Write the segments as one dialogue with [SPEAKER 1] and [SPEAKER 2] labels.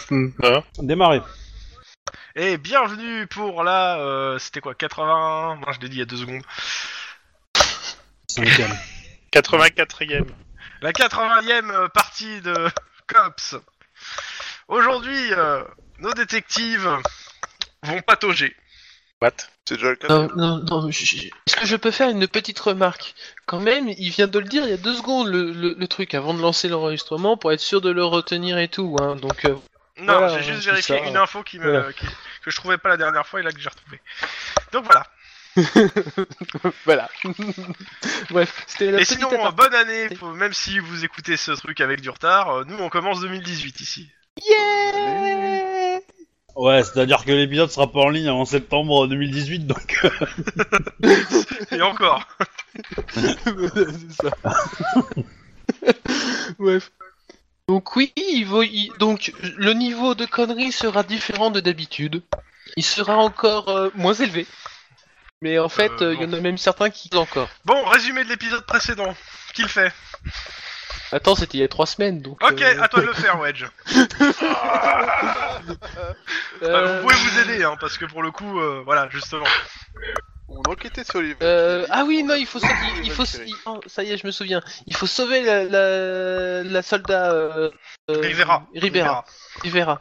[SPEAKER 1] Hafner.
[SPEAKER 2] Démarrer.
[SPEAKER 3] Et bienvenue pour la... euh, C'était quoi 81 Moi je l'ai dit il y a deux secondes.
[SPEAKER 2] Cinquième.
[SPEAKER 1] 84ème.
[SPEAKER 3] La 80e euh, partie de Cops. Aujourd'hui, euh, nos détectives vont patauger.
[SPEAKER 1] What
[SPEAKER 4] C'est déjà le cas.
[SPEAKER 5] Non, non, non. je- je- Est-ce que je peux faire une petite remarque Quand même, il vient de le dire il y a deux secondes, le, le- le truc, avant de lancer l'enregistrement, pour être sûr de le retenir et tout. Hein. Donc, euh,
[SPEAKER 3] Non,
[SPEAKER 5] Voilà,
[SPEAKER 3] j'ai juste
[SPEAKER 5] c'est
[SPEAKER 3] vérifié
[SPEAKER 5] ça.
[SPEAKER 3] une info qui me,
[SPEAKER 5] Voilà.
[SPEAKER 3] qui- que je trouvais pas la dernière fois et là que j'ai retrouvée. Donc voilà.
[SPEAKER 5] voilà. Bref, c'était la
[SPEAKER 3] et
[SPEAKER 5] petite
[SPEAKER 3] sinon, euh,
[SPEAKER 5] aparté.
[SPEAKER 3] bonne année, pour- même si vous écoutez ce truc avec du retard, euh, nous on commence 2018 ici.
[SPEAKER 5] Yeah
[SPEAKER 2] Ouais, c'est-à-dire que l'épisode sera pas en ligne avant septembre 2018, donc... euh,
[SPEAKER 3] Et encore.
[SPEAKER 5] Voilà, c'est ça.
[SPEAKER 3] hein.
[SPEAKER 5] Bref. Donc oui, il vaut- il- donc le niveau de conneries sera différent de d'habitude. Il sera encore euh, moins élevé. Mais en fait,
[SPEAKER 3] Euh,
[SPEAKER 5] euh, il y en
[SPEAKER 3] bon.
[SPEAKER 5] a même certains qui encore.
[SPEAKER 3] Bon, résumé de l'épisode précédent. Qu'il fait
[SPEAKER 5] Attends, c'était il y a trois semaines, donc.
[SPEAKER 3] Ok,
[SPEAKER 5] euh,
[SPEAKER 3] à toi de le faire, Wedge. Euh,
[SPEAKER 5] euh,
[SPEAKER 3] Vous pouvez vous aider, hein, parce que pour le coup, euh, voilà, justement.
[SPEAKER 4] On enquêtait sur les.
[SPEAKER 5] euh, ah oui, non, il faut, sa- il, il
[SPEAKER 4] Bonne
[SPEAKER 5] faut,
[SPEAKER 4] série.
[SPEAKER 5] il- oh, ça y est, je me souviens. Il faut sauver la, la, la soldat euh, euh,
[SPEAKER 3] Rivera.
[SPEAKER 5] Rivera. Rivera.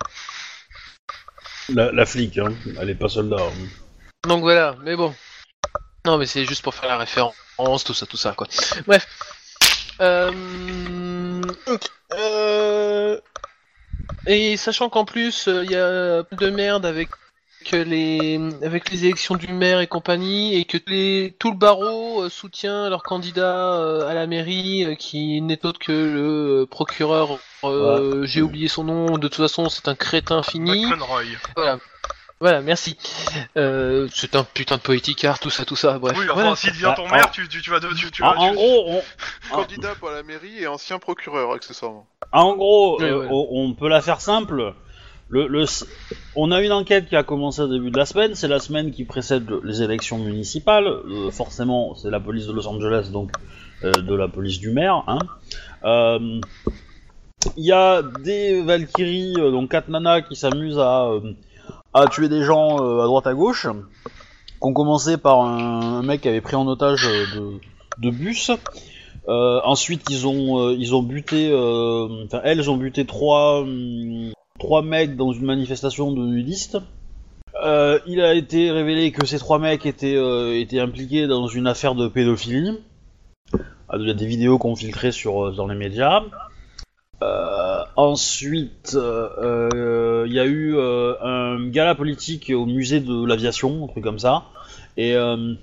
[SPEAKER 2] la, la flic, hein. Elle est pas soldat. hein.
[SPEAKER 5] Donc voilà, mais bon. Non, mais c'est juste pour faire la référence, tout ça, tout ça, quoi. Bref. Euh... donc, euh, Et sachant qu'en plus, euh, il y a plein de merde avec que les avec les élections du maire et compagnie, et que les... tout le barreau euh, soutient leur candidat euh, à la mairie, euh, qui n'est autre que le euh, procureur. euh, J'ai oublié son nom. De toute façon, c'est un crétin fini.
[SPEAKER 3] Conroy.
[SPEAKER 5] Voilà. Voilà, merci. Euh, c'est un putain de politicard, tout ça, tout ça,
[SPEAKER 2] Bah,
[SPEAKER 5] bref.
[SPEAKER 3] Oui, enfin,
[SPEAKER 5] Voilà.
[SPEAKER 3] s'il devient ton
[SPEAKER 2] Ah,
[SPEAKER 3] maire,
[SPEAKER 2] ah.
[SPEAKER 3] tu, tu, tu vas... de- Tu, tu,
[SPEAKER 2] En,
[SPEAKER 3] vas-
[SPEAKER 2] en
[SPEAKER 3] tu-
[SPEAKER 2] gros, on,
[SPEAKER 4] Candidat pour la mairie et ancien procureur, accessoirement.
[SPEAKER 2] en gros
[SPEAKER 5] Oui,
[SPEAKER 2] euh,
[SPEAKER 5] ouais.
[SPEAKER 2] on, on peut la faire simple. Le, le, s- on a une enquête qui a commencé au début de la semaine. C'est la semaine qui précède le- les élections municipales. Euh, forcément, c'est la police de Los Angeles, donc euh, de la police du maire. hein. Euh, Il y a des Valkyries, euh, donc quatre nanas, qui s'amusent à, euh, à tuer des gens euh, à droite à gauche. Qu'on commençait par un, un mec qui avait pris en otage euh, de, de bus. Euh, ensuite, ils ont, euh, ils ont buté, euh, enfin, elles ont buté trois, hum, trois mecs dans une manifestation de nudistes. Euh, il a été révélé que ces trois mecs étaient, euh, étaient impliqués dans une affaire de pédophilie. Ah, Il y a des vidéos qu'on filtrait sur, euh, dans les médias. Euh, ensuite, euh, euh, il y a eu euh, un gala politique au musée de l'aviation, un truc comme ça, et euh,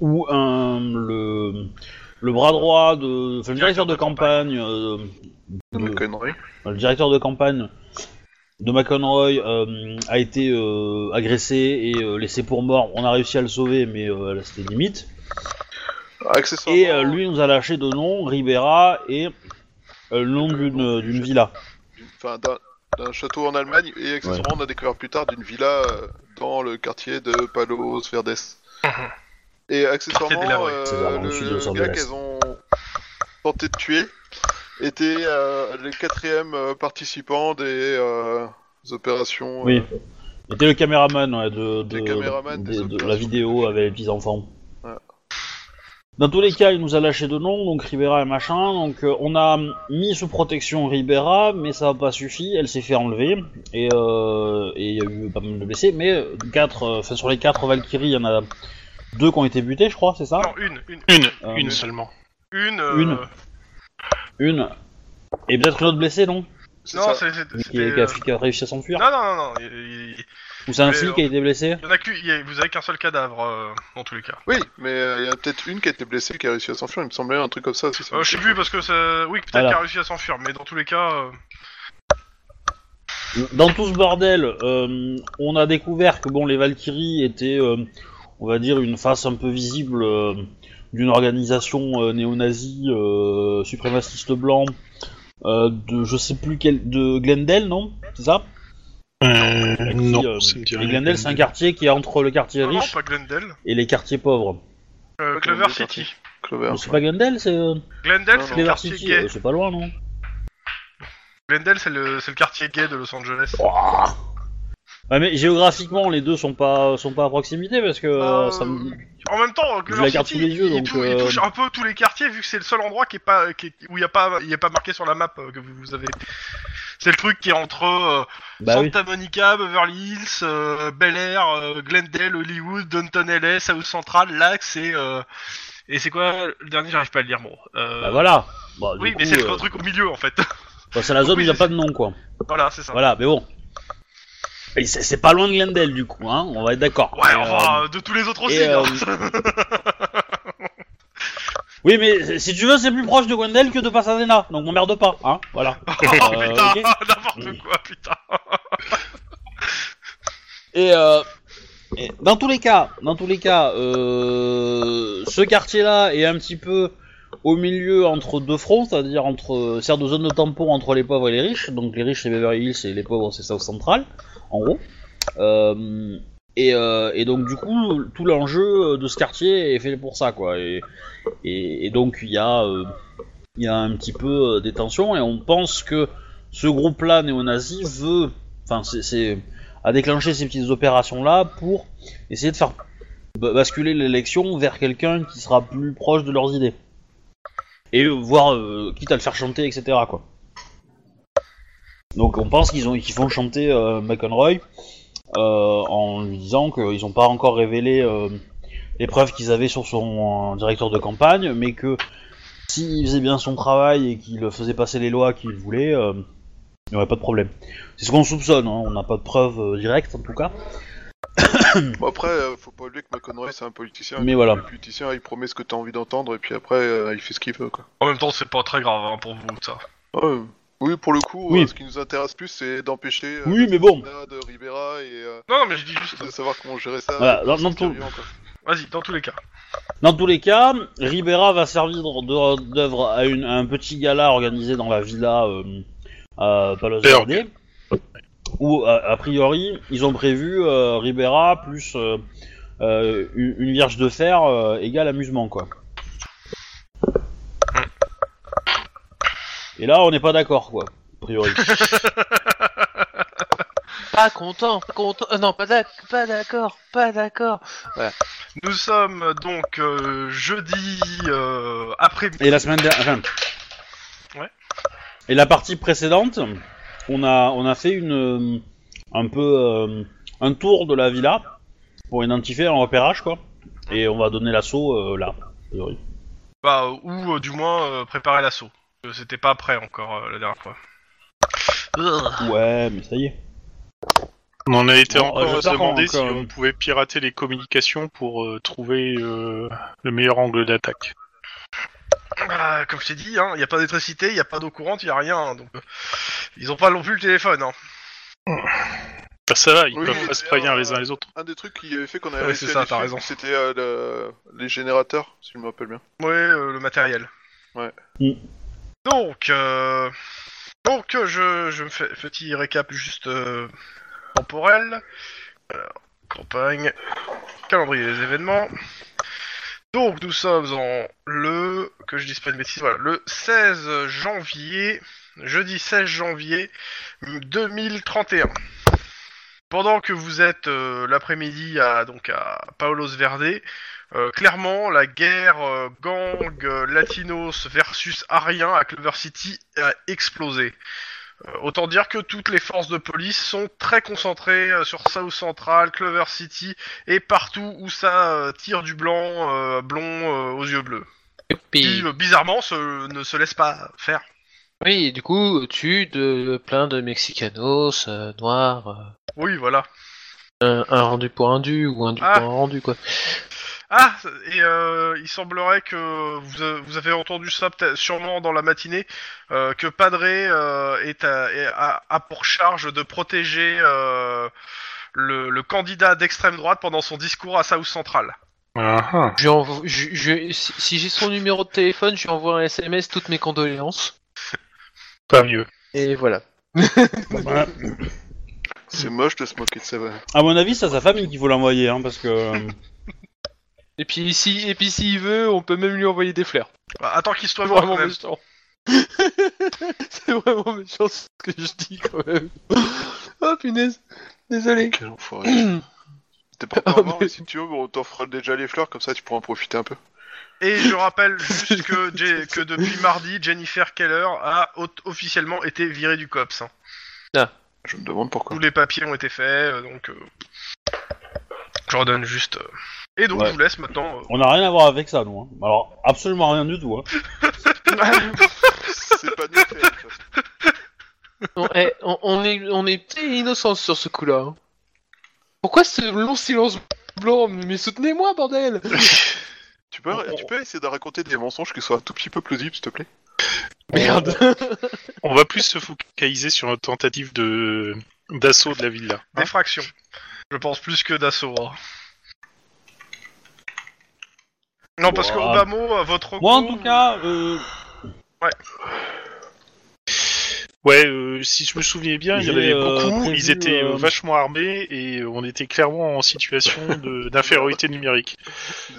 [SPEAKER 2] où un, le, le bras droit de, enfin, le directeur de campagne, euh, de-
[SPEAKER 4] connerie.
[SPEAKER 2] le directeur de campagne de McEnroy euh, a été euh, agressé et euh, laissé pour mort. On a réussi à le sauver, mais euh, là, c'était limite.
[SPEAKER 4] Accessoirement.
[SPEAKER 2] Et euh, lui nous a lâché deux noms, Ribera et euh, le nom d'une d'une villa.
[SPEAKER 4] Enfin, d'un d'un château en Allemagne et accessoirement, on a découvert plus tard d'une villa euh, dans le quartier de Palos Verdes. et
[SPEAKER 3] Quartier de la
[SPEAKER 4] accessoirement,
[SPEAKER 3] Rue.
[SPEAKER 4] euh,
[SPEAKER 2] C'est vraiment au
[SPEAKER 4] le,
[SPEAKER 2] sud de Los
[SPEAKER 4] le
[SPEAKER 2] Angeles.
[SPEAKER 4] gars qu'elles ont tenté de tuer était euh, le quatrième euh, participant des euh, opérations.
[SPEAKER 2] Oui.
[SPEAKER 4] euh,
[SPEAKER 2] Était le caméraman ouais, de, de,
[SPEAKER 4] Le caméraman des
[SPEAKER 2] de- de
[SPEAKER 4] opérations.
[SPEAKER 2] la vidéo avec les petits enfants.
[SPEAKER 4] Ouais.
[SPEAKER 2] Dans tous les cas, il nous a lâché deux noms, donc Ribera et machin. Donc euh, on a mis sous protection Ribera, mais ça n'a pas suffi. Elle s'est fait enlever et euh, et il y a eu pas mal de blessés. Mais euh, quatre, euh, enfin, sur les quatre Valkyries, il y en a deux qui ont été butés, je crois, c'est ça
[SPEAKER 3] Non, une, une,
[SPEAKER 1] Une,
[SPEAKER 2] Euh,
[SPEAKER 1] une seulement.
[SPEAKER 3] une. euh,
[SPEAKER 2] Une. Une et peut-être une autre blessée, non
[SPEAKER 4] c'est
[SPEAKER 3] Non,
[SPEAKER 4] ça.
[SPEAKER 3] c'est. c'est-
[SPEAKER 2] Qui,
[SPEAKER 3] c'était,
[SPEAKER 2] qui a,
[SPEAKER 3] euh,
[SPEAKER 2] qui a réussi à s'enfuir
[SPEAKER 3] Non, euh, non, non, non. Il, il-
[SPEAKER 2] Ou c'est un
[SPEAKER 3] mais,
[SPEAKER 2] flic qui a été blessé
[SPEAKER 3] il y en a que- il y a- vous avez qu'un seul cadavre, euh, dans tous les cas.
[SPEAKER 4] Oui, mais euh, il y en a peut-être une qui a été blessée qui a réussi à s'enfuir, il me semblait un truc comme ça. si ça
[SPEAKER 3] Euh,
[SPEAKER 4] me
[SPEAKER 3] je sais
[SPEAKER 4] fait.
[SPEAKER 3] plus, parce que ça. Oui, peut-être
[SPEAKER 2] Voilà.
[SPEAKER 3] qu'il a réussi à s'enfuir, mais dans tous les cas. euh,
[SPEAKER 2] Dans tout ce bordel, euh, on a découvert que bon, les Valkyries étaient, euh, on va dire, une face un peu visible euh, d'une organisation euh, néo-nazie euh, suprémaciste blanc euh, de, je sais plus quel, de Glendale, non C'est ça
[SPEAKER 1] Euh,
[SPEAKER 2] Qui,
[SPEAKER 1] non,
[SPEAKER 2] euh,
[SPEAKER 1] ça me dit
[SPEAKER 2] et
[SPEAKER 1] rien.
[SPEAKER 2] Glendale, c'est un quartier qui est entre le quartier
[SPEAKER 3] Non, non,
[SPEAKER 2] riche
[SPEAKER 3] pas Glendale.
[SPEAKER 2] et les quartiers pauvres.
[SPEAKER 3] Euh,
[SPEAKER 4] Pas
[SPEAKER 3] Clover
[SPEAKER 4] Glendale,
[SPEAKER 3] City.
[SPEAKER 4] Clover.
[SPEAKER 2] Mais C'est pas Glendale, c'est euh,
[SPEAKER 3] Glendale,
[SPEAKER 4] Non,
[SPEAKER 3] c'est le
[SPEAKER 2] Clever
[SPEAKER 3] quartier
[SPEAKER 2] City,
[SPEAKER 3] gay.
[SPEAKER 2] euh, c'est pas loin, non
[SPEAKER 3] Glendale, c'est le, c'est le quartier gay de Los Angeles.
[SPEAKER 2] Ouah. Ouais, mais géographiquement, les deux sont pas sont pas à proximité parce que euh,
[SPEAKER 3] Euh,
[SPEAKER 2] ça me-
[SPEAKER 3] En même temps,
[SPEAKER 2] Je
[SPEAKER 3] que leur
[SPEAKER 2] la garde
[SPEAKER 3] City,
[SPEAKER 2] sous les yeux,
[SPEAKER 3] il,
[SPEAKER 2] donc,
[SPEAKER 3] tou- il
[SPEAKER 2] euh,
[SPEAKER 3] touche un peu tous les quartiers, vu que c'est le seul endroit qui est pas, qui est- où il n'y a, pas- il y a pas marqué sur la map euh, que vous, vous avez. C'est le truc qui est entre euh,
[SPEAKER 2] Bah oui.
[SPEAKER 3] Santa Monica, Beverly Hills, euh, Bel Air, euh, Glendale, Hollywood, Downton LA, South Central, l'Axe et... euh, et c'est quoi le dernier J'arrive pas à le lire, bon. Euh,
[SPEAKER 2] Bah voilà. Bah, du
[SPEAKER 3] oui, mais
[SPEAKER 2] coup,
[SPEAKER 3] c'est le
[SPEAKER 2] euh,
[SPEAKER 3] truc au milieu, en fait.
[SPEAKER 2] bah, c'est la zone où
[SPEAKER 3] Oui,
[SPEAKER 2] il n'y a
[SPEAKER 3] c'est-
[SPEAKER 2] pas de nom quoi.
[SPEAKER 3] voilà, c'est ça.
[SPEAKER 2] Voilà, mais bon. Et C'est c'est pas loin de Glendale du coup, hein. On va être d'accord.
[SPEAKER 3] Ouais,
[SPEAKER 2] Mais,
[SPEAKER 3] enfin,
[SPEAKER 2] euh,
[SPEAKER 3] de tous les autres aussi.
[SPEAKER 2] et,
[SPEAKER 3] hein.
[SPEAKER 2] Oui, mais si tu veux, c'est plus proche de Glendale que de Pasadena. Donc m'emmerde pas, hein. Voilà.
[SPEAKER 3] oh
[SPEAKER 2] euh,
[SPEAKER 3] putain,
[SPEAKER 2] ok.
[SPEAKER 3] n'importe quoi, putain.
[SPEAKER 2] Et, euh, et dans tous les cas, dans tous les cas, euh, ce quartier-là est un petit peu au milieu entre deux fronts, c'est-à-dire entre sert de zone de tampon entre les pauvres et les riches. Donc les riches c'est Beverly Hills et les pauvres c'est South Central, en gros. Euh, et, euh, et donc du coup, tout l'enjeu de ce quartier est fait pour ça, quoi. Et, et, et donc il y a euh, il y a un petit peu euh, des tensions et on pense que ce groupe-là néo-nazi veut, enfin c'est- c'est à déclencher ces petites opérations-là pour essayer de faire ba- basculer l'élection vers quelqu'un qui sera plus proche de leurs idées. Et euh, voir, euh, quitte à le faire chanter, etc. Quoi. Donc on pense qu'ils ont- qu'ils font chanter euh, McEnroy euh, en lui disant qu'ils n'ont pas encore révélé euh, les preuves qu'ils avaient sur son euh, directeur de campagne, mais que s'il faisait bien son travail et qu'il faisait passer les lois qu'il voulait, euh, il n'y aurait pas de problème. C'est ce qu'on soupçonne, hein, on n'a pas de preuves euh, directes en tout cas.
[SPEAKER 4] Bon, après, euh, faut pas oublier que McConroy c'est un politicien.
[SPEAKER 2] Mm. Mais voilà.
[SPEAKER 4] Le politicien il promet ce que t'as envie d'entendre et puis après euh, il fait ce qu'il veut quoi.
[SPEAKER 3] En même temps, c'est pas très grave hein, pour vous, ça.
[SPEAKER 4] Ouais. Oui, pour le coup,
[SPEAKER 2] Oui.
[SPEAKER 4] euh, ce qui nous intéresse plus c'est d'empêcher euh,
[SPEAKER 2] Oui, mais bon.
[SPEAKER 4] Rivera de Rivera et euh,
[SPEAKER 3] Non, non, mais je dis juste...
[SPEAKER 4] de savoir comment gérer ça.
[SPEAKER 2] Voilà, dans-
[SPEAKER 4] C'est
[SPEAKER 2] dans tout-
[SPEAKER 4] sérieux, quoi.
[SPEAKER 3] Vas-y, dans tous les cas.
[SPEAKER 2] Dans tous les cas, Ribera va servir de- d'œuvre à, une- à un petit gala organisé dans la villa euh, à Palos
[SPEAKER 1] Berg.
[SPEAKER 2] Verde, où a, a priori ils ont prévu euh, Ribera plus euh, euh, une une vierge de fer euh, égale amusement quoi. Et là on n'est pas d'accord quoi, a priori.
[SPEAKER 5] Pas content, pas content. euh, non, pas d'ac- pas d'accord, pas d'accord.
[SPEAKER 3] Nous sommes donc euh, jeudi euh, après-midi.
[SPEAKER 2] Et la semaine dernière. Enfin,
[SPEAKER 3] Ouais.
[SPEAKER 2] Et la partie précédente, on a, on a fait une, euh, un peu euh, un tour de la villa pour identifier un repérage, quoi. Et on va donner l'assaut euh, là. a priori.
[SPEAKER 3] Bah, euh, ou euh, du moins euh, préparer l'assaut. Euh, C'était pas prêt encore euh, la dernière fois.
[SPEAKER 2] Ouais, mais ça y est.
[SPEAKER 1] On en a été
[SPEAKER 2] Bon, euh,
[SPEAKER 1] encore à se
[SPEAKER 2] j'espère qu'on-
[SPEAKER 1] demander si
[SPEAKER 2] qu'on-
[SPEAKER 1] on pouvait pirater les communications pour euh, trouver euh, le meilleur angle d'attaque.
[SPEAKER 3] Ah, comme je t'ai dit, il hein, n'y a pas d'électricité, il n'y a pas d'eau courante, il n'y a rien. hein, donc, euh, ils ont pas non plus le téléphone. Hein.
[SPEAKER 1] Bah, ça va, ils
[SPEAKER 4] Oui,
[SPEAKER 1] peuvent pas se prévenir les uns les autres.
[SPEAKER 4] Un des trucs qui avait fait qu'on avait
[SPEAKER 3] Ouais,
[SPEAKER 4] réussi
[SPEAKER 3] c'est
[SPEAKER 4] à
[SPEAKER 3] ça,
[SPEAKER 4] les
[SPEAKER 3] t'as
[SPEAKER 4] faire,
[SPEAKER 3] raison.
[SPEAKER 4] c'était euh, le- les générateurs, si je me rappelle bien.
[SPEAKER 3] Ouais, euh, le matériel.
[SPEAKER 4] Ouais.
[SPEAKER 2] Mm.
[SPEAKER 3] Donc, euh, donc euh, je, je me fais petit récap juste euh, temporel. Alors, campagne, calendrier des événements. Donc nous sommes en le que je dise pas de bêtises, voilà, le 16 janvier, jeudi 16 janvier 2031. Pendant que vous êtes euh, l'après-midi à donc à Paolos Verde, euh, clairement, la guerre euh, gang euh, latinos versus ariens à Clover City a explosé. Euh, autant dire que toutes les forces de police sont très concentrées euh, sur South Central, Clover City et partout où ça euh, tire du blanc euh, blond euh, aux yeux bleus. Qui,
[SPEAKER 5] Puis,
[SPEAKER 3] euh, bizarrement, se- ne se laisse pas faire.
[SPEAKER 5] oui, du coup, tu de plein de Mexicanos, euh, noirs,
[SPEAKER 3] Oui, voilà.
[SPEAKER 5] euh, un, un rendu pour un dû ou un dû
[SPEAKER 3] Ah.
[SPEAKER 5] pour un rendu quoi.
[SPEAKER 3] Ah, et euh, il semblerait que vous, a- vous avez entendu ça peut-être sûrement dans la matinée, euh, que Padre euh, est à, est à- a pour charge de protéger euh, le, le candidat d'extrême droite pendant son discours à South Central.
[SPEAKER 1] Ah, ah.
[SPEAKER 5] Je lui envoie- je- je- si si j'ai son numéro de téléphone, je lui envoie un SMS toutes mes condoléances.
[SPEAKER 1] Pas mieux.
[SPEAKER 5] Et voilà.
[SPEAKER 2] Bah,
[SPEAKER 4] C'est moche de se moquer de ça. ouais.
[SPEAKER 2] à mon avis, c'est à sa famille qu'il faut l'envoyer, hein, parce que. euh,
[SPEAKER 5] Et puis si, et puis s'il veut, on peut même lui envoyer des fleurs.
[SPEAKER 3] Bah, attends qu'il soit mort
[SPEAKER 5] Vraiment
[SPEAKER 3] quand même.
[SPEAKER 5] méchant. C'est vraiment méchant ce que je dis quand même. Oh punaise. Désolé.
[SPEAKER 4] Quel enfoiré. T'es pas encore mort, mais si tu veux, on t'offre déjà les fleurs, comme ça tu pourras en profiter un peu.
[SPEAKER 3] Et je rappelle juste que, Jay- que depuis mardi, Jennifer Keller a o- officiellement été virée du COPS. hein.
[SPEAKER 4] Je me demande pourquoi.
[SPEAKER 3] Tous les papiers ont été faits, euh, donc... euh, Je redonne juste... euh. Et donc,
[SPEAKER 2] Ouais.
[SPEAKER 3] je vous laisse maintenant... euh,
[SPEAKER 2] On n'a rien à voir avec ça, nous. hein. Alors, absolument rien du tout. Hein.
[SPEAKER 4] C'est pas nous fait, de toute façon.
[SPEAKER 5] Non, eh, on, on est, on est peut-être innocents sur ce coup-là. hein. Pourquoi ce long silence blanc Mais soutenez-moi, bordel
[SPEAKER 4] Tu
[SPEAKER 3] Oh,
[SPEAKER 4] peux, tu peux essayer de raconter des mensonges qui soient un tout petit peu plausibles, s'il te plaît
[SPEAKER 5] Merde
[SPEAKER 1] On va plus se focaliser sur notre tentative de d'assaut de la villa. hein.
[SPEAKER 3] Défraction. Je pense plus que d'assaut. hein. Non, parce que
[SPEAKER 2] Ouah.
[SPEAKER 3] Obamo, à votre recours...
[SPEAKER 2] Moi, en tout cas, euh,
[SPEAKER 1] Ouais, euh, si je me souviens bien, il y en
[SPEAKER 2] J'ai,
[SPEAKER 1] avait
[SPEAKER 2] euh,
[SPEAKER 1] beaucoup.
[SPEAKER 2] prévu,
[SPEAKER 1] ils étaient euh,
[SPEAKER 2] euh,
[SPEAKER 1] vachement armés et euh, on était clairement en situation de- d'infériorité numérique.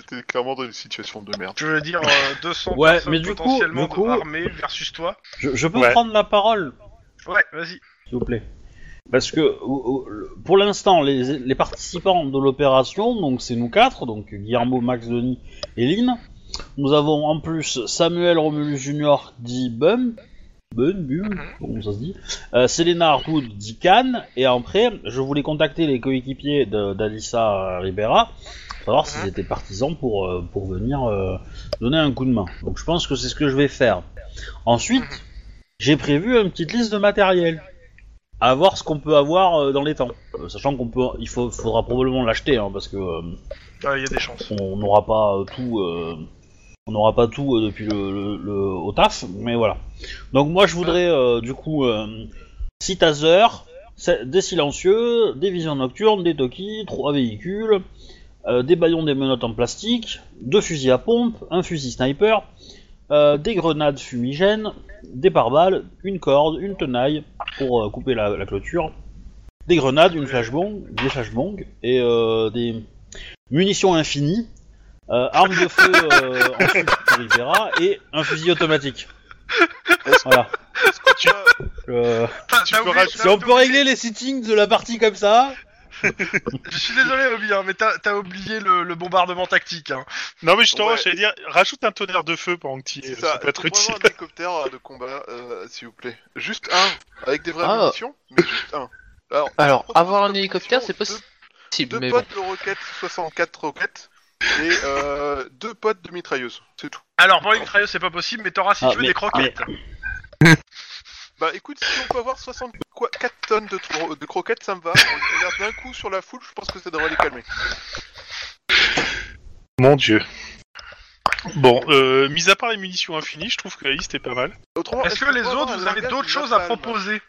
[SPEAKER 4] T'es clairement dans une situation de merde.
[SPEAKER 3] Je veux dire, euh, 200
[SPEAKER 2] Ouais,
[SPEAKER 3] personnes
[SPEAKER 2] mais du coup-
[SPEAKER 3] potentiellement
[SPEAKER 2] du coup-
[SPEAKER 3] de armées versus toi.
[SPEAKER 2] je, je peux
[SPEAKER 1] Ouais.
[SPEAKER 2] prendre la parole,
[SPEAKER 3] Ouais, vas-y.
[SPEAKER 2] s'il vous plaît. Parce que, euh, euh, pour l'instant, les, les participants de l'opération, donc c'est nous quatre, donc Guillermo, Max, Denis et Lynn, nous avons en plus Samuel Romulus Junior dit Bum, Bun, Bum, comment ça se dit, euh, Selena Harwood dit Cannes, et après, je voulais contacter les coéquipiers de- d'Alissa Ribera, pour savoir s'ils étaient partisans pour, euh, pour venir euh, donner un coup de main. Donc je pense que c'est ce que je vais faire. Ensuite, j'ai prévu une petite liste de matériel à voir ce qu'on peut avoir euh, dans les temps, Euh, sachant qu'on peut, il faut, faudra probablement l'acheter hein, parce que euh,
[SPEAKER 3] Ah, Il y a des chances.
[SPEAKER 2] on n'aura pas euh, tout, euh, on n'aura pas tout euh, depuis le, le- le- au taf, mais voilà. Donc moi je voudrais euh, du coup euh, six tasers, se- des silencieux, des visions nocturnes, des toki, trois véhicules, euh, des baillons, des menottes en plastique, deux fusils à pompe, un fusil sniper, euh, des grenades fumigènes, des pare-balles, une corde, une tenaille pour euh, couper la, la clôture, des grenades, une flashbang, des flashbangs et euh, des munitions infinies, euh, armes de feu euh, ensuite pour Rivera et un fusil automatique. Voilà.
[SPEAKER 4] Est-ce que tu as-
[SPEAKER 2] Euh,
[SPEAKER 3] T'as- t'as oublié-
[SPEAKER 2] si on peut régler les settings de la partie comme ça.
[SPEAKER 3] Je suis désolé, Obi, hein, mais t'as t'as oublié le, le bombardement tactique. Hein.
[SPEAKER 1] Non mais justement,
[SPEAKER 4] Ouais.
[SPEAKER 1] j'allais dire, rajoute un tonnerre de feu pendant que tu y es,
[SPEAKER 4] C'est
[SPEAKER 1] ça
[SPEAKER 4] ça,
[SPEAKER 1] peut être
[SPEAKER 4] trouve-moi
[SPEAKER 1] utile.
[SPEAKER 4] un hélicoptère de combat, euh, s'il vous plaît. Juste un, avec des vraies
[SPEAKER 5] Ah.
[SPEAKER 4] munitions, mais juste un. Alors,
[SPEAKER 5] Alors,
[SPEAKER 4] propose
[SPEAKER 5] avoir un
[SPEAKER 4] comme
[SPEAKER 5] hélicoptère,
[SPEAKER 4] solution
[SPEAKER 5] c'est possible,
[SPEAKER 4] Deux, deux
[SPEAKER 5] mais bon.
[SPEAKER 4] potes de roquettes 64 roquettes et euh, deux potes de mitrailleuses, c'est tout.
[SPEAKER 3] Alors, pour les mitrailleuses, c'est pas possible, mais t'auras si
[SPEAKER 2] Ah,
[SPEAKER 3] tu veux
[SPEAKER 2] mais-
[SPEAKER 3] des croquettes.
[SPEAKER 4] Bah écoute, si on peut avoir 64 tonnes de, tro- de croquettes, ça me va. On regarde d'un coup sur la foule, je pense que ça devrait les calmer.
[SPEAKER 1] Mon dieu. Bon, euh, mis à part les munitions infinies, je trouve que la liste est pas mal.
[SPEAKER 4] Autrement,
[SPEAKER 3] Est-ce que les autres, vous avez d'autres choses à proposer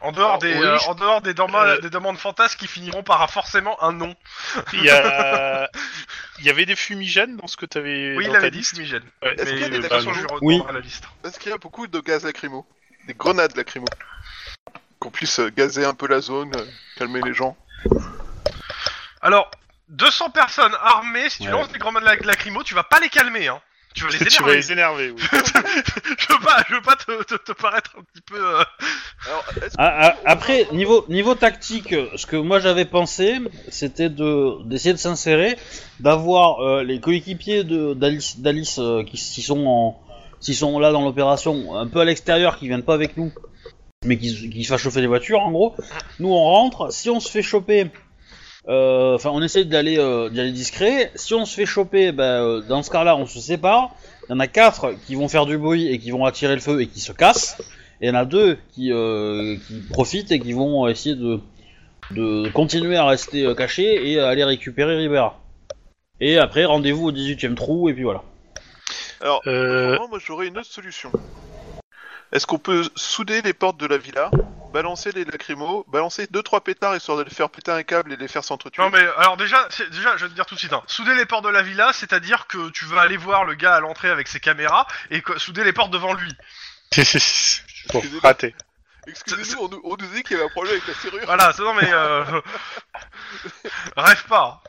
[SPEAKER 3] en dehors,
[SPEAKER 4] Alors,
[SPEAKER 3] des,
[SPEAKER 4] oui,
[SPEAKER 3] euh,
[SPEAKER 4] je-
[SPEAKER 3] en dehors des, demandes,
[SPEAKER 1] Euh,
[SPEAKER 3] des demandes fantasques qui finiront par euh, forcément un non.
[SPEAKER 1] Il y a, il y avait des fumigènes dans ce que t'avais
[SPEAKER 3] Oui,
[SPEAKER 1] dans
[SPEAKER 3] il
[SPEAKER 1] ta
[SPEAKER 3] avait dit
[SPEAKER 1] liste.
[SPEAKER 3] fumigène.
[SPEAKER 1] Ouais,
[SPEAKER 4] Est-ce qu'il y
[SPEAKER 1] mais, euh,
[SPEAKER 4] a des
[SPEAKER 3] De toute
[SPEAKER 1] bah,
[SPEAKER 3] façon, je lui
[SPEAKER 2] Oui.
[SPEAKER 3] retournerai la liste.
[SPEAKER 4] Est-ce qu'il y a beaucoup de gaz lacrymo Des grenades lacrymo Qu'on puisse euh, gazer un peu la zone, euh, calmer les gens.
[SPEAKER 3] Alors, 200 personnes armées, si tu
[SPEAKER 2] Ouais.
[SPEAKER 3] lances des grenades lac- lacrymo, tu vas pas les calmer, hein. Tu vas les
[SPEAKER 1] tu vas
[SPEAKER 3] énerver.
[SPEAKER 1] les énerver. oui.
[SPEAKER 3] je veux pas, je veux pas te, te- te paraître un petit peu. euh,
[SPEAKER 4] Alors, est-ce que-
[SPEAKER 2] Ah, ah, après niveau niveau tactique, ce que moi j'avais pensé, c'était de d'essayer de s'insérer, d'avoir euh, les coéquipiers de d'Alice d'Alice euh, qui s'y sont en s'y sont là dans l'opération, un peu à l'extérieur, qui viennent pas avec nous, mais qui qui se fassent chauffer les voitures en gros. Nous on rentre, si on se fait choper. euh, Enfin, on essaie d'aller euh, d'y aller discret. Si on se fait choper, bah, euh, dans ce cas-là, on se sépare. Il y en a quatre qui vont faire du bruit et qui vont attirer le feu et qui se cassent. Et il y en a deux qui, euh, qui profitent et qui vont essayer de, de continuer à rester euh, cachés et à aller récupérer Ribera. Et après, rendez-vous au 18ème trou, et puis voilà.
[SPEAKER 4] Alors,
[SPEAKER 1] Euh,
[SPEAKER 4] Autrement, moi j'aurais une autre solution. Est-ce qu'on peut souder les portes de la villa, balancer les lacrymos, balancer 2-3 pétards histoire de les faire péter un câble et les faire s'entretuer
[SPEAKER 3] Non mais alors déjà, c'est- déjà, je vais te dire tout de suite. Hein. Souder les portes de la villa, c'est-à-dire que tu vas aller voir le gars à l'entrée avec ses caméras et que- souder les portes devant lui.
[SPEAKER 1] Bon,
[SPEAKER 4] Excusez-moi.
[SPEAKER 1] raté.
[SPEAKER 4] Excusez-nous, on, nous- on nous dit qu'il y avait un problème avec la serrure.
[SPEAKER 3] Voilà, c'est- non mais euh... rêve pas.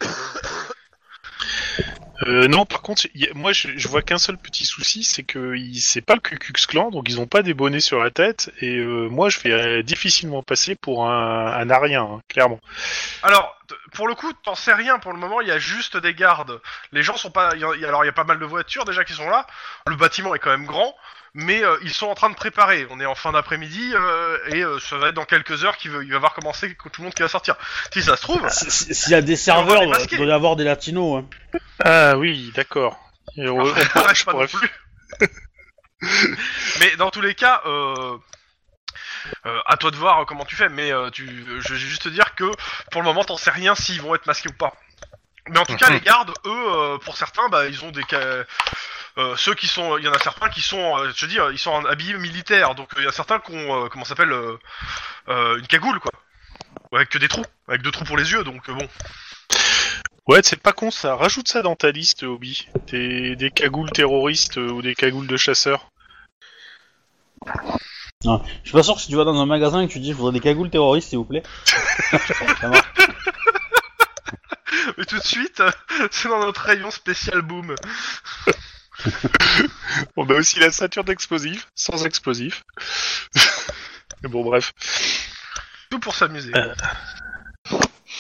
[SPEAKER 1] Euh, non, par contre, y a- moi je, je vois qu'un seul petit souci, c'est que ils- c'est pas le Ku Klux Klan, donc ils ont pas des bonnets sur la tête, et euh, moi je vais euh, difficilement passer pour un, un arien, hein, clairement.
[SPEAKER 3] Alors, t- pour le coup, t'en sais rien pour le moment, il y a juste des gardes. Les gens sont pas. il y a- il y a- alors, il y a pas mal de voitures déjà qui sont là. Le bâtiment est quand même grand, mais euh, ils sont en train de préparer. On est en fin d'après-midi euh, et euh, ça va être dans quelques heures qu'il va, il va voir commencer que tout le monde qui va sortir. Si ça se trouve,
[SPEAKER 2] Si- si- S'il y a des
[SPEAKER 3] On va
[SPEAKER 2] serveurs, euh,
[SPEAKER 3] les
[SPEAKER 2] il
[SPEAKER 3] masquer.
[SPEAKER 2] doit y avoir des latinos. hein.
[SPEAKER 1] Ah oui, d'accord. Et on-
[SPEAKER 3] on
[SPEAKER 1] on pourrait-
[SPEAKER 3] reste
[SPEAKER 1] Ah, je
[SPEAKER 3] Ah, pas non
[SPEAKER 1] pourrais-
[SPEAKER 3] plus. mais dans tous les cas, euh, euh, à toi de voir comment tu fais. Mais euh, tu, je vais juste te dire que pour le moment, t'en sais rien s'ils vont être masqués ou pas. Mais en tout cas, les gardes, eux, euh, pour certains, bah, ils ont des ca- euh, ceux qui sont, il y en a certains qui sont, euh, je te dis, euh, ils sont en habillés militaires, donc euh, il y a certains qui ont, euh, comment ça s'appelle, euh, euh, une cagoule quoi, Ouais, avec que des trous, avec deux trous pour les yeux, donc euh, bon.
[SPEAKER 1] Ouais, c'est pas con ça. Rajoute ça dans ta liste, Obi. Des, des cagoules terroristes euh, ou des cagoules de chasseurs.
[SPEAKER 2] Je suis pas sûr que si tu vas dans un magasin et que tu dis je voudrais des cagoules terroristes, s'il vous plaît. Ça marche.
[SPEAKER 3] Et tout de suite, euh, c'est dans notre rayon spécial boom.
[SPEAKER 1] On a bah aussi la ceinture d'explosifs, sans explosifs. Mais bon, bref.
[SPEAKER 3] Tout pour s'amuser.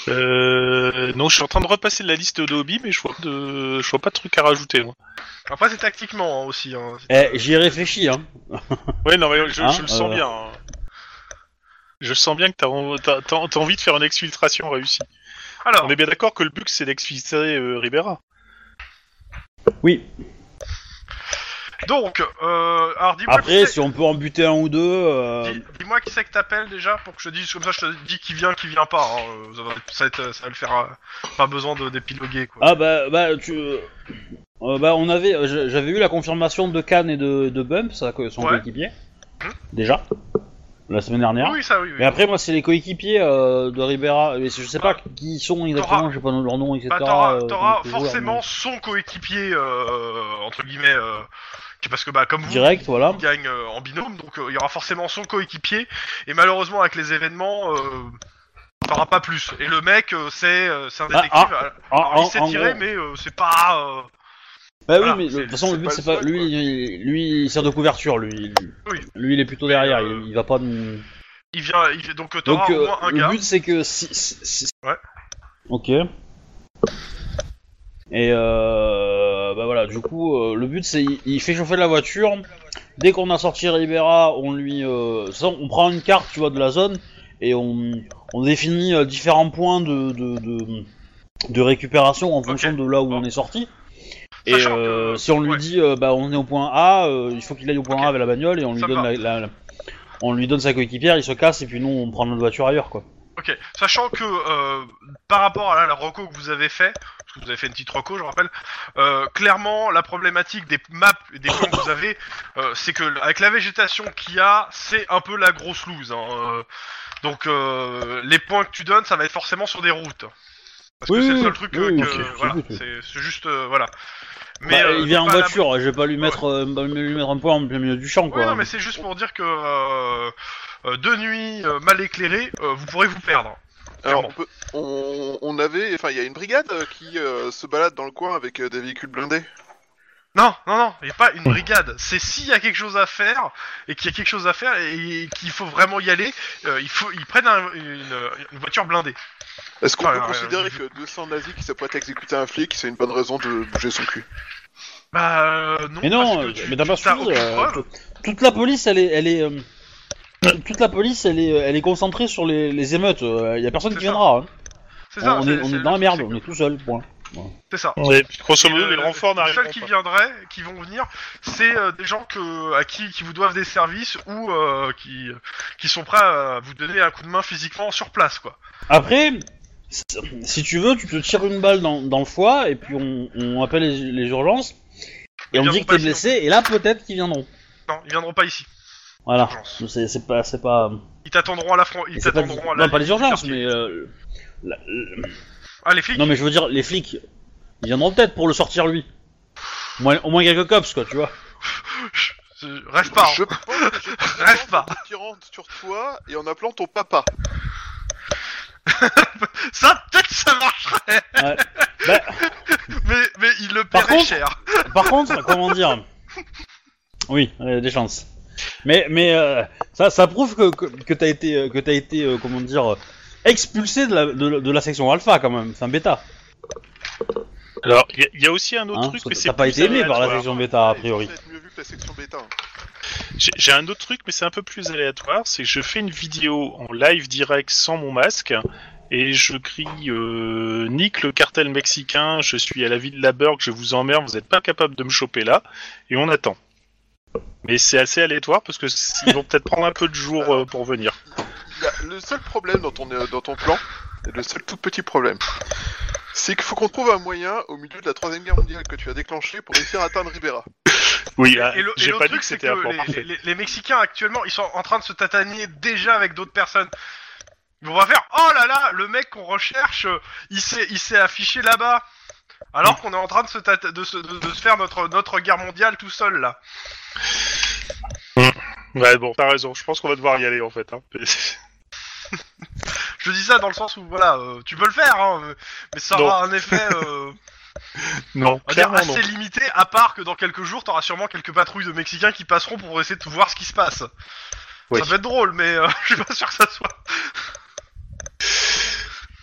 [SPEAKER 1] Euh, non, je suis en train de repasser la liste d'Obi, mais je vois, de... je vois pas de truc à rajouter. Moi.
[SPEAKER 3] Après, c'est tactiquement hein, aussi. Hein.
[SPEAKER 2] Eh, j'y ai réfléchi. Hein.
[SPEAKER 1] Ouais, non, mais je,
[SPEAKER 2] Hein,
[SPEAKER 1] je le sens
[SPEAKER 2] euh.
[SPEAKER 1] bien. hein. Je sens bien que t'as en- t'as- t'as- t'as envie de faire une exfiltration réussie.
[SPEAKER 3] Alors,
[SPEAKER 1] On est bien d'accord que le but c'est d'exfiltrer euh, Ribera.
[SPEAKER 2] Oui.
[SPEAKER 3] donc, euh, alors dis-moi
[SPEAKER 2] Après,
[SPEAKER 3] qui c'est-
[SPEAKER 2] si on peut en buter un ou deux. euh,
[SPEAKER 3] dis- dis-moi qui c'est que t'appelles déjà pour que je te dise, comme ça je te dis qui vient, qui vient pas. hein, euh, Ça, va, ça va être- ça va le faire, euh, pas besoin de d'épiloguer quoi.
[SPEAKER 2] Ah bah bah tu euh, bah on avait euh, j'a- j'avais eu la confirmation de Khan et de, de Bump ça que son
[SPEAKER 3] Ouais.
[SPEAKER 2] coéquipier Hein. déjà la semaine dernière.
[SPEAKER 3] oui, ça oui. oui.
[SPEAKER 2] Ah, Mais après moi c'est les coéquipiers euh, de Ribera mais je sais pas qui ils sont exactement
[SPEAKER 3] T'auras-
[SPEAKER 2] je sais pas leur nom etc.
[SPEAKER 3] Bah, t'auras
[SPEAKER 2] euh,
[SPEAKER 3] t'auras
[SPEAKER 2] donc, toujours,
[SPEAKER 3] forcément son coéquipier, euh, entre guillemets, euh, qui- parce que bah, comme
[SPEAKER 2] mais
[SPEAKER 3] vous,
[SPEAKER 2] direct voilà.
[SPEAKER 3] il gagne euh, en binôme, donc euh, il y aura forcément son coéquipier, et malheureusement, avec les événements, euh, t'auras pas plus. Et le mec, euh, c'est euh, c'est un
[SPEAKER 2] Ah,
[SPEAKER 3] détective.
[SPEAKER 2] En-
[SPEAKER 3] Alors,
[SPEAKER 2] en-
[SPEAKER 3] il s'est
[SPEAKER 2] en
[SPEAKER 3] tiré,
[SPEAKER 2] gros.
[SPEAKER 3] mais euh, c'est pas. euh,
[SPEAKER 2] Bah
[SPEAKER 3] voilà,
[SPEAKER 2] oui mais de
[SPEAKER 3] c'est-
[SPEAKER 2] toute façon
[SPEAKER 4] c'est
[SPEAKER 2] le but
[SPEAKER 4] pas
[SPEAKER 2] c'est
[SPEAKER 4] le
[SPEAKER 2] pas
[SPEAKER 4] seul,
[SPEAKER 2] lui il- lui il sert de couverture lui lui,
[SPEAKER 3] Oui.
[SPEAKER 2] Lui, il est plutôt derrière
[SPEAKER 3] euh,
[SPEAKER 2] il, il va pas nous
[SPEAKER 3] Il vient, il, donc euh, t'auras
[SPEAKER 2] donc
[SPEAKER 3] au
[SPEAKER 2] euh,
[SPEAKER 3] moins un
[SPEAKER 2] le
[SPEAKER 3] gars.
[SPEAKER 2] but c'est que si, si- si-
[SPEAKER 3] Ouais.
[SPEAKER 2] Ok. Et euh, bah voilà, du coup, euh, le but c'est il, il fait chauffer la voiture. Dès qu'on a sorti Ribera, on lui, euh, ça, on prend une carte, tu vois, de la zone et on, on définit euh, différents points de de, de, de récupération en fonction de là où
[SPEAKER 3] Bon.
[SPEAKER 2] on est sorti. Et
[SPEAKER 3] Sachant que-
[SPEAKER 2] euh, si on lui
[SPEAKER 3] ouais.
[SPEAKER 2] dit, euh, bah on est au point A, euh, il faut qu'il aille au point
[SPEAKER 3] Ok.
[SPEAKER 2] A avec la bagnole et on lui
[SPEAKER 3] Ça
[SPEAKER 2] donne
[SPEAKER 3] va.
[SPEAKER 2] la- la- la, on lui donne sa coéquipière, il se casse et puis nous on prend notre voiture ailleurs quoi.
[SPEAKER 3] Ok, sachant que euh, par rapport à la, la reco que vous avez fait, parce que vous avez fait une petite reco, je rappelle, euh, clairement la problématique des maps et des points que vous avez, euh, c'est que l- avec la végétation qu'il y a, c'est un peu la grosse loose. hein, euh, donc euh, les points que tu donnes, ça va être forcément sur des routes. Parce
[SPEAKER 2] Oui,
[SPEAKER 3] que c'est
[SPEAKER 2] oui,
[SPEAKER 3] le seul
[SPEAKER 2] oui.
[SPEAKER 3] truc
[SPEAKER 2] Oui,
[SPEAKER 3] euh,
[SPEAKER 2] oui,
[SPEAKER 3] que,
[SPEAKER 2] ok,
[SPEAKER 3] voilà,
[SPEAKER 2] j'écoute, oui.
[SPEAKER 3] c'est c'est juste euh, voilà.
[SPEAKER 2] Bah,
[SPEAKER 3] euh,
[SPEAKER 2] il vient en
[SPEAKER 3] pas la-
[SPEAKER 2] voiture, je vais pas lui mettre, euh, bah, lui mettre un point en plein milieu du champ quoi.
[SPEAKER 3] Oui, non, mais c'est juste pour dire que euh, euh, de nuit euh, mal éclairée, euh, vous pourrez vous perdre.
[SPEAKER 4] Alors,
[SPEAKER 3] Clairement.
[SPEAKER 4] on, peut- on- on avait, enfin, il y a une brigade euh, qui euh, se balade dans le coin avec euh, des véhicules blindés.
[SPEAKER 3] Non, non, non, il n'y a pas une brigade. C'est s'il y a quelque chose à faire, et qu'il y a quelque chose à faire, et qu'il faut vraiment y aller, euh, il faut, ils prennent un- une, une voiture blindée.
[SPEAKER 4] Est-ce qu'on
[SPEAKER 3] Ah,
[SPEAKER 4] peut
[SPEAKER 3] ouais,
[SPEAKER 4] considérer
[SPEAKER 3] ouais.
[SPEAKER 4] que 200 nazis qui s'apprêtent à exécuter un flic, c'est une bonne raison de bouger son cul
[SPEAKER 3] Bah, euh, non,
[SPEAKER 2] Mais non,
[SPEAKER 3] parce
[SPEAKER 2] euh,
[SPEAKER 3] que tu-
[SPEAKER 2] mais t'as pas
[SPEAKER 3] tu-
[SPEAKER 2] suivi.
[SPEAKER 3] aucune
[SPEAKER 2] euh,
[SPEAKER 3] preuve.
[SPEAKER 2] toute- toute la police, elle est, elle est, euh, toute la police, elle est, elle est concentrée sur les, les émeutes. Il y a personne
[SPEAKER 3] C'est
[SPEAKER 2] qui
[SPEAKER 3] ça.
[SPEAKER 2] viendra. hein.
[SPEAKER 3] C'est ça,
[SPEAKER 2] on on
[SPEAKER 3] c'est-
[SPEAKER 2] est, on
[SPEAKER 3] c'est
[SPEAKER 2] est dans la
[SPEAKER 3] le-
[SPEAKER 2] merde,
[SPEAKER 3] c'est
[SPEAKER 2] on
[SPEAKER 3] que-
[SPEAKER 2] est tout seul. Point.
[SPEAKER 3] C'est ça.
[SPEAKER 1] Ouais, puis grosso modo,
[SPEAKER 3] Et euh,
[SPEAKER 1] les
[SPEAKER 3] le-
[SPEAKER 1] renforts
[SPEAKER 3] Les
[SPEAKER 1] n'arrivent
[SPEAKER 3] seuls qui
[SPEAKER 1] pas.
[SPEAKER 3] viendraient, qui vont venir, c'est euh, des gens que, à qui, qui vous doivent des services ou euh, qui, qui sont prêts à vous donner un coup de main physiquement sur place, quoi.
[SPEAKER 2] Après, si- si tu veux, tu te tires une balle dans, dans le foie et puis on, on appelle les, les urgences et
[SPEAKER 3] Ils
[SPEAKER 2] on dit
[SPEAKER 3] viendront
[SPEAKER 2] que
[SPEAKER 3] pas
[SPEAKER 2] t'es
[SPEAKER 3] ici,
[SPEAKER 2] blessé et là peut-être qu'ils viendront.
[SPEAKER 3] Non, ils viendront pas ici.
[SPEAKER 2] Voilà.
[SPEAKER 3] Urgence.
[SPEAKER 2] C'est c'est pas, c'est pas,
[SPEAKER 3] Ils t'attendront à la front. Ils
[SPEAKER 2] c'est pas,
[SPEAKER 3] t'attendront à la.
[SPEAKER 2] non, pas les urgences,
[SPEAKER 3] quartier.
[SPEAKER 2] mais euh, la- la-
[SPEAKER 3] Ah, les flics
[SPEAKER 2] Non mais je veux dire, les flics, ils viendront peut-être pour le sortir lui. Au moins, au moins quelques cops quoi, tu vois.
[SPEAKER 3] Je- Rêve pas. hein.
[SPEAKER 4] Je pense que j'ai plus de
[SPEAKER 3] Rêve
[SPEAKER 4] chance
[SPEAKER 3] pas.
[SPEAKER 4] en tirant sur toi et en appelant ton papa.
[SPEAKER 3] Ça, peut-être ça marcherait
[SPEAKER 2] Ouais. Bah,
[SPEAKER 3] Mais, mais il le très
[SPEAKER 2] contre-
[SPEAKER 3] cher.
[SPEAKER 2] Par contre, comment dire Oui, euh, des chances. Mais, mais euh, ça, ça prouve que, que, que t'as été, euh, que t'as été euh, comment dire, euh, expulsé de la, de, la- de la section alpha quand même, enfin bêta.
[SPEAKER 1] Alors, il y a- il y, a aussi un autre
[SPEAKER 2] Hein,
[SPEAKER 1] truc
[SPEAKER 2] ça-
[SPEAKER 1] mais c'est
[SPEAKER 2] T'as pas
[SPEAKER 1] plus
[SPEAKER 2] été aimé par la
[SPEAKER 1] aléatoire.
[SPEAKER 2] section bêta a
[SPEAKER 4] Ouais,
[SPEAKER 2] priori.
[SPEAKER 4] ça va être mieux vu que la section bêta. hein.
[SPEAKER 1] J'ai j'ai un autre truc, mais c'est un peu plus aléatoire. C'est que je fais une vidéo en live direct sans mon masque et je crie euh, Nique le cartel mexicain, je suis à la ville de la Burg, je vous emmerde, vous n'êtes pas capable de me choper là. Et on attend. Mais c'est assez aléatoire parce que c- ils vont peut-être prendre un peu de jour euh, pour venir.
[SPEAKER 4] Il y a- le seul problème dans ton, euh, dans ton plan, et le seul tout petit problème, c'est qu'il faut qu'on trouve un moyen au milieu de la troisième guerre mondiale que tu as déclenchée pour réussir à atteindre Ribera.
[SPEAKER 1] Oui,
[SPEAKER 3] Et le- et
[SPEAKER 1] Bah, j'ai
[SPEAKER 3] l'autre
[SPEAKER 1] pas dit
[SPEAKER 3] truc,
[SPEAKER 1] que
[SPEAKER 3] c'est
[SPEAKER 1] c'était un plan
[SPEAKER 3] les,
[SPEAKER 1] parfait.
[SPEAKER 3] les- les Mexicains actuellement, ils sont en train de se tatanier déjà avec d'autres personnes. On va faire oh là là, le mec qu'on recherche, euh, il s'est, il s'est affiché là-bas, alors qu'on est en train de se, tata- de se, de- de se faire notre, notre guerre mondiale tout seul là.
[SPEAKER 1] Ouais, bon, t'as raison, je pense qu'on va devoir y aller en fait. hein.
[SPEAKER 3] Je dis ça dans le sens où voilà, euh, tu peux le faire, hein, euh, mais ça
[SPEAKER 1] Non.
[SPEAKER 3] aura un effet euh,
[SPEAKER 1] non,
[SPEAKER 3] on va dire,
[SPEAKER 1] clairement non.
[SPEAKER 3] Ah, assez limité, à part que dans quelques jours, t'auras sûrement quelques patrouilles de Mexicains qui passeront pour essayer de voir ce qui se passe.
[SPEAKER 1] Oui.
[SPEAKER 3] Ça peut être drôle, mais euh, je suis pas sûr que ça soit.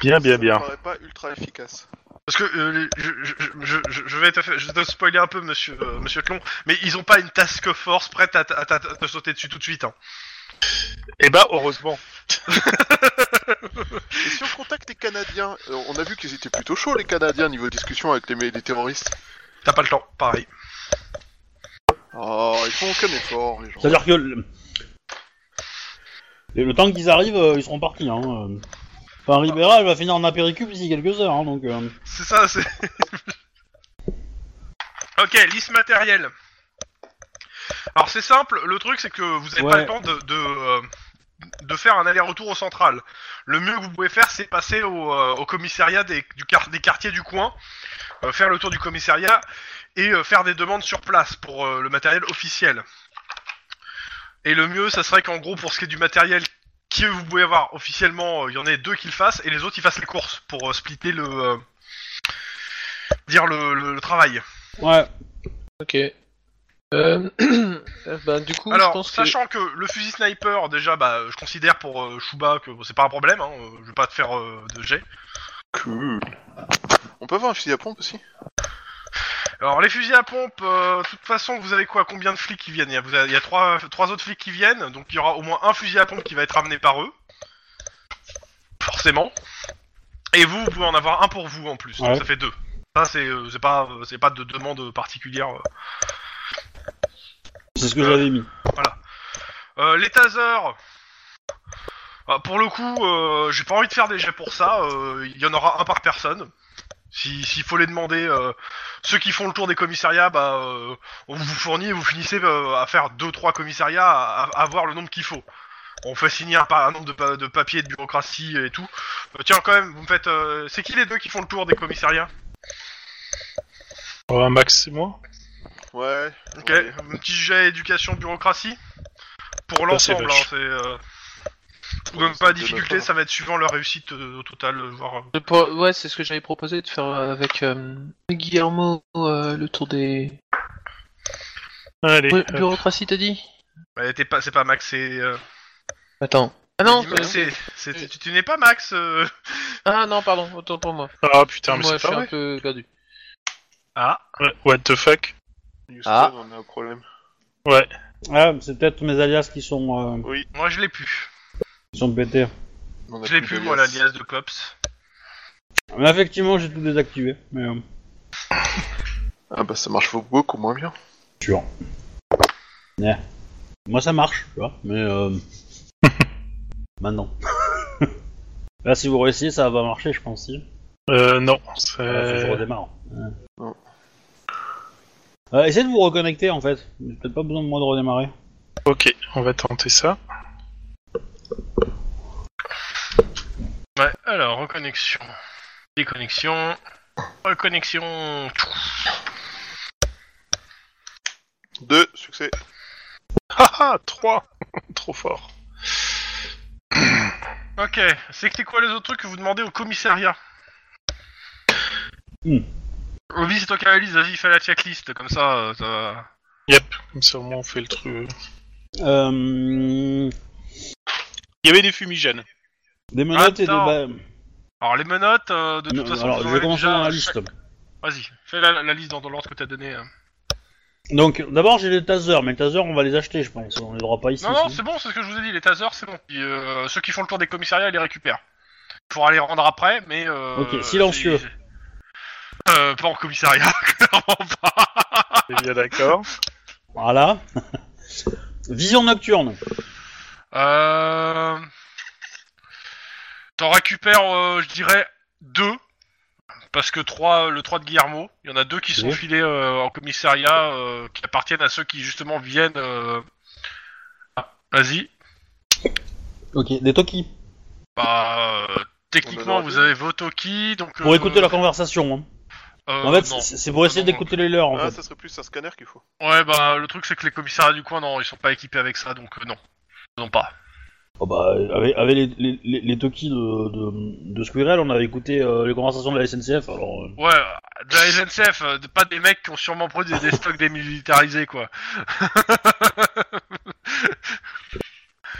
[SPEAKER 1] Bien, bien, bien.
[SPEAKER 4] Ça me paraît pas ultra efficace.
[SPEAKER 3] Parce que euh, les- je, je, je, je- je vais te, faire- je vais te spoiler un peu, monsieur, euh, monsieur Tlon, mais ils ont pas une task force prête à, t- à t- à te sauter dessus tout de suite. Hein.
[SPEAKER 1] Et bah, heureusement.
[SPEAKER 4] Et si on contacte les Canadiens, euh, on a vu qu'ils étaient plutôt chauds les Canadiens niveau discussion avec les, les terroristes.
[SPEAKER 3] T'as pas le temps, pareil.
[SPEAKER 4] Oh, ils font aucun effort, les gens.
[SPEAKER 2] C'est-à-dire que le, le- le temps qu'ils arrivent, euh, ils seront partis. Hein. euh. Enfin, Ribera, elle va finir en apéricube d'ici quelques heures, hein, donc. euh.
[SPEAKER 3] C'est ça, c'est. ok, liste matérielle. Alors c'est simple, le truc c'est que vous n'avez pas
[SPEAKER 2] Ouais.
[SPEAKER 3] le temps de, de, euh, de faire un aller-retour au central. Le mieux que vous pouvez faire c'est passer au, euh, au commissariat des, du quart- des quartiers du coin, euh, faire le tour du commissariat et euh, faire des demandes sur place pour euh, le matériel officiel. Et le mieux ça serait qu'en gros pour ce qui est du matériel que vous pouvez avoir officiellement, euh, il y en a deux qui le fassent et les autres ils fassent les courses pour euh, splitter le... euh, dire le- le- le travail.
[SPEAKER 2] Ouais.
[SPEAKER 5] Ok. Euh, euh, bah, du coup, je
[SPEAKER 3] Alors,
[SPEAKER 5] pense que...
[SPEAKER 3] sachant que... le fusil sniper, déjà, bah, je considère pour euh, Shuba que c'est pas un problème, hein, euh, je vais pas te faire euh, de jet.
[SPEAKER 4] Cool. On peut avoir un fusil à pompe aussi
[SPEAKER 3] Alors, les fusils à pompe, euh, de toute façon, vous avez quoi Combien de flics qui viennent Il y a, vous avez- il y a trois, trois autres flics qui viennent, donc il y aura au moins un fusil à pompe qui va être ramené par eux. Forcément. Et vous, vous pouvez en avoir un pour vous en plus, donc
[SPEAKER 2] Ouais.
[SPEAKER 3] ça fait deux. Ça, c'est euh, c'est pas, euh, c'est pas de demande particulière. euh,
[SPEAKER 2] C'est ce que j'avais mis.
[SPEAKER 3] Euh, les tasers. Ah, pour le coup, euh, j'ai pas envie de faire des jets pour ça. euh, Il y en aura un par personne. Si- S'il faut les demander, euh, ceux qui font le tour des commissariats, bah, euh, on vous fournit et vous finissez euh, à faire deux trois commissariats, à, à avoir le nombre qu'il faut. On fait signer un, pa- un nombre de, pa- de papiers de bureaucratie et tout. Euh, tiens, quand même, vous me faites. euh, C'est qui les deux qui font le tour des commissariats
[SPEAKER 1] Oh, Max, c'est moi
[SPEAKER 4] Ouais.
[SPEAKER 3] Ok,
[SPEAKER 4] Ouais.
[SPEAKER 3] un petit jet éducation bureaucratie pour
[SPEAKER 1] Bah, c'est
[SPEAKER 3] l'ensemble.
[SPEAKER 1] vache.
[SPEAKER 3] hein, c'est euh,
[SPEAKER 4] Ouais,
[SPEAKER 3] même
[SPEAKER 4] ça
[SPEAKER 3] pas
[SPEAKER 4] me
[SPEAKER 3] de difficulté,
[SPEAKER 4] donne pas.
[SPEAKER 3] ça va être suivant leur réussite euh, au total, euh, voir. euh.
[SPEAKER 5] Je pour- Ouais, c'est ce que j'avais proposé de faire euh, avec euh, Guillermo euh, le tour des.
[SPEAKER 1] Allez,
[SPEAKER 5] Bu-
[SPEAKER 1] euh,
[SPEAKER 5] bureaucratie, t'as dit
[SPEAKER 3] Ouais, t'es pas, c'est pas Max, c'est. euh,
[SPEAKER 5] Attends. Ah non,
[SPEAKER 3] dis- Max,
[SPEAKER 5] c'est-
[SPEAKER 3] c'est, c'est- tu- tu, tu n'es pas Max. euh.
[SPEAKER 5] ah non, pardon, autant pour moi.
[SPEAKER 1] ah putain, mais
[SPEAKER 5] moi,
[SPEAKER 1] c'est
[SPEAKER 5] je suis
[SPEAKER 1] pas
[SPEAKER 5] un peu perdu.
[SPEAKER 3] Ah.
[SPEAKER 1] vrai. What the fuck
[SPEAKER 4] Houston,
[SPEAKER 2] Ah.
[SPEAKER 4] on a un problème.
[SPEAKER 1] Ouais.
[SPEAKER 2] Ouais, c'est peut-être mes alias qui sont, euh,
[SPEAKER 3] Moi, je l'ai plus.
[SPEAKER 2] qui sont pétés.
[SPEAKER 4] On a
[SPEAKER 3] Je l'ai
[SPEAKER 4] plus
[SPEAKER 3] plus,
[SPEAKER 4] de
[SPEAKER 3] moi,
[SPEAKER 4] liasses.
[SPEAKER 3] l'alias de Cops.
[SPEAKER 2] Mais effectivement, j'ai tout désactivé. Mais, euh,
[SPEAKER 4] Ah bah ça marche beaucoup moins bien.
[SPEAKER 2] sûr. Ouais. Moi, ça marche, tu vois. Mais euh... maintenant. Là, si vous réussissez, ça va marcher, je pense. Si.
[SPEAKER 1] Euh, non. c'est-
[SPEAKER 2] Voilà, Ah,
[SPEAKER 3] Euh,
[SPEAKER 2] faut que je redémarre. Ouais.
[SPEAKER 4] Non.
[SPEAKER 2] Euh, essayez de vous reconnecter en fait. Vous avez Peut-être pas besoin de moi de redémarrer.
[SPEAKER 1] Ok, on va tenter ça.
[SPEAKER 3] Ouais, alors, reconnexion. Déconnexion. Reconnexion.
[SPEAKER 4] Deux succès.
[SPEAKER 1] Ah ah, 3 Trop fort.
[SPEAKER 3] Ok,
[SPEAKER 2] Hmm.
[SPEAKER 3] c'est, c'est quoi les autres trucs que vous demandez au commissariat Obi, c'est toi qui analyse, vas-y, fais la checklist, comme ça, euh, ça va.
[SPEAKER 1] Comme ça, au moins, on fait le truc.
[SPEAKER 2] Euh,
[SPEAKER 1] Il y avait des fumigènes.
[SPEAKER 2] des menottes et des...
[SPEAKER 3] Attends.
[SPEAKER 2] ba-
[SPEAKER 3] Alors, les menottes, euh, de toute
[SPEAKER 2] Non,
[SPEAKER 3] façon,
[SPEAKER 2] alors,
[SPEAKER 3] vous
[SPEAKER 2] je
[SPEAKER 3] en avez
[SPEAKER 2] vais commencer
[SPEAKER 3] déjà
[SPEAKER 2] dans la
[SPEAKER 3] chaque-
[SPEAKER 2] liste.
[SPEAKER 3] Vas-y, fais la, la liste dans, dans l'ordre que t'as donné. hein.
[SPEAKER 2] Donc, d'abord, j'ai les tasers, mais les tasers, on va les acheter, je pense. On les aura pas ici.
[SPEAKER 3] Non, non,
[SPEAKER 2] si.
[SPEAKER 3] c'est bon, c'est ce que je vous ai dit, les tasers, c'est bon. Puis, euh, ceux qui font le tour des commissariats, ils les récupèrent. Il faudra les rendre après, mais... Euh,
[SPEAKER 2] Ok, silencieux.
[SPEAKER 3] c'est- Euh, pas en commissariat, clairement pas.
[SPEAKER 1] T'es bien d'accord
[SPEAKER 2] Voilà. Vision nocturne.
[SPEAKER 3] Euh... T'en récupères, euh, je dirais, deux. Parce que trois, le 3 de Guillermo, il y en a deux qui sont
[SPEAKER 2] Oui.
[SPEAKER 3] filés euh, en commissariat, euh, qui appartiennent à ceux qui justement viennent. euh, ah, Vas-y.
[SPEAKER 2] Ok, des Toki.
[SPEAKER 3] Bah, euh,
[SPEAKER 4] On en
[SPEAKER 3] techniquement,
[SPEAKER 4] a
[SPEAKER 3] vous
[SPEAKER 4] deux.
[SPEAKER 3] avez vos Toki, donc.
[SPEAKER 2] Pour
[SPEAKER 3] euh,
[SPEAKER 2] écouter la conversation. hein.
[SPEAKER 3] euh,
[SPEAKER 2] en fait,
[SPEAKER 3] non.
[SPEAKER 2] c'est c'est pour essayer
[SPEAKER 3] Non, non.
[SPEAKER 2] d'écouter les leurs, en
[SPEAKER 4] Ah,
[SPEAKER 2] fait.
[SPEAKER 4] ça serait plus un scanner qu'il faut.
[SPEAKER 3] Ouais, bah, le truc c'est que les commissariats du coin, non, ils sont pas équipés avec ça, donc euh, non. Ils n'ont pas.
[SPEAKER 2] Oh bah, avec, avec les, les, les, les Toki de, de, de Squirrel, on avait écouté euh, les conversations de la SNCF, alors... euh,
[SPEAKER 3] Ouais, euh, de la SNCF, euh, de- pas des mecs qui ont sûrement pris des, des stocks démilitarisés, quoi.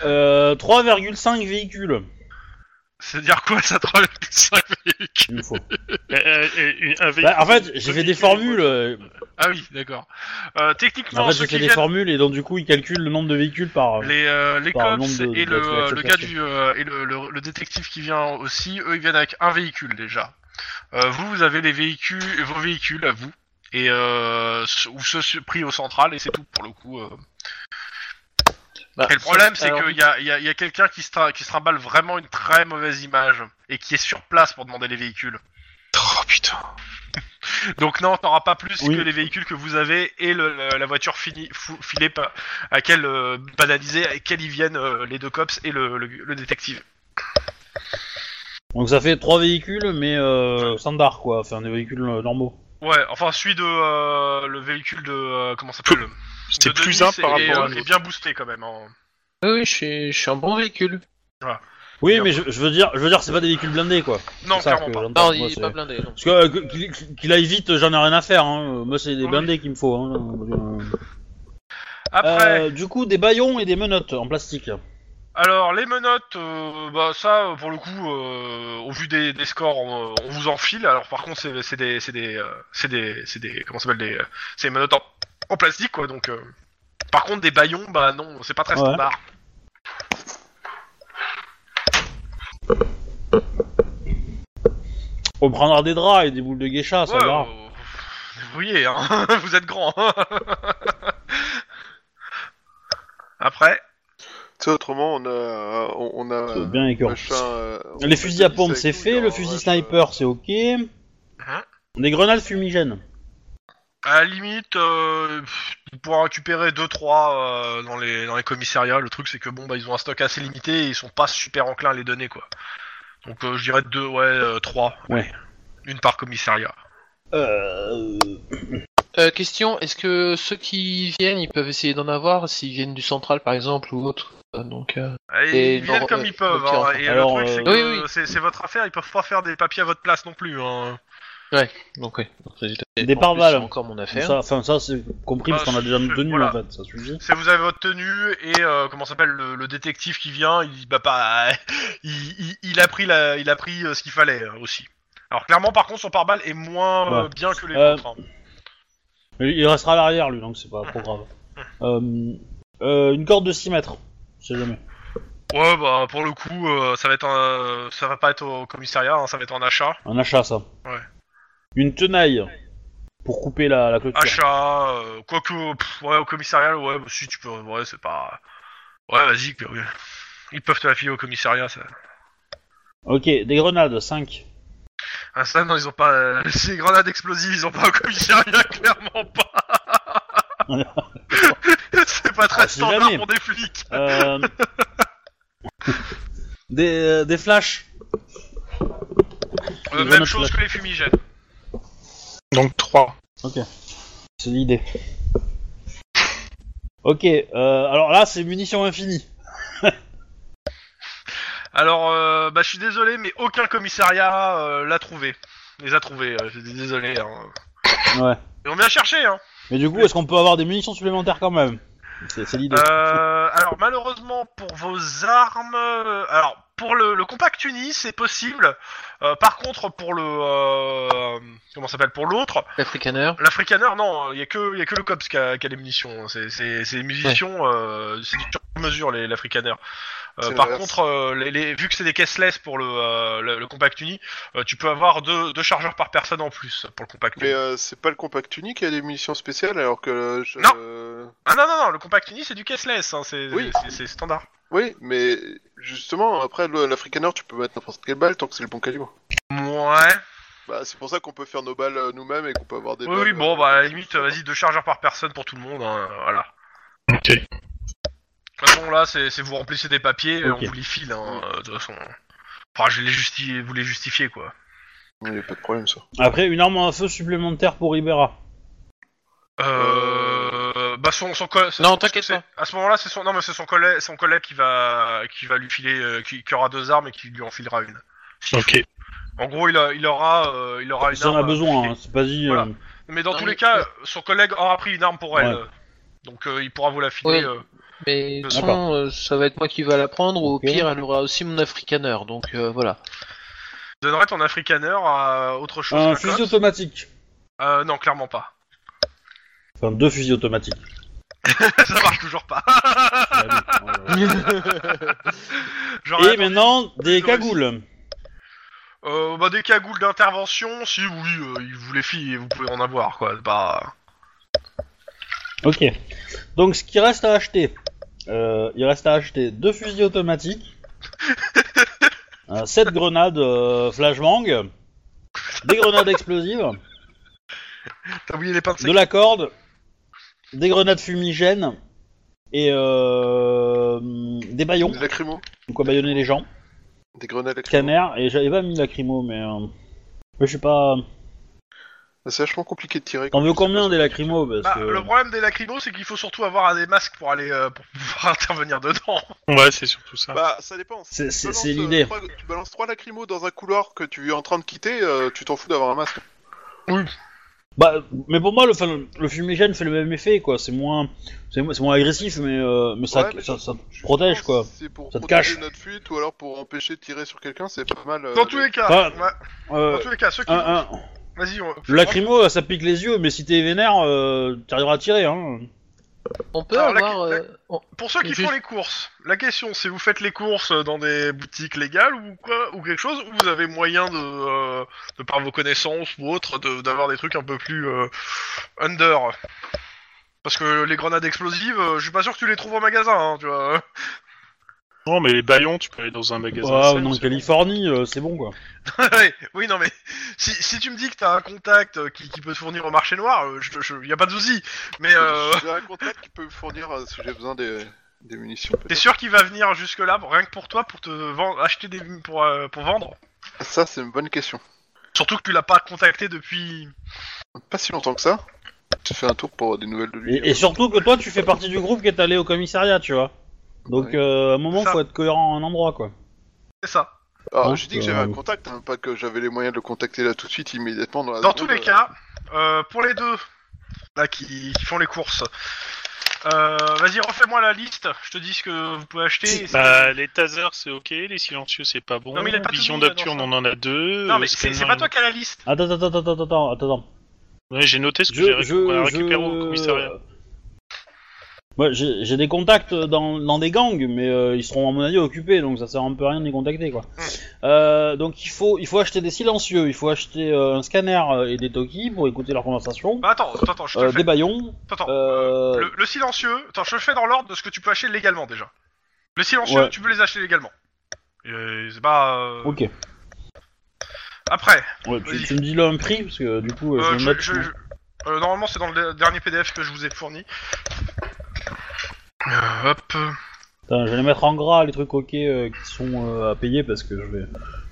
[SPEAKER 2] Euh, 3,5 véhicules,
[SPEAKER 3] C'est dire quoi ça 3,5 véhicules
[SPEAKER 2] une fois.
[SPEAKER 1] Euh, euh, une- un
[SPEAKER 2] Bah, en fait,
[SPEAKER 1] véhicule- deux
[SPEAKER 2] j'ai fait des
[SPEAKER 1] véhicules,
[SPEAKER 2] formules. euh,
[SPEAKER 3] Ah oui, d'accord. Euh, techniquement,
[SPEAKER 2] En fait,
[SPEAKER 3] ceux
[SPEAKER 2] j'ai
[SPEAKER 3] qui
[SPEAKER 2] fait des
[SPEAKER 3] viennent,
[SPEAKER 2] formules et donc, du coup, ils calculent le nombre de véhicules par...
[SPEAKER 3] les, euh, les
[SPEAKER 2] Par
[SPEAKER 3] cops
[SPEAKER 2] nombre de-
[SPEAKER 3] et
[SPEAKER 2] de-
[SPEAKER 3] le,
[SPEAKER 2] de-
[SPEAKER 3] euh,
[SPEAKER 2] de-
[SPEAKER 3] le gars
[SPEAKER 2] de-
[SPEAKER 3] du euh, et le, le- le détective qui vient aussi, eux ils viennent avec un véhicule déjà. Euh, vous, vous avez les véhicules, vos véhicules à vous et euh, ce- ou ceux su- pris au central et c'est tout pour le coup. euh.
[SPEAKER 5] Bah,
[SPEAKER 3] Et le problème, c'est
[SPEAKER 5] alors,
[SPEAKER 3] qu'il y a, il y a- il y a quelqu'un qui se, tra- qui se trimballe vraiment une très mauvaise image et qui est sur place pour demander les véhicules.
[SPEAKER 1] Oh putain.
[SPEAKER 3] Donc non, t'auras pas plus
[SPEAKER 2] Oui.
[SPEAKER 3] que les véhicules que vous avez et le- le- la voiture fini, fou- filée par- à quelle euh, banalisée, à quelle ils viennent euh, les deux cops et le, le- le détective.
[SPEAKER 2] Donc ça fait 3 véhicules, mais euh, standard, quoi. Enfin, des véhicules euh, normaux.
[SPEAKER 3] Ouais, enfin celui de euh, le véhicule de euh, comment ça s'appelle
[SPEAKER 1] C'était
[SPEAKER 3] de
[SPEAKER 1] plus
[SPEAKER 3] Denis
[SPEAKER 1] un par
[SPEAKER 3] est,
[SPEAKER 1] rapport à
[SPEAKER 3] euh, est
[SPEAKER 1] l'autre.
[SPEAKER 3] bien boosté quand même. hein.
[SPEAKER 5] Oui, oui, je suis, je suis un bon véhicule.
[SPEAKER 2] Oui,
[SPEAKER 3] Et
[SPEAKER 2] mais je, je veux dire, je veux dire, c'est pas des véhicules blindés, quoi.
[SPEAKER 3] Non,
[SPEAKER 2] C'est ça
[SPEAKER 3] clairement
[SPEAKER 2] que
[SPEAKER 3] pas.
[SPEAKER 2] j'entends,
[SPEAKER 5] Non,
[SPEAKER 2] moi,
[SPEAKER 5] il est
[SPEAKER 2] c'est-
[SPEAKER 5] pas blindé. non.
[SPEAKER 2] Parce que euh, que- qu'il qu'il aille vite, j'en ai rien à faire. Hein. Moi, c'est des
[SPEAKER 3] Oui.
[SPEAKER 2] blindés qu'il me faut. Hein.
[SPEAKER 3] Après,
[SPEAKER 2] Euh, du coup, des baillons et des menottes en plastique.
[SPEAKER 3] alors les menottes, euh, bah ça euh, pour le coup, euh, au vu des, des scores, on, on vous enfile. Alors par contre, c'est c'est des c'est des euh, c'est des c'est des comment ça s'appelle des euh, c'est des menottes en, en plastique quoi. Donc euh, par contre des baillons, bah non, c'est pas très
[SPEAKER 2] Ouais.
[SPEAKER 3] standard.
[SPEAKER 2] On prendra des draps et des boules de geisha, ça
[SPEAKER 3] Ouais,
[SPEAKER 2] va.
[SPEAKER 3] euh, débrouillez, hein. vous êtes grand. Après,
[SPEAKER 4] Tu sais, autrement, on a. On, on a
[SPEAKER 2] C'est bien écœurant.
[SPEAKER 4] machin, euh, on a
[SPEAKER 2] Les fusils à
[SPEAKER 4] des
[SPEAKER 2] pompe,
[SPEAKER 4] sacs
[SPEAKER 2] c'est
[SPEAKER 4] où
[SPEAKER 2] fait.
[SPEAKER 4] il y
[SPEAKER 2] Le
[SPEAKER 4] aura
[SPEAKER 2] fusil
[SPEAKER 4] un
[SPEAKER 2] sniper, c'est ok.
[SPEAKER 3] Hein
[SPEAKER 2] Des grenades fumigènes.
[SPEAKER 3] à la limite, euh, pff, on pourra récupérer 2-3 dans, les, dans les commissariats. Le truc, c'est que bon, bah, ils ont un stock assez limité et ils sont pas super enclins à les donner, quoi. Donc, euh, je dirais 2, ouais, 3.
[SPEAKER 2] Ouais.
[SPEAKER 3] Une par commissariat.
[SPEAKER 2] Euh...
[SPEAKER 5] Euh, question, est-ce que ceux qui viennent, ils peuvent essayer d'en avoir s'ils viennent du central par exemple ou autre Euh, Donc, euh,
[SPEAKER 3] Et
[SPEAKER 5] Et
[SPEAKER 3] Ah, ils viennent
[SPEAKER 5] genre,
[SPEAKER 3] comme
[SPEAKER 5] euh,
[SPEAKER 3] ils peuvent.
[SPEAKER 5] ok,
[SPEAKER 3] hein.
[SPEAKER 5] enfin.
[SPEAKER 3] Et
[SPEAKER 2] Alors,
[SPEAKER 3] le truc, c'est
[SPEAKER 2] euh,
[SPEAKER 3] que
[SPEAKER 5] oui, oui.
[SPEAKER 3] c'est- c'est votre affaire, ils peuvent pas faire des papiers à votre place non plus. Hein.
[SPEAKER 5] donc oui. Donc, résultat,
[SPEAKER 2] Des
[SPEAKER 5] en
[SPEAKER 2] pare
[SPEAKER 5] plus,
[SPEAKER 2] balles.
[SPEAKER 5] c'est encore mon
[SPEAKER 2] Comme
[SPEAKER 5] affaire.
[SPEAKER 2] Ça, enfin, ça c'est compris parce
[SPEAKER 3] Bah,
[SPEAKER 2] qu'on a déjà
[SPEAKER 3] c'est-
[SPEAKER 2] deux nuls
[SPEAKER 3] voilà.
[SPEAKER 2] en fait, ça suffit.
[SPEAKER 3] C'est vous avez votre tenue et euh, comment ça s'appelle le, le détective qui vient, il bah pas, il, il- il a pris la, il a pris euh, ce qu'il fallait euh, aussi. Alors clairement par contre son pare-balles est moins euh,
[SPEAKER 2] Ouais.
[SPEAKER 3] bien que les
[SPEAKER 2] Euh,
[SPEAKER 3] autres. hein.
[SPEAKER 2] Mais il restera à l'arrière lui, donc c'est pas trop grave. Euh, euh, une corde de 6 mètres, je sais jamais.
[SPEAKER 3] Ouais bah pour le coup euh, ça va être un, ça va pas être au commissariat, hein, ça va être en achat,
[SPEAKER 2] Un achat ça.
[SPEAKER 3] Ouais.
[SPEAKER 2] Une tenaille pour couper la, la clôture.
[SPEAKER 3] achat, euh, quoique pff, ouais au commissariat ouais bah, si tu peux ouais c'est pas, ouais vas-y mais, ouais. ils peuvent te la filer au commissariat ça.
[SPEAKER 2] Ok, des grenades, 5.
[SPEAKER 3] Ah ça non ils ont pas, euh, ces grenades explosives ils ont pas au commissariat clairement pas. C'est pas très
[SPEAKER 2] Ah, si
[SPEAKER 3] standard
[SPEAKER 2] jamais.
[SPEAKER 3] pour des flics.
[SPEAKER 2] Euh... des, euh, des flashs.
[SPEAKER 3] Euh,
[SPEAKER 2] Les
[SPEAKER 3] même
[SPEAKER 2] grenades
[SPEAKER 3] chose
[SPEAKER 2] flash.
[SPEAKER 3] que les fumigènes.
[SPEAKER 1] Donc 3.
[SPEAKER 2] C'est l'idée. Ok, euh, alors là c'est munitions infinies.
[SPEAKER 3] Alors, euh, bah, je suis désolé, mais aucun commissariat euh, l'a trouvé. Les a trouvés. euh, je suis désolé. hein.
[SPEAKER 2] Ouais.
[SPEAKER 3] Ils ont bien cherché, hein.
[SPEAKER 2] Mais du coup, est-ce qu'on peut avoir des munitions supplémentaires quand même C'est c'est l'idée.
[SPEAKER 3] Euh, alors malheureusement pour vos armes, euh, alors pour le, le compact uni c'est possible. Euh, par contre pour le euh, comment ça s'appelle pour l'autre,
[SPEAKER 5] L'Africaner.
[SPEAKER 3] l'Africaner non, il y a que y a que le cops qui a, qui a les munitions. hein. C'est c'est c'est des munitions, euh, c'est du sur mesure les l'Africaner. Euh,
[SPEAKER 4] C'est
[SPEAKER 3] par
[SPEAKER 4] l'inverse.
[SPEAKER 3] contre euh, les, les- vu que c'est des caisseless pour le, euh, le, le compact uni, euh, tu peux avoir deux, deux chargeurs par personne en plus pour le compact uni.
[SPEAKER 4] Mais euh, c'est pas le compact unique qui a des munitions spéciales alors que. euh, je-
[SPEAKER 3] Non.
[SPEAKER 4] euh,
[SPEAKER 3] Ah non non non, le compact uni c'est du caisseless, hein, c'est
[SPEAKER 4] Oui.
[SPEAKER 3] c'est- c'est standard.
[SPEAKER 4] Oui, mais justement, après le- l'Africaner, tu peux mettre n'importe quelle balle tant que c'est le bon calibre.
[SPEAKER 3] Ouais.
[SPEAKER 4] Bah, c'est pour ça qu'on peut faire nos balles euh, nous-mêmes et qu'on peut avoir des
[SPEAKER 3] Oui,
[SPEAKER 4] balles,
[SPEAKER 3] oui, bon,
[SPEAKER 4] euh,
[SPEAKER 3] bah à la limite, euh, vas-y, deux chargeurs par personne pour tout le monde, hein, euh, voilà.
[SPEAKER 1] Ok.
[SPEAKER 3] De toute façon, là, c'est c'est vous remplissez des papiers, et
[SPEAKER 2] Ok.
[SPEAKER 3] on vous les file, hein, euh, de toute façon. Enfin, je les justi- vous les justifiez, quoi.
[SPEAKER 4] Il y a pas de problème, ça.
[SPEAKER 2] Après, une arme à feu supplémentaire pour Ibera.
[SPEAKER 3] Euh... Bah, son, son collègue...
[SPEAKER 5] Non, t'inquiète pas.
[SPEAKER 3] À ce moment-là, c'est son... Non, mais c'est son collègue, son collègue qui va qui va lui filer... euh, qui... qui aura deux armes et qui lui enfilera une. S'il
[SPEAKER 1] Ok.
[SPEAKER 3] faut. En gros, il, a- il aura euh, il aura une
[SPEAKER 2] Ça en a
[SPEAKER 3] arme... à
[SPEAKER 2] besoin,
[SPEAKER 3] filer.
[SPEAKER 2] hein, c'est pas dit.
[SPEAKER 3] Voilà.
[SPEAKER 2] euh,
[SPEAKER 3] Mais dans
[SPEAKER 5] Non,
[SPEAKER 3] tous
[SPEAKER 5] mais-
[SPEAKER 3] les cas, euh, son collègue aura pris une arme pour elle.
[SPEAKER 2] Ouais.
[SPEAKER 3] euh, Donc, euh, il pourra vous la filer...
[SPEAKER 5] Oui.
[SPEAKER 3] euh,
[SPEAKER 5] Mais de toute
[SPEAKER 2] D'accord.
[SPEAKER 5] façon, euh, ça va être moi qui va la prendre, ou au
[SPEAKER 2] Ok.
[SPEAKER 5] pire, elle aura aussi mon Afrikaner, donc euh, voilà.
[SPEAKER 3] Je donnerais ton africaner à autre chose
[SPEAKER 2] euh, Un
[SPEAKER 3] que
[SPEAKER 2] fusil
[SPEAKER 3] Cops.
[SPEAKER 2] automatique.
[SPEAKER 3] Euh, non, clairement pas.
[SPEAKER 2] Enfin, deux fusils automatiques.
[SPEAKER 3] ça marche toujours pas. Genre,
[SPEAKER 2] Et maintenant, des cagoules.
[SPEAKER 3] euh, bah, des cagoules d'intervention, si oui, euh, ils vous les filent, vous pouvez en avoir, quoi. Bah,
[SPEAKER 2] Ok. Donc, ce qui reste à acheter, euh, il reste à acheter deux fusils automatiques, euh, sept grenades euh, flashbang, des grenades explosives,
[SPEAKER 3] t'as oublié les pains de
[SPEAKER 2] de
[SPEAKER 3] sécurité.
[SPEAKER 2] la corde, des grenades fumigènes et euh, des baillons,
[SPEAKER 4] Des lacrymos,
[SPEAKER 2] de quoi baillonner les gens,
[SPEAKER 4] des grenades lacrymo.
[SPEAKER 2] scanner, et j'avais pas mis lacrymo, mais. euh, mais je sais pas.
[SPEAKER 4] C'est vachement compliqué de tirer.
[SPEAKER 2] T'en veux combien des lacrymos parce
[SPEAKER 3] Bah,
[SPEAKER 2] que-
[SPEAKER 3] Le problème des lacrymos, c'est qu'il faut surtout avoir des masques pour aller euh, pour pouvoir intervenir dedans.
[SPEAKER 1] Ouais, c'est surtout ça.
[SPEAKER 4] Bah, ça dépend. Si
[SPEAKER 2] C'est-
[SPEAKER 4] tu
[SPEAKER 2] C'est
[SPEAKER 4] balances,
[SPEAKER 2] c'est
[SPEAKER 4] euh,
[SPEAKER 2] l'idée.
[SPEAKER 4] trois- Tu balances trois lacrymos dans un couloir que tu es en train de quitter, euh, tu t'en fous d'avoir un masque.
[SPEAKER 2] Bah, mais pour moi, le, enfin, le- le fumigène fait le même effet, quoi. C'est moins, c'est mo- c'est moins agressif, mais, euh, mais, ça,
[SPEAKER 4] Ouais, mais
[SPEAKER 2] ça, ça te
[SPEAKER 4] Justement,
[SPEAKER 2] protège, quoi.
[SPEAKER 4] C'est pour
[SPEAKER 2] Ça te
[SPEAKER 4] protéger
[SPEAKER 2] cache.
[SPEAKER 4] notre fuite ou alors pour empêcher de tirer sur quelqu'un, c'est pas mal. euh,
[SPEAKER 3] Dans tous les cas,
[SPEAKER 2] Bah,
[SPEAKER 3] ouais,
[SPEAKER 2] Euh,
[SPEAKER 3] dans tous les cas, ceux qui.
[SPEAKER 2] un, un-
[SPEAKER 3] Vas-y, on...
[SPEAKER 2] le lacrymo, ça pique les yeux, mais si t'es vénère, euh, t'arriveras à tirer, hein.
[SPEAKER 5] On peut
[SPEAKER 3] Alors, la-
[SPEAKER 5] avoir... euh, on-
[SPEAKER 3] Pour ceux qui
[SPEAKER 5] Juste-
[SPEAKER 3] font les courses, la question c'est vous faites les courses dans des boutiques légales ou quoi ou quelque chose ou vous avez moyen de, euh, de par vos connaissances ou autres de- d'avoir des trucs un peu plus euh, under parce que les grenades explosives, euh, je suis pas sûr que tu les trouves en magasin, hein, tu vois.
[SPEAKER 1] Non, mais les baillons, tu peux aller dans un magasin.
[SPEAKER 2] Ah,
[SPEAKER 1] seul,
[SPEAKER 2] non,
[SPEAKER 1] c'est
[SPEAKER 2] Californie, euh, c'est bon, quoi.
[SPEAKER 3] Ouais, oui, non mais si, si tu me dis que t'as un contact euh, qui, qui peut te fournir au marché noir, euh, je, je- y a pas de souci. Mais euh,
[SPEAKER 4] J'ai un contact qui peut me fournir euh, si j'ai besoin des, des munitions. peut-être.
[SPEAKER 3] t'es sûr qu'il va venir jusque là rien que pour toi pour te vendre, acheter des pour euh, pour vendre.
[SPEAKER 4] Ça, c'est une bonne question.
[SPEAKER 3] Surtout que tu l'as pas contacté depuis
[SPEAKER 4] Pas si longtemps que ça. Tu fais un tour pour avoir des nouvelles de lui. euh.
[SPEAKER 2] Et, et surtout que toi, tu fais partie du groupe qui est allé au commissariat, tu vois. Donc,
[SPEAKER 4] Ouais.
[SPEAKER 2] euh, à un moment,
[SPEAKER 3] Ça.
[SPEAKER 2] faut être cohérent à un endroit, quoi.
[SPEAKER 3] c'est ça.
[SPEAKER 4] Alors,
[SPEAKER 2] hein,
[SPEAKER 4] Ah, j'ai dit que j'avais
[SPEAKER 2] euh,
[SPEAKER 4] un contact, hein, pas que j'avais les moyens de le contacter là tout de suite, immédiatement. Dans, la
[SPEAKER 3] Dans tous
[SPEAKER 4] seconde,
[SPEAKER 3] les
[SPEAKER 4] euh,
[SPEAKER 3] cas, euh, pour les deux là qui, qui font les courses, euh, vas-y refais-moi la liste. Je te dis ce que vous pouvez acheter. et ce que-
[SPEAKER 1] Bah, les tasers c'est ok, les silencieux c'est pas bon,
[SPEAKER 3] Non, mais il a pas tout
[SPEAKER 1] vision
[SPEAKER 3] mis là-dedans,
[SPEAKER 1] nocturne
[SPEAKER 3] ça.
[SPEAKER 1] on en a deux.
[SPEAKER 3] non mais
[SPEAKER 1] euh,
[SPEAKER 3] c'est c'est
[SPEAKER 1] scanner,
[SPEAKER 3] pas toi qui as la liste.
[SPEAKER 2] Attends, attends, attends, attends, attends, attends.
[SPEAKER 1] Ouais, j'ai noté ce que
[SPEAKER 2] Je,
[SPEAKER 1] j'ai
[SPEAKER 2] je,
[SPEAKER 1] récu- on a récupéré
[SPEAKER 2] je-
[SPEAKER 1] au commissariat.
[SPEAKER 2] Ouais, j'ai j'ai des contacts dans, dans des gangs, mais euh, ils seront à mon avis occupés, donc ça sert un peu à rien de les contacter, quoi. Euh, donc il faut, il faut acheter des silencieux, il faut acheter euh, un scanner euh, et des toki pour écouter leur conversation,
[SPEAKER 1] Ah,
[SPEAKER 3] Bah, attends, attends, attends, je
[SPEAKER 2] euh,
[SPEAKER 3] te le fais.
[SPEAKER 2] des baillons.
[SPEAKER 3] Attends,
[SPEAKER 2] euh,
[SPEAKER 3] le, le silencieux. Attends, je le fais dans l'ordre de ce que tu peux acheter légalement déjà. Le silencieux,
[SPEAKER 2] Ouais.
[SPEAKER 3] tu peux les acheter légalement. Euh, c'est pas. euh,
[SPEAKER 2] Ok.
[SPEAKER 3] Après,
[SPEAKER 2] Ouais, tu,
[SPEAKER 3] vas-y.
[SPEAKER 2] tu me dis là un prix parce que du coup, euh,
[SPEAKER 3] euh,
[SPEAKER 2] je
[SPEAKER 3] je-
[SPEAKER 2] vais le
[SPEAKER 3] je-
[SPEAKER 2] mettre-
[SPEAKER 3] je- euh, normalement c'est dans le dernier PDF que je vous ai fourni. Euh, hop.
[SPEAKER 2] Attends, je vais les mettre en gras les trucs ok euh, qui sont euh, à payer parce que je vais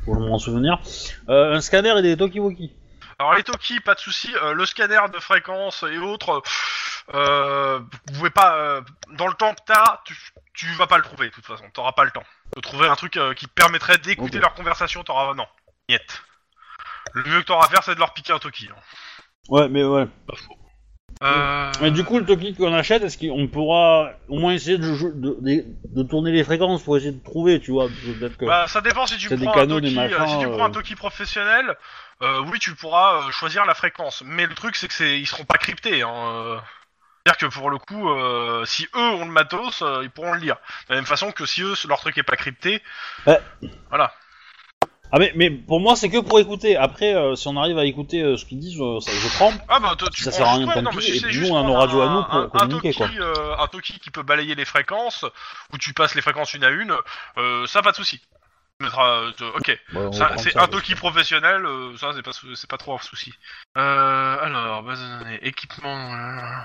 [SPEAKER 2] pour m'en souvenir. Euh, un scanner et des toki-woki.
[SPEAKER 3] Alors les Toki, pas de souci. euh, le scanner de fréquence et autres, euh, vous pouvez pas. euh, dans le temps que t'as, tu, tu vas pas le trouver de toute façon. T'auras pas le temps de trouver un truc euh, qui te permettrait d'écouter
[SPEAKER 2] Ok.
[SPEAKER 3] leur conversation. T'auras non. Niet. Le mieux que t'auras à faire, c'est de leur piquer un Toki. hein.
[SPEAKER 2] Ouais, mais ouais.
[SPEAKER 3] Euh,
[SPEAKER 2] Mais du coup, le toki qu'on achète, est-ce qu'on pourra au moins essayer de, jou- de, de- de tourner les fréquences pour essayer de trouver, tu vois parce que peut-être que-
[SPEAKER 3] Bah, ça dépend si tu
[SPEAKER 2] C'est des
[SPEAKER 3] prends,
[SPEAKER 2] canaux,
[SPEAKER 3] un,
[SPEAKER 2] des
[SPEAKER 3] toki,
[SPEAKER 2] machins,
[SPEAKER 3] euh, si tu prends un
[SPEAKER 2] euh.
[SPEAKER 3] toki professionnel, euh, oui, tu pourras euh, choisir la fréquence. Mais le truc, c'est que c'est, ils seront pas cryptés. Hein, euh. C'est-à-dire que pour le coup, euh, si eux ont le matos, euh, ils pourront le lire. De la même façon que si eux, leur truc est pas crypté,
[SPEAKER 2] Ah, mais, mais pour moi, c'est que pour écouter. Après, euh, si on arrive à écouter euh, ce qu'ils disent, euh, ça, je prends.
[SPEAKER 3] Ah bah toi, tu
[SPEAKER 2] Ça
[SPEAKER 3] prends
[SPEAKER 2] sert à rien
[SPEAKER 3] juste-
[SPEAKER 2] de
[SPEAKER 3] ouais, non,
[SPEAKER 2] tant
[SPEAKER 3] mais
[SPEAKER 2] pis,
[SPEAKER 3] si
[SPEAKER 2] et
[SPEAKER 3] c'est
[SPEAKER 2] puis
[SPEAKER 3] juste
[SPEAKER 2] nous, on a nos radios à
[SPEAKER 3] un-
[SPEAKER 2] nous pour
[SPEAKER 3] un- un
[SPEAKER 2] communiquer,
[SPEAKER 3] toki, euh, un toki qui peut balayer les fréquences ou tu passes les fréquences une à une, euh, ça pas de souci. Tu mettras, euh, te- ok,
[SPEAKER 2] Bah, on
[SPEAKER 3] Ça,
[SPEAKER 2] prend
[SPEAKER 3] c'est
[SPEAKER 2] ça,
[SPEAKER 3] un
[SPEAKER 2] parce que-
[SPEAKER 3] toki professionnel, euh, ça c'est pas sou- c'est pas trop un souci. Euh, alors base de données, équipement, euh,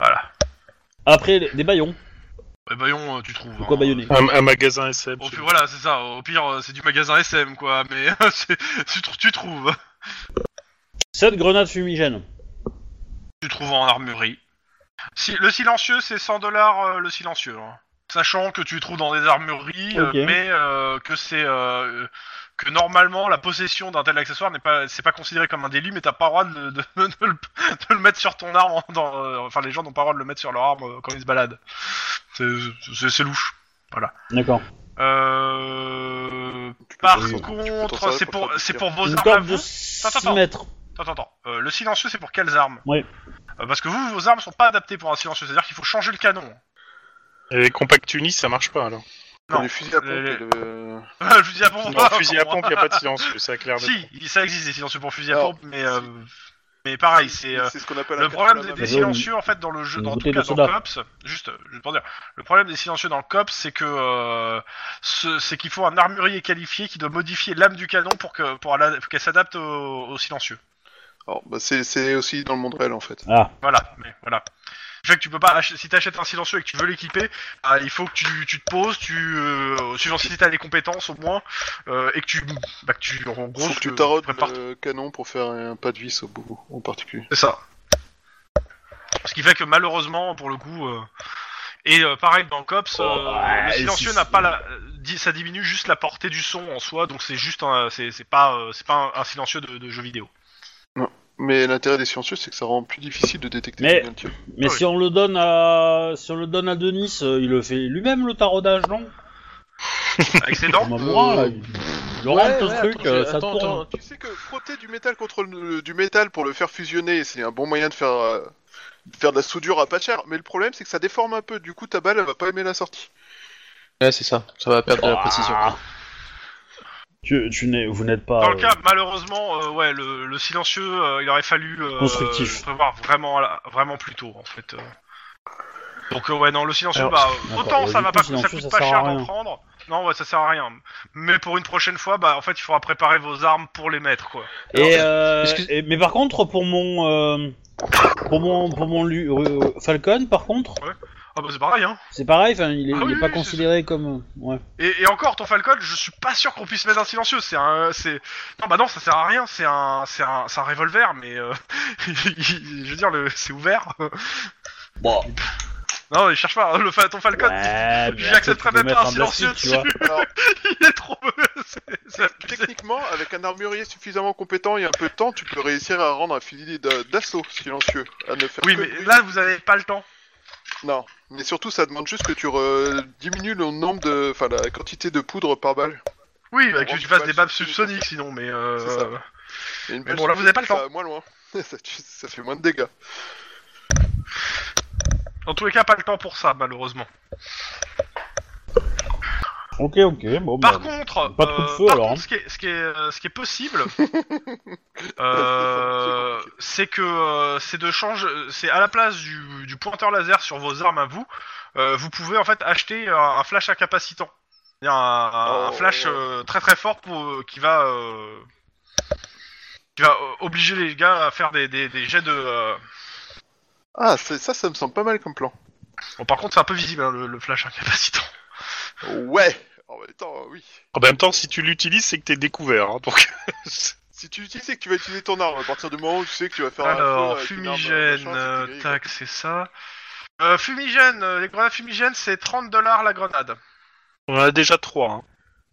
[SPEAKER 3] voilà.
[SPEAKER 2] Après, les- des baillons.
[SPEAKER 3] Et baillon, euh, tu trouves.
[SPEAKER 2] Pourquoi
[SPEAKER 3] hein.
[SPEAKER 2] baillonner
[SPEAKER 1] Un, un magasin SM.
[SPEAKER 3] Au pire, voilà, c'est ça. Au pire, euh, c'est du magasin SM quoi, mais c'est- tu, trou- tu trouves.
[SPEAKER 2] 7 grenades fumigènes.
[SPEAKER 3] Tu trouves en armurerie. Si, le silencieux, c'est 100 dollars le silencieux. hein. Sachant que tu trouves dans des armureries, euh,
[SPEAKER 2] Ok.
[SPEAKER 3] mais euh, que c'est euh, que normalement la possession d'un tel accessoire n'est pas c'est pas considéré comme un délit, mais t'as pas le droit de, de- de le, de le mettre sur ton arme. en- dans, euh, enfin, les gens n'ont pas le droit de le mettre sur leur arme euh, quand ils se baladent. C'est- C'est c'est louche.
[SPEAKER 2] D'accord.
[SPEAKER 3] Euh, par
[SPEAKER 4] peux- tu peux t'en
[SPEAKER 3] contre,
[SPEAKER 4] servir
[SPEAKER 3] c'est
[SPEAKER 4] pour
[SPEAKER 3] pour
[SPEAKER 4] faire du
[SPEAKER 3] c'est
[SPEAKER 4] tir.
[SPEAKER 3] pour vos
[SPEAKER 2] Une
[SPEAKER 3] armes à
[SPEAKER 2] corde de
[SPEAKER 3] vous.
[SPEAKER 2] 6
[SPEAKER 3] attends.
[SPEAKER 2] mètres.
[SPEAKER 3] Attends, attends. Euh, le silencieux, c'est pour quelles armes
[SPEAKER 2] Oui.
[SPEAKER 3] Euh, parce que vous, vos armes sont pas adaptées pour un silencieux. C'est-à-dire qu'il faut changer le canon.
[SPEAKER 1] Et les compacts unis, ça marche pas alors.
[SPEAKER 3] Non,
[SPEAKER 4] Les fusils à pompe
[SPEAKER 3] les-
[SPEAKER 4] et le...
[SPEAKER 3] le Euh, fusil à pompe.
[SPEAKER 1] Non, fusil à pompe, y a pas de silencieux, ça clairement.
[SPEAKER 3] Si, il- ça existe des silencieux pour fusil à
[SPEAKER 4] Alors,
[SPEAKER 3] pompe, mais euh, mais pareil, c'est euh,
[SPEAKER 4] C'est ce qu'on appelle un
[SPEAKER 3] le problème des,
[SPEAKER 4] cartouche
[SPEAKER 3] des
[SPEAKER 2] J'ai une-
[SPEAKER 3] silencieux en fait dans le jeu,
[SPEAKER 2] une
[SPEAKER 3] dans tout
[SPEAKER 2] bouteille de
[SPEAKER 3] cas dans
[SPEAKER 2] soda.
[SPEAKER 3] Cops. Juste, euh, juste pour dire, le problème des silencieux dans le Cops, c'est que euh, ce- c'est qu'il faut un armurier qualifié qui doit modifier l'âme du canon pour que pour la- pour qu'elle s'adapte au, au silencieux.
[SPEAKER 4] Alors, bah, c'est- c'est aussi dans le monde réel en fait.
[SPEAKER 2] Ah.
[SPEAKER 3] Voilà, mais voilà. Fait que tu peux pas ach- si t'achètes un silencieux et que tu veux l'équiper, ah, il faut que tu, tu te poses, tu euh, suivant si t'as les compétences au moins, euh, et que tu bah, que tu en gros
[SPEAKER 4] Faut que tu euh.
[SPEAKER 3] que-
[SPEAKER 4] tarotes
[SPEAKER 3] prépares
[SPEAKER 4] le canon pour faire un pas de vis au bout en particulier.
[SPEAKER 3] C'est ça. Ce qui fait que malheureusement, pour le coup, euh, et euh, pareil dans Cops, euh,
[SPEAKER 2] Oh, ouais,
[SPEAKER 3] le silencieux
[SPEAKER 2] c'est-
[SPEAKER 3] n'a pas la, euh, di- ça diminue juste la portée du son en soi, donc c'est juste un, c'est c'est pas, euh, c'est pas un, un silencieux de, de jeu vidéo.
[SPEAKER 4] Mais l'intérêt des silencieux, c'est que ça rend plus difficile de détecter
[SPEAKER 2] Mais-
[SPEAKER 4] bien le tir.
[SPEAKER 2] Mais
[SPEAKER 3] Oui.
[SPEAKER 2] si on le donne à si on le donne à Denis, euh, il le fait lui-même le taraudage, non
[SPEAKER 3] Avec ses dents.
[SPEAKER 2] On m'aura, là. Il il rentre
[SPEAKER 5] Euh, Ouais,
[SPEAKER 2] le
[SPEAKER 5] ouais,
[SPEAKER 2] truc,
[SPEAKER 5] attends,
[SPEAKER 2] euh,
[SPEAKER 5] j'ai-
[SPEAKER 2] ça
[SPEAKER 5] attends,
[SPEAKER 2] tourne.
[SPEAKER 5] attends.
[SPEAKER 4] Tu sais que frotter du métal contre le- du métal pour le faire fusionner, c'est un bon moyen de faire, euh, de faire de la soudure à pas cher, mais le problème c'est que ça déforme un peu, du coup ta balle elle va pas aimer la sortie.
[SPEAKER 5] Ouais, c'est ça. Ça va perdre de la
[SPEAKER 2] Ah.
[SPEAKER 5] précision.
[SPEAKER 2] Tu, tu n'es, vous n'êtes pas.
[SPEAKER 3] Dans le
[SPEAKER 2] euh,
[SPEAKER 3] cas, malheureusement, euh, ouais, le, le silencieux, euh, il aurait fallu euh,
[SPEAKER 2] Constructif.
[SPEAKER 3] le prévoir vraiment, à la- vraiment plus tôt, en fait. euh. Donc euh, ouais, non, le silencieux,
[SPEAKER 2] Alors,
[SPEAKER 3] bah, euh,
[SPEAKER 2] d'accord,
[SPEAKER 3] autant
[SPEAKER 2] ouais,
[SPEAKER 3] ça
[SPEAKER 2] du
[SPEAKER 3] va
[SPEAKER 2] coup,
[SPEAKER 3] pas, ça
[SPEAKER 2] silencieux,
[SPEAKER 3] coûte
[SPEAKER 2] ça
[SPEAKER 3] pas
[SPEAKER 2] sert à
[SPEAKER 3] cher d'en
[SPEAKER 2] rien.
[SPEAKER 3] prendre. Non, ouais, ça sert à rien. Mais pour une prochaine fois, bah, en fait, il faudra préparer vos armes pour les mettre, quoi.
[SPEAKER 2] Et, euh,
[SPEAKER 5] Excuse-
[SPEAKER 2] et- mais par contre, pour mon euh, pour mon pour mon lu- euh, Falcon, par contre,
[SPEAKER 3] Ah bah c'est pareil, hein.
[SPEAKER 2] c'est pareil. Enfin, il est,
[SPEAKER 3] Ah
[SPEAKER 2] il
[SPEAKER 3] oui,
[SPEAKER 2] est pas
[SPEAKER 3] oui,
[SPEAKER 2] considéré comme. euh, Ouais.
[SPEAKER 3] Et, et encore, ton Falcon, je suis pas sûr qu'on puisse mettre un silencieux. C'est un, c'est, non, bah non, ça sert à rien. C'est un, c'est un, c'est un revolver, mais euh, je veux dire, le, c'est ouvert.
[SPEAKER 2] Bon.
[SPEAKER 3] Non, il cherche pas. hein, Le, fa- ton Falcon,
[SPEAKER 2] Ouais, mais
[SPEAKER 3] j'accepterai
[SPEAKER 2] après, tu peux
[SPEAKER 3] même pas
[SPEAKER 2] mettre
[SPEAKER 3] un silencieux
[SPEAKER 2] plastique,
[SPEAKER 3] dessus.
[SPEAKER 4] Alors,
[SPEAKER 3] il est trop, c'est, c'est abusé.
[SPEAKER 4] techniquement, avec un armurier suffisamment compétent et un peu de temps, tu peux réussir à rendre un fusil d'a- d'assaut silencieux, à ne faire
[SPEAKER 3] Oui,
[SPEAKER 4] que
[SPEAKER 3] mais
[SPEAKER 4] bruit.
[SPEAKER 3] là, vous avez pas le temps.
[SPEAKER 4] Non, mais surtout ça demande juste que tu re- diminues le nombre de, enfin la quantité de poudre par balle.
[SPEAKER 3] Oui, bah,
[SPEAKER 4] Bon,
[SPEAKER 3] que
[SPEAKER 4] tu
[SPEAKER 3] tu
[SPEAKER 4] vas
[SPEAKER 3] fasses des
[SPEAKER 4] le-
[SPEAKER 3] babs subsoniques, sinon, mais. Euh...
[SPEAKER 4] C'est ça. Et une
[SPEAKER 3] Mais
[SPEAKER 4] balle
[SPEAKER 3] bon, là, vous avez pas le
[SPEAKER 4] ça
[SPEAKER 3] temps.
[SPEAKER 4] va moins loin. ça, tu- ça fait moins de dégâts.
[SPEAKER 3] Dans tous les cas, pas le temps pour ça, malheureusement.
[SPEAKER 2] tu vois. Ok, ok. Bon.
[SPEAKER 3] Par
[SPEAKER 2] bah,
[SPEAKER 3] contre,
[SPEAKER 2] pas de coup de
[SPEAKER 3] euh,
[SPEAKER 2] feu,
[SPEAKER 3] par
[SPEAKER 2] alors, hein.
[SPEAKER 3] contre, ce qui est, ce qui est, euh, ce qui est possible, euh, c'est que euh, c'est de changer, c'est à la place du, du pointeur laser sur vos armes à vous, euh, vous pouvez en fait acheter un, un flash incapacitant, C'est-à-dire un, un- un
[SPEAKER 4] Oh.
[SPEAKER 3] flash euh, très très fort pour euh, qui va euh, qui va euh, obliger les gars à faire des, des, des jets de. euh,
[SPEAKER 4] Ah, c'est- ça, ça me semble pas mal comme plan.
[SPEAKER 3] Bon, par contre, c'est un peu visible hein, le, le flash incapacitant.
[SPEAKER 4] Ouais En même temps, Oh, oui.
[SPEAKER 1] En même temps, si tu l'utilises, c'est que t'es découvert. hein, donc...
[SPEAKER 4] Si tu utilises, c'est que tu vas utiliser ton arme à partir du moment où tu sais que tu vas faire un feu
[SPEAKER 3] Alors,
[SPEAKER 4] avec une euh, arme,
[SPEAKER 3] fumigène,
[SPEAKER 4] machin,
[SPEAKER 3] euh,
[SPEAKER 4] c'est grillé,
[SPEAKER 3] tac, c'est ça. Euh, fumigène, euh, les grenades fumigènes, c'est 30 dollars la grenade.
[SPEAKER 1] On en a déjà trois. hein.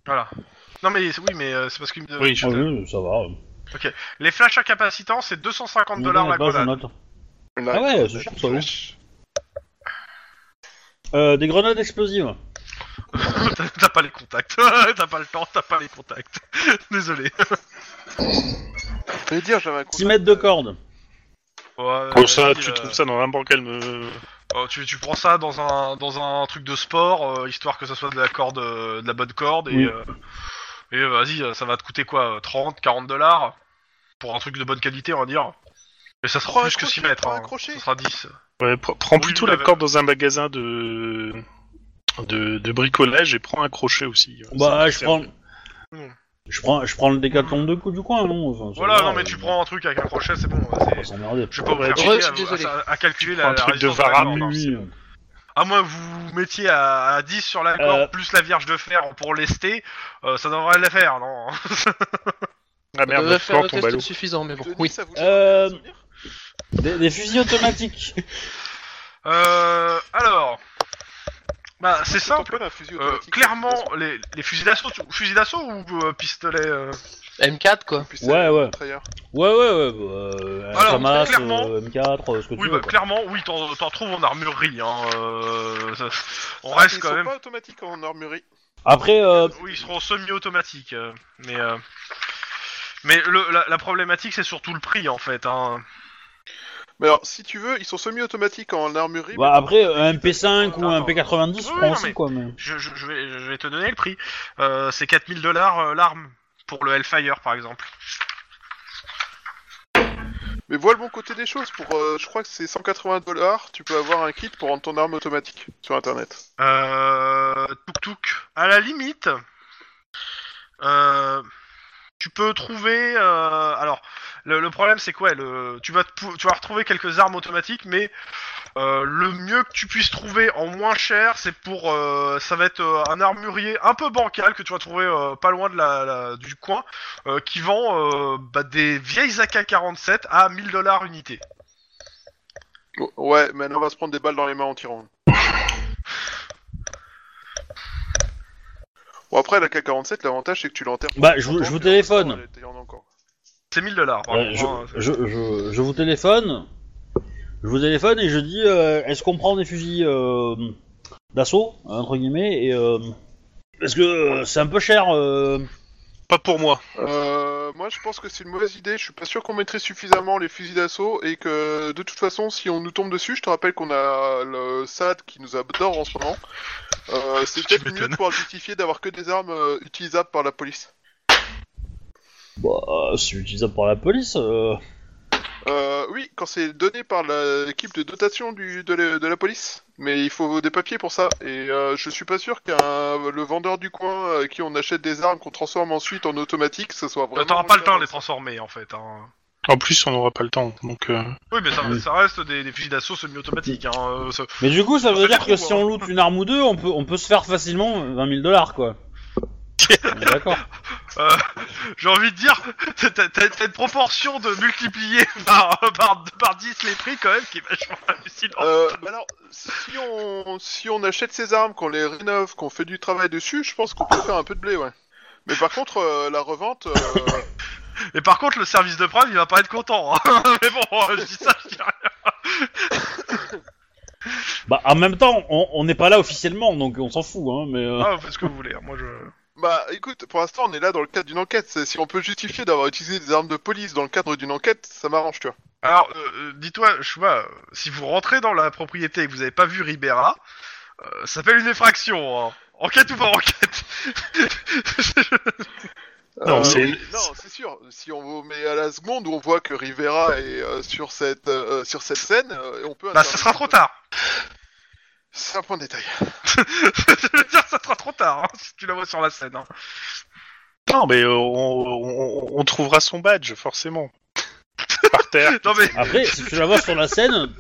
[SPEAKER 3] Voilà. Non mais oui, mais euh, c'est parce que
[SPEAKER 1] Oui, je-
[SPEAKER 2] ah oui, ça va.
[SPEAKER 3] Les flashs incapacitants, c'est 250 dollars la
[SPEAKER 2] Bah, je
[SPEAKER 3] grenade.
[SPEAKER 2] note.
[SPEAKER 4] Là,
[SPEAKER 2] Ah ouais, c'est cher, ça. oui. Euh, des grenades explosives.
[SPEAKER 3] T'as- t'as pas les contacts. t'as pas le temps, t'as pas les contacts. Désolé.
[SPEAKER 4] Je vais dire, j'avais un
[SPEAKER 2] 6 mètres de corde.
[SPEAKER 3] Ouais,
[SPEAKER 1] Bon, ça,
[SPEAKER 3] vas-y,
[SPEAKER 1] tu
[SPEAKER 3] euh,
[SPEAKER 1] trouves ça dans un bancal. me-
[SPEAKER 3] euh, tu, tu prends ça dans un, dans un truc de sport, euh, histoire que ça soit de la corde, euh, de la bonne corde, et,
[SPEAKER 2] Oui.
[SPEAKER 3] euh, et euh, vas-y, euh, ça va te coûter quoi euh, 30, 40 dollars pour un truc de bonne qualité, on va dire. Et ça sera
[SPEAKER 4] Prends un
[SPEAKER 3] plus que 6
[SPEAKER 4] crochet,
[SPEAKER 3] mètres,
[SPEAKER 4] prends un
[SPEAKER 3] hein.
[SPEAKER 4] crochet.
[SPEAKER 3] ça sera 10.
[SPEAKER 1] Ouais, pr- prends
[SPEAKER 3] Oui,
[SPEAKER 1] plutôt
[SPEAKER 3] la
[SPEAKER 1] la
[SPEAKER 3] va-
[SPEAKER 1] corde dans un magasin de... De, de bricolage et prends un crochet aussi.
[SPEAKER 2] Bah,
[SPEAKER 1] Ça,
[SPEAKER 2] je prends.
[SPEAKER 3] Hmm.
[SPEAKER 2] Je prends, je prends le décathlon de coups du coin, non Enfin, ça
[SPEAKER 3] Voilà,
[SPEAKER 2] va,
[SPEAKER 3] non mais
[SPEAKER 2] euh,
[SPEAKER 3] tu prends un truc avec un crochet, c'est bon.
[SPEAKER 2] on
[SPEAKER 3] c'est-
[SPEAKER 2] va s'emmerder.
[SPEAKER 3] Je vais pas vous
[SPEAKER 1] Ouais,
[SPEAKER 3] faire
[SPEAKER 1] tu-
[SPEAKER 3] chier
[SPEAKER 5] Ouais, je suis
[SPEAKER 3] à-
[SPEAKER 5] désolé.
[SPEAKER 3] à, à calculer
[SPEAKER 1] prends
[SPEAKER 3] la,
[SPEAKER 1] un
[SPEAKER 3] la
[SPEAKER 1] truc de
[SPEAKER 3] résistance la
[SPEAKER 1] varame,
[SPEAKER 3] corde, hein.
[SPEAKER 2] Oui, oui.
[SPEAKER 3] À moins que vous vous mettiez à, à 10 sur la corde,
[SPEAKER 2] Euh.
[SPEAKER 3] plus la Vierge de fer pour lester, euh, ça devrait le faire, non hein.
[SPEAKER 1] Ah
[SPEAKER 5] On
[SPEAKER 1] merde,
[SPEAKER 5] devrait
[SPEAKER 1] notre
[SPEAKER 5] faire
[SPEAKER 1] corde
[SPEAKER 5] le
[SPEAKER 1] tombe
[SPEAKER 5] test
[SPEAKER 1] à l'eau.
[SPEAKER 5] suffisant, mais bon,
[SPEAKER 4] Denis,
[SPEAKER 5] oui.
[SPEAKER 4] ça vous
[SPEAKER 2] Euh,
[SPEAKER 4] gêne pas de souvenir
[SPEAKER 2] Des, des fusils automatiques.
[SPEAKER 3] euh, Alors... Bah, c'est simple.
[SPEAKER 4] T'en prends un fusil
[SPEAKER 3] Euh,
[SPEAKER 4] automatique,
[SPEAKER 3] clairement, les, les fusils d'assaut, tu- fusils d'assaut ou euh, pistolets euh
[SPEAKER 5] M4, quoi.
[SPEAKER 4] puis c'est
[SPEAKER 2] ouais, ouais.
[SPEAKER 4] mitrailleur.
[SPEAKER 2] Ouais, ouais, ouais. bah, euh,
[SPEAKER 3] Alors,
[SPEAKER 2] Hamas,
[SPEAKER 3] clairement-
[SPEAKER 2] euh, M4, euh, ce que
[SPEAKER 3] Oui,
[SPEAKER 2] tu
[SPEAKER 3] bah,
[SPEAKER 2] veux. quoi.
[SPEAKER 3] clairement, oui, t'en t'en trouves en armurerie. Hein, euh, ça- on reste
[SPEAKER 4] Ah, Ils
[SPEAKER 3] quand
[SPEAKER 4] sont
[SPEAKER 3] même...
[SPEAKER 4] pas automatiques en armurerie.
[SPEAKER 2] Après, euh,
[SPEAKER 3] Oui, ils seront semi-automatiques. euh, Mais, euh, mais le, la, la problématique, c'est surtout le prix, en fait. Hein.
[SPEAKER 4] Mais alors, si tu veux, ils sont semi-automatiques en armurerie.
[SPEAKER 2] bah, après, un MP5 ou un
[SPEAKER 3] Attends.
[SPEAKER 2] P90, je
[SPEAKER 3] Oui,
[SPEAKER 2] prends
[SPEAKER 3] Ah, non,
[SPEAKER 2] aussi,
[SPEAKER 3] mais-
[SPEAKER 2] quoi. Mais...
[SPEAKER 3] Je, je- je vais, je vais te donner le prix. Euh, c'est 4000 dollars l'arme pour le Hellfire, par exemple.
[SPEAKER 4] Mais vois le bon côté des choses. Pour, euh, je crois que c'est 180 dollars, tu peux avoir un kit pour rendre ton arme automatique sur internet.
[SPEAKER 3] Euh, tuk tuk. À la limite, euh, tu peux trouver. euh, alors, le, le problème, c'est quoi le, tu, vas te pou- tu vas retrouver quelques armes automatiques, mais euh, le mieux que tu puisses trouver en moins cher, c'est pour. euh, ça va être euh, un armurier un peu bancal que tu vas trouver euh, pas loin de la, la- du coin, euh, qui vend euh, bah, des vieilles AK-47 à 1000 dollars unité.
[SPEAKER 4] Oh, Ouais, mais alors on va se prendre des balles dans les mains en tirant. Bon, après, la K-47, l'avantage, c'est que tu l'enterres.
[SPEAKER 2] Bah, je vous- je vous téléphone.
[SPEAKER 4] Il y en a encore.
[SPEAKER 3] C'est 1000 dollars. hein.
[SPEAKER 2] Ouais, je, je, je, je vous téléphone. Je vous téléphone et je dis euh, est-ce qu'on prend des fusils euh, d'assaut, entre guillemets, et. euh, parce que euh, c'est un peu cher. euh,
[SPEAKER 1] Pas pour moi.
[SPEAKER 4] Euh, moi, je pense que c'est une mauvaise idée. Je suis pas sûr qu'on mettrait suffisamment les fusils d'assaut et que, de toute façon, si on nous tombe dessus, je te rappelle qu'on a le SAD qui nous adore en ce moment. Euh, c'est
[SPEAKER 3] Tu
[SPEAKER 4] peut-être mieux
[SPEAKER 3] m'étonnes.
[SPEAKER 4] de pouvoir justifier d'avoir que des armes euh, utilisables par la police.
[SPEAKER 2] bah, c'est utilisable par la police. euh.
[SPEAKER 4] Euh, oui, quand c'est donné par la- l'équipe de dotation du, de, la, de la police, mais il faut des papiers pour ça. Et euh, je suis pas sûr qu'un le vendeur du coin euh, à qui on achète des armes qu'on transforme ensuite en automatique, ce soit vraiment.
[SPEAKER 3] T'auras pas le temps de les
[SPEAKER 4] rentable.
[SPEAKER 3] transformer, en fait. Hein.
[SPEAKER 1] En plus, on n'aura pas le temps. Donc, euh,
[SPEAKER 3] Oui, mais ça,
[SPEAKER 2] Oui.
[SPEAKER 3] ça reste des, des fusils d'assaut semi-automatiques. Hein. euh, ça-
[SPEAKER 2] Mais du coup, ça
[SPEAKER 3] fait
[SPEAKER 2] veut dire
[SPEAKER 3] des
[SPEAKER 2] que
[SPEAKER 3] trous,
[SPEAKER 2] si
[SPEAKER 3] hein.
[SPEAKER 2] on loot une arme ou deux, on peut, on peut se faire facilement 20 000 dollars, quoi. On est D'accord.
[SPEAKER 3] euh, J'ai envie de dire, t'as- t'as t'as une proportion de multiplier par, par, par 10 les prix quand même qui est vachement hallucinant.
[SPEAKER 4] Euh, bah alors, si on, si on achète ces armes, qu'on les rénove, qu'on fait du travail dessus, je pense qu'on peut faire un peu de blé, ouais. Mais par contre, euh, la revente, euh,
[SPEAKER 3] Et par contre, le service de preuve, il va pas être content. Hein. Mais bon, euh, je dis ça, je dis rien.
[SPEAKER 2] Bah, en même temps, on on n'est pas là officiellement, donc on s'en fout, hein, mais. euh,
[SPEAKER 3] Ah, vous faites ce que vous voulez. hein, Moi, je...
[SPEAKER 4] bah écoute, pour l'instant, on est là dans le cadre d'une enquête. C'est- Si on peut justifier d'avoir utilisé des armes de police dans le cadre d'une enquête, ça m'arrange, tu vois.
[SPEAKER 3] Alors, euh, euh, dis-toi, je vois, euh, si vous rentrez dans la propriété et que vous avez pas vu Ribera, euh, ça s'appelle une effraction. Hein. Enquête ou pas enquête
[SPEAKER 1] Non, c'est-
[SPEAKER 4] oui, Euh, non, c'est sûr. Si on vous met à la seconde où on voit que Rivera est euh, sur cette euh, sur cette scène, euh, on peut.
[SPEAKER 3] Bah, ça sera trop tard.
[SPEAKER 4] C'est un point de détail.
[SPEAKER 3] je veux dire, ça sera trop tard hein, si tu la vois sur la scène. Hein.
[SPEAKER 1] Non, mais euh, on, on- on trouvera son badge, forcément. Par terre.
[SPEAKER 3] Non, mais
[SPEAKER 2] Après, si tu la vois sur la scène.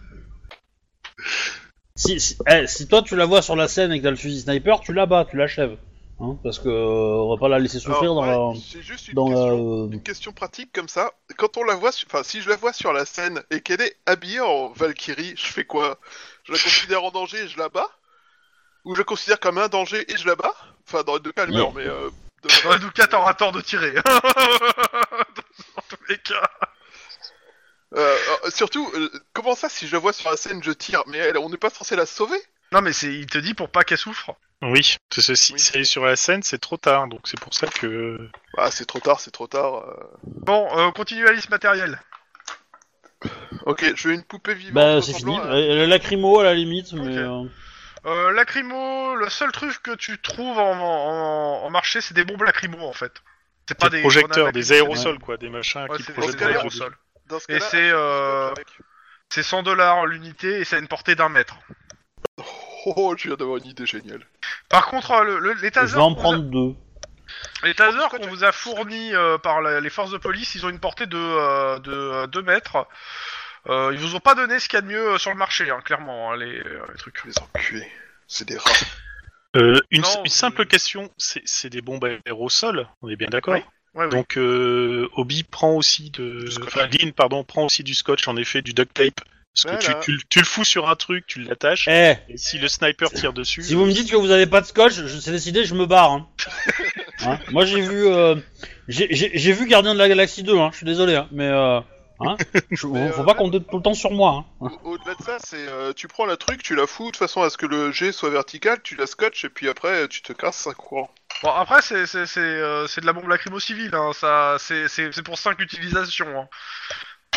[SPEAKER 2] Si, si, eh, si toi tu la vois sur la scène et que t'as le fusil sniper, tu la bats, tu l'achèves. Hein, parce que euh, on va pas la laisser souffrir
[SPEAKER 4] Alors,
[SPEAKER 2] dans
[SPEAKER 4] ouais, J'ai juste une
[SPEAKER 2] la. Dans la
[SPEAKER 4] question.
[SPEAKER 2] euh,
[SPEAKER 4] Une question pratique comme ça, quand on la voit, sur- enfin si je la vois sur la scène et qu'elle est habillée en Valkyrie, je fais quoi Je la considère en danger et je la bats Ou je la considère comme un danger et je la bats Enfin dans les deux cas elle
[SPEAKER 2] Ouais.
[SPEAKER 4] meurt, mais... Euh, de-
[SPEAKER 3] Dans les deux cas, t'auras tort de tirer. Dans tous les
[SPEAKER 4] surtout, euh, comment ça, si je la vois sur la scène, je tire Mais elle, on n'est pas censé la sauver
[SPEAKER 3] Non, mais c'est, il te dit pour pas qu'elle souffre.
[SPEAKER 1] Oui, c'est ceci.
[SPEAKER 4] Oui.
[SPEAKER 1] Si elle est sur la scène, c'est trop tard, donc c'est pour ça que.
[SPEAKER 4] Ah, c'est trop tard, c'est trop tard. euh.
[SPEAKER 3] Bon, euh, continue la liste matérielle.
[SPEAKER 4] Ok, je veux une poupée vivante. euh,
[SPEAKER 2] Bah, c'est fini.
[SPEAKER 4] ressemblant à-
[SPEAKER 2] Le lacrymo à la limite, mais. euh,
[SPEAKER 3] Euh, lacrymo, le seul truc que tu trouves en, en- en marché, c'est des bombes lacrymo en fait. C'est pas
[SPEAKER 1] Des,
[SPEAKER 3] des,
[SPEAKER 1] projecteurs,
[SPEAKER 3] grenades
[SPEAKER 1] des
[SPEAKER 3] lacrymo.
[SPEAKER 1] aérosols, quoi, des machins
[SPEAKER 3] Ouais,
[SPEAKER 1] qui
[SPEAKER 3] c'est
[SPEAKER 1] projettent
[SPEAKER 3] des
[SPEAKER 1] des
[SPEAKER 4] des
[SPEAKER 1] aérosols.
[SPEAKER 3] aérosols.
[SPEAKER 4] Dans ce
[SPEAKER 3] Et
[SPEAKER 4] cas-là,
[SPEAKER 3] c'est, euh, c'est 100 dollars l'unité et ça a une portée d'un mètre.
[SPEAKER 4] Oh, je viens d'avoir une idée géniale.
[SPEAKER 3] Par contre, euh, le, le- les
[SPEAKER 2] Je
[SPEAKER 3] tasers
[SPEAKER 2] vais en
[SPEAKER 3] qu'on
[SPEAKER 2] prendre deux.
[SPEAKER 3] vous a- les tasers qu'on vous a fournis euh, par la- les forces de police, ils ont une portée de, euh, de euh, 2 mètres. Euh, ils vous ont pas donné ce qu'il y a de mieux euh, sur le marché, hein, clairement, hein, les, euh, les trucs.
[SPEAKER 4] Les enculés, c'est des rats.
[SPEAKER 1] Euh, une,
[SPEAKER 3] Non,
[SPEAKER 1] une
[SPEAKER 3] c'est-
[SPEAKER 1] simple question, c'est c'est des bombes aérosols, on est bien d'accord
[SPEAKER 3] Oui, Ouais, ouais.
[SPEAKER 1] Donc euh, Obi prend aussi de,
[SPEAKER 3] Du scotch.
[SPEAKER 1] enfin, Lynn, pardon, prend aussi du scotch en effet, du duct tape. Parce que
[SPEAKER 4] Voilà.
[SPEAKER 1] tu, tu le- tu le fous sur un truc, tu l'attaches.
[SPEAKER 2] Eh,
[SPEAKER 1] Et si le sniper tire dessus,
[SPEAKER 2] si vous me dites que vous avez pas de scotch, je- c'est décidé, je me barre. hein. Hein, Moi, j'ai vu. euh, j'ai- J'ai j'ai vu Gardien de la Galaxie 2, hein, je suis désolé, hein, mais. euh, hein, je-
[SPEAKER 4] Mais,
[SPEAKER 2] faut
[SPEAKER 4] euh,
[SPEAKER 2] pas compter tout le temps sur moi. hein.
[SPEAKER 4] Au- Au-delà de ça, c'est euh, tu prends la truc, tu la fous de façon à ce que le G soit vertical, tu la scotches et puis après euh, tu te casses ça courant.
[SPEAKER 3] Bon, après, c'est c'est- c'est, euh, c'est de la bombe lacrymo civile, hein, ça, c'est- c'est c'est pour 5 utilisations. Hein.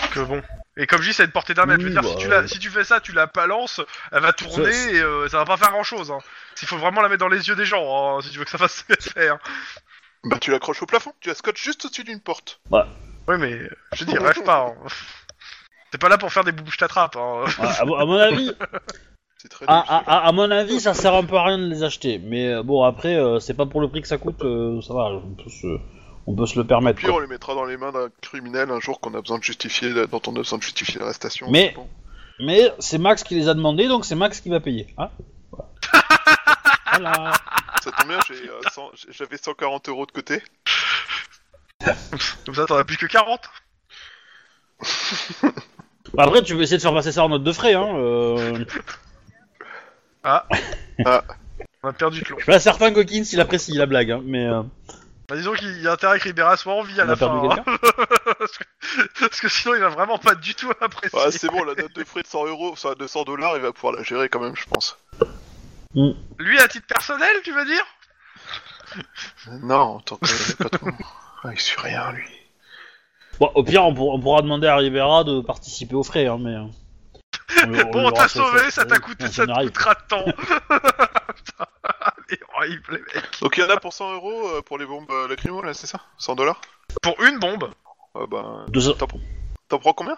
[SPEAKER 3] Donc, euh, bon. Et comme je dis, c'est une portée d'un mètre.
[SPEAKER 2] Oui,
[SPEAKER 3] Je veux dire,
[SPEAKER 2] bah,
[SPEAKER 3] si, tu
[SPEAKER 2] euh.
[SPEAKER 3] la, si tu fais ça, tu la balances, elle va tourner
[SPEAKER 2] Ça,
[SPEAKER 3] et euh, ça va pas faire grand chose. Hein. Il faut vraiment la mettre dans les yeux des gens, hein, si tu veux que ça fasse effet. Hein.
[SPEAKER 4] Bah tu l'accroches au plafond, tu la scotches juste au-dessus d'une porte.
[SPEAKER 3] Oui, mais je dis, rêve pas. Hein. T'es pas là pour faire des boubouches t'attrape. Hein.
[SPEAKER 2] À, à- à mon avis,
[SPEAKER 4] C'est très
[SPEAKER 2] à,
[SPEAKER 4] nul.
[SPEAKER 2] Ah, à- à- à mon avis, ça sert un peu à rien de les acheter. Mais euh, bon, après, euh, c'est pas pour le prix que ça coûte, euh, ça va, on peut se, on peut se le permettre.
[SPEAKER 4] Puis on
[SPEAKER 2] quoi.
[SPEAKER 4] les mettra dans les mains d'un criminel un jour qu'on a besoin de justifier, la- dont on a besoin de justifier l'arrestation.
[SPEAKER 2] Mais-
[SPEAKER 4] c'est
[SPEAKER 2] Mais c'est Max qui les a demandés, donc c'est Max qui va payer. hein voilà. Voilà.
[SPEAKER 4] Ça tombe bien, j'ai, euh, 100 j'avais 140 euros de côté.
[SPEAKER 3] Comme ça, t'en as plus que 40.
[SPEAKER 2] Bah, après, tu peux essayer de faire passer ça en note de frais. Hein. euh,
[SPEAKER 3] On a perdu le long.
[SPEAKER 2] Je suis pas certain que Kins il apprécie la blague, hein, mais euh,
[SPEAKER 3] Bah, disons qu'il y a intérêt que Ribera soit en vie à
[SPEAKER 2] on
[SPEAKER 3] la
[SPEAKER 2] a
[SPEAKER 3] fin.
[SPEAKER 2] perdu
[SPEAKER 3] hein.
[SPEAKER 2] quelqu'un.
[SPEAKER 3] parce, que, parce que sinon, il va vraiment pas du tout apprécier.
[SPEAKER 4] Ah, c'est bon, la note de frais de 100 euros, enfin 200 dollars, il va pouvoir la gérer quand même, je pense.
[SPEAKER 3] Lui, à titre personnel, tu veux dire
[SPEAKER 4] Non, tant que pas trop. Ah, il suit rien, lui.
[SPEAKER 2] Bon, au pire, on, pour- on pourra demander à Rivera de participer aux frais. Hein, mais... euh, on lui- on lui euh,
[SPEAKER 3] Bon, on
[SPEAKER 2] aura
[SPEAKER 3] t'a
[SPEAKER 2] fait-
[SPEAKER 3] sauvé,
[SPEAKER 2] fait-
[SPEAKER 3] ça t'a
[SPEAKER 2] fait-
[SPEAKER 3] coûté,
[SPEAKER 2] on
[SPEAKER 3] ça te
[SPEAKER 2] arrive.
[SPEAKER 3] coûtera tant. Putain, il est horrible, les mecs.
[SPEAKER 4] Donc il y en a pour 100 euros euh, pour les bombes euh, lacrymo, là, c'est ça 100 dollars
[SPEAKER 3] Pour une bombe
[SPEAKER 4] Ah bah,
[SPEAKER 2] Deux-
[SPEAKER 4] T'en prends combien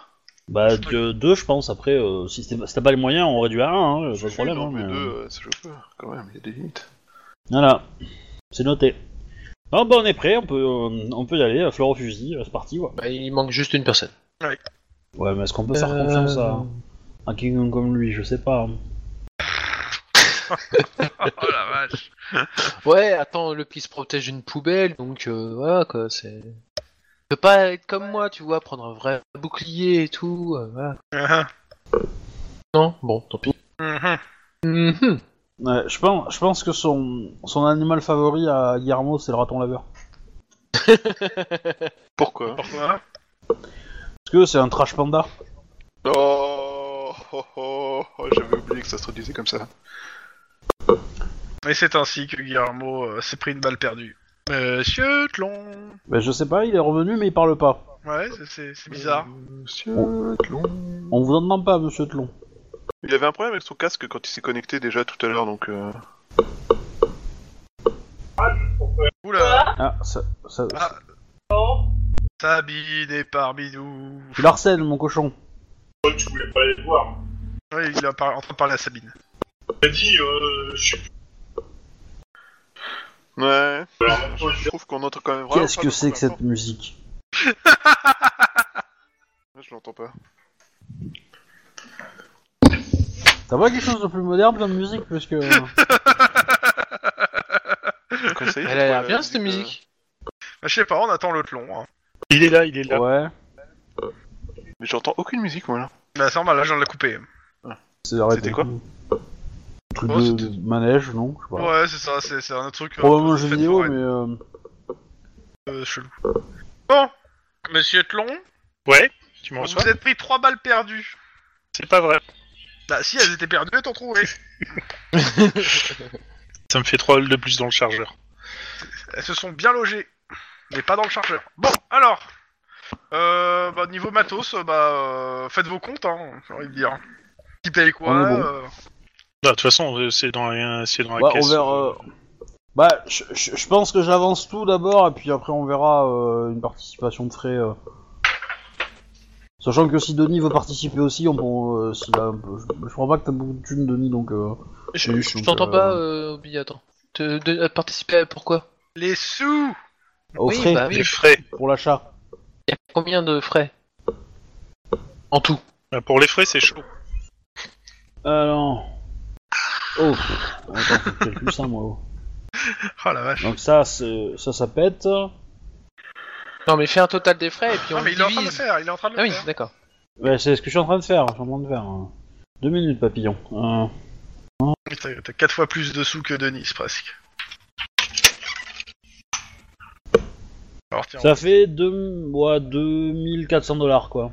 [SPEAKER 2] Bah, deux, deux, je pense. Après, euh, si c'était- si t'as pas les moyens, on réduit à un, hein, pas de problème.
[SPEAKER 4] Non,
[SPEAKER 2] hein,
[SPEAKER 4] mais
[SPEAKER 2] mais,
[SPEAKER 4] deux,
[SPEAKER 2] euh,
[SPEAKER 4] euh, si je peux, quand même, il y a des limites.
[SPEAKER 2] Voilà, c'est noté. Bon, bah, on est prêt, on peut, euh, on peut y aller, euh, fleur au fusil, euh, c'est parti. Ouais.
[SPEAKER 5] Bah, il manque juste une personne.
[SPEAKER 2] ouais, mais est-ce qu'on peut faire
[SPEAKER 5] Euh,
[SPEAKER 2] confiance à à quelqu'un comme lui Je sais pas. hein.
[SPEAKER 3] Oh la vache.
[SPEAKER 5] Ouais, attends, le pis se protège d'une poubelle, donc euh, voilà quoi, c'est. Peut pas être comme moi, tu vois, prendre un vrai bouclier et tout, euh, voilà. Non, bon, tant pis.
[SPEAKER 3] Mhm.
[SPEAKER 5] Mhm.
[SPEAKER 2] Ouais, je, pense, je pense que son, son animal favori à Guillermo, c'est le raton laveur.
[SPEAKER 4] Pourquoi
[SPEAKER 3] Pourquoi
[SPEAKER 2] Parce que c'est un trash panda.
[SPEAKER 4] Oh, oh, oh, oh, j'avais oublié que ça se traduisait comme ça.
[SPEAKER 3] Et c'est ainsi que Guillermo euh, s'est pris une balle perdue. Monsieur Tlon
[SPEAKER 2] Bah, je sais pas, il est revenu, mais il parle pas.
[SPEAKER 3] Ouais, c'est- c'est c'est bizarre.
[SPEAKER 4] Monsieur Tlon.
[SPEAKER 2] On vous entend pas, monsieur Tlon.
[SPEAKER 4] Il avait un problème avec son casque quand il s'est connecté déjà tout à l'heure, donc... Euh...
[SPEAKER 3] Oula
[SPEAKER 2] Ah, ça. ça...
[SPEAKER 3] Ah. Sabine est parmi nous.
[SPEAKER 2] Tu l'harcèles, mon cochon.
[SPEAKER 6] Je voulais pas aller le voir.
[SPEAKER 3] Oui, il est en par- en train de parler à Sabine.
[SPEAKER 6] Il a dit, euh, je suis
[SPEAKER 4] Ouais, je trouve qu'on entend quand même vraiment
[SPEAKER 2] Qu'est-ce
[SPEAKER 4] pas
[SPEAKER 2] que
[SPEAKER 4] beaucoup
[SPEAKER 2] c'est que
[SPEAKER 4] la
[SPEAKER 2] cette musique
[SPEAKER 4] porte. Je l'entends pas.
[SPEAKER 2] T'as pas quelque chose de plus moderne comme musique Parce que.
[SPEAKER 4] Conseillez,
[SPEAKER 5] Elle a l'air
[SPEAKER 4] la
[SPEAKER 5] bien cette
[SPEAKER 4] euh,
[SPEAKER 5] musique.
[SPEAKER 3] Bah, je sais pas, on attend le Tlon. Hein.
[SPEAKER 1] il est là, il est là.
[SPEAKER 2] Ouais.
[SPEAKER 4] euh, Mais j'entends aucune musique, moi, là.
[SPEAKER 3] Bah, c'est normal, là, je viens de la couper.
[SPEAKER 2] C'est arrêté.
[SPEAKER 4] C'était quoi
[SPEAKER 2] Un truc
[SPEAKER 3] Oh,
[SPEAKER 2] de,
[SPEAKER 3] c'était-
[SPEAKER 2] de manège, non Je sais pas.
[SPEAKER 3] Ouais, c'est ça, c'est c'est un autre truc. euh,
[SPEAKER 2] Probablement
[SPEAKER 3] fait
[SPEAKER 2] jeu
[SPEAKER 3] pour
[SPEAKER 2] vidéo,
[SPEAKER 3] elle.
[SPEAKER 2] mais. euh,
[SPEAKER 3] Euh, chelou. Bon, Monsieur Tlon,
[SPEAKER 1] Ouais, Tu me
[SPEAKER 3] Vous
[SPEAKER 1] reçois
[SPEAKER 3] vous êtes pris trois balles perdues.
[SPEAKER 1] C'est pas vrai.
[SPEAKER 3] Bah si, elles étaient perdues, elles t'en trouvé.
[SPEAKER 1] Ça me fait 3 de plus dans le chargeur.
[SPEAKER 3] Elles se sont bien logées, mais pas dans le chargeur. Bon, alors, euh, bah, niveau matos, euh, bah, euh, faites vos comptes, hein, j'ai envie de dire. Qui paye quoi
[SPEAKER 2] On est bon.
[SPEAKER 3] euh,
[SPEAKER 1] Non, De toute façon, euh, c'est dans, la- c'est dans la
[SPEAKER 2] Bah, on
[SPEAKER 1] caisse.
[SPEAKER 2] verra. euh, Bah, je, je- je pense que j'avance tout d'abord, et puis après on verra euh, une participation de frais. euh. Sachant que si Denis veut participer aussi, on peut, euh, s'il a un peu- je, je crois pas que t'as beaucoup de thunes, Denis, donc. euh,
[SPEAKER 5] Je,
[SPEAKER 2] Oui,
[SPEAKER 5] je
[SPEAKER 2] donc,
[SPEAKER 5] t'entends
[SPEAKER 2] euh,
[SPEAKER 5] pas, euh, Obi, attends. Te- de- à participer à pourquoi
[SPEAKER 3] Les sous
[SPEAKER 2] Au
[SPEAKER 5] Oui,
[SPEAKER 2] frais
[SPEAKER 5] bah oui.
[SPEAKER 1] Les frais.
[SPEAKER 2] pour l'achat.
[SPEAKER 5] Y a combien de frais En tout.
[SPEAKER 1] Ah, Pour les frais, c'est chaud.
[SPEAKER 2] Alors. Oh, pff, attends, faut que je calcule ça, moi.
[SPEAKER 3] Oh la vache.
[SPEAKER 2] Donc ça, c'est- ça, ça pète.
[SPEAKER 5] Non, mais fais un total des frais et puis on
[SPEAKER 3] Non, Ah, mais il est en train de le
[SPEAKER 5] divise.
[SPEAKER 3] faire, il est en train de le
[SPEAKER 5] Ah oui,
[SPEAKER 3] faire.
[SPEAKER 5] d'accord.
[SPEAKER 2] Ouais, Bah, c'est ce que je suis en train de faire. Je suis en train de faire. hein. Deux minutes, papillon. Euh,
[SPEAKER 3] Mais Ah T'as t'as quatre fois plus de sous que Denis, presque. Alors tiens,
[SPEAKER 2] ça fait deux, ouais, 2400 dollars, quoi.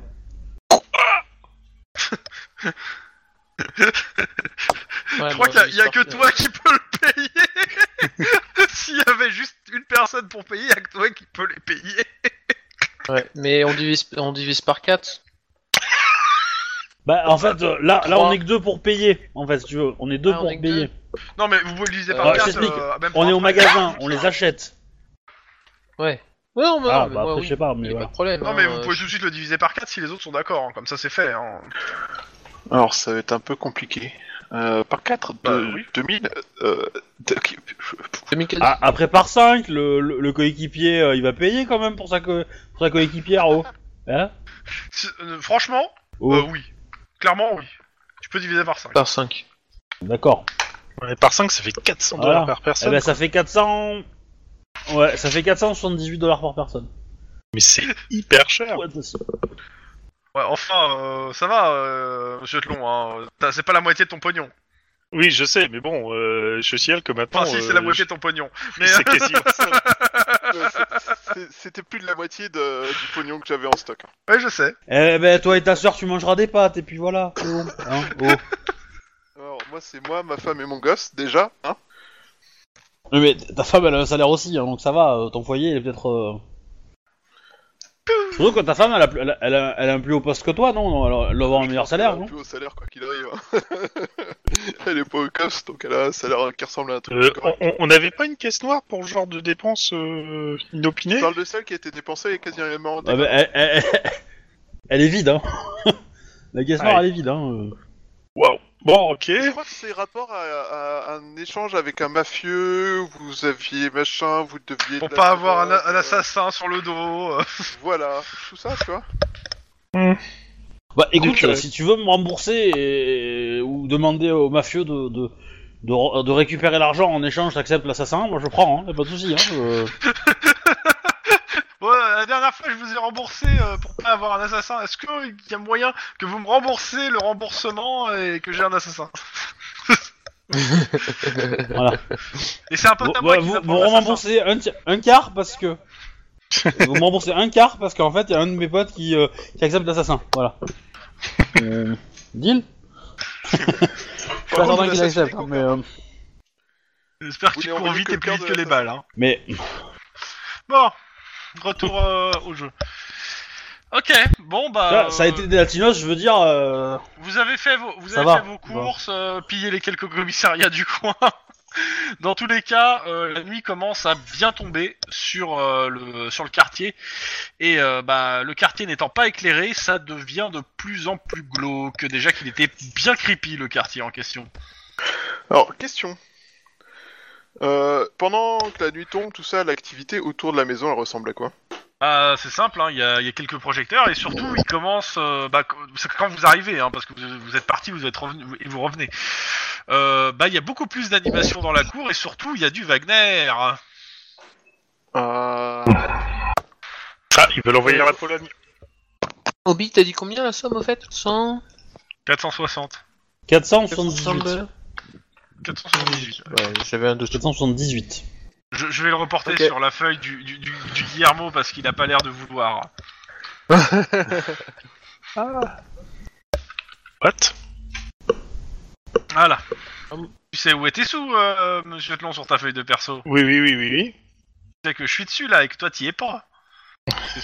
[SPEAKER 5] Ouais,
[SPEAKER 3] je crois
[SPEAKER 5] bon,
[SPEAKER 3] qu'il y a- il y a,
[SPEAKER 5] j'espère
[SPEAKER 3] que toi qui peux le payer S'il y avait juste une personne pour payer, il y a que toi qui peux les payer
[SPEAKER 5] Ouais, mais on divise, on divise par 4.
[SPEAKER 2] Bah, en fait, euh, là, là, on
[SPEAKER 5] Trois.
[SPEAKER 2] est que deux pour payer, en fait, si tu veux. On est deux
[SPEAKER 5] Ah, on
[SPEAKER 2] pour
[SPEAKER 5] est que
[SPEAKER 2] payer.
[SPEAKER 5] deux.
[SPEAKER 3] Non mais vous pouvez le diviser
[SPEAKER 5] Euh,
[SPEAKER 3] par
[SPEAKER 5] ah, je
[SPEAKER 3] quatre,
[SPEAKER 2] t'explique.
[SPEAKER 3] euh, même
[SPEAKER 2] On
[SPEAKER 3] par
[SPEAKER 2] est au
[SPEAKER 3] après.
[SPEAKER 2] magasin, on les achète.
[SPEAKER 5] Ouais, non, mais,
[SPEAKER 2] ah, bah,
[SPEAKER 5] non, mais moi,
[SPEAKER 2] après,
[SPEAKER 5] oui,
[SPEAKER 2] je sais pas,
[SPEAKER 5] y
[SPEAKER 2] mais
[SPEAKER 5] a pas
[SPEAKER 2] voilà.
[SPEAKER 5] de problème.
[SPEAKER 3] Non
[SPEAKER 5] hein,
[SPEAKER 3] mais vous
[SPEAKER 5] euh,
[SPEAKER 3] pouvez tout de suite le diviser par 4 si les autres sont d'accord, hein, comme ça c'est fait. Hein.
[SPEAKER 4] Alors, ça va être un peu compliqué. Euh, par 4,
[SPEAKER 3] Bah,
[SPEAKER 4] de,
[SPEAKER 3] oui.
[SPEAKER 4] 2000. Euh, de- qui-
[SPEAKER 5] 2015.
[SPEAKER 2] Ah, après, par 5, le, le, le coéquipier, euh, il va payer quand même pour sa, co- pour sa coéquipière, oh. Hein
[SPEAKER 3] Si- euh, franchement,
[SPEAKER 2] Oh,
[SPEAKER 3] euh, oui. Clairement oui. Tu peux diviser par 5.
[SPEAKER 5] Par 5. Bah,
[SPEAKER 2] d'accord.
[SPEAKER 1] Ouais, par 5, ça fait 400
[SPEAKER 2] Voilà.
[SPEAKER 1] dollars par
[SPEAKER 2] Eh
[SPEAKER 1] personne.
[SPEAKER 2] ben, ça fait 400... Ouais, ça fait 478 dollars par personne.
[SPEAKER 1] Mais c'est hyper
[SPEAKER 5] Ah.
[SPEAKER 1] cher.
[SPEAKER 2] What the-
[SPEAKER 3] Ouais, enfin, euh, ça va, euh, monsieur Tlon, hein. T'as- c'est pas la moitié de ton pognon.
[SPEAKER 1] Oui, je sais, mais bon, euh, je signale que maintenant.
[SPEAKER 3] Enfin si, c'est
[SPEAKER 1] euh,
[SPEAKER 3] la moitié de hein. ton pognon.
[SPEAKER 1] je-
[SPEAKER 3] Mais
[SPEAKER 1] c'est quasiment ça.
[SPEAKER 4] Euh, c'est- c'est- C'était plus de la moitié de- du pognon que j'avais en stock. hein.
[SPEAKER 3] euh, ouais, je sais.
[SPEAKER 2] Eh ben, toi et ta soeur, tu mangeras des pâtes, et puis voilà. c'est bon, hein, oh.
[SPEAKER 4] Alors, moi, c'est moi, ma femme et mon gosse, déjà. Hein
[SPEAKER 2] Oui, mais ta femme, elle a un salaire aussi, hein, donc ça va, euh, ton foyer, il est peut-être... euh, Surtout quand ta femme, elle a, plus- elle, a, elle, a, elle a un plus haut poste que toi, non, non Alors, Elle doit avoir un meilleur salaire,
[SPEAKER 4] elle a
[SPEAKER 2] non
[SPEAKER 4] un plus haut salaire, quoi qu'il arrive. hein. elle est pas au COPS, donc elle a un salaire qui ressemble à un truc.
[SPEAKER 1] Euh,
[SPEAKER 4] correct.
[SPEAKER 1] on- on- on n'avait pas une caisse noire pour le genre de dépenses euh,
[SPEAKER 4] Je
[SPEAKER 1] inopinées
[SPEAKER 4] parle de celle qui a été dépensée et quasiment
[SPEAKER 2] Ah bah, elle, elle- elle- elle est vide, hein La caisse noire,
[SPEAKER 1] Ouais.
[SPEAKER 2] elle est vide, hein
[SPEAKER 1] Waouh. Bon, ok.
[SPEAKER 4] Je crois que c'est rapport à, à un échange avec un mafieux, vous aviez machin, vous deviez... de
[SPEAKER 3] Pour
[SPEAKER 4] la
[SPEAKER 3] pas avoir un,
[SPEAKER 4] drogue,
[SPEAKER 3] un
[SPEAKER 4] euh,
[SPEAKER 3] assassin sur le dos. euh.
[SPEAKER 4] Voilà, tout ça, tu vois.
[SPEAKER 2] Bah écoute,
[SPEAKER 1] Donc, euh,
[SPEAKER 2] si tu veux me rembourser et- ou demander aux mafieux de, de, de, de récupérer l'argent en échange, t'acceptes l'assassin, moi je prends, hein, y'a pas de soucis, hein euh.
[SPEAKER 3] Ouais, la dernière fois, je vous ai remboursé euh, pour pas avoir un assassin. Est-ce qu'il y a moyen que vous me remboursez le remboursement euh, et que j'ai un assassin
[SPEAKER 2] Voilà.
[SPEAKER 3] Et c'est un pote
[SPEAKER 2] Vous,
[SPEAKER 3] à moi
[SPEAKER 2] bah,
[SPEAKER 3] qui
[SPEAKER 2] vous,
[SPEAKER 3] m'a
[SPEAKER 2] vous
[SPEAKER 3] pas un assassin.
[SPEAKER 2] remboursez un, ti- un quart parce que... vous me remboursez un quart parce qu'en fait, y a un de mes potes qui, euh, qui accepte l'assassin, voilà. Euh, deal Je suis pas
[SPEAKER 4] Par contre,
[SPEAKER 2] certain qu'il
[SPEAKER 4] vous
[SPEAKER 2] accepte,
[SPEAKER 4] assassinez
[SPEAKER 2] mais... euh,
[SPEAKER 3] J'espère que
[SPEAKER 4] Vous
[SPEAKER 3] tu
[SPEAKER 4] voulez
[SPEAKER 3] cours
[SPEAKER 4] envoyer
[SPEAKER 3] vite
[SPEAKER 4] que
[SPEAKER 3] et
[SPEAKER 4] le
[SPEAKER 3] plus
[SPEAKER 4] quart
[SPEAKER 3] vite
[SPEAKER 4] de
[SPEAKER 3] que les
[SPEAKER 4] la
[SPEAKER 3] balles. Hein.
[SPEAKER 2] mais
[SPEAKER 3] Bon, retour euh, au jeu. Ok, bon bah.
[SPEAKER 2] ça, ça a
[SPEAKER 3] euh,
[SPEAKER 2] été des latinos, je veux dire... euh,
[SPEAKER 3] Vous avez fait vos, vous
[SPEAKER 2] Ça
[SPEAKER 3] avez
[SPEAKER 2] va.
[SPEAKER 3] fait vos courses, euh, pillé les quelques commissariats du coin. Dans tous les cas, euh, la nuit commence à bien tomber sur euh, le sur le quartier et euh, bah le quartier n'étant pas éclairé, ça devient de plus en plus glauque. Déjà qu'il était bien creepy le quartier en question.
[SPEAKER 4] Alors, question. Euh, pendant que la nuit tombe, tout ça, l'activité autour de la maison, elle ressemble à quoi
[SPEAKER 3] Ah, c'est simple, hein, il y, a, il y a quelques projecteurs et surtout il commence, euh, bah, qu- c'est quand vous arrivez, hein, parce que vous, vous êtes parti, vous êtes revenu et vous revenez. Euh, bah il y a beaucoup plus d'animation dans la cour et surtout il y a du Wagner.
[SPEAKER 4] Euh,
[SPEAKER 1] Ah, ils veulent envoyer la Pologne.
[SPEAKER 5] Obi, t'as dit combien la somme au fait 100
[SPEAKER 3] 460.
[SPEAKER 2] 478.
[SPEAKER 3] 478.
[SPEAKER 5] Ouais, j'avais un doute.
[SPEAKER 2] 478.
[SPEAKER 3] Je, je vais le reporter
[SPEAKER 5] Ok.
[SPEAKER 3] sur la feuille du, du, du- du Guillermo parce qu'il a pas l'air de vouloir.
[SPEAKER 1] What
[SPEAKER 3] Voilà. Tu sais où est tes sous, euh, monsieur Tlon, sur ta feuille de perso
[SPEAKER 1] Oui, oui, oui, oui, oui.
[SPEAKER 3] Tu sais que je suis dessus là et que toi t'y es pas.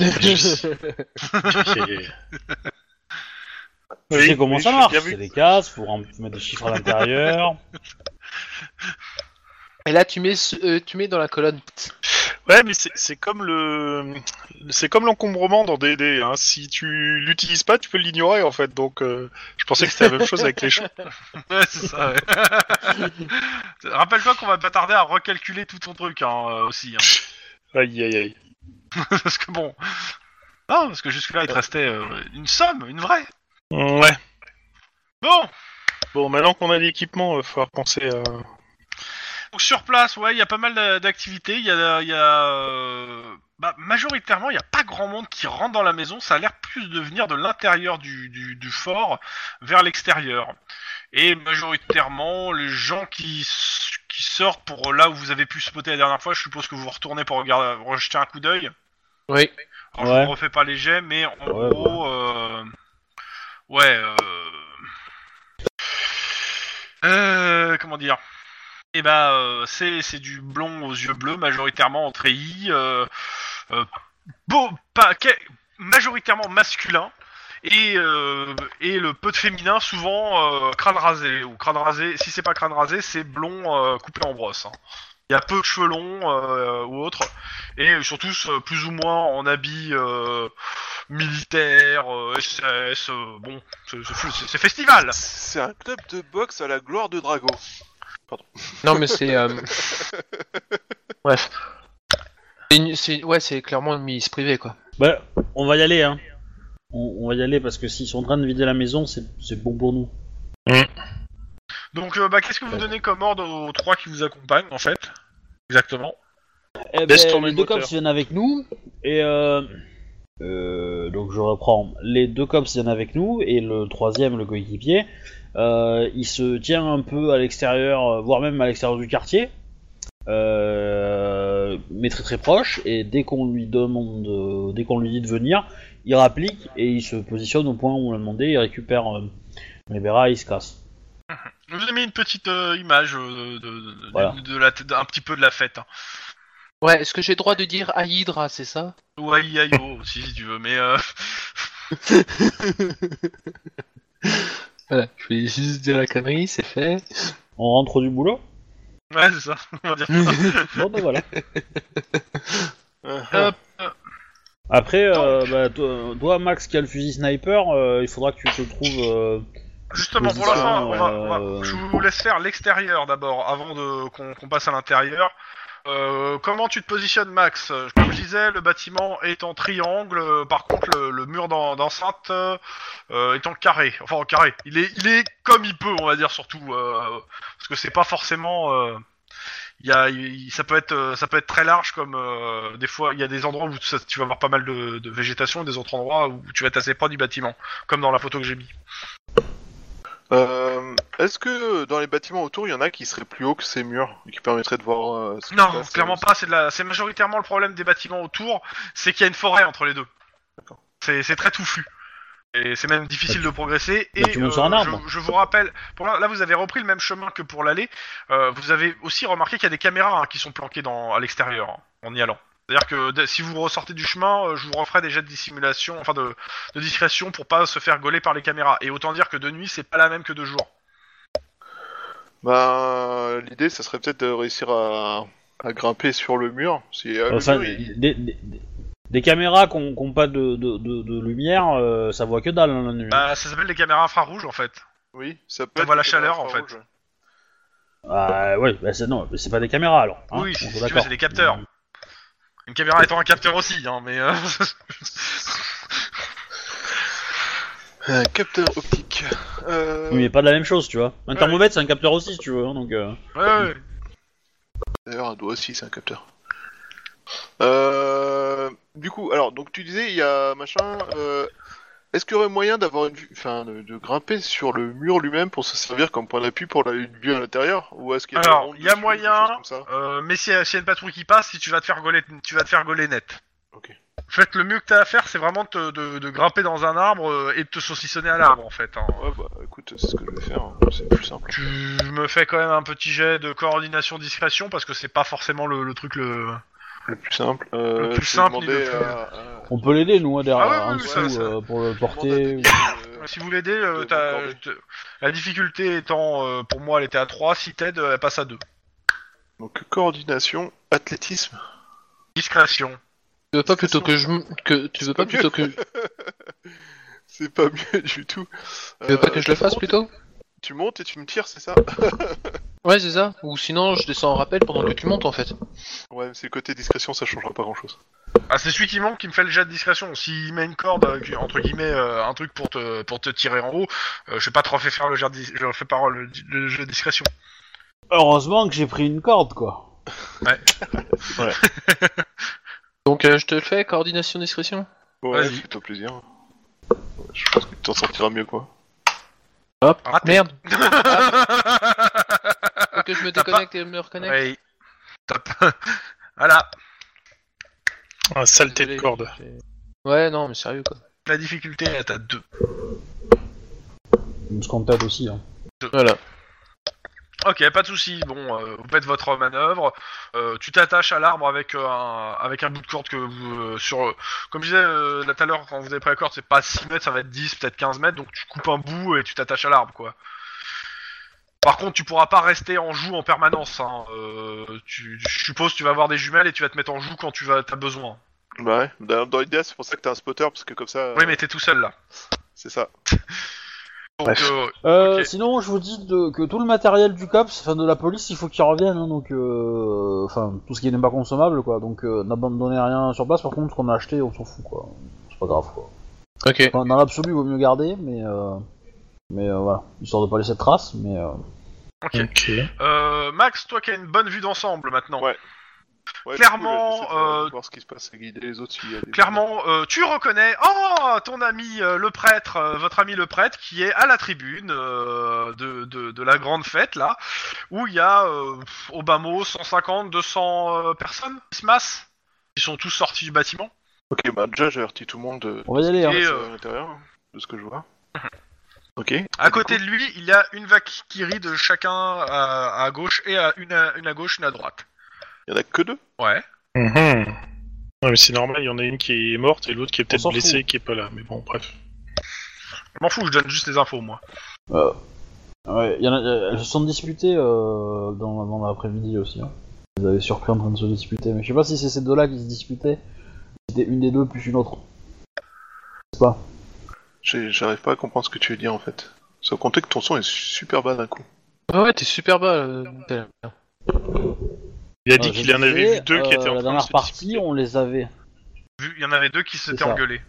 [SPEAKER 2] Tu sais comment
[SPEAKER 1] oui,
[SPEAKER 2] ça
[SPEAKER 1] j'ai
[SPEAKER 2] marche
[SPEAKER 1] bien vu.
[SPEAKER 2] C'est des cases, faut rem- mettre des chiffres à l'intérieur.
[SPEAKER 5] Et là, tu mets, ce- euh, tu mets dans la colonne.
[SPEAKER 1] Ouais, mais c'est c'est comme le, c'est comme l'encombrement dans DD. Hein. Si tu l'utilises pas, tu peux l'ignorer en fait. Donc, euh, je pensais que c'était la même chose avec les champs.
[SPEAKER 3] Ouais, c'est ça, ouais. Rappelle-toi qu'on va pas tarder à recalculer tout ton truc hein, euh, aussi. hein.
[SPEAKER 1] Aïe, aïe, aïe.
[SPEAKER 3] parce que bon. Non, parce que jusque-là, il te restait euh, une somme, une vraie.
[SPEAKER 1] Ouais.
[SPEAKER 3] Bon,
[SPEAKER 1] Bon, maintenant qu'on a l'équipement, il faut penser à.
[SPEAKER 3] donc sur place, ouais, il y a pas mal d'a- d'activités. Il y a. il Y a euh, bah, majoritairement, il n'y a pas grand monde qui rentre dans la maison. Ça a l'air plus de venir de l'intérieur du, du- du fort vers l'extérieur. Et majoritairement, les gens qui, s- qui sortent pour là où vous avez pu spotter la dernière fois, je suppose que vous retournez pour regarder, rejeter un coup d'œil.
[SPEAKER 5] Oui.
[SPEAKER 3] Alors,
[SPEAKER 2] Ouais.
[SPEAKER 3] Je ne refais pas les jets, mais en
[SPEAKER 2] Ouais,
[SPEAKER 3] gros, euh, ouais, euh... euh, comment dire Eh ben, euh, c'est c'est du blond aux yeux bleus, majoritairement en treillis, euh, euh, beau, pas, que- majoritairement masculin. Et, euh, et le peu de féminin, souvent euh, crâne rasé ou crâne rasé. Si c'est pas crâne rasé, c'est blond euh, coupé en brosse. hein. Il y a peu de cheveux longs euh, ou autres. Et ils sont tous euh, plus ou moins en habits euh, militaires, euh, SS, euh, bon, c'est- c'est c'est- c'est festival.
[SPEAKER 4] C'est un club de boxe à la gloire de Drago.
[SPEAKER 5] Non, mais c'est. euh, Bref. C'est une- c'est- Ouais, c'est clairement une milice privée, quoi.
[SPEAKER 2] Bah, on va y aller, hein. On, on va y aller parce que s'ils sont en train de vider la maison, c'est c'est bon pour nous.
[SPEAKER 3] Donc, euh, bah, qu'est-ce que vous donnez comme ordre aux trois qui vous accompagnent, en fait Exactement.
[SPEAKER 2] Eh
[SPEAKER 1] Baisse
[SPEAKER 2] ben,
[SPEAKER 1] ton
[SPEAKER 2] les
[SPEAKER 1] mode
[SPEAKER 2] deux
[SPEAKER 1] moteur.
[SPEAKER 2] cops viennent avec nous et euh, euh, donc je reprends. Les deux cops viennent avec nous et le troisième, le coéquipier, euh, il se tient un peu à l'extérieur, euh, voire même à l'extérieur du quartier, euh, mais très très proche. Et dès qu'on lui demande, euh, dès qu'on lui dit de venir, il rapplique et il se positionne au point où on l'a demandé. Il récupère euh, les verras, il se casse.
[SPEAKER 3] Je vous ai mis une petite euh, image euh, de, de- de-
[SPEAKER 2] Voilà.
[SPEAKER 3] de la, t- un petit peu de la fête. Hein.
[SPEAKER 5] Ouais, est-ce que j'ai le droit de dire à Hydra, c'est ça
[SPEAKER 3] Ou Aïe-Aïe-O aussi, si tu veux, mais... euh,
[SPEAKER 5] Voilà, je vais juste dire la connerie, c'est fait.
[SPEAKER 2] On rentre du boulot.
[SPEAKER 3] Ouais, c'est ça, on va dire.
[SPEAKER 2] Bon ben voilà.
[SPEAKER 3] Hop.
[SPEAKER 2] Après, euh, bah, toi, toi, Max, qui a le fusil sniper, euh, il faudra que tu te trouves. euh,
[SPEAKER 3] Justement, pour la
[SPEAKER 2] Position,
[SPEAKER 3] fin, on va- on va-
[SPEAKER 2] euh,
[SPEAKER 3] je vous laisse faire l'extérieur d'abord, avant de qu'on qu'on passe à l'intérieur. Euh, comment tu te positionnes, Max Comme je disais, le bâtiment est en triangle. euh, Par contre, le, le mur d'en- d'enceinte euh, euh, est en carré. Enfin, en carré. Il est, il est comme il peut, on va dire surtout, euh, parce que c'est pas forcément. euh, il y a, il- ça peut être, euh, ça peut être très large comme euh, des fois. Il y a des endroits où ça- tu vas avoir pas mal de, de végétation, et des autres endroits où tu vas être assez proche du bâtiment, comme dans la photo que j'ai mis.
[SPEAKER 4] Euh, Est-ce que euh, dans les bâtiments autour, il y en a qui seraient plus hauts que ces murs, qui permettraient de voir euh, ce qui se
[SPEAKER 3] Non,
[SPEAKER 4] passe,
[SPEAKER 3] clairement
[SPEAKER 4] euh,
[SPEAKER 3] pas. C'est de la... c'est majoritairement le problème des bâtiments autour, c'est qu'il y a une forêt entre les deux.
[SPEAKER 4] D'accord.
[SPEAKER 3] C'est c'est très touffu. Et c'est même difficile de progresser. Et euh,
[SPEAKER 2] Bah, tu montes sur un arbre.
[SPEAKER 3] Je, je vous rappelle, pour là, là, vous avez repris le même chemin que pour l'aller. Euh, vous avez aussi remarqué qu'il y a des caméras hein, qui sont planquées dans, à l'extérieur hein, en y allant. C'est-à-dire que dès- si vous ressortez du chemin, euh, je vous referai des jets de dissimulation, enfin de, de discrétion pour pas se faire gauler par les caméras. Et autant dire que de nuit, c'est pas la même que de jour.
[SPEAKER 4] Ben, l'idée, ça serait peut-être de réussir à, à grimper sur le mur. Si, euh, le
[SPEAKER 2] enfin,
[SPEAKER 4] mur, il-
[SPEAKER 2] des, des- des caméras qui n'ont pas de, de- de- de lumière, euh, ça voit que dalle hein, la nuit.
[SPEAKER 3] Bah, ça s'appelle des caméras infrarouges en fait.
[SPEAKER 4] Oui, ça
[SPEAKER 3] on
[SPEAKER 4] peut. être
[SPEAKER 3] voit Bah, la
[SPEAKER 4] une
[SPEAKER 3] chaleur, en
[SPEAKER 4] infrarouge.
[SPEAKER 3] fait.
[SPEAKER 2] Ah, ouais, bah, c'est non, mais c'est pas des caméras alors. hein,
[SPEAKER 3] oui,
[SPEAKER 2] on
[SPEAKER 3] si
[SPEAKER 2] est
[SPEAKER 3] tu veux,
[SPEAKER 2] d'accord.
[SPEAKER 3] c'est des capteurs. Une caméra étant un capteur aussi, hein, mais. euh,
[SPEAKER 4] Un capteur optique. Euh,
[SPEAKER 2] Oui, mais pas de la même chose, tu vois. Un thermomètre, c'est un capteur aussi, si tu veux. hein, donc, euh,
[SPEAKER 3] ouais, ouais.
[SPEAKER 4] D'ailleurs, un doigt aussi, c'est un capteur. Euh, du coup, alors, donc tu disais, il y a machin. euh, Est-ce qu'il y aurait moyen d'avoir une vue, enfin, de, de grimper sur le mur lui-même pour se servir comme point d'appui pour la une vue à l'intérieur Ou est-ce qu'il y a des
[SPEAKER 3] Alors,
[SPEAKER 4] rampes
[SPEAKER 3] il y a
[SPEAKER 4] dessus, des
[SPEAKER 3] moyen,
[SPEAKER 4] choses comme ça
[SPEAKER 3] Euh, mais s'il y, a- s'il y a une patrouille qui passe, si tu vas te faire gauler, tu vas te faire gauler net. En fait, le mieux que t'as à faire, c'est vraiment de, de- de grimper dans un arbre euh, et de te saucissonner à l'arbre, en fait. hein.
[SPEAKER 4] Ouais, bah écoute, c'est ce que je vais faire, hein. c'est plus simple.
[SPEAKER 3] Tu me fais quand même un petit jet de coordination discrétion parce que c'est pas forcément le, le truc le.
[SPEAKER 4] Le plus simple, euh,
[SPEAKER 3] Le plus
[SPEAKER 4] je vais
[SPEAKER 3] simple,
[SPEAKER 4] demander
[SPEAKER 3] il est le plus-
[SPEAKER 4] à- à-
[SPEAKER 2] On peut l'aider, nous, hein, derrière,
[SPEAKER 3] Ah oui,
[SPEAKER 2] en
[SPEAKER 3] oui, oui, ça,
[SPEAKER 2] dessous,
[SPEAKER 3] ça.
[SPEAKER 2] euh, pour le
[SPEAKER 4] demander
[SPEAKER 2] porter.
[SPEAKER 4] à
[SPEAKER 2] ou-
[SPEAKER 4] des- euh,
[SPEAKER 3] Si vous l'aidez, euh,
[SPEAKER 4] De
[SPEAKER 3] t'as-
[SPEAKER 4] m'accorder.
[SPEAKER 3] te- la difficulté étant euh, pour moi, elle était à 3. Si t'aides, euh, elle passe à 2.
[SPEAKER 4] Donc coordination, athlétisme.
[SPEAKER 3] Discrétion.
[SPEAKER 5] Tu veux pas plutôt que je m- que tu veux pas plutôt que tu
[SPEAKER 4] C'est pas mieux du tout. Euh,
[SPEAKER 5] veux pas
[SPEAKER 3] Euh,
[SPEAKER 5] que je le fasse
[SPEAKER 4] montes,
[SPEAKER 5] plutôt
[SPEAKER 4] Tu montes et tu me tires, c'est ça
[SPEAKER 5] Ouais, c'est ça. Ou sinon, je descends en rappel pendant que tu montes en fait.
[SPEAKER 4] Ouais, mais c'est le côté discrétion, ça changera pas grand chose.
[SPEAKER 3] Ah, c'est celui qui manque qui me fait le jet de discrétion. S'il met une corde, euh, qui- entre guillemets, euh, un truc pour te, pour te tirer en haut, euh, je vais pas te refais faire le jet de, dis- je refais pas le, le jet de discrétion.
[SPEAKER 2] Heureusement que j'ai pris une corde, quoi.
[SPEAKER 5] Donc euh, je te le fais coordination discrétion.
[SPEAKER 4] Ouais,
[SPEAKER 3] Vas-y.
[SPEAKER 4] fais-toi plaisir. Je pense que tu t'en sortiras mieux quoi.
[SPEAKER 5] Hop,
[SPEAKER 3] Raté.
[SPEAKER 5] merde. Faut que je me
[SPEAKER 3] T'as pas-
[SPEAKER 5] déconnecte et me reconnecte.
[SPEAKER 3] Ouais. T'as pas- voilà.
[SPEAKER 1] Un Ah, saleté
[SPEAKER 5] Désolé.
[SPEAKER 1] de corde.
[SPEAKER 5] Ouais, non, mais sérieux quoi.
[SPEAKER 3] La difficulté elle est à 2.
[SPEAKER 2] Une scandale aussi, hein.
[SPEAKER 5] Voilà.
[SPEAKER 3] Ok, pas de souci. Bon, euh, vous faites votre manœuvre. Euh, tu t'attaches à l'arbre avec euh, un avec un bout de corde que vous euh, sur. euh, comme je disais euh, là tout à l'heure quand vous avez pris la corde, c'est pas 6 mètres, ça va être 10, peut-être 15 mètres. Donc tu coupes un bout et tu t'attaches à l'arbre, quoi. Par contre, tu pourras pas rester en joue en permanence. Hein. Euh, tu, je suppose tu vas avoir des jumelles et tu vas te mettre en joue quand tu vas t'as besoin.
[SPEAKER 4] Bah ouais, dans, dans l'idée, c'est pour ça que t'as un spotter, parce que comme ça, euh,
[SPEAKER 3] Oui, mais t'es tout seul là.
[SPEAKER 4] c'est ça.
[SPEAKER 3] Donc, euh,
[SPEAKER 2] Euh,
[SPEAKER 3] Ok.
[SPEAKER 2] Sinon, je vous dis de- que tout le matériel du COPS, enfin de la police, il faut qu'il revienne, hein, donc euh, enfin tout ce qui n'est pas consommable, quoi. Donc euh, n'abandonnez rien sur place. Par contre, ce qu'on a acheté, on s'en fout, quoi. C'est pas grave, quoi.
[SPEAKER 5] Ok.
[SPEAKER 2] Enfin, dans l'absolu, il vaut mieux garder, mais euh, mais euh, voilà, histoire de pas laisser de traces. Mais euh,
[SPEAKER 1] Ok.
[SPEAKER 3] euh, Max, toi qui as une bonne vue d'ensemble maintenant.
[SPEAKER 4] Ouais. Ouais,
[SPEAKER 3] Clairement,
[SPEAKER 4] du coup, j'essaie de
[SPEAKER 3] euh,
[SPEAKER 4] voir ce qui se passe et guider les autres s'il y a des-
[SPEAKER 3] Clairement, euh, tu reconnais oh ton ami euh, le prêtre, euh, votre ami le prêtre, qui est à la tribune euh, de, de, de la grande fête là, où il y a euh, pff, au bas mot 150, 200 euh, personnes qui se massent, qui sont tous sortis du bâtiment.
[SPEAKER 4] Ok, bah déjà, j'avertis tout le monde de,
[SPEAKER 2] on va y aller. hein.
[SPEAKER 3] Et,
[SPEAKER 4] de
[SPEAKER 3] euh,
[SPEAKER 4] à l'intérieur, de ce que je vois. Ok.
[SPEAKER 3] À côté de lui, il y a une vaquiri de chacun à, à gauche et à une, à une à gauche, une à droite.
[SPEAKER 4] Il y en a que deux
[SPEAKER 3] Ouais.
[SPEAKER 1] Mhm. Non, mais c'est normal, il y en a une qui est morte et l'autre qui est
[SPEAKER 2] s'en
[SPEAKER 1] peut-être
[SPEAKER 2] fout.
[SPEAKER 1] blessée qui est pas là. Mais bon, bref.
[SPEAKER 3] Je m'en fous, je donne juste les infos moi.
[SPEAKER 2] Ouais, il y en a- euh, elles se sont disputées euh, dans, dans l'après-midi aussi. Hein. Vous avez surpris en train de se disputer, mais je sais pas si c'est ces deux-là qui se disputaient. C'était une des deux plus une autre. C'est pas.
[SPEAKER 4] J'ai- J'arrive pas à comprendre ce que tu veux dire en fait. Sans compter que ton son est su- super bas d'un coup.
[SPEAKER 5] Ouais, ouais, t'es super bas. euh, tout à l'heure.
[SPEAKER 1] Il a dit
[SPEAKER 2] Ouais, Ah, je
[SPEAKER 1] qu'il en avait
[SPEAKER 2] disais,
[SPEAKER 1] vu deux qui
[SPEAKER 2] euh,
[SPEAKER 1] étaient en train
[SPEAKER 2] La
[SPEAKER 1] de
[SPEAKER 2] dernière
[SPEAKER 1] se
[SPEAKER 2] partie, on les avait.
[SPEAKER 3] Vu, il y en avait deux qui s'étaient
[SPEAKER 2] ça.
[SPEAKER 3] engueulés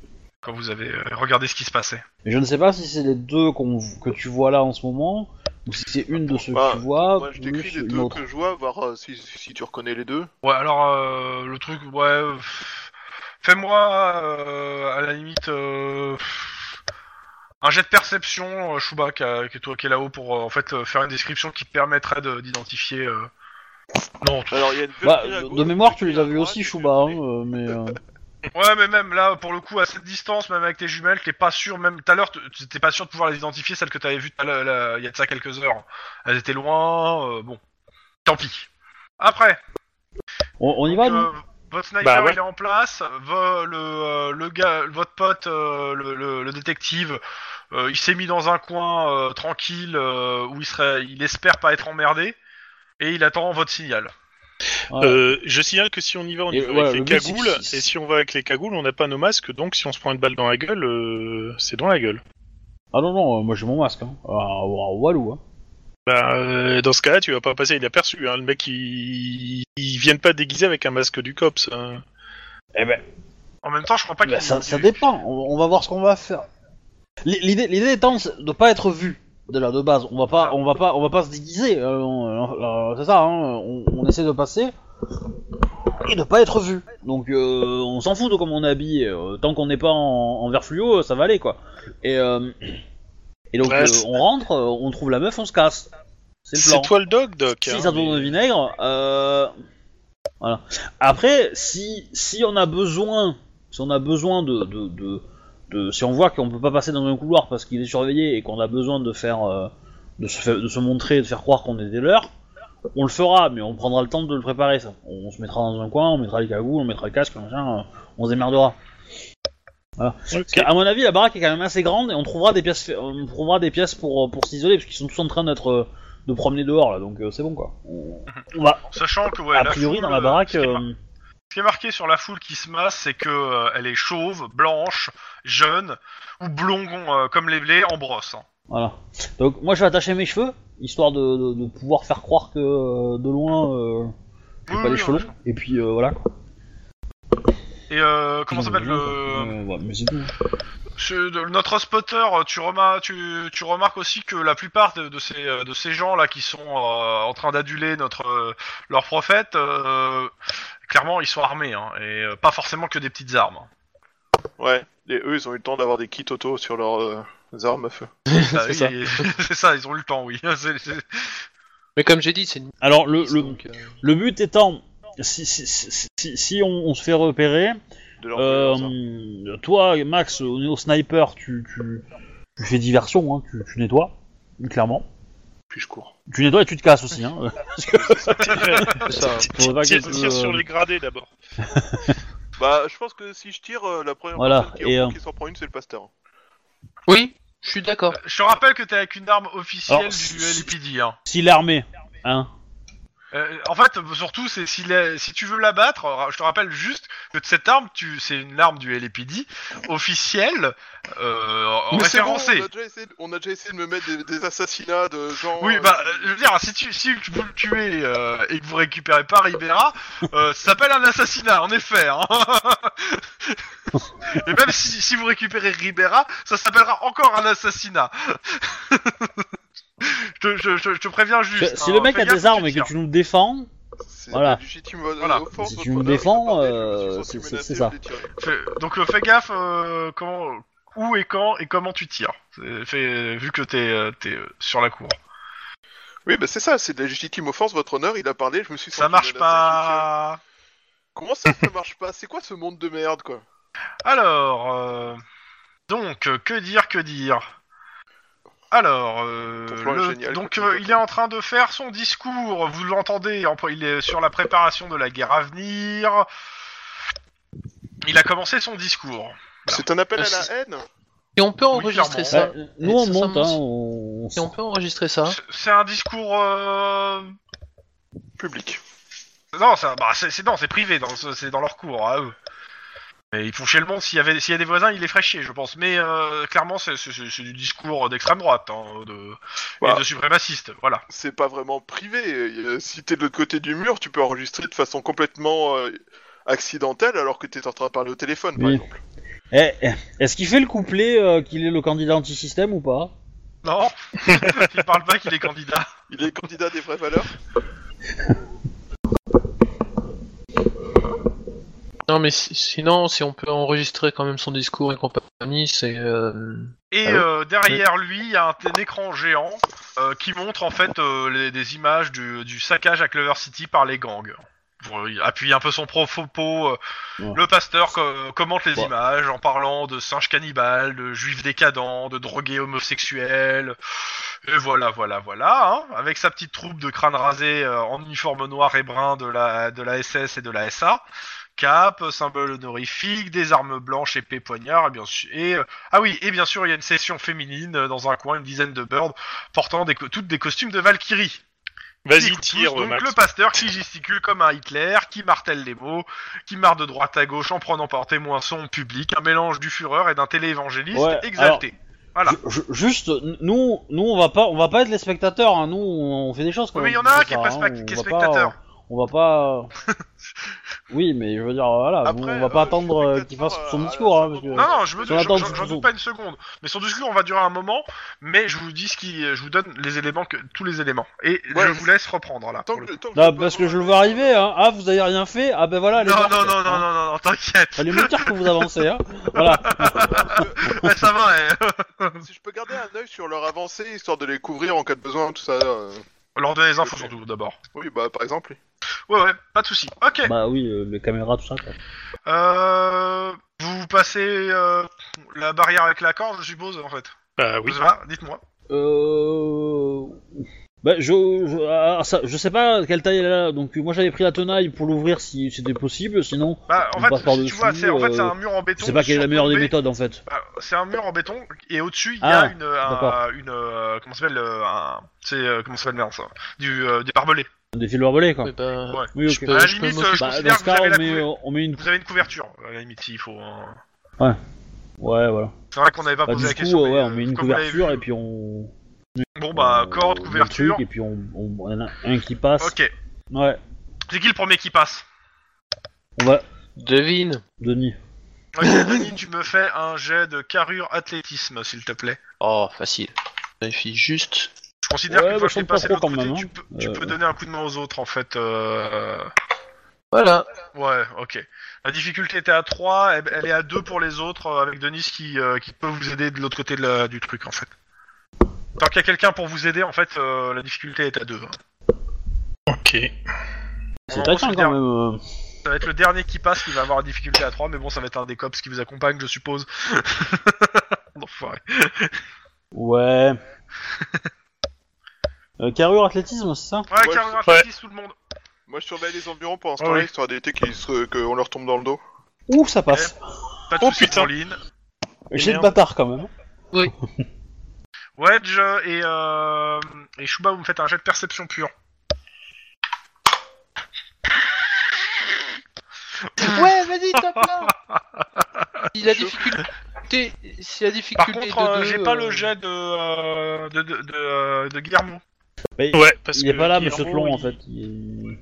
[SPEAKER 3] quand vous avez euh, regardé ce qui se passait.
[SPEAKER 2] Mais je ne sais pas si c'est les deux qu'on- que tu vois là en ce moment, ou si c'est une de ceux
[SPEAKER 4] Bah,
[SPEAKER 2] que tu vois,
[SPEAKER 4] Moi, je
[SPEAKER 2] plus
[SPEAKER 4] décris les
[SPEAKER 2] une
[SPEAKER 4] deux
[SPEAKER 2] autre.
[SPEAKER 4] que je vois, voir euh, si, si tu reconnais les deux.
[SPEAKER 3] Ouais, alors euh, le truc, ouais. euh, pff, Fais-moi euh, à la limite euh, pff, un jet de perception, euh, Chouba, qui, a- qui est toi qui est là-haut pour euh, en fait euh, faire une description qui te permettrait de- d'identifier. euh, Non. tu-
[SPEAKER 4] Alors, il y a une
[SPEAKER 2] Bah,
[SPEAKER 4] vaquerie à
[SPEAKER 2] de,
[SPEAKER 4] gauche,
[SPEAKER 2] de
[SPEAKER 4] une
[SPEAKER 2] mémoire, tu
[SPEAKER 4] vaquerie
[SPEAKER 2] les
[SPEAKER 4] à
[SPEAKER 2] avais
[SPEAKER 4] droite,
[SPEAKER 2] aussi,
[SPEAKER 4] et
[SPEAKER 2] Chouba,
[SPEAKER 4] une-
[SPEAKER 2] hein, euh, mais... euh,
[SPEAKER 3] Ouais, mais même là, pour le coup, à cette distance, même avec tes jumelles, t'es pas sûr. Même tout à l'heure, t- t'es pas sûr de pouvoir les identifier, celles que t'avais vues tout à l'heure, là, il y a de ça quelques heures. Elles étaient loin. euh, bon, tant pis. Après.
[SPEAKER 2] on, on y va, nous
[SPEAKER 3] Euh, votre sniper
[SPEAKER 1] Bah ouais.
[SPEAKER 3] il est en place, vo- le, euh, le gars, votre pote, euh, le, le- le détective, euh, il s'est mis dans un coin euh, tranquille euh, où il serait, il espère pas être emmerdé et il attend votre signal.
[SPEAKER 2] Ouais.
[SPEAKER 1] Euh, je signale que si on y va, on y
[SPEAKER 2] Et
[SPEAKER 1] va avec
[SPEAKER 2] voilà,
[SPEAKER 1] les
[SPEAKER 2] le but, c'est
[SPEAKER 1] cagoules,
[SPEAKER 2] que si-
[SPEAKER 1] et si on va avec les cagoules, on n'a pas nos masques, donc si on se prend une balle dans la gueule, euh, c'est dans la gueule.
[SPEAKER 2] Ah non, non, euh, moi j'ai mon masque, hein. Ah, wa- Walou, hein.
[SPEAKER 1] Bah, euh, dans ce cas-là, tu vas pas passer inaperçu. Hein. Le mec, il... ils viennent pas déguisés avec un masque du cops. hein.
[SPEAKER 2] Eh ben,
[SPEAKER 3] En même temps, je crois pas qu'il.
[SPEAKER 2] bah, ça, ça dépend, on, on va voir ce qu'on va faire. L- L'idée l'idée étant de pas être vu, déjà, de base. On va pas, on va pas, on va pas se déguiser, euh, on- euh, c'est ça, hein. on, on essaie de passer... Et de pas être vu. Donc euh, on s'en fout de comment on est habillé. euh, tant qu'on n'est pas en, en vert fluo, euh, ça va aller quoi. Et, euh, et donc
[SPEAKER 1] Ouais,
[SPEAKER 2] euh,
[SPEAKER 1] c'est-
[SPEAKER 2] on rentre, euh, on trouve la meuf, on se casse. C'est le
[SPEAKER 1] C'est
[SPEAKER 2] plan.
[SPEAKER 1] toi le dog, Doc.
[SPEAKER 2] si
[SPEAKER 1] hein,
[SPEAKER 2] ça tourne
[SPEAKER 1] mais-
[SPEAKER 2] au vinaigre, euh, Voilà. Après, si, si on a besoin, si on a besoin de, de, de- de- si on voit qu'on peut pas passer dans un couloir parce qu'il est surveillé et qu'on a besoin de faire, euh, de se, fa- de se montrer, et de faire croire qu'on est des leurs, on le fera, mais on prendra le temps de le préparer. Ça. On, se mettra dans un coin, on mettra les cagoules, on mettra le casque, machin, euh, on se démerdera.
[SPEAKER 1] Ok.
[SPEAKER 2] Parce qu'à mon avis, la baraque est quand même assez grande et on trouvera des pièces, on trouvera des pièces pour, euh, pour s'isoler parce qu'ils sont tous en train d'être euh, de promener dehors là, donc euh, c'est bon quoi. On, on va
[SPEAKER 3] Sachant que, ouais,
[SPEAKER 2] a
[SPEAKER 3] la
[SPEAKER 2] priori
[SPEAKER 3] foule,
[SPEAKER 2] dans la
[SPEAKER 3] euh,
[SPEAKER 2] baraque.
[SPEAKER 3] ce qui est mar-
[SPEAKER 2] euh,
[SPEAKER 3] Ce qui est marqué sur la foule qui se masse, c'est que euh, elle est chauve, blanche, jeune ou blongon euh, comme les blés en brosse. hein.
[SPEAKER 2] Voilà. Donc moi je vais attacher mes cheveux, histoire de, de- de pouvoir faire croire que euh, de loin euh, j'ai
[SPEAKER 3] Oui,
[SPEAKER 2] pas les
[SPEAKER 3] oui,
[SPEAKER 2] cheveux
[SPEAKER 3] oui.
[SPEAKER 2] longs. Et puis euh, voilà. quoi.
[SPEAKER 3] Et euh, comment s'appelle
[SPEAKER 2] Voilà, quoi.
[SPEAKER 3] le...
[SPEAKER 2] Euh, voilà, mais c'est tout.
[SPEAKER 3] ce- de- notre spotter euh, tu, remar- tu, tu remarques aussi que la plupart de, de ces, euh, de ces gens là qui sont euh, en train d'aduler notre euh, leur prophète, euh, clairement ils sont armés hein, et euh, pas forcément que des petites armes.
[SPEAKER 4] Ouais, et eux, ils ont eu le temps d'avoir des kits auto sur leurs euh, armes à feu.
[SPEAKER 3] Bah,
[SPEAKER 5] C'est
[SPEAKER 3] oui,
[SPEAKER 5] ça.
[SPEAKER 3] et- C'est ça, ils ont eu le temps, oui. C'est- c'est-
[SPEAKER 5] Mais comme j'ai dit, c'est une.
[SPEAKER 2] Alors le,
[SPEAKER 5] police,
[SPEAKER 2] le,
[SPEAKER 5] donc, euh,
[SPEAKER 2] le but étant, si, si, si, si- si on, on se fait repérer,
[SPEAKER 4] De leurs
[SPEAKER 2] euh,
[SPEAKER 4] leurs armes.
[SPEAKER 2] toi Max, au, au sniper, tu, tu, tu fais diversion, hein, tu, tu nettoies, clairement.
[SPEAKER 4] Puis je cours.
[SPEAKER 2] Tu nettoies et tu te casses aussi. Hein, parce que-
[SPEAKER 5] c'est Ah, ça.
[SPEAKER 2] Faut pas
[SPEAKER 1] Tire
[SPEAKER 2] que- euh,
[SPEAKER 1] tire sur les gradés d'abord.
[SPEAKER 4] Bah, je pense que si je tire, euh, la première
[SPEAKER 2] Voilà,
[SPEAKER 4] personne qui,
[SPEAKER 2] et,
[SPEAKER 4] en-
[SPEAKER 2] euh,
[SPEAKER 4] qui s'en prend une, c'est le pasteur. hein.
[SPEAKER 5] Oui, je suis d'accord.
[SPEAKER 3] Je te rappelle que t'es avec une arme officielle
[SPEAKER 2] Alors,
[SPEAKER 3] du
[SPEAKER 2] si-
[SPEAKER 3] LPD. Hein.
[SPEAKER 2] Si l'armée, hein.
[SPEAKER 3] Euh, en fait, surtout, c'est si, la- si tu veux l'abattre, je te rappelle juste que cette arme, tu, c'est une arme du LPD officielle, euh, en
[SPEAKER 4] Mais c'est bon,
[SPEAKER 3] référencée.
[SPEAKER 4] on, a déjà essayé, de- on a déjà essayé de me mettre des, des assassinats de gens.
[SPEAKER 3] Oui,
[SPEAKER 4] euh,
[SPEAKER 3] bah, euh, je veux dire, si, tu, si vous le tuez euh, et que vous récupérez pas Ribera, euh, ça s'appelle un assassinat, en effet. hein. et même si, si vous récupérez Ribera, ça s'appellera encore un assassinat. je, te- je- je- je te préviens juste.
[SPEAKER 2] Si
[SPEAKER 3] hein,
[SPEAKER 2] le mec
[SPEAKER 3] fais
[SPEAKER 2] a
[SPEAKER 3] gaffe
[SPEAKER 2] des armes et
[SPEAKER 3] tires.
[SPEAKER 2] que tu nous défends,
[SPEAKER 4] C'est
[SPEAKER 2] Voilà.
[SPEAKER 4] une légitime euh,
[SPEAKER 3] Voilà.
[SPEAKER 4] offense.
[SPEAKER 2] Si
[SPEAKER 4] au
[SPEAKER 2] tu me
[SPEAKER 4] bonheur,
[SPEAKER 2] défends,
[SPEAKER 4] par contre,
[SPEAKER 2] euh,
[SPEAKER 4] je me suis
[SPEAKER 2] c'est-
[SPEAKER 4] senti
[SPEAKER 2] c'est- c'est
[SPEAKER 4] menacé,
[SPEAKER 2] ça.
[SPEAKER 4] je l'ai tiré.
[SPEAKER 3] Fais- donc euh, fais gaffe euh, comment, où et quand et comment tu tires. C'est- Fais, vu que t'es euh, t'es, euh, sur la cour.
[SPEAKER 4] Oui, bah c'est ça, c'est de la légitime offense, votre honneur, il a parlé, je me suis senti
[SPEAKER 3] Ça marche
[SPEAKER 4] menacé, je l'ai tiré.
[SPEAKER 3] pas.
[SPEAKER 4] Comment ça, ça marche pas C'est quoi ce monde de merde, quoi
[SPEAKER 3] Bah, Alors, euh, donc, euh, que dire, que dire Alors, euh,
[SPEAKER 4] Ton plan est
[SPEAKER 3] le-
[SPEAKER 4] génial,
[SPEAKER 3] donc
[SPEAKER 4] continue,
[SPEAKER 3] euh,
[SPEAKER 4] continue.
[SPEAKER 3] il est en train de faire son discours, vous l'entendez, en- il est sur la préparation de la guerre à venir. Il a commencé son discours.
[SPEAKER 4] C'est un appel
[SPEAKER 5] Euh,
[SPEAKER 4] à
[SPEAKER 3] bah,
[SPEAKER 4] la
[SPEAKER 5] c'est-
[SPEAKER 4] haine
[SPEAKER 5] Et on peut
[SPEAKER 3] Oui,
[SPEAKER 5] enregistrer
[SPEAKER 3] clairement.
[SPEAKER 5] ça.
[SPEAKER 2] bah, nous on
[SPEAKER 5] ça, ça
[SPEAKER 2] monte,
[SPEAKER 5] monte.
[SPEAKER 2] hein, on-
[SPEAKER 5] Et on peut enregistrer ça.
[SPEAKER 3] C'est- C'est un discours... euh,
[SPEAKER 4] publique.
[SPEAKER 3] Non, ça- bah, c'est c'est- non, c'est privé, dans- c'est dans leur cours, à eux. Mais ils font chez le monde, s'il y, avait- s'il y a des voisins, ils les feraient chier, je pense. Mais euh, clairement, c'est c'est- c'est- c'est du discours d'extrême droite, hein, de,
[SPEAKER 4] Bah.
[SPEAKER 3] et de suprémaciste, voilà.
[SPEAKER 4] C'est pas vraiment privé. euh, Si t'es de l'autre côté du mur, tu peux enregistrer de façon complètement euh, accidentelle alors que t'es en train de parler au téléphone, par
[SPEAKER 2] Oui.
[SPEAKER 4] exemple.
[SPEAKER 2] Eh, eh, Est-ce qu'il fait le couplet euh, qu'il est le candidat anti-système ou pas
[SPEAKER 3] Non, il parle pas qu'il est candidat.
[SPEAKER 4] Il est candidat des vraies valeurs
[SPEAKER 5] Non, mais si- sinon, si on peut enregistrer quand même son discours et compagnie, c'est. euh,
[SPEAKER 3] Et
[SPEAKER 5] Ah oui
[SPEAKER 3] euh, derrière lui, il y a un, t- un écran géant euh, qui montre en fait euh, les- des images du, du saccage à Clover City par les gangs. Pour y- appuyer un peu son propos, euh,
[SPEAKER 2] Ouais.
[SPEAKER 3] le pasteur co- commente les
[SPEAKER 2] Ouais.
[SPEAKER 3] images en parlant de singes cannibales, de juifs décadents, de drogués homosexuels. Et voilà, voilà, voilà. hein, avec sa petite troupe de crânes rasés euh, en uniforme noir et brun de la, de la SS et de la SA. Cap, symbole honorifique, des armes blanches, épées, poignards, et bien sûr, et euh, ah oui, et bien sûr, il y a une session féminine euh, dans un coin, une dizaine de birds portant des co- toutes des costumes de Valkyrie.
[SPEAKER 1] Vas-y,
[SPEAKER 3] Ils
[SPEAKER 1] tire,
[SPEAKER 3] tous, donc
[SPEAKER 1] Max.
[SPEAKER 3] le pasteur qui gesticule comme un Hitler, qui martèle les mots, qui marre de droite à gauche en prenant par témoin son public, un mélange du Führer et d'un téléévangéliste
[SPEAKER 2] Ouais,
[SPEAKER 3] exalté. Voilà.
[SPEAKER 2] Je- je- Juste, n- nous, nous on va pas, on va pas être les spectateurs. hein, Nous, on fait des choses. quand
[SPEAKER 3] Oui, mais
[SPEAKER 2] même,
[SPEAKER 3] il y en a un
[SPEAKER 2] c'est
[SPEAKER 3] qui est
[SPEAKER 2] ça,
[SPEAKER 3] pas
[SPEAKER 2] hein,
[SPEAKER 3] spec- qui est
[SPEAKER 2] on va pas-
[SPEAKER 3] spectateur.
[SPEAKER 2] On va pas. oui, mais je veux dire, voilà,
[SPEAKER 4] Après,
[SPEAKER 2] nous, on va pas
[SPEAKER 4] euh,
[SPEAKER 2] attendre
[SPEAKER 4] je suis
[SPEAKER 2] euh, qu'il fasse
[SPEAKER 4] spectateur,
[SPEAKER 2] son
[SPEAKER 4] euh,
[SPEAKER 2] discours.
[SPEAKER 4] à la
[SPEAKER 2] hein, parce que-
[SPEAKER 4] seconde.
[SPEAKER 3] Non, non, je me
[SPEAKER 2] Sur la
[SPEAKER 3] je-
[SPEAKER 2] tente,
[SPEAKER 3] je- j'en
[SPEAKER 2] disons.
[SPEAKER 3] doute pas une seconde. Mais son discours, on va durer un moment, mais je vous dis ce qui, je vous donne les éléments que, tous les éléments, et
[SPEAKER 4] Ouais.
[SPEAKER 3] je vous laisse reprendre là.
[SPEAKER 4] Tant
[SPEAKER 3] pour le
[SPEAKER 4] que- tant que
[SPEAKER 2] Non,
[SPEAKER 4] j'ai pas
[SPEAKER 2] parce que je le vois
[SPEAKER 4] besoin de-
[SPEAKER 2] arriver. Hein. Ah, vous avez rien fait. Ah ben voilà. les
[SPEAKER 3] non,
[SPEAKER 2] orques,
[SPEAKER 3] non, non, non,
[SPEAKER 2] hein.
[SPEAKER 3] non, non, non, t'inquiète.
[SPEAKER 2] Fallait me dire que vous avancez. Hein. Voilà.
[SPEAKER 3] Ouais, ça va. hein.
[SPEAKER 4] Si je peux garder un œil sur leur avancée, histoire de les couvrir en cas de besoin, tout ça. euh,
[SPEAKER 3] Leur donner les infos surtout d'abord.
[SPEAKER 4] Oui, bah par exemple.
[SPEAKER 3] Ouais, ouais, pas de souci. Ok.
[SPEAKER 2] Bah oui, euh, les caméras, tout ça. Quoi.
[SPEAKER 3] Euh, vous passez euh, la barrière avec la corde, je suppose, en fait.
[SPEAKER 1] Bah
[SPEAKER 3] Je
[SPEAKER 1] oui.
[SPEAKER 3] sais pas, dites-moi.
[SPEAKER 2] Euh... Bah, je, je, ah, ça- je sais pas quelle taille elle a, donc moi j'avais pris la tenaille pour l'ouvrir si c'était possible, sinon
[SPEAKER 3] Bah, en
[SPEAKER 2] On
[SPEAKER 3] fait,
[SPEAKER 2] passe par-dessus,
[SPEAKER 3] tu vois, c'est en fait, c'est
[SPEAKER 2] euh,
[SPEAKER 3] un mur en béton.
[SPEAKER 2] je sais pas quelle est la meilleure des
[SPEAKER 3] surplombé.
[SPEAKER 2] méthodes en fait.
[SPEAKER 3] Bah, C'est un mur en béton et au-dessus il y
[SPEAKER 2] Ah,
[SPEAKER 3] a une un,
[SPEAKER 2] d'accord.
[SPEAKER 3] une euh, comment ça s'appelle euh, un c'est euh, comment ça s'appelle merde, ça du euh, des barbelés.
[SPEAKER 2] Des fils barbelés quoi.
[SPEAKER 5] Eh ben,
[SPEAKER 3] Ouais.
[SPEAKER 2] Oui,
[SPEAKER 5] je
[SPEAKER 2] ok.
[SPEAKER 5] peux-
[SPEAKER 3] à la
[SPEAKER 5] je peux
[SPEAKER 3] limite
[SPEAKER 5] m'occuper.
[SPEAKER 3] euh, je
[SPEAKER 2] Bah,
[SPEAKER 3] considère
[SPEAKER 2] dans
[SPEAKER 3] que
[SPEAKER 2] ce
[SPEAKER 3] vous
[SPEAKER 2] cas,
[SPEAKER 3] avez, la
[SPEAKER 2] on met, euh,
[SPEAKER 3] couver-
[SPEAKER 2] on met une.
[SPEAKER 3] vous avez une couverture à la limite s'il faut. hein.
[SPEAKER 2] Ouais, voilà.
[SPEAKER 3] C'est vrai qu'on n'avait pas
[SPEAKER 2] Bah,
[SPEAKER 3] posé
[SPEAKER 2] du
[SPEAKER 3] la
[SPEAKER 2] coup,
[SPEAKER 3] question.
[SPEAKER 2] ouais,
[SPEAKER 3] mais,
[SPEAKER 2] on
[SPEAKER 3] euh,
[SPEAKER 2] met une
[SPEAKER 3] comme vous l'avez
[SPEAKER 2] couverture
[SPEAKER 3] vu-
[SPEAKER 2] et puis on.
[SPEAKER 3] Bon bah
[SPEAKER 2] on-
[SPEAKER 3] corde
[SPEAKER 2] on met le
[SPEAKER 3] couverture.
[SPEAKER 2] truc, et puis on, on, on en a un qui passe.
[SPEAKER 3] Ok.
[SPEAKER 2] Ouais,
[SPEAKER 3] C'est qui le premier qui passe
[SPEAKER 2] on va.
[SPEAKER 5] Devine.
[SPEAKER 2] Denis.
[SPEAKER 3] Ok, Denis, tu me fais un jet de carrure athlétisme s'il te plaît.
[SPEAKER 5] Oh, facile. Il suffit juste.
[SPEAKER 3] Je considère
[SPEAKER 2] Ouais,
[SPEAKER 3] qu'une
[SPEAKER 2] bah,
[SPEAKER 3] fois
[SPEAKER 2] je
[SPEAKER 3] que t'es
[SPEAKER 2] suis pas
[SPEAKER 3] passé de
[SPEAKER 2] pro
[SPEAKER 3] l'autre
[SPEAKER 2] quand
[SPEAKER 3] côté,
[SPEAKER 2] même,
[SPEAKER 3] tu,
[SPEAKER 2] hein.
[SPEAKER 3] peux, tu
[SPEAKER 2] Euh,
[SPEAKER 3] peux donner un coup de main aux autres en fait. euh,
[SPEAKER 5] Voilà.
[SPEAKER 3] Ouais, ok. La difficulté était à 3, elle- elle est à 2 pour les autres, euh, avec Denis qui, euh, qui peut vous aider de l'autre côté de la- du truc, en fait. Tant qu'il y a quelqu'un pour vous aider, en fait, euh, la difficulté est à 2.
[SPEAKER 1] Ok.
[SPEAKER 2] C'est taquin quand même. euh.
[SPEAKER 3] Ça va être le dernier qui passe qui va avoir la difficulté à 3, mais bon, ça va être un des cops qui vous accompagne, je suppose. Enfoiré.
[SPEAKER 2] Ouais. euh, carrure athlétisme, c'est ça
[SPEAKER 3] Ouais,
[SPEAKER 4] Ouais,
[SPEAKER 3] carrure
[SPEAKER 1] ouais.
[SPEAKER 3] athlétisme, tout le monde.
[SPEAKER 4] Moi je surveille les environs pendant ce
[SPEAKER 3] Ah
[SPEAKER 4] temps-là,
[SPEAKER 3] oui.
[SPEAKER 4] histoire d'éviter qu'ils se- qu'on leur tombe dans le dos.
[SPEAKER 2] Ouh, ça passe.
[SPEAKER 3] Pas de
[SPEAKER 1] Oh,
[SPEAKER 3] soucis
[SPEAKER 1] putain.
[SPEAKER 3] pour Lynn.
[SPEAKER 2] J'ai le
[SPEAKER 1] merde.
[SPEAKER 2] bâtard quand même.
[SPEAKER 3] Wedge et, euh, et Shuba, vous me faites un jet de perception pure.
[SPEAKER 5] Ouais, vas-y, top là Si la difficulté. Si la difficulté.
[SPEAKER 3] Par contre,
[SPEAKER 5] de
[SPEAKER 3] euh,
[SPEAKER 5] deux,
[SPEAKER 3] j'ai pas
[SPEAKER 5] euh,
[SPEAKER 3] le jet de, euh, de, de, de, euh, de Guillermo.
[SPEAKER 2] Mais
[SPEAKER 1] Ouais, parce
[SPEAKER 2] il est
[SPEAKER 1] que
[SPEAKER 2] pas là,
[SPEAKER 1] Guillermo,
[SPEAKER 2] monsieur Tlon en
[SPEAKER 1] il-
[SPEAKER 2] fait. Il-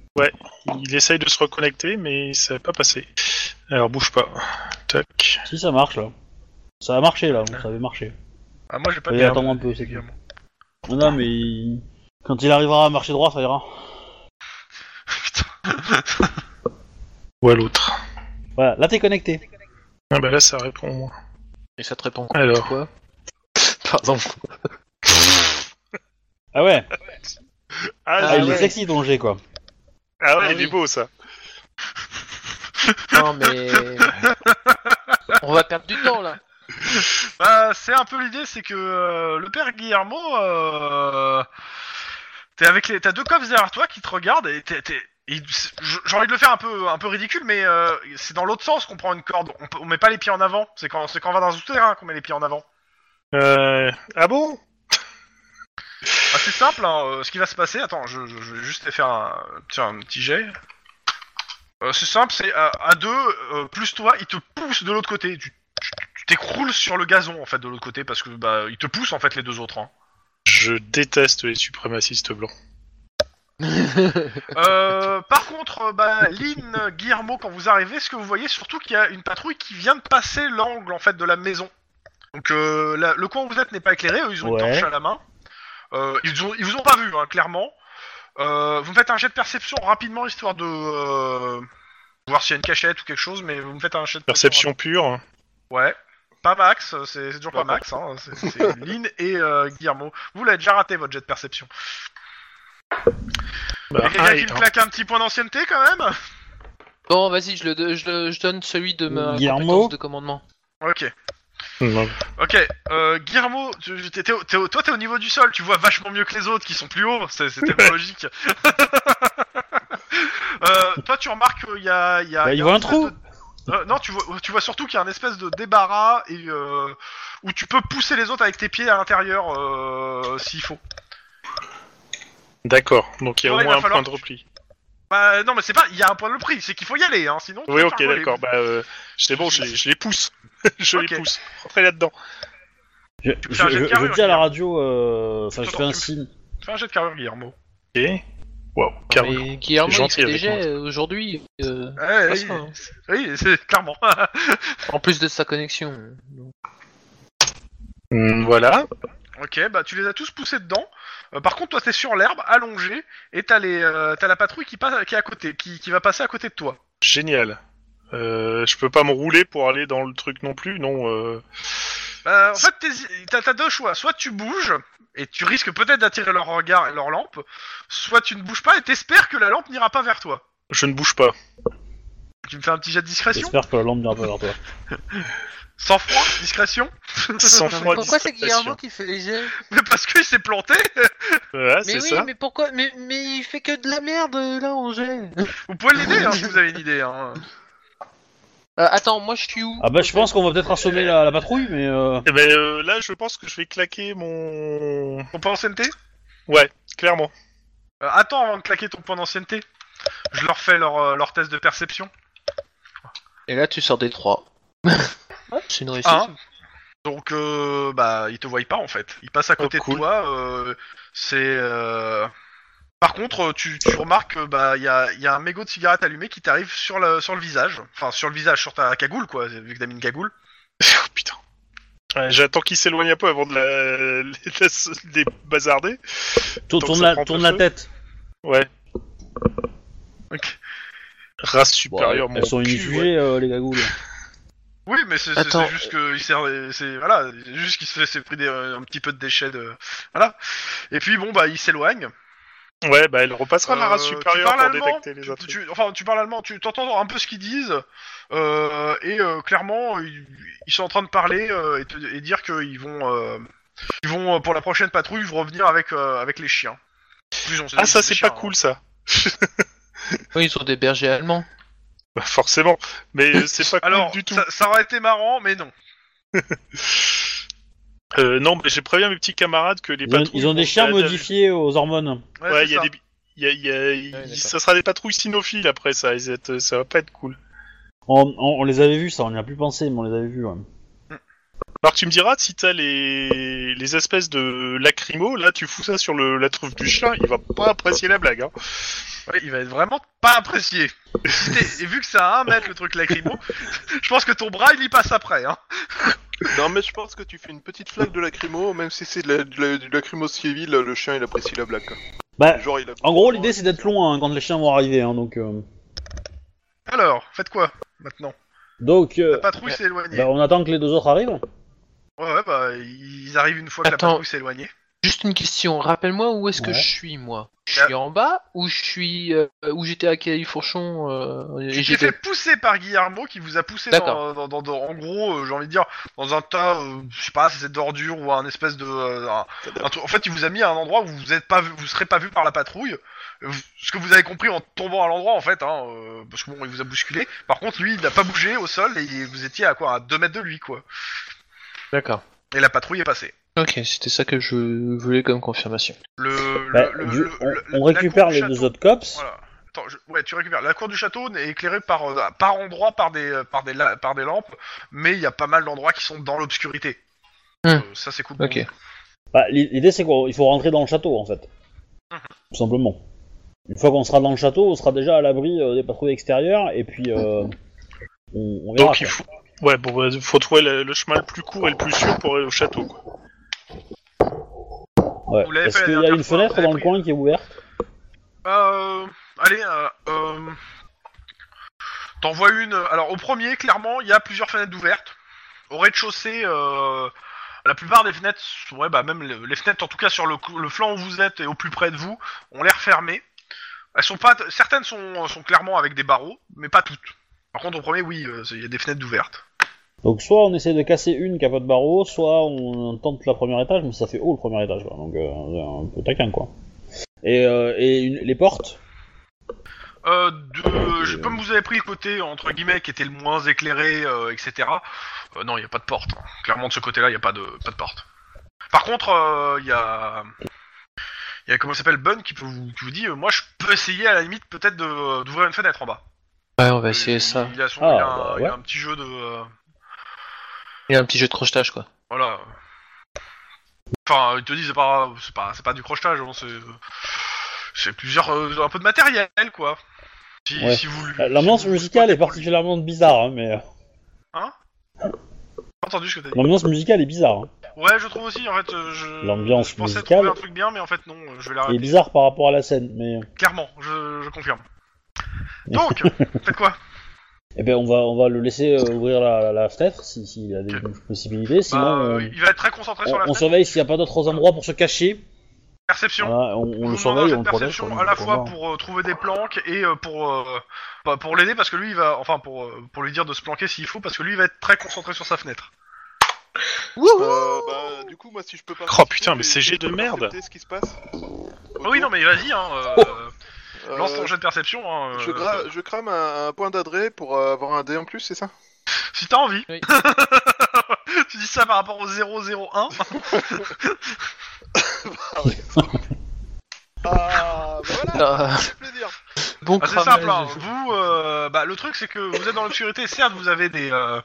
[SPEAKER 1] Il essaye de se reconnecter, mais ça va pas passer. Alors bouge pas. Tac.
[SPEAKER 2] Si ça marche là. Ça a marché là, ça avait marché.
[SPEAKER 3] Ah, moi j'ai pas
[SPEAKER 2] Faut y
[SPEAKER 3] Guillermo.
[SPEAKER 2] attendre un peu, c'est
[SPEAKER 3] Guillermo.
[SPEAKER 2] Non, non, mais il- quand il arrivera à marcher droit, ça ira.
[SPEAKER 1] Ou à l'autre.
[SPEAKER 2] Voilà, là t'es connecté.
[SPEAKER 1] Ah bah là, ça répond au moins.
[SPEAKER 5] Et ça te répond quoi
[SPEAKER 1] Alors,
[SPEAKER 5] Pardon.
[SPEAKER 2] Ah ouais,
[SPEAKER 1] ah,
[SPEAKER 2] ah,
[SPEAKER 1] j'ai-
[SPEAKER 2] il est
[SPEAKER 5] ouais.
[SPEAKER 2] sexy ton jet quoi.
[SPEAKER 1] ah ouais,
[SPEAKER 5] Ah
[SPEAKER 1] il est
[SPEAKER 5] oui.
[SPEAKER 1] beau ça.
[SPEAKER 5] Non, mais. On va perdre du temps là.
[SPEAKER 3] Bah, c'est un peu l'idée, c'est que euh, le père Guillermo, euh, t'es avec les, t'as deux cops derrière toi qui te regardent et t'es, t'es- il- j'ai envie de le faire un peu, un peu ridicule, mais euh, c'est dans l'autre sens qu'on prend une corde. On, peut- on met pas les pieds en avant. C'est quand, c'est quand on va dans un souterrain qu'on met les pieds en avant.
[SPEAKER 1] Euh... Ah bon
[SPEAKER 3] Bah, c'est simple. hein, euh, ce qui va se passer, attends, je, je- je vais juste te faire un, tiens, un petit jet. Euh, c'est simple, c'est à, à deux euh, plus toi, il te pousse de l'autre côté. Tu, tu- tu t'écroules sur le gazon en fait de l'autre côté parce que bah, il te pousse en fait les deux autres. hein.
[SPEAKER 1] Je déteste les suprémacistes blancs.
[SPEAKER 3] Euh, par contre, euh, bah, Lynn, euh, Guillermo, quand vous arrivez, ce que vous voyez surtout qu'il y a une patrouille qui vient de passer l'angle en fait de la maison. Donc euh, la- le coin où vous êtes n'est pas éclairé, eux, ils ont
[SPEAKER 2] Ouais.
[SPEAKER 3] une torche à la main. Euh, ils, ont, ils vous ont pas vu, hein, clairement. Euh, vous me faites un jet de perception rapidement histoire de euh, voir s'il y a une cachette ou quelque chose, mais vous me faites un jet de
[SPEAKER 1] Perception pure. hein.
[SPEAKER 3] Ouais. Pas max, euh, c'est c'est toujours pas max, hein. c'est c'est Lynn et euh, Guillermo. Vous l'avez déjà raté votre jet de perception.
[SPEAKER 1] Bah,
[SPEAKER 3] Et quelqu'un
[SPEAKER 1] un
[SPEAKER 3] qui
[SPEAKER 1] et
[SPEAKER 3] me
[SPEAKER 1] un.
[SPEAKER 3] claque un petit point d'ancienneté quand même
[SPEAKER 5] Bon, vas-y, je, le do- je, le- je donne celui de ma
[SPEAKER 2] Guillermo
[SPEAKER 5] compétence de commandement.
[SPEAKER 3] Ok.
[SPEAKER 1] Non.
[SPEAKER 3] Ok, euh, Guillermo, tu- tu- t'es- t'es au- t'es au- toi t'es au niveau du sol, tu vois vachement mieux que les autres qui sont plus hauts, c'est c'était pas logique. Euh, toi tu remarques qu'il y a... il Y a
[SPEAKER 2] Bah,
[SPEAKER 3] il y
[SPEAKER 2] il
[SPEAKER 3] a
[SPEAKER 2] voit
[SPEAKER 3] une
[SPEAKER 2] un
[SPEAKER 3] espèce
[SPEAKER 2] trou.
[SPEAKER 3] de- Euh, non, tu vois, tu vois surtout qu'il y a un espèce de débarras et, euh, où tu peux pousser les autres avec tes pieds à l'intérieur euh, s'il faut.
[SPEAKER 1] D'accord, donc il y a
[SPEAKER 3] Ouais,
[SPEAKER 1] au
[SPEAKER 3] il
[SPEAKER 1] moins
[SPEAKER 3] va
[SPEAKER 1] un
[SPEAKER 3] falloir
[SPEAKER 1] point de
[SPEAKER 3] que tu-
[SPEAKER 1] repli.
[SPEAKER 3] Bah non mais c'est pas, il y a un point de prix, c'est qu'il faut y aller, hein, sinon... tu
[SPEAKER 1] Oui,
[SPEAKER 3] vas te
[SPEAKER 1] ok,
[SPEAKER 3] faire voler.
[SPEAKER 1] d'accord. Bah, euh, c'est bon, je les, je les pousse. je
[SPEAKER 3] Ok.
[SPEAKER 1] les pousse. Rentrez là-dedans.
[SPEAKER 2] Je,
[SPEAKER 3] Tu
[SPEAKER 2] je,
[SPEAKER 3] peux faire un jet de
[SPEAKER 2] je- je
[SPEAKER 3] carrure,
[SPEAKER 2] dis à la
[SPEAKER 3] Guillaume.
[SPEAKER 2] radio, euh, enfin je
[SPEAKER 3] Attends,
[SPEAKER 2] fais un
[SPEAKER 3] tu-
[SPEAKER 2] signe.
[SPEAKER 3] Fais un jet de carrure Guillermo.
[SPEAKER 1] Ok. Waouh,
[SPEAKER 2] Ah,
[SPEAKER 1] carrure.
[SPEAKER 5] Mais Guillermo,
[SPEAKER 1] C'est
[SPEAKER 5] il
[SPEAKER 1] gentil
[SPEAKER 5] fait des
[SPEAKER 1] avec moi.
[SPEAKER 5] jets euh, aujourd'hui. euh,
[SPEAKER 3] Ouais,
[SPEAKER 5] pas
[SPEAKER 3] oui,
[SPEAKER 5] ça, hein.
[SPEAKER 3] Eh, oui, c'est clairement.
[SPEAKER 5] En plus de sa connexion.
[SPEAKER 1] Hmm, voilà.
[SPEAKER 3] Ok, bah tu les as tous poussés dedans. Euh, par contre, toi, t'es sur l'herbe, allongé, et t'as les, euh, t'as la patrouille qui passe, qui est à côté, qui, qui va passer à côté de toi.
[SPEAKER 1] Génial. Euh, je peux pas me rouler pour aller dans le truc non plus, non. euh.
[SPEAKER 3] Euh, en fait, t'hési- t'as t'as deux choix. Soit tu bouges, et tu risques peut-être d'attirer leur regard et leur lampe, soit tu ne bouges pas et t'espères que la lampe n'ira pas vers toi.
[SPEAKER 1] Je ne bouge pas.
[SPEAKER 3] Tu me fais un petit jet de discrétion
[SPEAKER 2] J'espère que la lampe n'ira pas vers toi.
[SPEAKER 3] Sans froid, discrétion
[SPEAKER 1] Sans
[SPEAKER 5] Mais
[SPEAKER 1] froid,
[SPEAKER 5] pourquoi c'est
[SPEAKER 1] discrétion.
[SPEAKER 5] Guillermo qui fait les jets
[SPEAKER 3] Mais parce qu'il s'est planté
[SPEAKER 1] Ah,
[SPEAKER 5] Mais
[SPEAKER 1] c'est
[SPEAKER 5] oui,
[SPEAKER 1] ça.
[SPEAKER 5] mais pourquoi mais, mais il fait que de la merde euh, là en jet Euh,
[SPEAKER 3] Vous pouvez l'aider hein, si vous avez une idée. Hein.
[SPEAKER 5] Attends, moi je suis où
[SPEAKER 2] Ah bah je pense qu'on va peut-être assommer la, la patrouille, mais euh,
[SPEAKER 1] Eh ben, euh, là, je pense que je vais claquer mon.
[SPEAKER 3] Ton point d'ancienneté
[SPEAKER 1] Ouais, clairement.
[SPEAKER 3] Euh, Attends avant de claquer ton point d'ancienneté. Je leur fais leur, euh, leur test de perception.
[SPEAKER 5] Et là tu sors des 3. c'est
[SPEAKER 1] Ah.
[SPEAKER 5] une réussite.
[SPEAKER 3] Hein Donc, euh, bah, ils te voient pas en fait. Ils passent à côté
[SPEAKER 1] cool.
[SPEAKER 3] de toi. euh, c'est. euh, Par contre, euh, tu, tu remarques que bah, il y a, il y a un mégot de cigarette allumé qui t'arrive sur le, sur le visage. Enfin, sur le visage, sur ta cagoule, quoi, vu que t'as mis une cagoule.
[SPEAKER 1] Oh, putain. Ouais, J'attends qu'il s'éloigne un peu avant de la, de la se- de les bazarder.
[SPEAKER 2] tourne,
[SPEAKER 1] Donc
[SPEAKER 2] tourne
[SPEAKER 1] ça
[SPEAKER 2] la,
[SPEAKER 1] prend
[SPEAKER 2] tourne
[SPEAKER 1] peu
[SPEAKER 2] la
[SPEAKER 1] feu.
[SPEAKER 2] tête.
[SPEAKER 3] Ok.
[SPEAKER 1] Race
[SPEAKER 2] Bon,
[SPEAKER 1] supérieure, mon
[SPEAKER 2] elles sont
[SPEAKER 1] cul, ouais.
[SPEAKER 2] unifiées, euh, les gagoules.
[SPEAKER 3] Oui, mais c'est c'est-
[SPEAKER 5] Attends.
[SPEAKER 3] c'est juste que il sert, c'est voilà, c'est juste qu'il s'est s'est pris des, euh, un petit peu de déchets de voilà. Et puis bon bah il s'éloigne.
[SPEAKER 1] Ouais, bah elle repassera la race
[SPEAKER 3] Euh, tu
[SPEAKER 1] supérieure
[SPEAKER 3] parles
[SPEAKER 1] pour
[SPEAKER 3] allemand
[SPEAKER 1] détecter les
[SPEAKER 3] Tu-
[SPEAKER 1] intrigues.
[SPEAKER 3] tu- enfin, tu parles allemand, tu t'entends un peu ce qu'ils disent, euh, et euh, clairement, ils, ils sont en train de parler euh, et, te- et dire qu'ils vont, euh, ils vont euh, pour la prochaine patrouille ils vont revenir avec euh, avec les chiens. En plus, on sait
[SPEAKER 1] Ah,
[SPEAKER 3] que
[SPEAKER 1] ça,
[SPEAKER 3] des
[SPEAKER 1] c'est
[SPEAKER 3] chiens, hein.
[SPEAKER 1] pas cool, ça.
[SPEAKER 5] Oui, ils sont des bergers allemands.
[SPEAKER 1] Bah, forcément. Mais euh, c'est pas
[SPEAKER 3] hein. Alors,
[SPEAKER 1] cool du tout.
[SPEAKER 3] Ça, ça aurait été marrant, mais non.
[SPEAKER 1] Euh, non, mais j'ai prévenu mes petits camarades que les
[SPEAKER 2] Ils ont,
[SPEAKER 1] patrouilles.
[SPEAKER 2] ils ont des
[SPEAKER 1] vont se
[SPEAKER 2] chiens
[SPEAKER 1] balader
[SPEAKER 2] modifiés aux hormones.
[SPEAKER 1] avec- Ouais,
[SPEAKER 3] c'est
[SPEAKER 1] il y a
[SPEAKER 3] ça.
[SPEAKER 1] des. bi- il y a- il y a- il-
[SPEAKER 5] d'accord.
[SPEAKER 1] ça sera des patrouilles cynophiles après ça, ils étaient- ça va pas être cool.
[SPEAKER 2] On, on- on les avait vus, ça, on n'y a plus pensé, mais on les avait vus. ouais.
[SPEAKER 1] Alors tu me diras si t'as les... les espèces de lacrymo, là tu fous ça sur le... la truffe du chien, il va pas apprécier la blague. Hein.
[SPEAKER 3] Ouais, il va être vraiment pas apprécié. Si t'es- et vu que c'est à 1 mètre le truc lacrymo, je pense que ton bras il y passe après. Hein.
[SPEAKER 4] Non, mais je pense que tu fais une petite flaque de lacrymo, même si c'est de la, de la- du lacrymo civil, le chien il apprécie la blague. quoi.
[SPEAKER 2] Bah,
[SPEAKER 4] Genre, il a-
[SPEAKER 2] en gros, l'idée c'est d'être loin hein, quand les chiens vont arriver, hein, donc. euh,
[SPEAKER 3] Alors, faites quoi maintenant
[SPEAKER 2] Donc, euh,
[SPEAKER 3] La patrouille s'est éloignée.
[SPEAKER 2] bah, on attend que les deux autres arrivent.
[SPEAKER 3] Ouais, ouais, bah ils arrivent une fois que
[SPEAKER 5] Attends.
[SPEAKER 3] la patrouille s'est éloignée.
[SPEAKER 5] Juste une question, rappelle-moi où est-ce que
[SPEAKER 2] Ouais.
[SPEAKER 5] je suis moi Je suis en bas ou je suis euh, où j'étais à Califourchon euh, et
[SPEAKER 3] Tu t'es
[SPEAKER 5] j'étais-
[SPEAKER 3] fait pousser par Guillermo qui vous a poussé dans,
[SPEAKER 5] D'accord.
[SPEAKER 3] dans- dans- dans- en gros, euh, j'ai envie de dire, dans un tas, euh, je sais pas, c'est d'ordures ou un espèce de. euh, un- un truc- en fait, il vous a mis à un endroit où vous êtes pas, vu- vous serez pas vu par la patrouille. Euh, Ce que vous avez compris en tombant à l'endroit en fait, hein, euh, parce que bon, il vous a bousculé. Par contre, lui, il n'a pas bougé au sol et il- vous étiez à quoi, à 2 mètres de lui quoi.
[SPEAKER 5] D'accord.
[SPEAKER 3] Et la patrouille est passée.
[SPEAKER 5] Ok, c'était ça que je voulais comme confirmation.
[SPEAKER 3] Le, le-
[SPEAKER 2] Bah,
[SPEAKER 3] le-
[SPEAKER 2] du-
[SPEAKER 3] le- le-
[SPEAKER 2] on, on
[SPEAKER 3] la cour
[SPEAKER 2] récupère
[SPEAKER 3] du
[SPEAKER 2] les
[SPEAKER 3] château-
[SPEAKER 2] deux autres cops.
[SPEAKER 3] Voilà. Attends, je- ouais, tu récupères. La cour du château est éclairée par, euh, par endroits par des, euh, par, des, la- par des lampes, mais il y a pas mal d'endroits qui sont dans l'obscurité.
[SPEAKER 5] Hmm.
[SPEAKER 3] Euh, ça, c'est cool. pour
[SPEAKER 5] Ok.
[SPEAKER 3] vous.
[SPEAKER 2] Bah, l'i- l'idée c'est qu'il faut rentrer dans le château en fait.
[SPEAKER 3] Ah.
[SPEAKER 2] Tout simplement. Une fois qu'on sera dans le château, on sera déjà à l'abri euh, des patrouilles extérieures et puis euh, on, on verra.
[SPEAKER 1] Donc il
[SPEAKER 2] quoi.
[SPEAKER 1] faut... Ouais, bon, bah, faut trouver le... le chemin le plus court et le plus sûr pour aller au château. Quoi.
[SPEAKER 2] Ouais.
[SPEAKER 3] vous l'avez
[SPEAKER 2] Est-ce
[SPEAKER 3] fait la
[SPEAKER 2] qu'il y a
[SPEAKER 3] dernière
[SPEAKER 2] une
[SPEAKER 3] fois,
[SPEAKER 2] fenêtre
[SPEAKER 3] vous
[SPEAKER 2] dans
[SPEAKER 3] avez
[SPEAKER 2] le coin qui est ouverte
[SPEAKER 3] Euh, allez, euh, euh, t'en vois une. Alors, au premier, clairement, il y a plusieurs fenêtres ouvertes. Au rez-de-chaussée, euh, la plupart des fenêtres, ouais, bah, même le- les fenêtres, en tout cas sur le, cou- le flanc où vous êtes et au plus près de vous, ont l'air fermées. Elles sont pas, certaines sont, sont clairement avec des barreaux, mais pas toutes. Par contre, au premier, oui, euh, il y a des fenêtres ouvertes.
[SPEAKER 2] Donc soit on essaie de casser une qui a pas de barreau, soit on tente la première étage, mais ça fait haut le premier étage quoi. Donc euh, un peu taquin quoi. Et, euh, et une- les portes
[SPEAKER 3] Euh, de, je- comme vous avez pris le côté entre guillemets qui était le moins éclairé, euh, etc. euh, non, il n'y a pas de porte. hein. Clairement, de ce côté-là, il n'y a pas de pas de porte. Par contre, euh, il y a il y a comment ça s'appelle Bun qui peut vous qui vous dit, euh, moi, je peux essayer à la limite peut-être de- d'ouvrir une fenêtre en bas. Euh,
[SPEAKER 5] Ouais, on va essayer Bah, ça.
[SPEAKER 3] Il y a, son-
[SPEAKER 2] Ah,
[SPEAKER 3] il y a un,
[SPEAKER 2] bah,
[SPEAKER 3] il y a
[SPEAKER 2] ouais.
[SPEAKER 3] un petit jeu de euh,
[SPEAKER 5] Il y a un petit jeu de crochetage quoi.
[SPEAKER 3] voilà. Enfin, ils te disent c'est pas c'est pas c'est pas du crochetage, hein, c'est c'est plusieurs euh, un peu de matériel quoi. Si,
[SPEAKER 2] Ouais.
[SPEAKER 3] si vous lui-
[SPEAKER 2] La- L'ambiance
[SPEAKER 3] si vous-
[SPEAKER 2] musicale est particulièrement bizarre, hein, mais euh,
[SPEAKER 3] J'ai pas entendu ce que t'as dit.
[SPEAKER 2] l'ambiance musicale est bizarre. hein.
[SPEAKER 3] Ouais, je trouve aussi, en fait, euh, je...
[SPEAKER 2] L'ambiance
[SPEAKER 3] je pensais
[SPEAKER 2] musicale.
[SPEAKER 3] trouver un truc bien, mais en fait, non, euh, je
[SPEAKER 2] Elle
[SPEAKER 3] vais
[SPEAKER 2] est
[SPEAKER 3] l'arrêter.
[SPEAKER 2] bizarre par rapport à la scène, mais
[SPEAKER 3] Clairement, je, je confirme. Donc, faites quoi Bah,
[SPEAKER 2] Eh ben on va, on va le laisser euh, ouvrir la, la, la fenêtre s'il si, s'il a des possibilités. Sinon,
[SPEAKER 3] Bah,
[SPEAKER 2] euh,
[SPEAKER 3] Il va être très concentré
[SPEAKER 2] on,
[SPEAKER 3] sur la
[SPEAKER 2] on
[SPEAKER 3] fenêtre.
[SPEAKER 2] surveille s'il n'y a pas d'autres endroits pour se cacher.
[SPEAKER 3] Perception.
[SPEAKER 2] Voilà, on, on le
[SPEAKER 3] Je vous demande un
[SPEAKER 2] surveille,
[SPEAKER 3] jet
[SPEAKER 2] on le
[SPEAKER 3] de
[SPEAKER 2] protège.
[SPEAKER 3] perception
[SPEAKER 2] quoi,
[SPEAKER 3] à la
[SPEAKER 2] pour
[SPEAKER 3] fois
[SPEAKER 2] voir.
[SPEAKER 3] pour euh, trouver des planques et euh, pour euh, bah, pour l'aider parce que lui il va enfin pour euh, pour lui dire de se planquer s'il faut parce que lui il va être très concentré sur sa fenêtre.
[SPEAKER 5] Wouhou
[SPEAKER 4] Euh, bah, du coup, moi, si je peux pas.
[SPEAKER 1] Oh, putain, mais c'est jet de merde.
[SPEAKER 4] ce qui se passe.
[SPEAKER 3] Ah oui non mais vas-y hein. euh,
[SPEAKER 4] Euh,
[SPEAKER 3] lance ton jet de perception. Hein,
[SPEAKER 4] je,
[SPEAKER 3] euh,
[SPEAKER 4] gra- je crame un, un point d'adré pour euh, avoir un dé en plus, c'est ça
[SPEAKER 3] Si t'as envie.
[SPEAKER 5] Oui.
[SPEAKER 3] tu dis ça par rapport au 001.
[SPEAKER 4] Ah, voilà,
[SPEAKER 5] Ah,
[SPEAKER 4] ça fait plaisir.
[SPEAKER 5] Bon
[SPEAKER 3] Ah, c'est
[SPEAKER 5] cramage.
[SPEAKER 3] simple, hein. vous, euh, bah, le truc c'est que vous êtes dans l'obscurité, certes vous avez des, euh,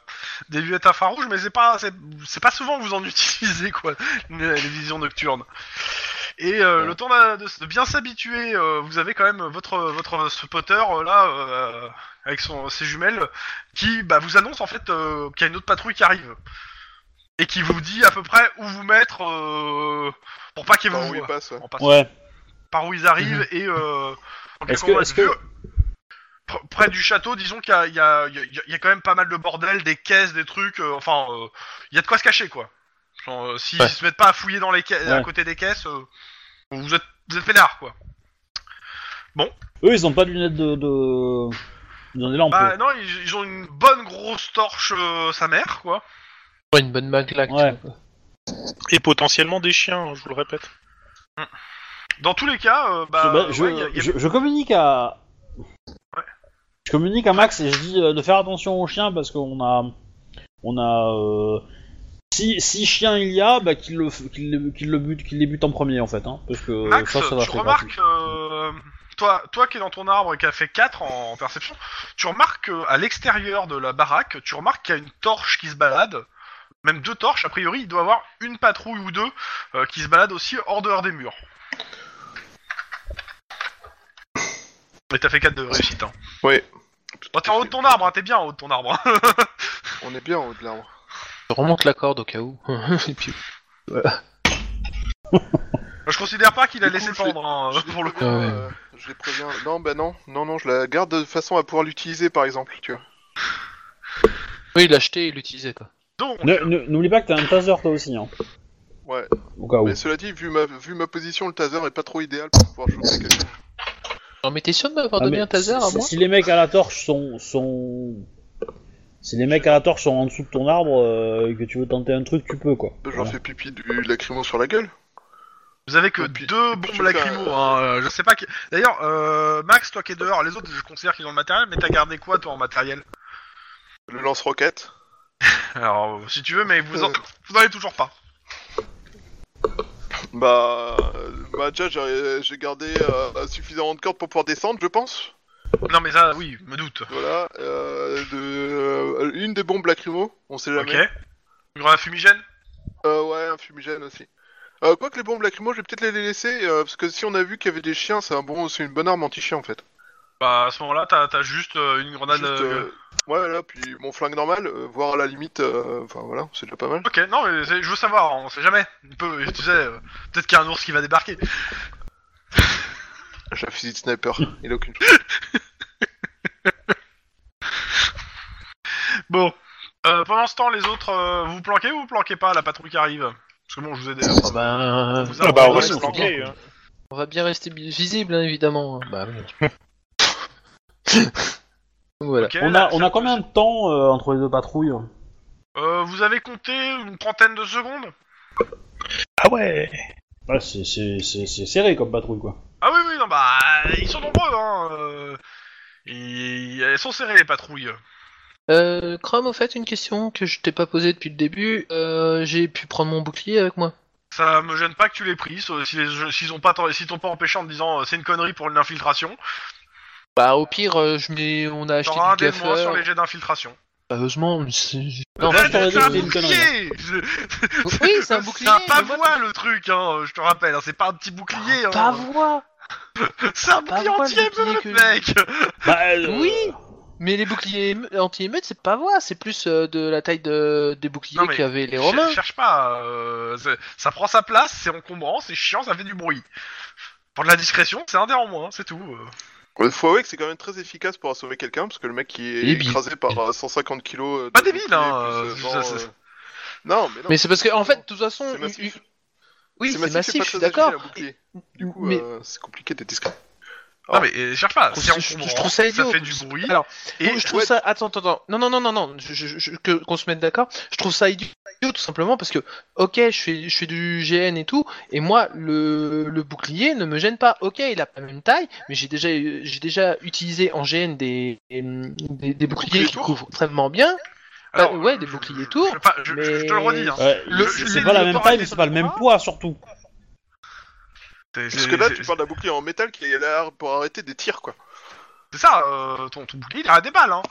[SPEAKER 3] des lunettes infrarouges, mais c'est pas, c'est, c'est pas souvent que vous en utilisez quoi, les, les visions nocturnes. Et euh, le temps d'a- de, de bien s'habituer, euh, vous avez quand même votre, votre spotter euh, là, euh, avec son, ses jumelles, qui bah, vous annonce en fait euh, qu'il y a une autre patrouille qui arrive. Et qui vous dit à peu près où vous mettre euh, pour pas qu'ils vous
[SPEAKER 4] Par où il
[SPEAKER 3] voient.
[SPEAKER 4] passe, ouais.
[SPEAKER 3] En passant
[SPEAKER 2] Ouais.
[SPEAKER 3] par où ils arrivent et euh, donc,
[SPEAKER 2] Est-ce que-
[SPEAKER 3] ils vont être
[SPEAKER 2] est-ce que-
[SPEAKER 3] vieux. Pr- près du château, disons qu'il y a, il y, a, il y a- il y a quand même pas mal de bordel, des caisses, des trucs, euh, enfin, euh, il y a de quoi se cacher quoi. Genre, euh, S'ils
[SPEAKER 1] Ouais.
[SPEAKER 3] se mettent pas à fouiller dans les ca- à
[SPEAKER 2] Ouais.
[SPEAKER 3] côté des caisses, euh, vous êtes vous êtes peinards, quoi.
[SPEAKER 2] Eux, ils ont pas de lunettes de. de... Ils ont des lampes.
[SPEAKER 3] Bah non, ils, ils ont une bonne grosse torche, euh, sa mère quoi.
[SPEAKER 5] Ouais, Une bonne maglaque.
[SPEAKER 2] Ouais.
[SPEAKER 1] Et potentiellement des chiens, hein, je vous le répète.
[SPEAKER 3] Dans tous les cas, euh, bah,
[SPEAKER 2] Bah, je,
[SPEAKER 3] ouais, il y a- il y a-
[SPEAKER 2] je- je communique à.
[SPEAKER 3] Ouais.
[SPEAKER 2] Je communique à Max et je dis euh, de faire attention aux chiens parce qu'on a. On a. euh, Si, si chien il y a, bah qu'il le, f- qu'il le, qu'il le bute, qu'il les bute en premier en fait, hein, parce que
[SPEAKER 3] Max,
[SPEAKER 2] ça, ça va
[SPEAKER 3] tu
[SPEAKER 2] faire
[SPEAKER 3] remarques,
[SPEAKER 2] gratuit.
[SPEAKER 3] euh, toi, toi qui es dans ton arbre et qui a fait 4 en, en perception, tu remarques euh, à l'extérieur de la baraque, tu remarques qu'il y a une torche qui se balade, même deux torches, a priori il doit y avoir une patrouille ou deux euh, qui se balade aussi hors dehors des murs. Mais t'as fait 4 de réussite. Hein.
[SPEAKER 4] Oui.
[SPEAKER 3] Oh, t'es en haut de ton arbre, hein, t'es bien en haut de ton arbre. hein.
[SPEAKER 4] On est bien en haut de l'arbre.
[SPEAKER 5] Je remonte la corde au cas où. Et puis,
[SPEAKER 3] Je considère pas qu'il a
[SPEAKER 4] Du coup,
[SPEAKER 3] laissé
[SPEAKER 4] je l'ai-
[SPEAKER 3] pendre hein,
[SPEAKER 4] Je les
[SPEAKER 3] pour le coup.
[SPEAKER 4] préviens, euh, je les préviens. Non, bah non, non, non, je la garde de façon à pouvoir l'utiliser par exemple, tu vois.
[SPEAKER 5] oui, l'acheter et l'utiliser quoi.
[SPEAKER 3] Donc,
[SPEAKER 2] Ne- ne- N'oublie pas que t'as un taser toi aussi, hein,
[SPEAKER 4] Ouais,
[SPEAKER 2] au cas où.
[SPEAKER 4] mais cela dit, vu ma, vu ma position, le taser est pas trop idéal pour pouvoir shooter quelqu'un.
[SPEAKER 5] Non mais t'es sûr de m'avoir
[SPEAKER 2] Ah,
[SPEAKER 5] donné
[SPEAKER 2] mais
[SPEAKER 5] un taser à
[SPEAKER 2] si-
[SPEAKER 5] moi
[SPEAKER 2] Si les mecs à la torche sont, sont... Si les mecs à la torche sont en dessous de ton arbre euh, et que tu veux tenter un truc, tu peux quoi.
[SPEAKER 4] Bah, Je leur
[SPEAKER 2] Voilà.
[SPEAKER 4] fais pipi du lacrymo sur la gueule.
[SPEAKER 3] Vous avez que
[SPEAKER 4] Et puis-
[SPEAKER 3] deux
[SPEAKER 4] et puis
[SPEAKER 3] bombes
[SPEAKER 4] tu fais
[SPEAKER 3] lacrymo, hein, euh, je sais pas qui... D'ailleurs, euh, Max, toi qui es dehors, les autres, je considère qu'ils ont le matériel, mais t'as gardé quoi, toi, en matériel
[SPEAKER 4] Le lance-roquette.
[SPEAKER 3] Alors, euh, si tu veux, mais vous en,
[SPEAKER 4] Euh.
[SPEAKER 3] vous en avez toujours pas.
[SPEAKER 4] Bah, euh, bah déjà j'ai j'ai gardé euh, suffisamment de cordes pour pouvoir descendre, je pense.
[SPEAKER 3] Non, mais ça, oui, je me doute.
[SPEAKER 4] Voilà, euh, de, euh, une des bombes lacrymo, on sait
[SPEAKER 3] Ok.
[SPEAKER 4] jamais.
[SPEAKER 3] Il y aura un fumigène
[SPEAKER 4] Euh, ouais, un fumigène aussi. Euh, Quoique les bombes lacrymo, je vais peut-être les laisser euh, parce que si on a vu qu'il y avait des chiens, c'est un bon, c'est une bonne arme anti-chien en fait.
[SPEAKER 3] Bah, à ce moment-là, t'as t'as juste euh, une grenade...
[SPEAKER 4] Juste,
[SPEAKER 3] euh,
[SPEAKER 4] euh, ouais, là, puis mon flingue normal, euh, voire à la limite, euh, enfin voilà, c'est déjà pas mal.
[SPEAKER 3] Ok, non, mais c'est- je veux savoir, on sait jamais. Il peut- tu sais, euh, peut-être qu'il y a un ours qui va débarquer.
[SPEAKER 4] J'ai un fusil de sniper, il a aucune.
[SPEAKER 3] Bon. Euh, pendant ce temps, les autres, euh, vous planquez ou vous planquez pas la patrouille qui arrive Parce que bon, je vous ai déjà...
[SPEAKER 5] Ah, bah,
[SPEAKER 3] Vous
[SPEAKER 1] Ah bah, on va
[SPEAKER 5] ouais,
[SPEAKER 1] se
[SPEAKER 5] on
[SPEAKER 1] planquer.
[SPEAKER 5] va-
[SPEAKER 1] hein.
[SPEAKER 5] On va bien rester bi- visible hein, évidemment. Bah oui. voilà.
[SPEAKER 3] Ok,
[SPEAKER 2] On
[SPEAKER 3] là,
[SPEAKER 2] a, on
[SPEAKER 3] ça-
[SPEAKER 2] a combien de temps euh, entre les deux patrouilles
[SPEAKER 3] Euh, vous avez compté une trentaine de secondes
[SPEAKER 1] Ah ouais
[SPEAKER 2] Ouais, Bah, c'est c'est- c'est- c'est serré comme patrouille quoi.
[SPEAKER 3] Ah oui, oui, non, bah, ils sont nombreux, hein. euh, ils- elles sont serrées, les patrouilles.
[SPEAKER 5] Euh, Chrome, au fait, une question que je t'ai pas posée depuis le début. Euh, j'ai pu prendre mon bouclier avec moi.
[SPEAKER 3] Ça me gêne pas que tu les prises, euh, si les- s'ils ont pas, si t'ont pas empêché en te disant euh, c'est une connerie pour une infiltration,
[SPEAKER 5] Bah au pire, euh, je mets... on a acheté
[SPEAKER 3] t'auras un
[SPEAKER 5] du
[SPEAKER 3] dé de moins sur
[SPEAKER 5] gaffeur.
[SPEAKER 3] les jets d'infiltration.
[SPEAKER 5] Heureusement, mais c'est-
[SPEAKER 2] En
[SPEAKER 3] Eh,
[SPEAKER 2] fait, t'aurais
[SPEAKER 3] c'est
[SPEAKER 2] dit que
[SPEAKER 5] euh,
[SPEAKER 3] un
[SPEAKER 2] c'était une hein.
[SPEAKER 3] bouclier
[SPEAKER 5] oui, c'est un bouclier.
[SPEAKER 3] C'est un
[SPEAKER 5] mais
[SPEAKER 3] pavois,
[SPEAKER 5] moi-
[SPEAKER 3] le truc, hein, je te rappelle, hein, c'est pas un petit bouclier, hein.
[SPEAKER 5] Pavois.
[SPEAKER 3] C'est un bouclier
[SPEAKER 5] pavois, Ah, le
[SPEAKER 3] entier,
[SPEAKER 5] bouclier
[SPEAKER 3] meuf,
[SPEAKER 5] que-
[SPEAKER 3] mec
[SPEAKER 2] Bah, euh,
[SPEAKER 5] Oui. Mais les boucliers éme- anti-émeutes, c'est pas vrai, c'est plus euh, de la taille de... des boucliers
[SPEAKER 3] Non, mais
[SPEAKER 5] qu'avaient les
[SPEAKER 3] Cher-
[SPEAKER 5] Romains.
[SPEAKER 3] Cherche pas, euh, c'est- ça prend sa place, hein, c'est encombrant, c'est chiant, ça fait du bruit. Pour de la discrétion, c'est un dé en moins, c'est tout. euh.
[SPEAKER 4] Il faut avouer que c'est quand même très efficace pour sauver quelqu'un, parce que le mec qui est
[SPEAKER 5] Il est bide.
[SPEAKER 4] écrasé par euh, 150 kilos... euh, de
[SPEAKER 3] Pas débile,
[SPEAKER 4] bouclier,
[SPEAKER 3] hein,
[SPEAKER 4] plus,
[SPEAKER 3] euh,
[SPEAKER 4] euh, genre,
[SPEAKER 3] ça, ça-
[SPEAKER 4] euh, Non, mais non.
[SPEAKER 5] Mais c'est parce que, en fait, de toute façon,
[SPEAKER 4] c'est
[SPEAKER 5] une-
[SPEAKER 4] massif.
[SPEAKER 5] une- oui,
[SPEAKER 4] C'est
[SPEAKER 5] c'est massif,
[SPEAKER 4] c'est pas
[SPEAKER 5] je suis
[SPEAKER 4] très
[SPEAKER 5] d'accord.
[SPEAKER 4] agile, un bouclier. Du coup,
[SPEAKER 5] Mais-
[SPEAKER 4] euh, c'est compliqué d'être discret.
[SPEAKER 3] Non, mais euh, cherche pas,
[SPEAKER 5] Oh. Je-
[SPEAKER 3] c'est
[SPEAKER 5] je- je
[SPEAKER 3] encombrant,
[SPEAKER 5] trouve ça idiot.
[SPEAKER 3] fait du bruit.
[SPEAKER 5] Alors,
[SPEAKER 3] et
[SPEAKER 5] je trouve
[SPEAKER 4] ouais.
[SPEAKER 5] ça. Attends, attends, attends. Non, non, non, non, non. Je- je- je- que- Qu'on se mette d'accord. Je trouve ça idiot, tout simplement parce que, ok, je fais, je fais du GN et tout, et moi, le, le bouclier ne me gêne pas. Ok, il a pas la même taille, mais j'ai déjà, eu- j'ai déjà utilisé en GN des, des, des boucliers
[SPEAKER 4] Bouclier
[SPEAKER 5] qui
[SPEAKER 4] tour.
[SPEAKER 5] couvrent extrêmement bien.
[SPEAKER 3] alors,
[SPEAKER 5] bah, ouais, des
[SPEAKER 3] je-
[SPEAKER 5] boucliers
[SPEAKER 3] je-
[SPEAKER 5] tours,
[SPEAKER 3] Je, vais pas- je- je
[SPEAKER 5] mais-
[SPEAKER 3] te le redis, hein.
[SPEAKER 2] Ouais,
[SPEAKER 3] Le-
[SPEAKER 2] c'est-
[SPEAKER 3] le-
[SPEAKER 2] c'est
[SPEAKER 3] le-
[SPEAKER 2] pas la
[SPEAKER 3] le
[SPEAKER 2] même
[SPEAKER 3] temps
[SPEAKER 2] taille,
[SPEAKER 3] à
[SPEAKER 2] mais c'est pas le même
[SPEAKER 3] détendre.
[SPEAKER 2] poids surtout.
[SPEAKER 3] C'est-
[SPEAKER 4] Parce
[SPEAKER 3] c'est-
[SPEAKER 4] que là,
[SPEAKER 3] c'est-
[SPEAKER 4] tu parles d'un bouclier en métal qui est là pour arrêter des tirs, quoi.
[SPEAKER 3] C'est ça, euh, ton, ton bouclier, il a des balles, hein.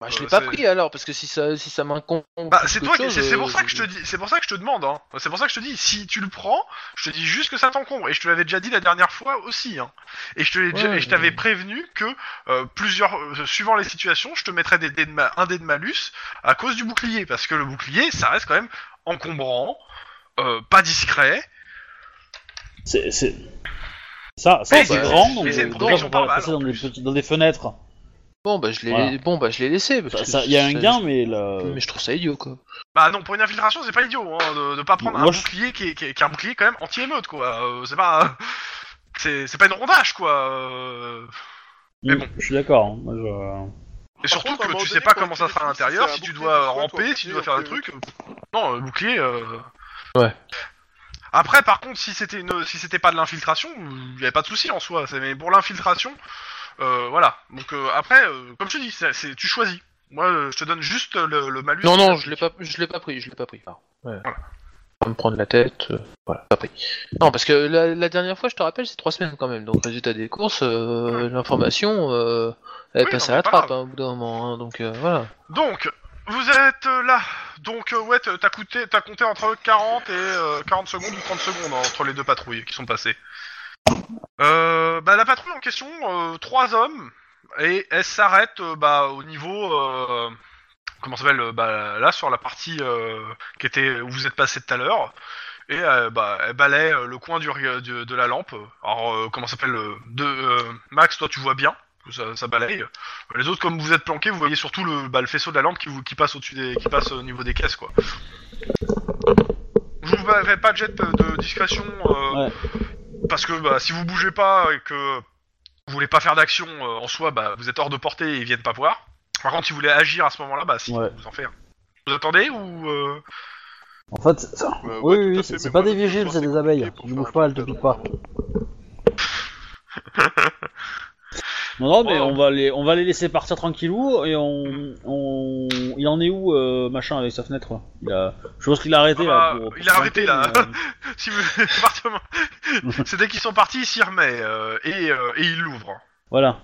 [SPEAKER 5] Bah, je
[SPEAKER 3] Euh,
[SPEAKER 5] l'ai pas
[SPEAKER 3] c'est-
[SPEAKER 5] pris alors parce que si ça, si ça m'incombe.
[SPEAKER 3] Bah,
[SPEAKER 5] plus
[SPEAKER 3] c'est
[SPEAKER 5] qu'autre
[SPEAKER 3] toi, qui-
[SPEAKER 5] chose,
[SPEAKER 3] c'est c'est pour
[SPEAKER 5] euh,
[SPEAKER 3] ça que je te dis, c'est pour ça que je te demande, hein. C'est pour ça que je te dis, si tu le prends, je te dis juste que ça t'encombre. Et je te l'avais déjà dit la dernière fois aussi, hein. Et je te l'ai déjà-
[SPEAKER 5] Ouais,
[SPEAKER 3] et je t'avais
[SPEAKER 5] mais-
[SPEAKER 3] prévenu que euh, plusieurs, euh, suivant les situations, je te mettrais des dés de ma- un dé de malus à cause du bouclier, parce que le bouclier, ça reste quand même encombrant, euh, pas discret.
[SPEAKER 2] C'est, c'est- Ça, ça
[SPEAKER 3] Mais
[SPEAKER 2] c'est
[SPEAKER 5] c'est-
[SPEAKER 2] grand,
[SPEAKER 3] mais
[SPEAKER 2] donc
[SPEAKER 3] c'est
[SPEAKER 2] euh,
[SPEAKER 3] une
[SPEAKER 2] déjà,
[SPEAKER 3] protection
[SPEAKER 2] faut
[SPEAKER 3] par
[SPEAKER 2] pas
[SPEAKER 3] balle,
[SPEAKER 2] passer
[SPEAKER 3] en
[SPEAKER 2] dans des,
[SPEAKER 3] plus.
[SPEAKER 2] petits- dans des fenêtres.
[SPEAKER 5] Bon, bah, je l'ai,
[SPEAKER 2] Voilà.
[SPEAKER 5] bon, bah, je l'ai laissé. parce
[SPEAKER 2] Ça-
[SPEAKER 5] que
[SPEAKER 2] ça- Il y a un
[SPEAKER 5] ça-
[SPEAKER 2] gain, euh. mais là,
[SPEAKER 5] Mais je trouve ça idiot, quoi.
[SPEAKER 3] Bah non, pour une infiltration, c'est pas idiot, hein, de, de pas prendre
[SPEAKER 2] Moi,
[SPEAKER 3] un
[SPEAKER 2] je-
[SPEAKER 3] bouclier qui est, qui est- qui est un bouclier quand même anti-émeute, quoi. Euh, c'est pas, c'est c'est pas une rondage, quoi. Euh, mais bon.
[SPEAKER 2] je suis d'accord. hein, moi, je-
[SPEAKER 3] Et
[SPEAKER 4] Par
[SPEAKER 3] surtout
[SPEAKER 4] contre, à un
[SPEAKER 3] que
[SPEAKER 4] moment
[SPEAKER 3] tu sais
[SPEAKER 4] donné,
[SPEAKER 3] pas
[SPEAKER 4] quand
[SPEAKER 3] comment
[SPEAKER 4] tu
[SPEAKER 3] ça sera à
[SPEAKER 4] réfléchis,
[SPEAKER 3] l'intérieur,
[SPEAKER 4] c'est un
[SPEAKER 3] si tu
[SPEAKER 4] bouclier
[SPEAKER 3] dois
[SPEAKER 4] de soin,
[SPEAKER 3] ramper,
[SPEAKER 4] toi,
[SPEAKER 3] si tu
[SPEAKER 4] bouclier,
[SPEAKER 3] dois faire des
[SPEAKER 4] ok, ok.
[SPEAKER 3] trucs. Non, le bouclier. euh,
[SPEAKER 5] Ouais.
[SPEAKER 3] Après, par contre, si c'était une, si c'était pas de l'infiltration, il y avait pas de souci en soi. C'est- Mais pour l'infiltration, euh, voilà. Donc euh, après, euh, comme je te dis, c'est, c'est- tu choisis. Moi, euh, je te donne juste le, le malus.
[SPEAKER 5] Non, non, je l'ai pas, je l'ai pas pris, je l'ai pas pris. Enfin, Ah, ouais. Pas me prendre la tête, euh, voilà, pas pris. Non, parce que la, la dernière fois, je te rappelle, c'est trois semaines quand même. Donc, résultat des courses, euh, l'information, euh, elle est
[SPEAKER 3] Oui,
[SPEAKER 5] passée
[SPEAKER 3] non,
[SPEAKER 5] à la
[SPEAKER 3] mais pas
[SPEAKER 5] trappe
[SPEAKER 3] grave.
[SPEAKER 5] hein, au bout d'un moment. hein, donc euh, voilà.
[SPEAKER 3] Donc, vous êtes euh, là. Donc, euh, ouais, t'as coûté, t'as compté entre 40 et euh, 40 secondes ou 30 secondes hein, entre les deux patrouilles qui sont passées. Euh, bah, la patrouille en question, euh, trois hommes, et elle s'arrête euh, bah, au niveau. euh, comment ça s'appelle euh, bah, Là, sur la partie euh, qui était où vous êtes passé tout à l'heure. Et euh, bah, elle balaye euh, le coin du, ri- du- de la lampe. Alors, euh, comment ça s'appelle euh, de, euh, Max, toi, tu vois bien que ça, ça balaye. Les autres, comme vous êtes planqués, vous voyez surtout le, bah, le faisceau de la lampe qui, vous, qui passe au-dessus des, qui passe au niveau des caisses, quoi. Je vous ferai pas de jet de discrétion euh,
[SPEAKER 2] Ouais.
[SPEAKER 3] parce que bah, si vous bougez pas et que vous voulez pas faire d'action euh, en soi, bah, vous êtes hors de portée et ils viennent pas voir. Par contre, si vous voulez agir à ce moment-là, bah si,
[SPEAKER 2] Ouais.
[SPEAKER 3] vous en faites. un. Vous attendez ou euh,
[SPEAKER 2] En fait, c'est ça.
[SPEAKER 4] Euh,
[SPEAKER 2] oui,
[SPEAKER 4] ouais,
[SPEAKER 2] oui, oui,
[SPEAKER 4] tout à fait,
[SPEAKER 2] c'est
[SPEAKER 4] mais
[SPEAKER 2] c'est pas
[SPEAKER 4] moi,
[SPEAKER 2] des
[SPEAKER 4] je pense
[SPEAKER 2] vigiles,
[SPEAKER 4] que
[SPEAKER 2] c'est des
[SPEAKER 4] compliqué
[SPEAKER 2] abeilles.
[SPEAKER 4] pour
[SPEAKER 2] Tu
[SPEAKER 4] faire
[SPEAKER 2] bouges
[SPEAKER 4] un
[SPEAKER 2] pas, elles te
[SPEAKER 4] truc
[SPEAKER 2] piquent
[SPEAKER 4] là-dedans.
[SPEAKER 2] pas. Non, non, mais
[SPEAKER 3] Ouais.
[SPEAKER 2] on va les, on va les laisser partir tranquillou et on, on- il en est où, euh, machin, avec sa fenêtre là Il a, je pense qu'il a arrêté
[SPEAKER 3] Ah,
[SPEAKER 2] là. Pour,
[SPEAKER 3] il
[SPEAKER 2] pour
[SPEAKER 3] a arrêté,
[SPEAKER 2] planter,
[SPEAKER 3] là.
[SPEAKER 2] mais, euh,
[SPEAKER 3] si vous Appartement. c'est dès qu'ils sont partis, il s'y remet euh, et, euh, et il l'ouvre.
[SPEAKER 2] voilà.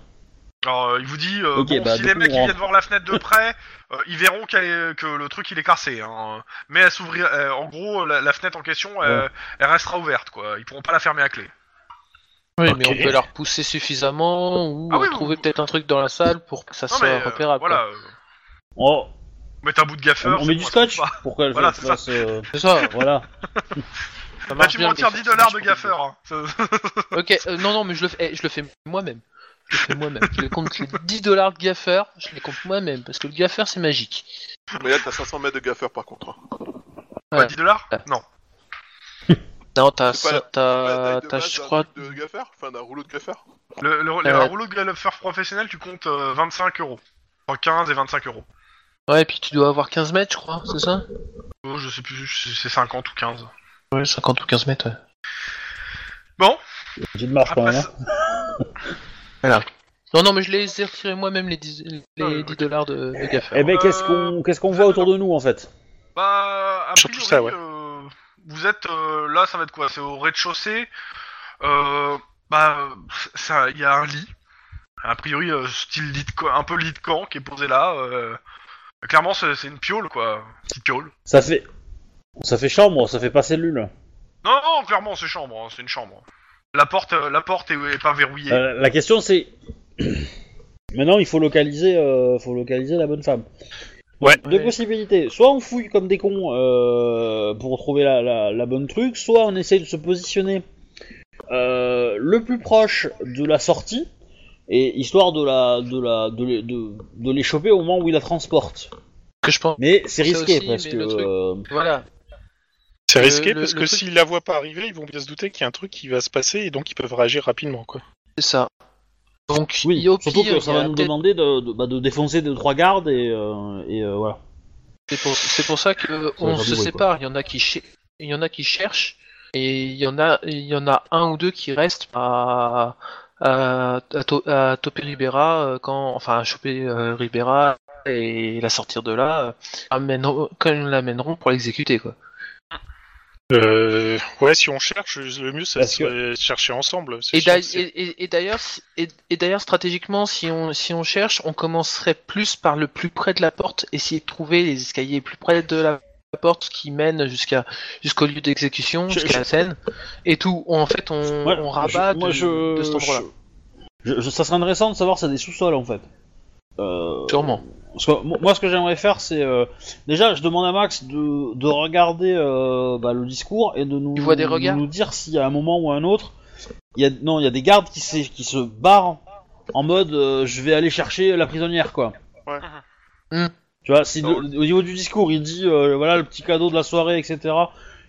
[SPEAKER 3] Alors, euh, il vous dit, euh,
[SPEAKER 2] Ok,
[SPEAKER 3] bon,
[SPEAKER 2] bah,
[SPEAKER 3] si
[SPEAKER 2] du
[SPEAKER 3] les
[SPEAKER 2] coup,
[SPEAKER 3] mecs
[SPEAKER 2] on
[SPEAKER 3] ils
[SPEAKER 2] rentre.
[SPEAKER 3] viennent voir la fenêtre de près, euh, ils verront qu'elle est- que le truc il est cassé. Hein. Mais elle s'ouvrir, euh, en gros, la, la fenêtre en question, euh,
[SPEAKER 2] Ouais.
[SPEAKER 3] elle restera ouverte, quoi. Ils pourront pas la fermer à clé.
[SPEAKER 5] Oui,
[SPEAKER 1] Ok.
[SPEAKER 5] mais on peut la repousser suffisamment ou
[SPEAKER 3] Ah oui,
[SPEAKER 5] euh, trouver
[SPEAKER 3] vous-
[SPEAKER 5] peut-être un truc dans la salle pour que ça
[SPEAKER 3] Non,
[SPEAKER 5] soit
[SPEAKER 3] mais, euh,
[SPEAKER 5] repérable. quoi.
[SPEAKER 3] voilà, euh,
[SPEAKER 2] Oh,
[SPEAKER 3] mettre un bout de
[SPEAKER 2] on,
[SPEAKER 3] gaffeur.
[SPEAKER 2] on
[SPEAKER 3] c'est
[SPEAKER 2] met
[SPEAKER 3] bon,
[SPEAKER 2] du
[SPEAKER 3] elle se
[SPEAKER 2] scotch
[SPEAKER 3] trouve pas.
[SPEAKER 2] pour qu'elle
[SPEAKER 3] Voilà,
[SPEAKER 2] fasse.
[SPEAKER 3] c'est ça.
[SPEAKER 2] euh,
[SPEAKER 5] C'est ça.
[SPEAKER 2] voilà.
[SPEAKER 5] ça
[SPEAKER 3] Là,
[SPEAKER 5] marche
[SPEAKER 3] tu
[SPEAKER 5] bien,
[SPEAKER 3] m'en
[SPEAKER 5] des
[SPEAKER 3] tires
[SPEAKER 5] fois,
[SPEAKER 3] 10
[SPEAKER 5] ça
[SPEAKER 3] dollars
[SPEAKER 5] marche
[SPEAKER 3] de
[SPEAKER 5] pour des-
[SPEAKER 3] gaffeur. hein. Ça-
[SPEAKER 5] Ok, euh, non, non, mais je le fais, eh, je le fais moi-même. Je le fais moi-même. je les compte les 10 dollars de gaffeur, je les compte moi-même parce que le gaffeur c'est magique.
[SPEAKER 4] Mais là, t'as 500 mètres de gaffeur, par contre. hein.
[SPEAKER 3] Bah, 10 dollars
[SPEAKER 5] Ouais.
[SPEAKER 3] Non.
[SPEAKER 5] Non, t'as,
[SPEAKER 4] C'est pas la- Pas la
[SPEAKER 5] t'as,
[SPEAKER 4] taille de
[SPEAKER 5] Euh, t'as,
[SPEAKER 4] base
[SPEAKER 5] je
[SPEAKER 4] d'un
[SPEAKER 5] crois,
[SPEAKER 4] truc De gaffeur Enfin, d'un rouleau de gaffeur
[SPEAKER 3] Le, le- le-
[SPEAKER 5] Euh.
[SPEAKER 3] un rouleau de gaffeur professionnel, tu comptes euh, 25 euros. Entre 15 et 25 euros.
[SPEAKER 5] Ouais, et puis tu dois avoir 15 mètres, je crois, c'est ça
[SPEAKER 3] Oh, je sais plus, si c'est 50 ou 15.
[SPEAKER 5] Ouais, 50 ou 15 mètres, ouais.
[SPEAKER 3] Bon,
[SPEAKER 2] J'ai de marche quand
[SPEAKER 3] après
[SPEAKER 2] même. hein.
[SPEAKER 3] ça-
[SPEAKER 5] Non, non, mais je les ai retirés moi-même, les 10, les
[SPEAKER 3] Ah ouais,
[SPEAKER 5] 10 dollars de, de gaffeur.
[SPEAKER 2] Eh ben, qu'est-ce qu'on, qu'est-ce qu'on voit autour de nous en fait
[SPEAKER 3] Bah, a
[SPEAKER 1] Surtout
[SPEAKER 3] priori,
[SPEAKER 1] ça, ouais.
[SPEAKER 3] euh, vous êtes euh, là, ça va être quoi C'est au rez-de-chaussée. Euh, bah, ça, il y a un lit. A priori, euh, style lit de co- un peu lit de camp qui est posé là. euh. Clairement, c'est c'est une piole, quoi. Petite piole.
[SPEAKER 2] Ça fait, ça fait chambre, ça fait pas cellule.
[SPEAKER 3] Non, non, clairement, c'est chambre. hein, c'est une chambre. La porte, euh, la porte est, est pas verrouillée.
[SPEAKER 2] Euh, la question c'est, maintenant il faut localiser, euh, faut localiser la bonne femme.
[SPEAKER 1] Ouais.
[SPEAKER 2] Deux possibilités. Soit on fouille comme des cons euh, pour trouver la, la- la bonne truc, soit on essaye de se positionner euh, le plus proche de la sortie et histoire de la de la de les, de, de les choper au moment où ils la transportent.
[SPEAKER 5] Que je pense.
[SPEAKER 2] Mais c'est
[SPEAKER 5] Ça
[SPEAKER 2] risqué
[SPEAKER 5] aussi,
[SPEAKER 2] parce
[SPEAKER 5] mais
[SPEAKER 2] que
[SPEAKER 5] le truc-
[SPEAKER 2] euh,
[SPEAKER 5] Voilà.
[SPEAKER 1] C'est
[SPEAKER 5] Le-
[SPEAKER 1] risqué
[SPEAKER 5] le-
[SPEAKER 1] parce
[SPEAKER 5] le
[SPEAKER 1] que
[SPEAKER 5] truc-
[SPEAKER 1] s'ils la voient pas arriver, ils vont bien se douter qu'il y a un truc qui va se passer et donc ils peuvent réagir rapidement. Quoi.
[SPEAKER 5] C'est ça. Donc,
[SPEAKER 2] oui,
[SPEAKER 5] il- au
[SPEAKER 2] surtout
[SPEAKER 5] pire,
[SPEAKER 2] que
[SPEAKER 5] il
[SPEAKER 2] ça
[SPEAKER 5] y euh, a
[SPEAKER 2] va nous
[SPEAKER 5] peut-être-
[SPEAKER 2] demander de, de, bah, de défoncer deux trois gardes et euh, et euh, voilà.
[SPEAKER 5] c'est pour, c'est pour ça que euh,
[SPEAKER 2] va
[SPEAKER 5] on
[SPEAKER 2] faire du
[SPEAKER 5] se
[SPEAKER 2] bruit,
[SPEAKER 5] sépare. Il y en a qui cher- il y en a qui cherchent et il y en a il y en a un ou deux qui restent à à, à, to- à toper Ribera euh, quand enfin à choper euh, Ribera et la sortir de là euh, amèneront- quand ils l'amèneront pour l'exécuter quoi.
[SPEAKER 1] Euh, ouais, si on cherche, le mieux ça
[SPEAKER 2] Parce
[SPEAKER 1] serait de chercher ensemble. C'est
[SPEAKER 5] Et
[SPEAKER 1] sûr
[SPEAKER 5] d'ail-
[SPEAKER 1] que c'est-
[SPEAKER 5] et- et- et d'ailleurs, si- et, et d'ailleurs, stratégiquement, si on, si on cherche, on commencerait plus par le plus près de la porte, essayer de trouver les escaliers plus près de la porte qui mènent jusqu'à jusqu'au lieu d'exécution,
[SPEAKER 2] Je-
[SPEAKER 5] jusqu'à la scène, et tout. On- En fait, on,
[SPEAKER 2] Ouais,
[SPEAKER 5] on rabat
[SPEAKER 2] je- moi,
[SPEAKER 5] de,
[SPEAKER 2] je-
[SPEAKER 5] de cet endroit-là.
[SPEAKER 2] je- je- ça serait intéressant de savoir ça des sous-sols en fait. Euh,
[SPEAKER 5] Sûrement.
[SPEAKER 2] Parce que mo- moi, ce que j'aimerais faire, c'est euh, déjà, je demande à Max de, de regarder euh, bah, le discours et de nous,
[SPEAKER 5] Il voit des regards
[SPEAKER 2] de nous dire s'il y a un moment ou un autre, il y a non, il y a des gardes qui se, qui se barrent en mode euh, je vais aller chercher la prisonnière quoi.
[SPEAKER 4] Ouais.
[SPEAKER 5] Mhm.
[SPEAKER 2] Tu vois, si de- au niveau du discours, il dit euh, voilà le petit cadeau de la soirée, etc.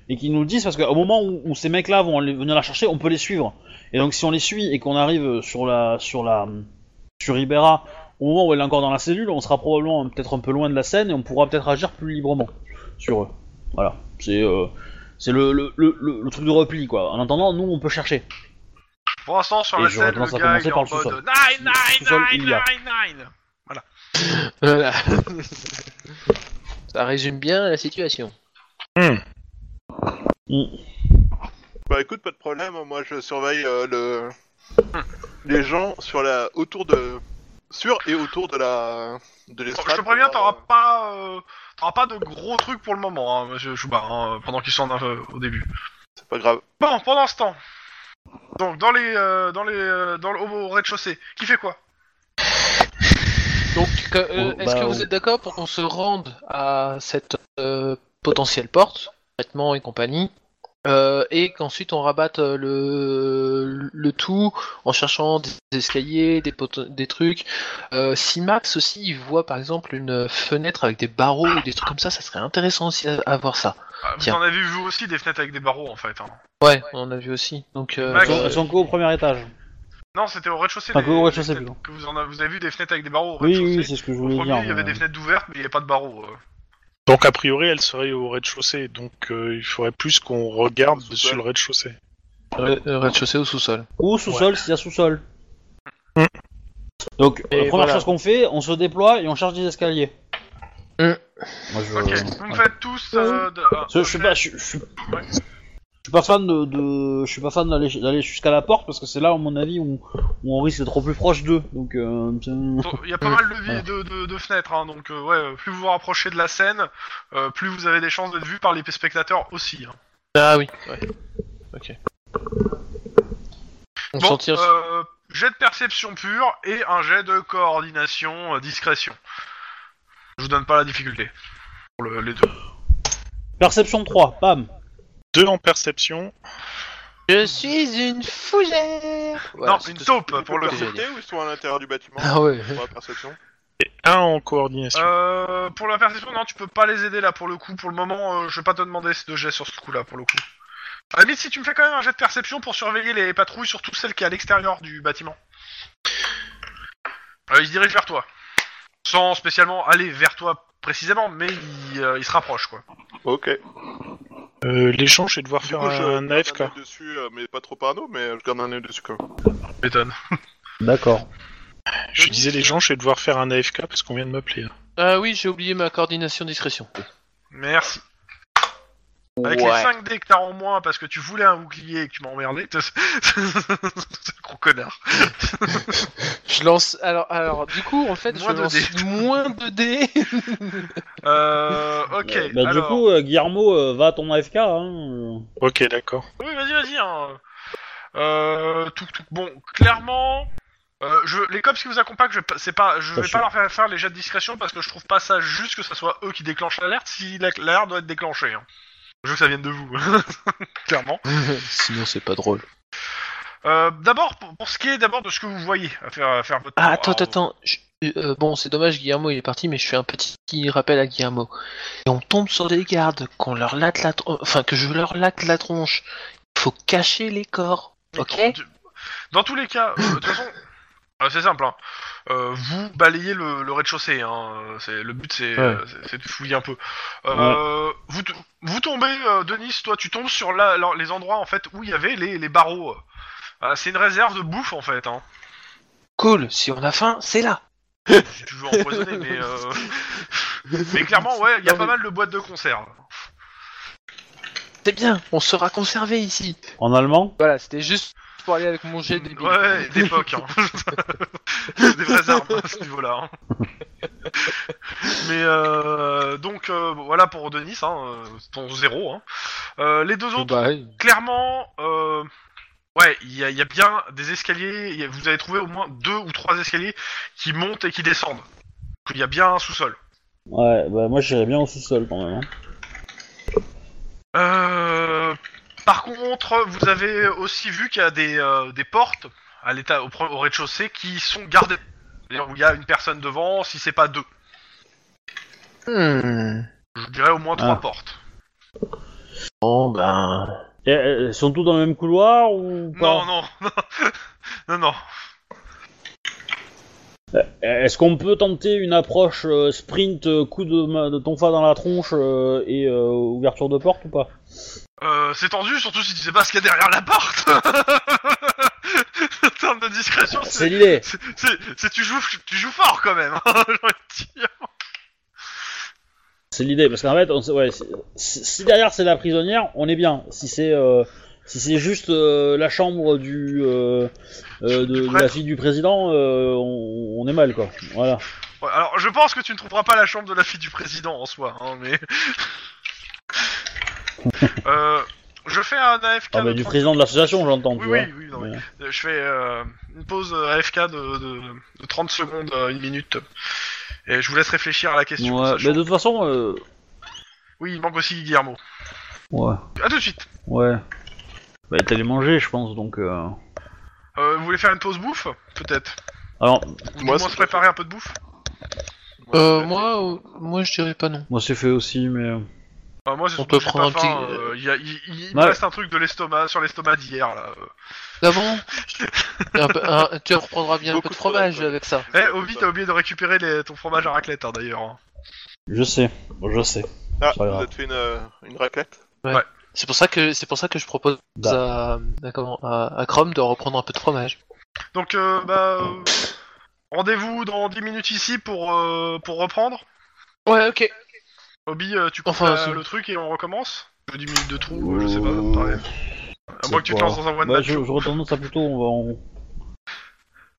[SPEAKER 2] Et qu'ils nous le disent parce qu'au moment où, où ces mecs-là vont aller- venir la chercher, on peut les suivre. Et donc si on les suit et qu'on arrive sur la sur la sur Ibera au moment où elle est encore dans la cellule, on sera probablement peut-être un peu loin de la scène et on pourra peut-être agir plus librement sur eux. Voilà, c'est euh, c'est le, le, le, le- le truc de repli quoi. En attendant, nous on peut chercher.
[SPEAKER 3] Pour l'instant, sur
[SPEAKER 2] Et
[SPEAKER 3] la
[SPEAKER 2] je
[SPEAKER 3] scène,
[SPEAKER 2] recommence
[SPEAKER 3] le
[SPEAKER 2] à
[SPEAKER 3] gars
[SPEAKER 2] commencer
[SPEAKER 3] il est
[SPEAKER 2] par
[SPEAKER 3] en
[SPEAKER 2] le sous-sol.
[SPEAKER 3] mode 9, 9,
[SPEAKER 2] Sous-sol, il y a.
[SPEAKER 3] 9, 9, 9.
[SPEAKER 5] Voilà. Ça résume bien la situation.
[SPEAKER 4] Bah écoute, pas de problème, moi je surveille euh, le... les gens sur la... autour de... sur et autour de la... de l'estrade.
[SPEAKER 3] Je te préviens,
[SPEAKER 4] pour voir,
[SPEAKER 3] t'auras pas, euh, t'auras pas de gros trucs pour le moment, hein, monsieur Choubar, hein, pendant qu'ils sont en- euh, au début.
[SPEAKER 4] euh, C'est pas grave.
[SPEAKER 3] Bon, pendant ce temps, donc dans les, euh, dans les, euh, dans le, au rez-de-chaussée, qui fait quoi
[SPEAKER 5] Donc, que- euh,
[SPEAKER 2] Oh,
[SPEAKER 5] est-ce
[SPEAKER 2] bah,
[SPEAKER 5] que
[SPEAKER 2] on-
[SPEAKER 5] vous êtes d'accord pour qu'on se rende à cette euh, potentielle porte, vêtements et compagnie, euh, et qu'ensuite on rabatte euh, le, le tout en cherchant des escaliers, des, pot- des trucs. Euh, si Max aussi il voit par exemple une fenêtre avec des barreaux ou des trucs comme ça, ça serait intéressant aussi à, à voir ça.
[SPEAKER 3] Ah, Vous
[SPEAKER 5] Tiens.
[SPEAKER 3] en avez vu aussi des fenêtres avec des barreaux en fait. hein.
[SPEAKER 5] Ouais, on en a vu aussi. Donc, euh,
[SPEAKER 3] Max,
[SPEAKER 2] Elles sont- elles sont qu'au premier étage.
[SPEAKER 3] Non, c'était au rez-de-chaussée.
[SPEAKER 2] Enfin,
[SPEAKER 3] les-
[SPEAKER 2] que au rez-de-chaussée,
[SPEAKER 3] les fenêtres
[SPEAKER 2] plutôt.
[SPEAKER 3] que vous, en avez, vous avez vu des fenêtres avec des barreaux au
[SPEAKER 2] Oui,
[SPEAKER 3] rez-de-chaussée
[SPEAKER 2] oui, c'est ce que je
[SPEAKER 3] Au
[SPEAKER 2] voulais
[SPEAKER 3] premier,
[SPEAKER 2] dire.
[SPEAKER 3] il y avait
[SPEAKER 2] mais- euh,
[SPEAKER 3] des fenêtres ouvertes, mais il n'y avait pas de barreaux. euh.
[SPEAKER 1] Donc a priori, elle serait au rez-de-chaussée, donc euh, il faudrait plus qu'on regarde
[SPEAKER 4] Sous-sol.
[SPEAKER 1] sur le rez-de-chaussée.
[SPEAKER 5] re- euh, rez-de-chaussée au sous-sol.
[SPEAKER 2] Ou sous-sol s'il y a sous-sol.
[SPEAKER 1] Mm.
[SPEAKER 2] Donc,
[SPEAKER 5] Et
[SPEAKER 2] la première
[SPEAKER 5] voilà.
[SPEAKER 2] chose qu'on fait, on se déploie et on cherche des escaliers.
[SPEAKER 5] Mm.
[SPEAKER 2] Moi, je...
[SPEAKER 3] Ok, vous me faites tous. euh, de- un-
[SPEAKER 2] Parce que Je suis pas, je, je suis... je suis pas fan de, de- je suis pas fan d'aller, d'aller jusqu'à la porte parce que c'est là, à mon avis, où, où on risque d'être trop plus proche d'eux. Donc, euh, c'est-
[SPEAKER 3] Il y a pas mal de, vi- de, de- de fenêtres, hein, donc euh, ouais, plus vous vous rapprochez de la scène, euh, plus vous avez des chances d'être vu par les spectateurs aussi. hein.
[SPEAKER 5] Ah oui. Ouais. Ok. On
[SPEAKER 3] Bon,
[SPEAKER 5] s'en tire.
[SPEAKER 3] euh, jet de perception pure et un jet de coordination euh, discrétion. Je vous donne pas la difficulté pour le- les deux.
[SPEAKER 2] perception 3, bam.
[SPEAKER 1] Deux en perception.
[SPEAKER 5] Je suis une fougère
[SPEAKER 3] non, une taupe Bah, pour le
[SPEAKER 4] Ils
[SPEAKER 5] que
[SPEAKER 4] peuvent
[SPEAKER 5] j'allais
[SPEAKER 3] coup.
[SPEAKER 5] dire.
[SPEAKER 4] sauter ou ils sont à l'intérieur du bâtiment
[SPEAKER 5] Ah ouais.
[SPEAKER 4] Pour la perception.
[SPEAKER 1] Et un en coordination.
[SPEAKER 3] Euh, pour la perception, non, tu peux pas les aider là pour le coup. Pour le moment, euh, je vais pas te demander de jet sur ce coup là pour le coup. À la limite, si tu me fais quand même un jet de perception pour surveiller les patrouilles, surtout celles qui est à l'extérieur du bâtiment. Euh, ils se dirigent vers toi. Sans spécialement aller vers toi précisément, mais ils euh, ils se rapprochent quoi.
[SPEAKER 4] Ok.
[SPEAKER 1] Euh, les gens, je vais devoir
[SPEAKER 4] Du
[SPEAKER 1] faire
[SPEAKER 4] coup, je
[SPEAKER 1] un
[SPEAKER 4] garde
[SPEAKER 1] AFK.
[SPEAKER 4] œil dessus, euh, mais pas trop parano, mais je garde un œil dessus quand même.
[SPEAKER 3] M'étonne.
[SPEAKER 2] D'accord.
[SPEAKER 1] Je disais les gens, je vais devoir faire un AFK parce qu'on vient de m'appeler. là.
[SPEAKER 5] Ah oui, j'ai oublié ma coordination discrétion.
[SPEAKER 3] Merci. Avec les 5 dés que t'as en moins parce que tu voulais un bouclier et que tu m'as emmerdé, t'es- c'est un gros connard.
[SPEAKER 5] Je lance. Alors, alors du coup, en fait,
[SPEAKER 3] Moins
[SPEAKER 5] je
[SPEAKER 3] de
[SPEAKER 5] lance
[SPEAKER 3] dés.
[SPEAKER 5] moins de dés.
[SPEAKER 3] Euh, ok,
[SPEAKER 2] Euh, bah,
[SPEAKER 3] alors...
[SPEAKER 2] Du coup, euh, Guillermo, euh, va à ton AFK. Hein.
[SPEAKER 1] Ok, d'accord.
[SPEAKER 3] Oui, vas-y, vas-y. hein. Euh, tout, tout- Bon, clairement, euh, je... les cops qui vous accompagnent, je, vais pas- c'est pas... je
[SPEAKER 2] Pas
[SPEAKER 3] vais
[SPEAKER 2] sûr.
[SPEAKER 3] pas leur faire faire les jets de discrétion parce que je trouve pas ça juste que ça soit eux qui déclenchent l'alerte si la- l'alerte doit être déclenchée. hein. Je veux que ça vienne de vous, clairement.
[SPEAKER 5] Sinon, c'est pas drôle.
[SPEAKER 3] Euh, d'abord, pour, pour ce qui est d'abord de ce que vous voyez à faire, à faire votre
[SPEAKER 5] Ah,
[SPEAKER 3] tour.
[SPEAKER 5] attends,
[SPEAKER 3] Alors,
[SPEAKER 5] attends. je- euh, bon, c'est dommage, Guillermo il est parti, mais je fais un petit rappel à Guillermo. Et on tombe sur des gardes, qu'on leur latte la tron- enfin que je leur latte la tronche. Il faut cacher les corps, ok
[SPEAKER 3] tu- Dans tous les cas, euh, de toute façon, euh, c'est simple. hein. Euh, vous balayez le, le rez-de-chaussée. hein. Euh, C'est le but, c'est
[SPEAKER 2] Ouais.
[SPEAKER 3] euh, c'est- c'est de fouiller un peu. Euh, vous, t- vous tombez, euh, Denis, toi, tu tombes sur la- la- les endroits en fait où il y avait les, les barreaux. Euh, c'est une réserve de bouffe en fait. Hein.
[SPEAKER 5] Cool, si on a faim, c'est là.
[SPEAKER 3] Je suis toujours empoisonné, mais euh, mais clairement, ouais, il y a pas mal de boîtes de conserve.
[SPEAKER 5] C'est bien, on sera conservé ici.
[SPEAKER 2] En allemand
[SPEAKER 5] Voilà, c'était juste pour aller avec mon jet débile.
[SPEAKER 3] Mm. Ouais, d'époque. Hein. C'est des vraies armes à ce niveau-là. hein. Mais euh, donc euh, bon, voilà pour Denis, hein, euh, ton zéro. Hein. Euh, les deux autres,
[SPEAKER 5] Bah,
[SPEAKER 3] clairement, euh, ouais, il y, a- il y a bien des escaliers. il y a- vous avez trouvé au moins deux ou trois escaliers qui montent et qui descendent. Donc, Il y a bien un sous-sol.
[SPEAKER 2] Ouais, bah moi j'irais bien au sous-sol quand même. hein.
[SPEAKER 3] Euh, par contre, vous avez aussi vu qu'il y a des, euh, des portes à l'état au, pre- au rez-de-chaussée qui sont gardées. C'est-à-dire où il y a une personne devant, si c'est pas deux.
[SPEAKER 5] hmm.
[SPEAKER 3] Je dirais au moins
[SPEAKER 2] Ah.
[SPEAKER 3] trois portes.
[SPEAKER 5] Bon, ben.
[SPEAKER 2] Et, euh, sont tous dans le même couloir ou pas
[SPEAKER 3] Non, non, non, non, non.
[SPEAKER 2] Euh, Est-ce qu'on peut tenter une approche euh, sprint, euh, coup de, ma- de tonfa dans la tronche euh, et euh, ouverture de porte ou pas
[SPEAKER 3] Euh, c'est tendu, surtout si tu sais pas ce qu'il y a derrière la porte. en termes de discrétion,
[SPEAKER 2] C'est
[SPEAKER 3] c'est,
[SPEAKER 2] l'idée
[SPEAKER 3] c'est, c'est- c'est- tu joues, tu joues fort quand même. hein, j'ai envie de dire.
[SPEAKER 2] C'est l'idée, parce qu'en fait, on sait- ouais, c'est- si si derrière c'est la prisonnière, on est bien. Si c'est euh, si c'est juste euh, la chambre du euh, euh, de,
[SPEAKER 3] Du
[SPEAKER 2] de la
[SPEAKER 3] prêtre.
[SPEAKER 2] fille du président, euh, on, on est mal quoi. Voilà.
[SPEAKER 3] Ouais, alors, je pense que tu ne trouveras pas la chambre de la fille du président en soi, hein, mais. Euh, je fais un AFK.
[SPEAKER 2] Ah,
[SPEAKER 3] de
[SPEAKER 2] bah, du
[SPEAKER 3] 30
[SPEAKER 2] président de l'association, j'entends.
[SPEAKER 3] Oui,
[SPEAKER 2] tu vois.
[SPEAKER 3] oui, oui, non, mais, euh, Je fais euh, une pause euh, AFK de, de, de 30 secondes, euh, une minute. Et je vous laisse réfléchir à la question.
[SPEAKER 2] Ouais,
[SPEAKER 3] sachant-
[SPEAKER 2] mais de toute façon, euh,
[SPEAKER 3] Oui, il manque aussi Guillermo.
[SPEAKER 2] ouais,
[SPEAKER 3] À tout de suite.
[SPEAKER 2] ouais. Bah, t'allais manger, je pense, donc. euh,
[SPEAKER 3] Euh, vous voulez faire une pause bouffe Peut-être.
[SPEAKER 2] Alors,
[SPEAKER 3] Ou du moins
[SPEAKER 4] Moi, c'est
[SPEAKER 3] se préparer un peu de bouffe
[SPEAKER 5] Euh, moi, euh, moi, je dirais pas non.
[SPEAKER 2] moi c'est fait aussi, mais. euh,
[SPEAKER 3] Euh, Moi, c'est
[SPEAKER 5] On
[SPEAKER 3] surtout
[SPEAKER 5] peut
[SPEAKER 3] que j'ai
[SPEAKER 5] prendre
[SPEAKER 3] pas
[SPEAKER 5] un
[SPEAKER 3] faim,
[SPEAKER 5] petit-
[SPEAKER 3] euh, il y a- il- il- il me
[SPEAKER 2] Ouais.
[SPEAKER 3] reste un truc de l'estomac, sur l'estomac d'hier, là.
[SPEAKER 5] D'avant, tu reprendras bien un
[SPEAKER 4] Beaucoup
[SPEAKER 5] peu de
[SPEAKER 4] de fromage,
[SPEAKER 5] fromage
[SPEAKER 4] ouais.
[SPEAKER 5] avec ça.
[SPEAKER 3] Eh, Obi, t'as oublié de récupérer les- ton fromage à raclette, hein, d'ailleurs. hein.
[SPEAKER 2] Je sais, je sais.
[SPEAKER 4] Ah,
[SPEAKER 2] C'est pas grave.
[SPEAKER 4] vous êtes fait une, euh, une raclette
[SPEAKER 5] C'est pour ça que c'est pour ça que je propose à, à comment, à, à Chrome de reprendre un peu de fromage.
[SPEAKER 3] Donc, euh, bah... euh, Rendez-vous dans 10 minutes ici pour, euh, pour reprendre.
[SPEAKER 5] Ouais, ok.
[SPEAKER 3] Obi, euh, tu coupes
[SPEAKER 5] Enfin,
[SPEAKER 3] la-
[SPEAKER 5] c'est-
[SPEAKER 3] le truc et on recommence Je 10 minutes de trou, euh, je sais pas, ça me paraît. À
[SPEAKER 2] C'est
[SPEAKER 3] moins que tu te
[SPEAKER 2] pas-
[SPEAKER 3] lances dans un one
[SPEAKER 2] Bah,
[SPEAKER 3] man
[SPEAKER 2] je,
[SPEAKER 3] show.
[SPEAKER 2] je retourne ça plutôt, on va en...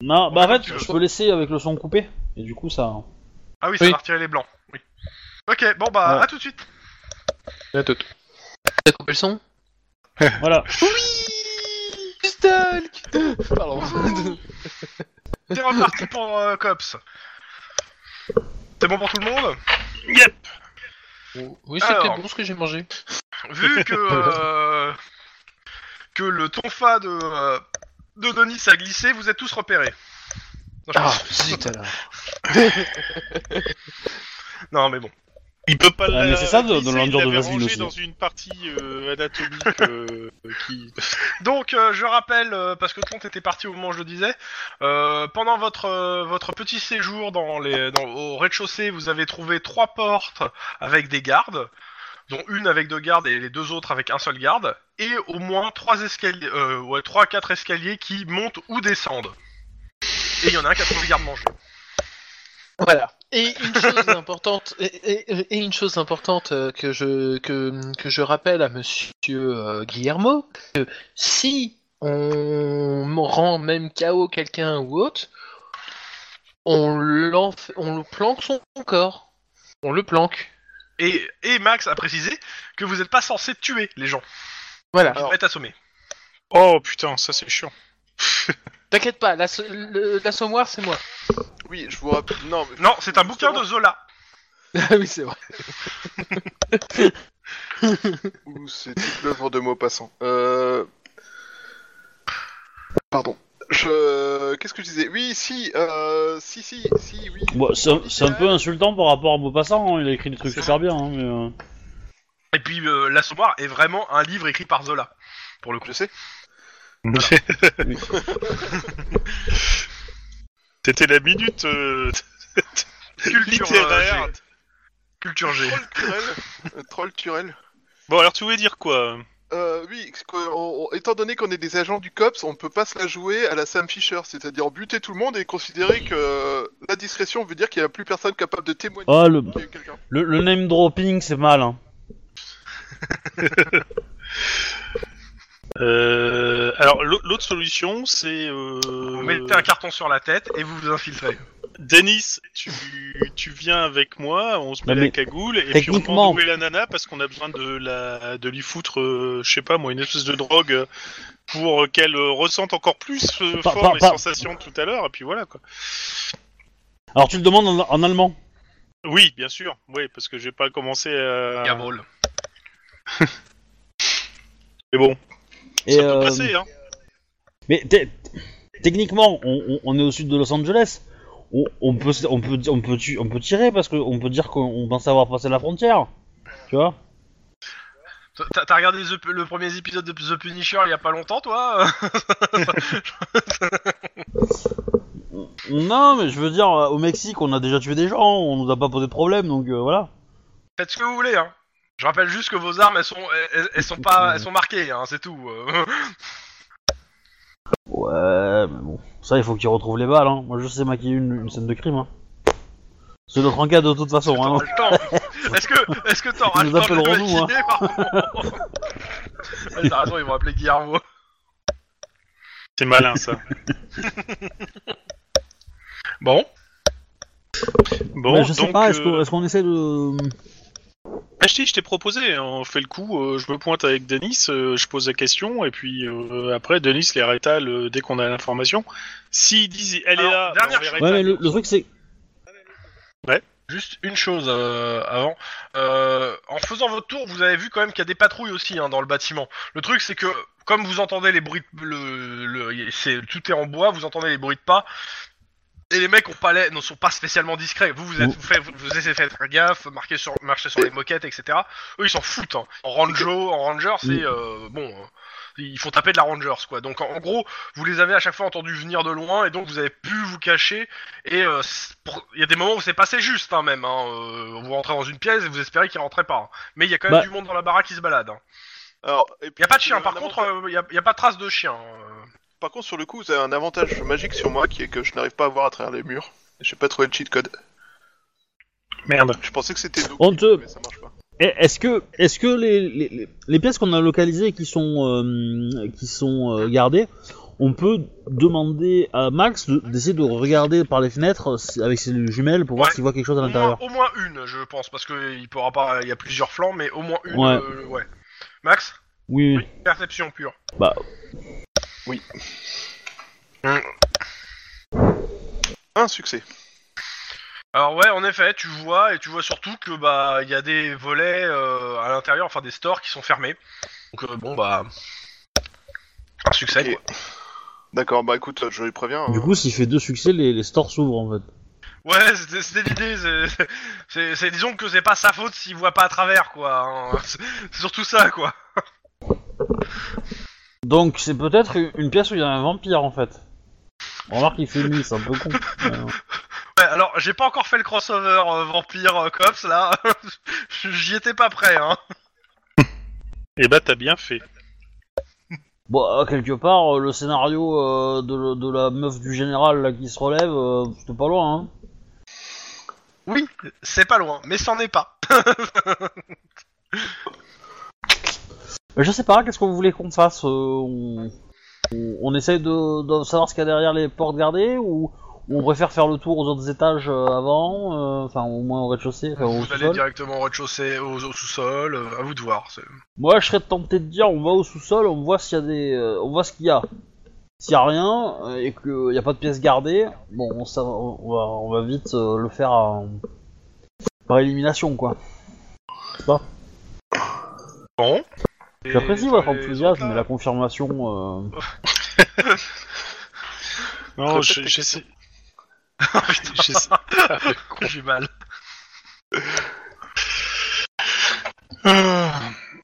[SPEAKER 2] Non, bah en fait, je peux laisser avec le son coupé, et du coup ça...
[SPEAKER 3] Ah oui, ça
[SPEAKER 5] Oui.
[SPEAKER 3] va retirer les blancs. Oui. Ok, bon bah,
[SPEAKER 2] Ouais.
[SPEAKER 3] à tout de suite.
[SPEAKER 5] T'as coupé le son
[SPEAKER 2] Voilà.
[SPEAKER 5] Stalk Pardon.
[SPEAKER 3] C'est reparti pour euh, Cops. C'est bon pour tout le monde
[SPEAKER 5] Oui,
[SPEAKER 3] Alors.
[SPEAKER 5] c'était bon ce que j'ai mangé.
[SPEAKER 3] Vu que euh, que le tonfa de euh, de Denis a glissé, vous êtes tous repérés. Non, je
[SPEAKER 5] Ah,
[SPEAKER 3] pense-
[SPEAKER 5] zut alors.
[SPEAKER 3] non mais bon.
[SPEAKER 1] Il peut pas
[SPEAKER 2] Ah, mais
[SPEAKER 1] la-
[SPEAKER 2] c'est ça, de- de
[SPEAKER 1] glisser,
[SPEAKER 2] l'endure
[SPEAKER 1] il
[SPEAKER 2] de
[SPEAKER 1] l'avait
[SPEAKER 2] Vasville
[SPEAKER 1] rangé
[SPEAKER 2] aussi.
[SPEAKER 1] dans une partie euh, anatomique euh, qui.
[SPEAKER 3] Donc euh, je rappelle euh, parce que Tonte était parti au moment où je le disais. euh, pendant votre euh, votre petit séjour dans les dans- au rez-de-chaussée, vous avez trouvé trois portes avec des gardes, dont une avec deux gardes et les deux autres avec un seul garde, et au moins trois escaliers, euh, ouais, trois à quatre escaliers qui montent ou descendent. Et il y en a un qui a trouvé garde manger.
[SPEAKER 5] Voilà. Et une chose importante, et, et- et une chose importante euh, que je que, que je rappelle à Monsieur euh, Guillermo, que si on rend même KO quelqu'un ou autre, on l'enf- on le planque son corps, on le planque.
[SPEAKER 3] Et, et Max a précisé que vous n'êtes pas censé tuer les gens
[SPEAKER 5] Voilà.
[SPEAKER 3] qui vont être assommés.
[SPEAKER 1] Oh putain, ça c'est chiant.
[SPEAKER 5] T'inquiète pas, l'asso- le- l'assommoir c'est moi.
[SPEAKER 4] Oui, je vous rappelle. Non, mais...
[SPEAKER 3] Non, c'est un bouquin de Zola.
[SPEAKER 5] Ah oui c'est vrai.
[SPEAKER 4] Ou c'est toute l'œuvre de Maupassant. Euh... Pardon. Je... Qu'est-ce que je disais Oui, si, euh, si, si, si, oui.
[SPEAKER 2] Bon, c'est un- c'est un peu insultant par rapport à Maupassant, hein, il a écrit des trucs
[SPEAKER 4] C'est
[SPEAKER 2] super bien, hein, mais... euh,
[SPEAKER 3] Et puis, euh, L'Assommoir est vraiment un livre écrit par Zola, pour le coup.
[SPEAKER 4] Je sais.
[SPEAKER 1] C'était la minute euh,
[SPEAKER 3] Culture,
[SPEAKER 1] littéraire.
[SPEAKER 3] euh, G. Culture G.
[SPEAKER 4] Troll Turel. Euh, Troll Turel.
[SPEAKER 1] bon, alors tu voulais dire quoi
[SPEAKER 4] Euh, oui, parce que, on- on- étant donné qu'on est des agents du COPS, on ne peut pas se la jouer à la Sam Fisher, c'est-à-dire buter tout le monde et considérer que euh, la discrétion veut dire qu'il n'y a plus personne capable de témoigner
[SPEAKER 2] Ah, le,
[SPEAKER 4] qu'il y a eu quelqu'un.
[SPEAKER 2] le, le name dropping, c'est mal, hein.
[SPEAKER 1] Euh, Alors, l'au- l'autre solution, c'est. Euh...
[SPEAKER 3] Vous mettez un carton sur la tête et vous vous infiltrez.
[SPEAKER 1] Denis, tu, tu viens avec moi, on se met la
[SPEAKER 2] Non, mais
[SPEAKER 1] cagoule et puis on
[SPEAKER 2] techniquement-
[SPEAKER 1] demande où est la nana parce qu'on a besoin de la de lui foutre, euh, je sais pas moi, une espèce de drogue euh, pour qu'elle euh, ressente encore plus euh,
[SPEAKER 2] Pas-
[SPEAKER 1] fort
[SPEAKER 2] pas-
[SPEAKER 1] les
[SPEAKER 2] pas-
[SPEAKER 1] sensations de tout à l'heure et puis voilà quoi.
[SPEAKER 2] Alors tu le demandes en, en allemand
[SPEAKER 1] Oui, bien sûr, oui, parce que j'ai pas commencé à.
[SPEAKER 3] Gavrol.
[SPEAKER 1] Mais bon,
[SPEAKER 2] Et,
[SPEAKER 1] ça peut
[SPEAKER 2] euh,
[SPEAKER 1] passer, hein.
[SPEAKER 2] Mais t'es- techniquement, on, on- on est au sud de Los Angeles. On, on peut, on, peut, on, peut, tu- on peut tirer parce qu'on peut dire qu'on pense avoir passé la frontière. Tu vois
[SPEAKER 3] T'as t'as regardé The- le premier épisode de The Punisher il y a pas longtemps, toi
[SPEAKER 2] Non, mais je veux dire, euh, au Mexique, on a déjà tué des gens, on nous a pas posé de problème, donc euh, voilà.
[SPEAKER 3] Faites ce que vous voulez, hein. Je rappelle juste que vos armes, elles sont, elles, elles sont pas, elles sont marquées, hein, c'est tout. euh.
[SPEAKER 2] Ouais, mais bon. Ça, il faut qu'ils retrouvent les balles, hein. Moi, je sais maquiller une, une scène de crime, hein. C'est notre enquête de toute façon, hein.
[SPEAKER 3] T'auras le temps. Est-ce que, est-ce que t'auras
[SPEAKER 2] Ils
[SPEAKER 3] le
[SPEAKER 2] nous
[SPEAKER 3] temps de le
[SPEAKER 2] appelleront, nous, hein.
[SPEAKER 3] maquiller par moment Ouais, T'as raison, ils vont appeler Guillermo.
[SPEAKER 1] C'est malin ça.
[SPEAKER 3] Bon.
[SPEAKER 1] Bon,
[SPEAKER 2] Mais Bah, je sais
[SPEAKER 1] donc,
[SPEAKER 2] pas, est-ce qu'on
[SPEAKER 1] euh,
[SPEAKER 2] est-ce qu'on essaie de.
[SPEAKER 1] Ah, je t'ai- je t'ai proposé, on fait le coup, euh, je me pointe avec Denis, euh, je pose la question, et puis euh, après, Denis les rétale euh, dès qu'on a l'information. S'ils disent, elle
[SPEAKER 3] Alors,
[SPEAKER 1] est là,
[SPEAKER 3] dernière
[SPEAKER 1] on les
[SPEAKER 3] chose.
[SPEAKER 1] rétale.
[SPEAKER 2] Ouais, mais le, le truc, c'est.
[SPEAKER 3] Juste une chose euh, avant. Euh, en faisant votre tour, vous avez vu quand même qu'il y a des patrouilles aussi hein, dans le bâtiment. Le truc, c'est que comme vous entendez les bruits, de- le, le- c'est- tout est en bois, vous entendez les bruits de pas. Et les mecs ont pas l'air- ne sont pas spécialement discrets. Vous, vous, êtes, vous, faites, vous, vous essayez de faire gaffe, marquer sur, marcher sur les moquettes, etc. Eux, ils s'en foutent. hein. En ranger, en ranger, c'est euh, bon. euh, Ils font taper de la rangers, quoi. Donc, en, en gros, vous les avez à chaque fois entendus venir de loin, et donc vous avez pu vous cacher et euh, c'est pour- il y a des moments où c'est passé juste, hein, même. Hein, euh, vous rentrez dans une pièce et vous espérez qu'il rentrait pas. hein. Mais il y a quand même
[SPEAKER 2] Bah.
[SPEAKER 3] du monde dans la baraque qui se balade. Hein.
[SPEAKER 4] Alors, et
[SPEAKER 3] Il y
[SPEAKER 4] puis,
[SPEAKER 3] a pas de chien,
[SPEAKER 4] vous avez
[SPEAKER 3] par
[SPEAKER 4] un
[SPEAKER 3] contre,
[SPEAKER 4] avantage-
[SPEAKER 3] euh, il y, a- il y a pas de trace de chien. euh.
[SPEAKER 4] Par contre, sur le coup, vous avez un avantage magique sur moi qui est que je n'arrive pas à voir à travers les murs. J'ai pas trouvé le cheat code.
[SPEAKER 1] Merde.
[SPEAKER 4] Je pensais que c'était nous,
[SPEAKER 2] On te.
[SPEAKER 4] mais ça marche pas.
[SPEAKER 2] Eh, Est-ce que, est-ce que les, les- les- les pièces qu'on a localisées et qui sont, euh, qui sont euh, gardées, on peut demander à Max de- d'essayer de regarder par les fenêtres si- avec ses jumelles pour voir
[SPEAKER 3] Ouais.
[SPEAKER 2] s'il voit quelque chose à
[SPEAKER 3] Au, moins,
[SPEAKER 2] l'intérieur
[SPEAKER 3] au moins une, je pense, parce que il pourra pas. Il y a plusieurs flancs, mais au moins une.
[SPEAKER 2] Ouais.
[SPEAKER 3] euh, ouais. Max,
[SPEAKER 2] Oui, oui.
[SPEAKER 3] perception pure.
[SPEAKER 2] Bah.
[SPEAKER 4] Oui.
[SPEAKER 3] Hum.
[SPEAKER 4] Un succès.
[SPEAKER 3] Alors ouais, en effet, tu vois et tu vois surtout que bah il y a des volets euh, à l'intérieur, enfin des stores qui sont fermés. Donc euh, bon bah un succès.
[SPEAKER 4] Ok.
[SPEAKER 3] quoi.
[SPEAKER 4] D'accord, bah écoute, je les préviens. hein.
[SPEAKER 2] Du coup, s'il fait deux succès, les, les stores s'ouvrent en fait.
[SPEAKER 3] Ouais, c'était c'était l'idée. c'est- C'est c'est- disons que c'est pas sa faute s'il voit pas à travers, quoi. hein. C'est c'est surtout ça, quoi.
[SPEAKER 2] Donc c'est peut-être une- une pièce où il y a un vampire en fait. On remarque qu'il fait nuit, c'est un peu con. Mais, euh,
[SPEAKER 3] Ouais, alors j'ai pas encore fait le crossover euh, vampire euh, cops là. J'y étais pas prêt, hein.
[SPEAKER 1] Eh bah, t'as bien fait.
[SPEAKER 2] Bon, euh, quelque part, euh, le scénario euh, de, le- de la meuf du général là, qui se relève, euh, c'était pas loin. Hein.
[SPEAKER 3] Oui, c'est pas loin, mais c'en est pas.
[SPEAKER 2] Mais Je sais pas, qu'est-ce que vous voulez qu'on fasse euh, on... on- on essaye de, de savoir ce qu'il y a derrière les portes gardées ou ou on préfère faire le tour aux autres étages euh, avant, euh, enfin au moins au rez-de-chaussée, enfin, au
[SPEAKER 3] Vous allez
[SPEAKER 2] sous-sol
[SPEAKER 3] directement au rez-de-chaussée, au, au sous-sol, euh, à vous de voir. c'est-
[SPEAKER 2] Moi je serais tenté de dire on va au sous-sol, on voit s'il y a des, euh, on voit ce qu'il y a. S'il y a rien euh, et qu'il n'y a pas de pièces gardées, bon on, sa- on va, on va vite euh, le faire à- par élimination quoi.
[SPEAKER 3] Bon. Et
[SPEAKER 2] J'apprécie
[SPEAKER 3] sur
[SPEAKER 2] votre
[SPEAKER 3] les
[SPEAKER 2] enthousiasme,
[SPEAKER 3] autres,
[SPEAKER 2] mais
[SPEAKER 3] là,
[SPEAKER 2] la confirmation. euh,
[SPEAKER 1] Non,
[SPEAKER 4] Répète
[SPEAKER 1] je-
[SPEAKER 4] ta
[SPEAKER 1] j'essaie. Oh, J'essaie-
[SPEAKER 3] euh, J'ai mal.
[SPEAKER 1] Ah.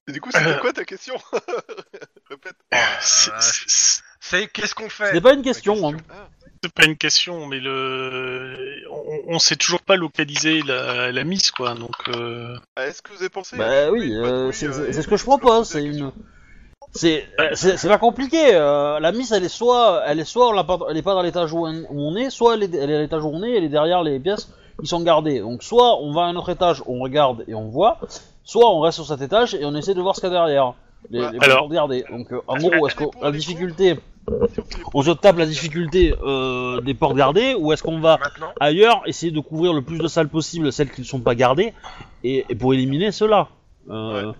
[SPEAKER 4] Et du coup, c'était
[SPEAKER 1] Euh.
[SPEAKER 4] quoi ta question Répète.
[SPEAKER 1] C'est- c'est-
[SPEAKER 3] C'est qu'est-ce qu'on
[SPEAKER 2] Ce
[SPEAKER 3] fait
[SPEAKER 2] n'est pas une question. hein.
[SPEAKER 4] Ah,
[SPEAKER 1] C'est pas une question, mais le on, on sait toujours pas localiser la, la mise quoi. Donc euh,
[SPEAKER 4] Ah, Est-ce que vous avez pensé
[SPEAKER 2] Bah oui,
[SPEAKER 4] bah,
[SPEAKER 2] euh,
[SPEAKER 4] oui,
[SPEAKER 2] c'est
[SPEAKER 4] euh,
[SPEAKER 2] c'est- c'est ce que je propose.
[SPEAKER 4] c'est la
[SPEAKER 2] C'est une.
[SPEAKER 4] question.
[SPEAKER 2] C'est c'est- c'est pas compliqué. euh, la miss, elle est soit, elle est soit, on l'a pas- elle est pas dans l'étage où on où on est, soit elle est, elle est à l'étage où on est, elle est derrière les pièces qui sont gardées. Donc soit on va à un autre étage, on regarde et on voit, soit on reste sur cet étage et on essaie de voir ce qu'il y a derrière. Les,
[SPEAKER 4] Ouais.
[SPEAKER 2] les
[SPEAKER 1] Alors.
[SPEAKER 2] regarder. Donc euh, en
[SPEAKER 4] Est-ce que
[SPEAKER 2] gros, est-ce
[SPEAKER 4] t'as des
[SPEAKER 2] que
[SPEAKER 4] pour et
[SPEAKER 2] la
[SPEAKER 4] des contre
[SPEAKER 2] difficulté,
[SPEAKER 4] Si on fait les-
[SPEAKER 2] on se tape la difficulté euh, des portes gardées, ou est-ce qu'on va
[SPEAKER 3] maintenant
[SPEAKER 2] ailleurs, essayer de couvrir le plus de salles possible, celles qui ne sont pas gardées, et, et pour éliminer ceux-là. Euh,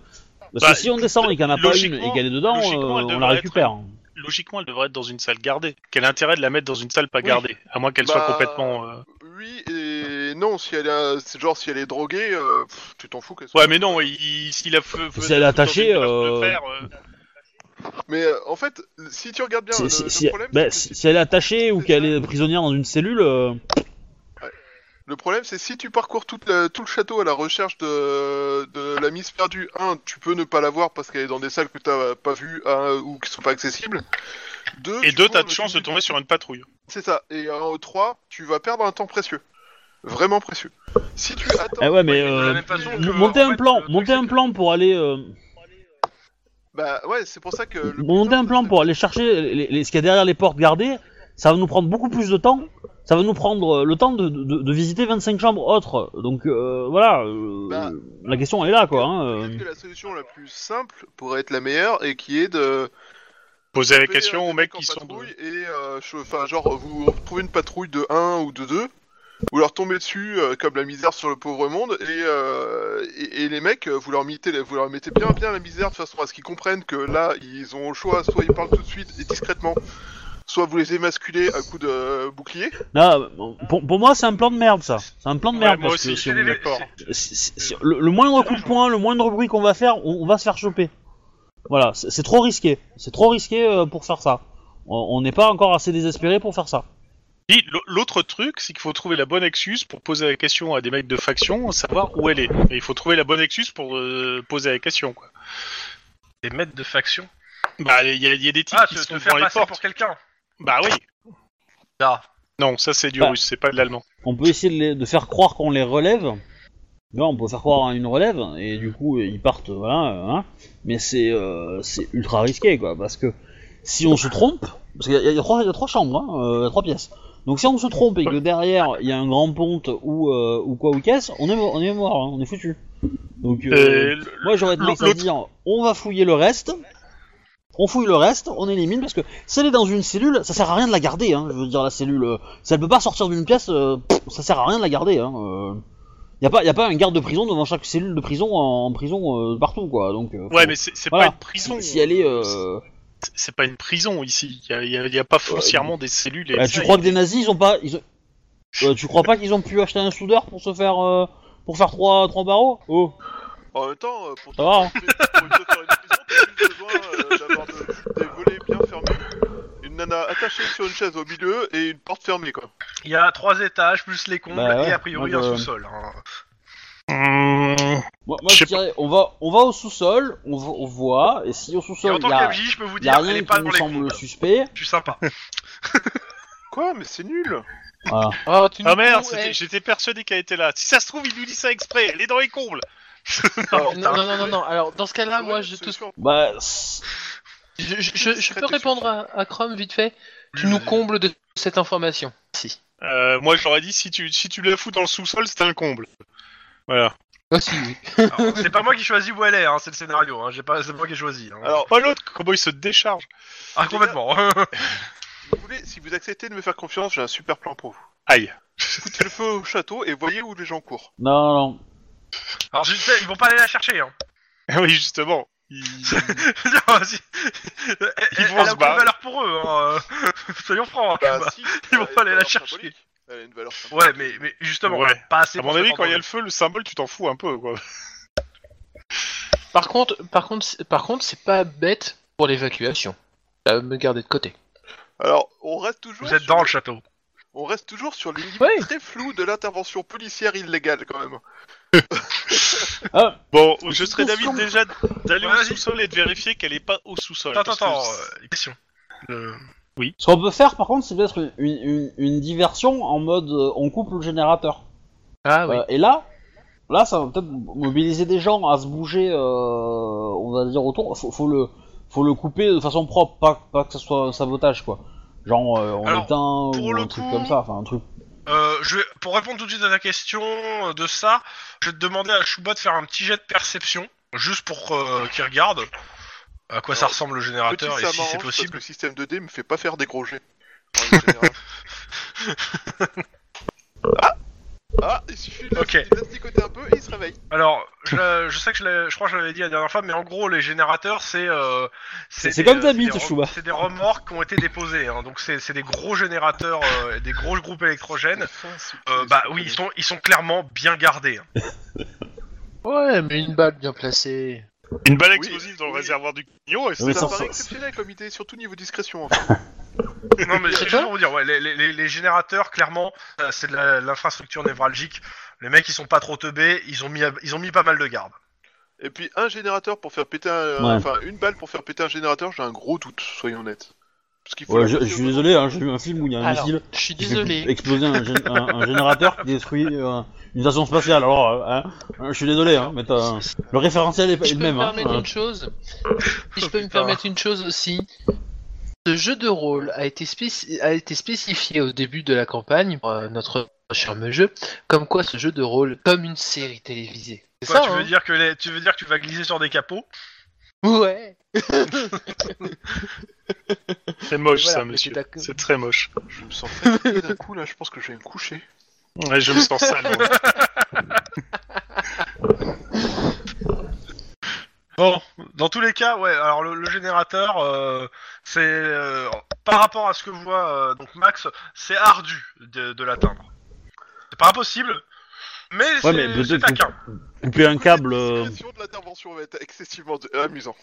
[SPEAKER 2] Parce
[SPEAKER 1] Bah,
[SPEAKER 2] que si on descend et qu'il n'y en a pas une
[SPEAKER 1] logiquement-
[SPEAKER 2] et qu'elle est dedans,
[SPEAKER 1] logiquement,
[SPEAKER 2] euh,
[SPEAKER 1] elle
[SPEAKER 2] on la
[SPEAKER 1] devrait
[SPEAKER 2] récupère.
[SPEAKER 1] logiquement, elle devrait être dans une salle gardée. Quel intérêt de la mettre dans une salle pas
[SPEAKER 4] Oui.
[SPEAKER 1] gardée, à moins qu'elle
[SPEAKER 4] Bah,
[SPEAKER 1] soit complètement. euh,
[SPEAKER 4] Oui et non, si elle a... c'est genre si elle est droguée, euh, pff, tu t'en fous qu'elle soit.
[SPEAKER 1] Ouais, mais non, il- s'il a feu, feu-
[SPEAKER 2] Si elle est
[SPEAKER 1] dans
[SPEAKER 2] attachée,
[SPEAKER 1] une place de
[SPEAKER 2] euh,
[SPEAKER 1] fer, euh,
[SPEAKER 4] Mais euh, en fait, si tu regardes bien,
[SPEAKER 2] Si,
[SPEAKER 4] le,
[SPEAKER 2] si-
[SPEAKER 4] le
[SPEAKER 2] si-
[SPEAKER 4] problème,
[SPEAKER 2] bah,
[SPEAKER 4] c'est que
[SPEAKER 2] si-
[SPEAKER 4] si-
[SPEAKER 2] si elle est attachée ou
[SPEAKER 4] c'est
[SPEAKER 2] qu'elle
[SPEAKER 4] ça.
[SPEAKER 2] est prisonnière dans une cellule, euh,
[SPEAKER 4] le problème, c'est si tu parcours toute la- tout le château à la recherche de, de la mise perdue, un, tu peux ne pas la voir parce qu'elle est dans des salles que t'as pas vues un, ou qui sont pas accessibles. Deux,
[SPEAKER 1] Et
[SPEAKER 4] tu
[SPEAKER 1] deux,
[SPEAKER 4] cours
[SPEAKER 1] t'as
[SPEAKER 4] le
[SPEAKER 1] de chance de
[SPEAKER 4] plus
[SPEAKER 1] tomber sur une patrouille.
[SPEAKER 4] C'est ça. Et en 3, tu vas perdre un temps précieux. Vraiment précieux. Si tu attends,
[SPEAKER 2] ah ouais, mais
[SPEAKER 3] de la
[SPEAKER 2] euh,
[SPEAKER 3] même façon que,
[SPEAKER 2] m- monter
[SPEAKER 3] en
[SPEAKER 2] un
[SPEAKER 3] fait,
[SPEAKER 2] plan,
[SPEAKER 3] le truc,
[SPEAKER 2] monter
[SPEAKER 3] c'est
[SPEAKER 2] un
[SPEAKER 3] que-
[SPEAKER 2] plan pour aller, euh,
[SPEAKER 4] bah ouais, c'est pour ça que le
[SPEAKER 2] monter un plan pour aller chercher les- les- ce qu'il y a derrière les portes gardées, ça va nous prendre beaucoup plus de temps. Ça va nous prendre euh, le temps de, de- de visiter 25 chambres autres. Donc euh, voilà, euh,
[SPEAKER 4] Bah,
[SPEAKER 2] la question elle est là quoi. hein, euh.
[SPEAKER 4] Peut-être que la solution la plus simple pourrait être la meilleure et qui est de
[SPEAKER 1] Poser la
[SPEAKER 4] trouver,
[SPEAKER 1] question
[SPEAKER 4] euh,
[SPEAKER 1] aux
[SPEAKER 4] des
[SPEAKER 1] mecs
[SPEAKER 4] en
[SPEAKER 1] qui sont. de-
[SPEAKER 4] patrouille et euh, che- enfin genre vous retrouvez une patrouille de 1 ou de 2 vous leur tombez dessus euh, comme la misère sur le pauvre monde et, euh, et, et les mecs euh, vous leur mettez vous leur mettez bien bien la misère de façon à ce qu'ils comprennent que là ils ont le choix soit ils parlent tout de suite et discrètement soit vous les émasculez à coups de euh, bouclier
[SPEAKER 2] Non, pour, pour moi, c'est un plan de merde, ça. C'est un plan de
[SPEAKER 1] Ouais,
[SPEAKER 2] merde,
[SPEAKER 1] moi
[SPEAKER 2] parce que
[SPEAKER 1] aussi.
[SPEAKER 2] si on-
[SPEAKER 1] D'accord.
[SPEAKER 2] si- si- si- le, le moindre coup de poing, le moindre bruit qu'on va faire, on, on va se faire choper. Voilà, c'est c'est trop risqué. C'est trop risqué euh, pour faire ça. On on n'est pas encore assez désespéré pour faire ça.
[SPEAKER 1] Puis, l'au- L'autre truc, c'est qu'il faut trouver la bonne excuse pour poser la question à des mecs de faction, savoir où elle est. Et il faut trouver la bonne excuse pour euh, poser la question. Quoi.
[SPEAKER 3] Des maîtres de faction.
[SPEAKER 1] Bah, il y, a- il y a des types
[SPEAKER 3] Ah,
[SPEAKER 1] qui
[SPEAKER 3] te,
[SPEAKER 1] sont
[SPEAKER 3] te
[SPEAKER 1] devant
[SPEAKER 3] faire
[SPEAKER 1] les
[SPEAKER 3] passer
[SPEAKER 1] portes.
[SPEAKER 3] pour quelqu'un.
[SPEAKER 1] Bah oui.
[SPEAKER 3] Là.
[SPEAKER 1] Non, ça c'est du
[SPEAKER 2] Bah.
[SPEAKER 1] russe, c'est pas de l'allemand.
[SPEAKER 2] On peut essayer de, les- de faire croire qu'on les relève. Non, on peut faire croire à une relève, et du coup, ils partent, voilà. euh, hein. Mais c'est euh, c'est ultra risqué, quoi, parce que si on se trompe, parce qu'il y, a- il y a trois- il y a trois chambres, hein, euh, il y a trois pièces. Donc si on se trompe et que derrière, il y a un grand ponte ou, euh, ou quoi ou qu'est-ce, on est, mo- on est mort, hein, on est foutu. Donc, euh,
[SPEAKER 1] Euh, le-
[SPEAKER 2] moi j'aurais tendance à
[SPEAKER 1] l'autre-
[SPEAKER 2] dire, on va fouiller le reste, on fouille le reste, on élimine, parce que si elle est dans une cellule, ça sert à rien de la garder, hein, je veux dire, la cellule, euh, si elle peut pas sortir d'une pièce, euh, pff, ça sert à rien de la garder, hein, euh. y a pas, y a pas un garde de prison devant chaque cellule de prison en, en prison euh, partout quoi, donc. euh,
[SPEAKER 1] Ouais,
[SPEAKER 2] faut-
[SPEAKER 1] mais c'est c'est
[SPEAKER 2] voilà.
[SPEAKER 1] pas une prison.
[SPEAKER 2] Si, si elle est, euh,
[SPEAKER 1] C'est- C'est pas une prison ici. Il y a, il y a- il y a pas foncièrement des cellules. Et
[SPEAKER 2] bah, tu
[SPEAKER 1] ça,
[SPEAKER 2] crois que des nazis ils ont pas, ils ont- Euh, tu crois pas qu'ils ont pu acheter un soudeur pour se faire, euh, pour faire trois, trois barreaux Oh,
[SPEAKER 4] En même temps, euh, pour
[SPEAKER 2] Ça va, hein.
[SPEAKER 4] pour une fois faire une prison, t'as juste besoin euh, d'avoir de- des volets bien fermés, une nana attachée sur une chaise au milieu et une porte fermée, quoi.
[SPEAKER 3] Il y a trois étages plus les combles
[SPEAKER 2] Bah ouais,
[SPEAKER 3] et a priori
[SPEAKER 2] moi, je-
[SPEAKER 3] un sous-sol. hein.
[SPEAKER 1] Mmh.
[SPEAKER 2] Moi, moi,
[SPEAKER 1] Je
[SPEAKER 2] je
[SPEAKER 1] sais
[SPEAKER 2] dirais, on va, on va au sous-sol, on, va- on voit, et si au
[SPEAKER 3] Et
[SPEAKER 2] sous-sol
[SPEAKER 3] en
[SPEAKER 2] il
[SPEAKER 3] tant
[SPEAKER 2] y a,
[SPEAKER 3] qu'MJ, je peux vous
[SPEAKER 2] y a
[SPEAKER 3] dire, elle
[SPEAKER 2] rien
[SPEAKER 3] est
[SPEAKER 2] qui
[SPEAKER 3] pas
[SPEAKER 2] nous
[SPEAKER 3] dans les
[SPEAKER 2] semble
[SPEAKER 3] combles.
[SPEAKER 2] suspect,
[SPEAKER 3] Je suis sympa.
[SPEAKER 4] Quoi Mais c'est nul
[SPEAKER 2] voilà.
[SPEAKER 5] Ah, tu
[SPEAKER 1] Ah merde,
[SPEAKER 5] nous-
[SPEAKER 1] c'était-
[SPEAKER 5] eh.
[SPEAKER 1] j'étais persuadé qu'elle était là. Si ça se trouve, il nous dit ça exprès. Elle est dans les combles.
[SPEAKER 5] non, non, non, non, non, alors dans ce
[SPEAKER 3] Ah,
[SPEAKER 5] cas-là, moi je te
[SPEAKER 2] bah, c'est-
[SPEAKER 5] Je, je- je- je peux répondre à, à Chrome vite fait. Tu nous combles de cette information. Si.
[SPEAKER 1] Euh, moi, j'aurais dit si tu si tu la fous dans le sous-sol, c'est un comble. Voilà.
[SPEAKER 5] Aussi, oui.
[SPEAKER 3] Alors, C'est pas moi qui choisis où elle est, hein, c'est le scénario. Hein. j'ai Pas... C'est pas moi qui ai choisi. hein.
[SPEAKER 4] Alors,
[SPEAKER 1] Pas l'autre. Comment il se décharge
[SPEAKER 3] Ah, complètement.
[SPEAKER 4] vous voulez, si vous acceptez de me faire confiance, j'ai un super plan pour vous.
[SPEAKER 1] Aïe.
[SPEAKER 4] Foutez le feu au château et voyez où les gens courent.
[SPEAKER 2] non, non, non.
[SPEAKER 3] Alors, je sais, ils vont pas aller la chercher. Hein.
[SPEAKER 1] Ah oui, justement. Il-
[SPEAKER 3] Non, si- Elle-
[SPEAKER 1] vont
[SPEAKER 3] elle
[SPEAKER 1] se
[SPEAKER 3] a aucune
[SPEAKER 1] barrer.
[SPEAKER 3] valeur pour eux. Hein. euh, Soyons francs. hein, Cuba.
[SPEAKER 4] si,
[SPEAKER 3] ils vont
[SPEAKER 4] elle a
[SPEAKER 3] pas
[SPEAKER 4] une
[SPEAKER 3] aller la
[SPEAKER 4] valeur
[SPEAKER 3] chercher.
[SPEAKER 4] symbolique. Elle a une valeur symbolique.
[SPEAKER 3] Ouais, mais, mais justement,
[SPEAKER 1] Ouais.
[SPEAKER 3] pas assez.
[SPEAKER 1] À
[SPEAKER 3] pour
[SPEAKER 1] mon
[SPEAKER 3] se
[SPEAKER 1] avis,
[SPEAKER 3] faire
[SPEAKER 1] quand il y a
[SPEAKER 3] entendre.
[SPEAKER 1] le feu, le symbole, tu t'en fous un peu, quoi.
[SPEAKER 5] Par contre, par contre, c'est- par contre, c'est pas bête pour l'évacuation. À me garder de côté.
[SPEAKER 4] Alors, on reste toujours.
[SPEAKER 3] Vous êtes
[SPEAKER 4] sur-
[SPEAKER 3] dans le château.
[SPEAKER 4] On reste toujours sur les
[SPEAKER 5] Ouais.
[SPEAKER 4] très flou de l'intervention policière illégale quand même.
[SPEAKER 2] Ah,
[SPEAKER 1] Bon, je serais d'avis
[SPEAKER 4] Attention.
[SPEAKER 1] déjà d'aller au
[SPEAKER 3] Vas-y.
[SPEAKER 1] sous-sol et de vérifier qu'elle est pas au sous-sol.
[SPEAKER 3] Attends,
[SPEAKER 1] parce
[SPEAKER 3] attends,
[SPEAKER 1] que-
[SPEAKER 3] euh, une question. Euh,
[SPEAKER 2] ce qu'on peut faire, par contre, c'est peut-être une, une- une diversion en mode euh, on coupe le générateur.
[SPEAKER 5] Ah oui.
[SPEAKER 2] Euh, et là, là, ça va peut-être mobiliser des gens à se bouger, euh, on va dire autour. Faut, faut le, faut le couper de façon propre, pas, pas que ce soit un sabotage quoi. Genre euh, on
[SPEAKER 3] Alors,
[SPEAKER 2] éteint
[SPEAKER 3] pour
[SPEAKER 2] ou
[SPEAKER 3] le
[SPEAKER 2] un truc
[SPEAKER 3] coup-
[SPEAKER 2] comme ça, enfin un truc.
[SPEAKER 3] euh, je vais- pour répondre tout de suite à ta question euh, de ça, je vais te demander à Chouba de faire un petit jet de perception, juste pour euh, qu'il regarde à quoi ça
[SPEAKER 4] Alors,
[SPEAKER 3] ressemble le
[SPEAKER 4] Petit,
[SPEAKER 3] générateur et
[SPEAKER 4] ça
[SPEAKER 3] si c'est
[SPEAKER 4] m'arrange parce que
[SPEAKER 3] possible.
[SPEAKER 4] le système 2D me fait pas faire des gros jets. en règle générale. ah, ah, il suffit de
[SPEAKER 3] Ok.
[SPEAKER 4] de l'asticoter un peu et il se réveille.
[SPEAKER 3] Alors, je, la- je sais que je, l'ai- je crois que je l'avais dit la dernière fois, mais en gros, les générateurs, c'est. euh,
[SPEAKER 2] C'est
[SPEAKER 3] des-
[SPEAKER 2] comme ta
[SPEAKER 3] c'est
[SPEAKER 2] bite,
[SPEAKER 3] des rem-
[SPEAKER 2] Chouba.
[SPEAKER 3] C'est des remorques qui ont été déposées, hein, donc c'est c'est des gros générateurs, euh, et des gros groupes électrogènes. Euh, bah oui, ils sont, ils sont clairement bien gardés. hein.
[SPEAKER 5] Ouais, mais une balle bien placée.
[SPEAKER 1] Une balle
[SPEAKER 4] Oui,
[SPEAKER 1] explosive dans le
[SPEAKER 4] oui.
[SPEAKER 1] réservoir du clignon, et c'est
[SPEAKER 2] mais
[SPEAKER 4] Ça
[SPEAKER 2] sans-
[SPEAKER 4] me
[SPEAKER 1] ça.
[SPEAKER 4] paraît
[SPEAKER 2] sans-
[SPEAKER 4] exceptionnel comme idée, surtout niveau discrétion. en fait.
[SPEAKER 3] Non, mais c'est
[SPEAKER 5] C'est
[SPEAKER 3] juste
[SPEAKER 5] ça
[SPEAKER 3] pour vous dire, ouais, les, les- les- les générateurs, clairement, euh, c'est de la- l'infrastructure névralgique. Les mecs, ils sont pas trop teubés, ils ont mis, ils ont mis pas mal de gardes.
[SPEAKER 4] Et puis un générateur pour faire péter, un- euh,
[SPEAKER 2] Ouais.
[SPEAKER 4] enfin une balle pour faire péter un générateur, j'ai un gros doute, soyons honnêtes. Parce qu'il faut
[SPEAKER 2] Ouais,
[SPEAKER 4] la
[SPEAKER 2] je, je
[SPEAKER 4] passer
[SPEAKER 2] suis
[SPEAKER 4] au-
[SPEAKER 2] désolé, hein, j'ai vu un film où il y a un
[SPEAKER 5] Alors,
[SPEAKER 2] missile
[SPEAKER 5] je suis
[SPEAKER 2] qui fait
[SPEAKER 5] désolé.
[SPEAKER 2] exploser un, gén- un- un générateur qui détruit euh, une station spatiale. Alors, euh, hein, euh, je suis désolé, hein, mais t'as- le référentiel est pas
[SPEAKER 5] Je
[SPEAKER 2] est
[SPEAKER 5] peux
[SPEAKER 2] le
[SPEAKER 5] me
[SPEAKER 2] même. hein.
[SPEAKER 5] permettre une chose. Si je peux me
[SPEAKER 3] putain.
[SPEAKER 5] permettre une chose aussi. Ce jeu de rôle a été, spéci- a été spécifié au début de la campagne, pour euh, notre charmeux jeu, comme quoi ce jeu de rôle comme une série télévisée. C'est
[SPEAKER 3] Quoi,
[SPEAKER 5] ça
[SPEAKER 3] tu, veux
[SPEAKER 5] hein
[SPEAKER 3] dire que les- tu veux dire que tu vas glisser sur des capots
[SPEAKER 5] Ouais.
[SPEAKER 1] C'est moche
[SPEAKER 5] Voilà,
[SPEAKER 1] ça,
[SPEAKER 5] mais
[SPEAKER 1] monsieur.
[SPEAKER 5] t'es d'accord.
[SPEAKER 1] C'est très moche.
[SPEAKER 4] Je me sens fatigué d'un coup là, je pense que je vais me coucher.
[SPEAKER 1] Ouais, je me sens sale. moi.
[SPEAKER 3] Bon, dans tous les cas, ouais. Alors le, le générateur, euh, c'est euh, par rapport à ce que voit euh, donc Max, c'est ardu de, de l'atteindre. C'est pas impossible, mais c'est
[SPEAKER 2] mais peut-être
[SPEAKER 3] c'est
[SPEAKER 2] que-
[SPEAKER 3] taquin.
[SPEAKER 2] Couper un câble. euh,
[SPEAKER 4] La discrétion de l'intervention va être excessivement de- amusant.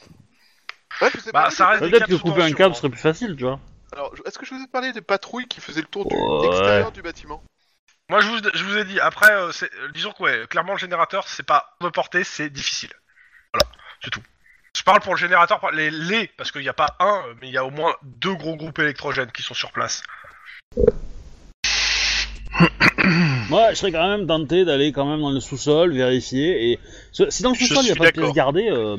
[SPEAKER 4] Ouais, je vous ai
[SPEAKER 3] Bah,
[SPEAKER 4] parlé
[SPEAKER 3] ça
[SPEAKER 4] des-
[SPEAKER 3] reste-
[SPEAKER 2] Peut-être que
[SPEAKER 3] câbles sous
[SPEAKER 2] couper un
[SPEAKER 3] tension,
[SPEAKER 2] câble
[SPEAKER 3] hein.
[SPEAKER 2] serait plus facile, tu vois.
[SPEAKER 4] Alors, je- est-ce que je vous ai parlé des patrouilles qui faisaient le tour du
[SPEAKER 2] Ouais.
[SPEAKER 4] extérieur du bâtiment
[SPEAKER 3] Moi, je vous, je vous ai dit. Après, euh, c'est- euh, disons que ouais, clairement le générateur, c'est pas de portée, c'est difficile. Voilà, c'est tout. Je parle pour le générateur, par- les, les parce qu'il n'y a pas un, euh, mais il y a au moins deux gros groupes électrogènes qui sont sur place.
[SPEAKER 2] Moi, je serais quand même tenté d'aller quand même dans le sous-sol, vérifier. Et ce- si dans le
[SPEAKER 1] Je
[SPEAKER 2] sous-sol il n'y a
[SPEAKER 1] suis
[SPEAKER 2] pas de pièce
[SPEAKER 1] d'accord.
[SPEAKER 2] gardée euh,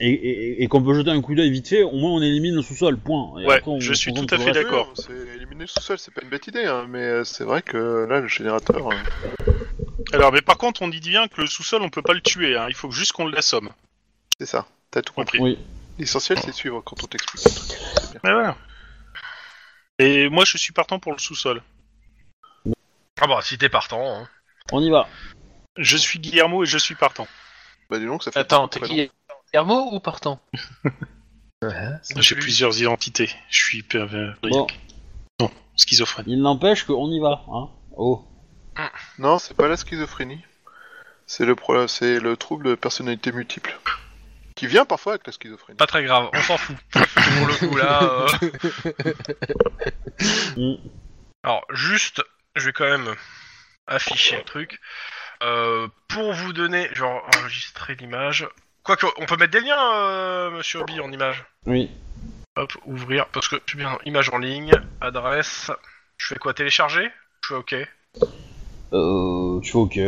[SPEAKER 2] et, et- et- et qu'on peut jeter un coup d'œil vite fait, au moins on élimine le sous-sol. Point. Et
[SPEAKER 1] Ouais,
[SPEAKER 2] on-
[SPEAKER 1] je
[SPEAKER 2] on
[SPEAKER 1] suis
[SPEAKER 2] concentre
[SPEAKER 1] tout à
[SPEAKER 2] le
[SPEAKER 1] fait
[SPEAKER 2] reste.
[SPEAKER 1] d'accord.
[SPEAKER 4] Oui, on s'est éliminé le sous-sol, c'est pas une bête idée, hein, mais euh, c'est vrai que là, le générateur. euh,
[SPEAKER 1] Alors, mais par contre, on dit bien que le sous-sol, on peut pas le tuer. hein. Il faut juste qu'on l'assomme.
[SPEAKER 4] c'est ça, t'as tout compris.
[SPEAKER 1] Compris.
[SPEAKER 2] Oui.
[SPEAKER 4] L'essentiel, c'est de suivre quand on t'explique le truc. C'est bien.
[SPEAKER 1] Ouais, voilà. Et moi, je suis partant pour le sous-sol.
[SPEAKER 3] Ah bah, si t'es partant. hein.
[SPEAKER 2] On y va.
[SPEAKER 1] Je suis Guillermo et je suis partant.
[SPEAKER 4] Bah, dis donc, ça fait.
[SPEAKER 5] Attends,
[SPEAKER 4] beaucoup
[SPEAKER 5] t'es
[SPEAKER 4] de prénoms.
[SPEAKER 5] qui Guillermo ou partant
[SPEAKER 1] J'ai plusieurs identités. Je suis pervers.
[SPEAKER 2] Bon.
[SPEAKER 1] Non, schizophrène.
[SPEAKER 2] Il n'empêche qu'on y va. Hein. Oh.
[SPEAKER 4] Non, c'est pas la schizophrénie. C'est le, pro... c'est le trouble de personnalité multiple. Qui vient parfois avec la schizophrénie.
[SPEAKER 3] Pas très grave, on s'en fout. Pour le coup, là. euh,
[SPEAKER 2] Mm.
[SPEAKER 3] Alors, juste, je vais quand même afficher le truc. Euh, pour vous donner. Je vais en- enregistrer l'image. Quoique, on peut mettre des liens, euh, monsieur Obi, en image.
[SPEAKER 2] Oui.
[SPEAKER 3] Hop, ouvrir. Parce que je suis bien. Image en ligne, adresse. Je fais quoi Télécharger Je fais OK.
[SPEAKER 2] Euh, tu fais ok.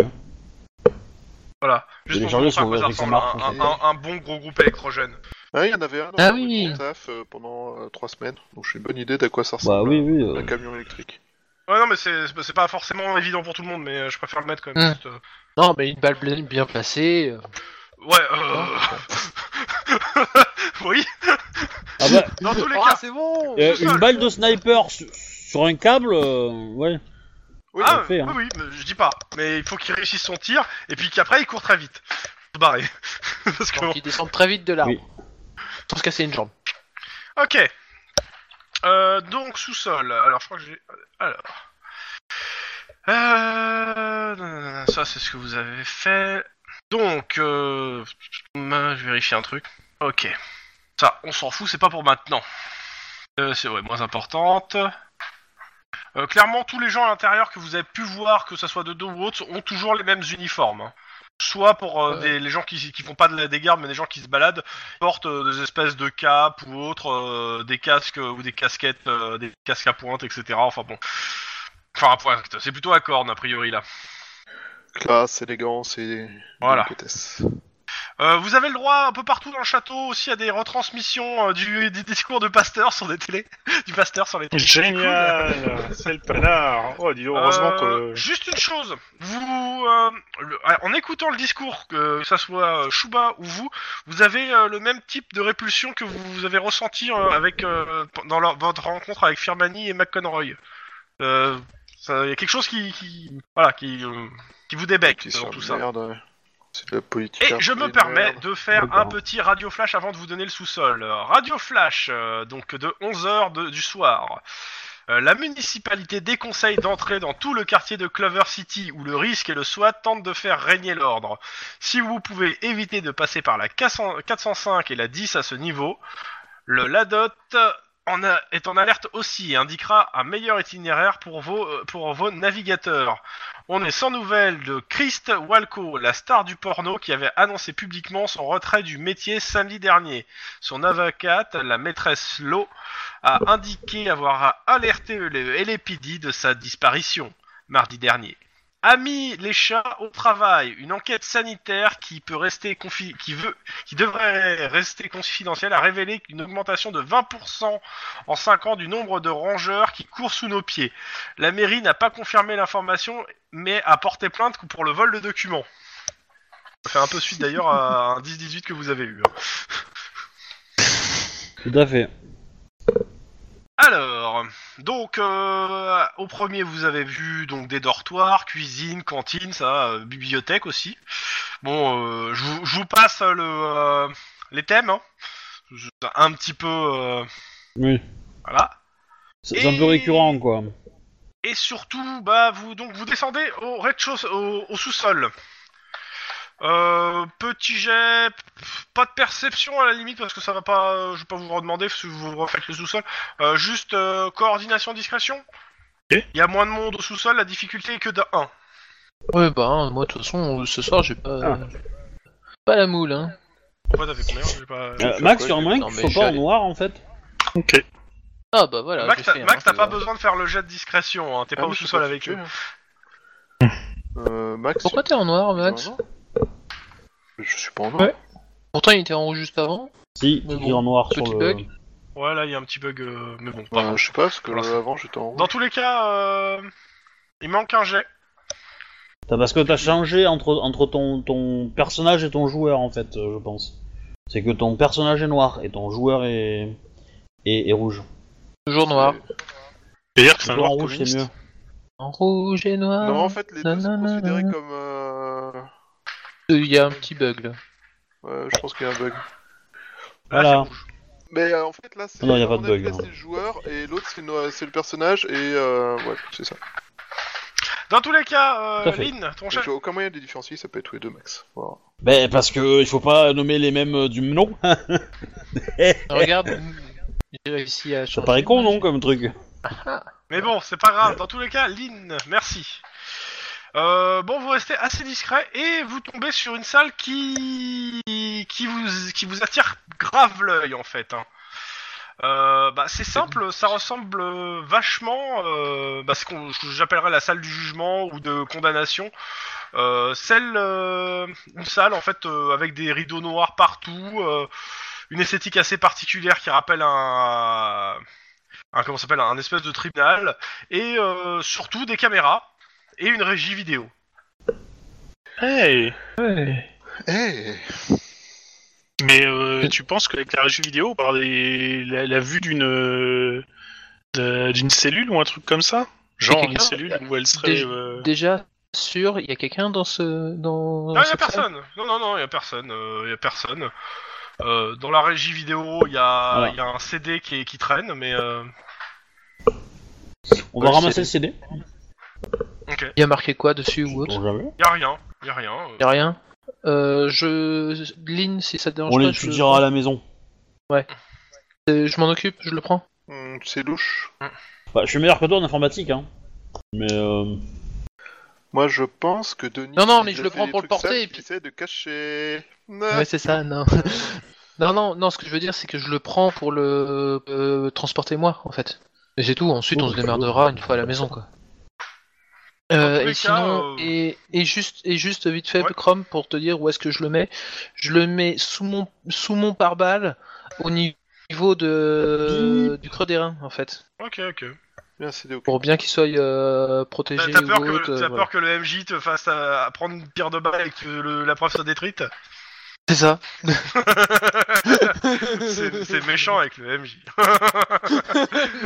[SPEAKER 3] Voilà. Juste pour
[SPEAKER 2] Télécharger
[SPEAKER 3] vous montrer à
[SPEAKER 2] sur
[SPEAKER 3] quoi ça
[SPEAKER 2] Ericsson
[SPEAKER 3] ressemble.
[SPEAKER 2] Mark,
[SPEAKER 3] Un,
[SPEAKER 4] on
[SPEAKER 3] un- un bon gros groupe électrogène.
[SPEAKER 4] Ah, il y en avait un dans
[SPEAKER 5] Ah
[SPEAKER 4] la rue
[SPEAKER 5] oui.
[SPEAKER 4] de mon taf euh, pendant 3 semaines, donc j'ai une bonne idée d'à quoi ça
[SPEAKER 2] Bah
[SPEAKER 4] ressemble. hein.
[SPEAKER 2] oui, oui. euh,
[SPEAKER 4] Un camion électrique.
[SPEAKER 3] Ouais, non, mais c'est c'est pas forcément évident pour tout le monde, mais euh, je préfère le mettre quand même.
[SPEAKER 2] Hmm.
[SPEAKER 5] Mm.
[SPEAKER 3] juste, euh,
[SPEAKER 5] Non, mais une balle bl- bien placée. euh,
[SPEAKER 3] Ouais, euh... oui,
[SPEAKER 2] Ah bah,
[SPEAKER 3] dans tous les
[SPEAKER 5] Ah,
[SPEAKER 3] cas.
[SPEAKER 5] c'est bon
[SPEAKER 2] euh,
[SPEAKER 3] Sous-sol.
[SPEAKER 2] une balle de sniper su- sur un câble, euh, ouais.
[SPEAKER 4] Oui,
[SPEAKER 3] ah,
[SPEAKER 2] on fait, hein.
[SPEAKER 3] oui, oui, mais je dis pas. Mais il faut qu'il réussisse son tir, et puis qu'après il court très vite. Faut se barrer. Parce que...
[SPEAKER 5] Donc, ils descendent très vite de l'arbre.
[SPEAKER 2] Oui.
[SPEAKER 5] Sans se casser une jambe.
[SPEAKER 3] Ok. Euh, donc, sous-sol. Alors, je crois que j'ai... Alors... Euh... nanana, Ça, c'est ce que vous avez fait. Donc, euh... Je vais vérifier un truc. Ok. Ça, on s'en fout, c'est pas pour maintenant. Euh, c'est ouais, moins importante. Euh, clairement, tous les gens à l'intérieur que vous avez pu voir, que ce soit de dos ou autre, ont toujours les mêmes uniformes. hein. Soit pour euh,
[SPEAKER 5] Ouais.
[SPEAKER 3] des, les gens qui, qui font pas de la, des gardes, mais des gens qui se baladent, ils portent euh, des espèces de capes ou autres, euh, des casques euh, ou des casquettes, euh, des casques à pointe, etc. Enfin bon. Enfin à pointe, c'est plutôt à corne a priori là.
[SPEAKER 4] Classe, élégance et
[SPEAKER 3] Voilà.
[SPEAKER 4] délicatesse.
[SPEAKER 3] Euh, vous avez le droit un peu partout dans le château aussi à des retransmissions euh, du, des discours de pasteur sur des télés, du pasteur sur les télés.
[SPEAKER 1] Génial C'est le panard Oh, dis donc, heureusement
[SPEAKER 3] Euh,
[SPEAKER 1] que...
[SPEAKER 3] Juste une chose, vous, euh, le- en écoutant le discours, que ça soit euh, Shuba ou vous, vous avez euh, le même type de répulsion que vous avez ressenti euh, avec euh, dans leur- votre rencontre avec Firmani et McConroy. Euh, ça- Il y a quelque chose qui, qui- voilà, qui, euh, qui vous débecte
[SPEAKER 4] Petit
[SPEAKER 3] dans
[SPEAKER 4] sur
[SPEAKER 3] tout
[SPEAKER 4] de
[SPEAKER 3] ça.
[SPEAKER 4] merde, ouais. C'est de la politique.
[SPEAKER 3] Et je me
[SPEAKER 4] de
[SPEAKER 3] permets
[SPEAKER 4] merde.
[SPEAKER 3] de faire
[SPEAKER 2] D'accord.
[SPEAKER 3] un petit radio flash avant de vous donner le sous-sol. Euh, Radio flash, euh, donc de 11h du soir. Euh, la municipalité déconseille d'entrer dans tout le quartier de Clover City où le risque et le SWAT tentent de faire régner l'ordre. Si vous pouvez éviter de passer par la 400 405 et la 10 à ce niveau, le LADOT en a- est en alerte aussi et indiquera un meilleur itinéraire pour vos, euh, pour vos navigateurs. On est sans nouvelles de Christ Walco, la star du porno qui avait annoncé publiquement son retrait du métier samedi dernier. Son avocate, la maîtresse Lo, a indiqué avoir alerté le LAPD de sa disparition mardi dernier. Amis, les chats au travail, une enquête sanitaire qui peut rester confi- qui veut qui devrait rester confidentielle a révélé une augmentation de 20% en 5 ans du nombre de rongeurs qui courent sous nos pieds. La mairie n'a pas confirmé l'information mais a porté plainte pour le vol de documents. Ça fait un peu suite d'ailleurs à un 10-18 que vous avez eu. hein.
[SPEAKER 2] Tout à fait.
[SPEAKER 3] Alors, donc euh, au premier vous avez vu donc des dortoirs, cuisine, cantine, ça, euh, bibliothèque aussi. Bon, euh, je vous- je vous passe le, euh, les thèmes, hein. Je- un petit peu, euh,
[SPEAKER 2] Oui.
[SPEAKER 3] voilà.
[SPEAKER 2] C'est
[SPEAKER 3] Et-
[SPEAKER 2] c'est un peu récurrent, quoi.
[SPEAKER 3] Et surtout, bah, vous donc vous descendez au rez-de-chaussée, au, au sous-sol. Euh, petit jet, pff, pas de perception à la limite parce que ça va pas, euh, je vais pas vous redemander si vous refaites le sous-sol. Euh, juste euh, coordination, discrétion.
[SPEAKER 1] Ok.
[SPEAKER 3] Il y a moins de monde au sous-sol, la difficulté est que de 1.
[SPEAKER 5] Ouais, bah, hein, moi, de toute façon, ce soir, j'ai pas.
[SPEAKER 2] Ah.
[SPEAKER 5] Pas la moule, hein.
[SPEAKER 3] Pourquoi t'as fait combien J'ai pas-
[SPEAKER 2] Euh, Max,
[SPEAKER 4] quoi,
[SPEAKER 2] il y a un moyen
[SPEAKER 5] non,
[SPEAKER 2] que tu
[SPEAKER 5] mais
[SPEAKER 2] sois
[SPEAKER 5] je
[SPEAKER 2] pas en
[SPEAKER 5] l'ai.
[SPEAKER 2] noir, en fait
[SPEAKER 1] Ok.
[SPEAKER 5] Ah, bah voilà.
[SPEAKER 3] Max,
[SPEAKER 5] j'ai
[SPEAKER 3] t'as
[SPEAKER 5] fait,
[SPEAKER 3] Max,
[SPEAKER 5] hein,
[SPEAKER 3] t'as
[SPEAKER 5] c'est
[SPEAKER 3] pas
[SPEAKER 5] vrai.
[SPEAKER 3] besoin de faire le jet de discrétion, hein, t'es pas
[SPEAKER 4] Ah, mais
[SPEAKER 3] au
[SPEAKER 4] je sais
[SPEAKER 3] sous-sol
[SPEAKER 4] pas
[SPEAKER 3] avec
[SPEAKER 4] si
[SPEAKER 3] eux.
[SPEAKER 4] tu veux. Euh, Max
[SPEAKER 5] Pourquoi t'es en noir, Max
[SPEAKER 4] Non, non. Je suis pas en
[SPEAKER 5] Ouais. Pourtant, il était en rouge juste avant.
[SPEAKER 2] Si,
[SPEAKER 5] Mais
[SPEAKER 2] il
[SPEAKER 5] bon,
[SPEAKER 2] est en noir sur
[SPEAKER 5] petit
[SPEAKER 2] le.
[SPEAKER 5] bug.
[SPEAKER 3] Ouais, là il y a un petit bug, euh, mais bon. pas
[SPEAKER 4] Ouais,
[SPEAKER 3] grave.
[SPEAKER 4] je sais pas, parce que
[SPEAKER 3] Voilà.
[SPEAKER 4] euh, avant j'étais en
[SPEAKER 3] Dans
[SPEAKER 4] rouge.
[SPEAKER 3] tous les cas, euh, il manque un jet.
[SPEAKER 2] T'as- Parce que t'as changé entre, entre ton, ton personnage et ton joueur, en fait, euh, je pense. C'est que ton personnage est noir et ton joueur est. est, est rouge.
[SPEAKER 5] Toujours
[SPEAKER 2] Euh,
[SPEAKER 5] noir.
[SPEAKER 1] D'ailleurs, que c'est un
[SPEAKER 2] Joueur
[SPEAKER 1] noir
[SPEAKER 2] en rouge, c'est
[SPEAKER 1] communiste.
[SPEAKER 2] mieux.
[SPEAKER 5] En rouge et noir.
[SPEAKER 4] Non, en fait, les deux
[SPEAKER 5] Ah, Non,
[SPEAKER 4] sont
[SPEAKER 5] non, non,
[SPEAKER 4] considérés
[SPEAKER 5] non.
[SPEAKER 4] comme. euh,
[SPEAKER 5] Il y a un petit bug là.
[SPEAKER 4] Ouais, je pense qu'il y a un bug.
[SPEAKER 3] Là,
[SPEAKER 2] Voilà.
[SPEAKER 3] c'est rouge.
[SPEAKER 4] Mais euh, en fait, là, c'est.
[SPEAKER 2] Non, y a
[SPEAKER 4] à
[SPEAKER 2] pas
[SPEAKER 4] mon
[SPEAKER 2] de bug, hein.
[SPEAKER 4] avis, là,
[SPEAKER 2] non.
[SPEAKER 4] c'est le joueur et l'autre, c'est no- c'est le personnage et. euh, Ouais, c'est ça.
[SPEAKER 3] Dans tous les cas,
[SPEAKER 2] Tout à
[SPEAKER 3] euh,
[SPEAKER 2] fait.
[SPEAKER 3] Lynn, ton
[SPEAKER 4] Je
[SPEAKER 3] jet.
[SPEAKER 4] vois aucun moyen de les différencier, ça peut être tous les deux, Max. Voilà.
[SPEAKER 2] Ben, parce que euh, il faut pas nommer les mêmes euh, du nom.
[SPEAKER 5] Ah, Regarde, j'ai réussi à changer.
[SPEAKER 2] Ça paraît con, non, comme truc
[SPEAKER 3] Mais bon, c'est pas grave. Dans tous les cas, Lynn, merci. Euh, bon, vous restez assez discret et vous tombez sur une salle qui qui vous qui vous attire grave l'œil en fait. hein. Euh, bah, c'est simple, ça ressemble euh, vachement euh, bah, ce qu'on ce que j'appellerais la salle du jugement ou de condamnation. Euh, celle euh, une salle en fait euh, avec des rideaux noirs partout, euh, une esthétique assez particulière qui rappelle un un hein, comment ça s'appelle un espèce de tribunal et euh, surtout des caméras et une régie vidéo.
[SPEAKER 1] Hey
[SPEAKER 4] Eh
[SPEAKER 1] Mais euh, tu penses qu'avec la régie vidéo, par les... la, la vue d'une euh, d'un- d'une cellule ou un truc comme ça Genre une
[SPEAKER 5] quelqu'un
[SPEAKER 1] cellule où elle serait...
[SPEAKER 5] Dé-
[SPEAKER 1] euh,
[SPEAKER 5] Déjà sûr, il y a quelqu'un dans ce dans.
[SPEAKER 3] Non, il y a
[SPEAKER 5] cette salle
[SPEAKER 3] personne. Non non non, il y a personne, euh, il y a personne. Euh, dans la régie vidéo, il y a
[SPEAKER 2] Voilà.
[SPEAKER 3] il y a un CD qui, est- qui traîne mais euh,
[SPEAKER 2] On va
[SPEAKER 4] Ouais,
[SPEAKER 2] ramasser le CD.
[SPEAKER 3] OK.
[SPEAKER 5] Il y a marqué quoi dessus ou autre
[SPEAKER 2] On jamais.
[SPEAKER 3] Il y a rien, il y a rien. euh.
[SPEAKER 5] Il y a rien. Euh, je Lynn, si ça te dérange
[SPEAKER 2] On
[SPEAKER 5] pas, je...
[SPEAKER 2] l'étudiera à la maison.
[SPEAKER 5] Euh, je m'en occupe, je le prends.
[SPEAKER 4] Hmm, c'est louche.
[SPEAKER 2] Bah, je suis meilleur que toi en informatique, hein. Mais euh,
[SPEAKER 4] Moi, je pense que Denis.
[SPEAKER 5] Non, non,
[SPEAKER 4] il
[SPEAKER 5] mais je
[SPEAKER 4] a
[SPEAKER 5] le
[SPEAKER 4] fait
[SPEAKER 5] prends
[SPEAKER 4] des
[SPEAKER 5] pour le
[SPEAKER 4] trucs
[SPEAKER 5] porter,
[SPEAKER 4] sales
[SPEAKER 5] et
[SPEAKER 4] qu'il
[SPEAKER 5] puis-
[SPEAKER 4] essaie de cacher.
[SPEAKER 5] Ouais, c'est ça, non. non, non, non, ce que je veux dire, c'est que je le prends pour le euh, transporter moi, en fait. Mais c'est tout, ensuite on se démerdera une fois à la maison, quoi. Euh,
[SPEAKER 3] Dans tous
[SPEAKER 5] et
[SPEAKER 3] les
[SPEAKER 5] sinon,
[SPEAKER 3] cas, euh,
[SPEAKER 5] et, et juste, et juste vite fait,
[SPEAKER 3] Ouais.
[SPEAKER 5] Chrome, pour te dire où est-ce que je le mets, je le mets sous mon, sous mon pare-balles, au ni- niveau de, du creux des reins, en fait,
[SPEAKER 3] Ok, ok.
[SPEAKER 4] Bien, c'est des
[SPEAKER 5] pour bien qu'il soit euh,
[SPEAKER 3] T'as
[SPEAKER 5] protégé
[SPEAKER 3] t'as
[SPEAKER 5] ou
[SPEAKER 3] peur, que-
[SPEAKER 5] autre,
[SPEAKER 3] t'as
[SPEAKER 5] euh, voilà.
[SPEAKER 3] peur que le MJ te fasse à, à prendre une pierre de balle et que le- la preuve soit détruite
[SPEAKER 5] C'est ça.
[SPEAKER 3] C'est c'est méchant avec le MJ.
[SPEAKER 5] Non,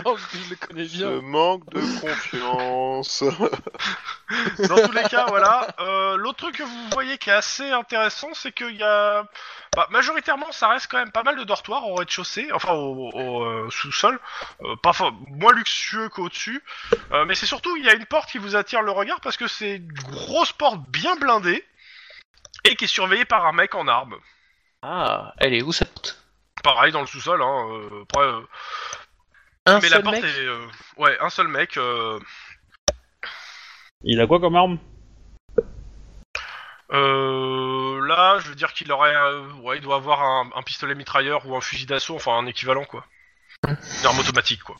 [SPEAKER 5] Oh, je le connais bien.
[SPEAKER 4] Ce manque de confiance.
[SPEAKER 3] Dans tous les cas, voilà. Euh, L'autre truc que vous voyez qui est assez intéressant, c'est qu'il y a. Bah, majoritairement, ça reste quand même pas mal de dortoirs au rez-de-chaussée, enfin au, au, euh, sous-sol. Euh, pas fa- moins luxueux qu'au-dessus. Euh, mais c'est surtout, il y a une porte qui vous attire le regard parce que c'est une grosse porte bien blindée et qui est surveillée par un mec en arme.
[SPEAKER 5] Ah, elle est où cette porte
[SPEAKER 3] Pareil dans le sous-sol, hein. euh, après, euh,
[SPEAKER 5] Un
[SPEAKER 3] mais la
[SPEAKER 5] seul
[SPEAKER 3] porte
[SPEAKER 5] mec
[SPEAKER 3] est. euh, Ouais, un seul mec. euh,
[SPEAKER 2] il a quoi comme arme
[SPEAKER 3] Euh, là, je veux dire qu'il aurait, euh, ouais, il doit avoir un, un pistolet mitrailleur ou un fusil d'assaut, enfin un équivalent quoi. Une arme automatique quoi.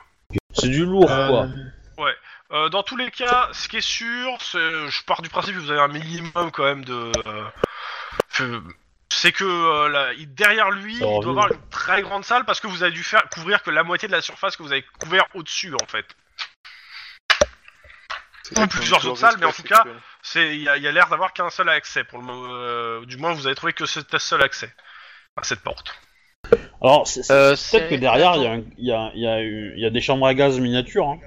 [SPEAKER 2] C'est du lourd, quoi.
[SPEAKER 3] Euh, dans tous les cas, ce qui est sûr, c'est, je pars du principe que vous avez un minimum quand même de. euh, que- c'est que euh, là, il- derrière lui, il
[SPEAKER 2] Ça revient.
[SPEAKER 3] doit avoir une très grande salle parce que vous avez dû faire couvrir que la moitié de la surface que vous avez couvert au-dessus en fait.
[SPEAKER 4] C'est
[SPEAKER 3] Ou plusieurs autres salles, mais en tout
[SPEAKER 4] espace,
[SPEAKER 3] cas, C'est, il y a, il y a l'air d'avoir qu'un seul accès pour le moment. euh, du moins, vous avez trouvé que c'était seul accès à cette porte.
[SPEAKER 2] Alors, c'est- c'est-
[SPEAKER 5] Euh,
[SPEAKER 2] peut-être
[SPEAKER 5] c'est-
[SPEAKER 2] que derrière, il y a un- il y, a, il y a eu- il y a des chambres à gaz miniatures. Hein.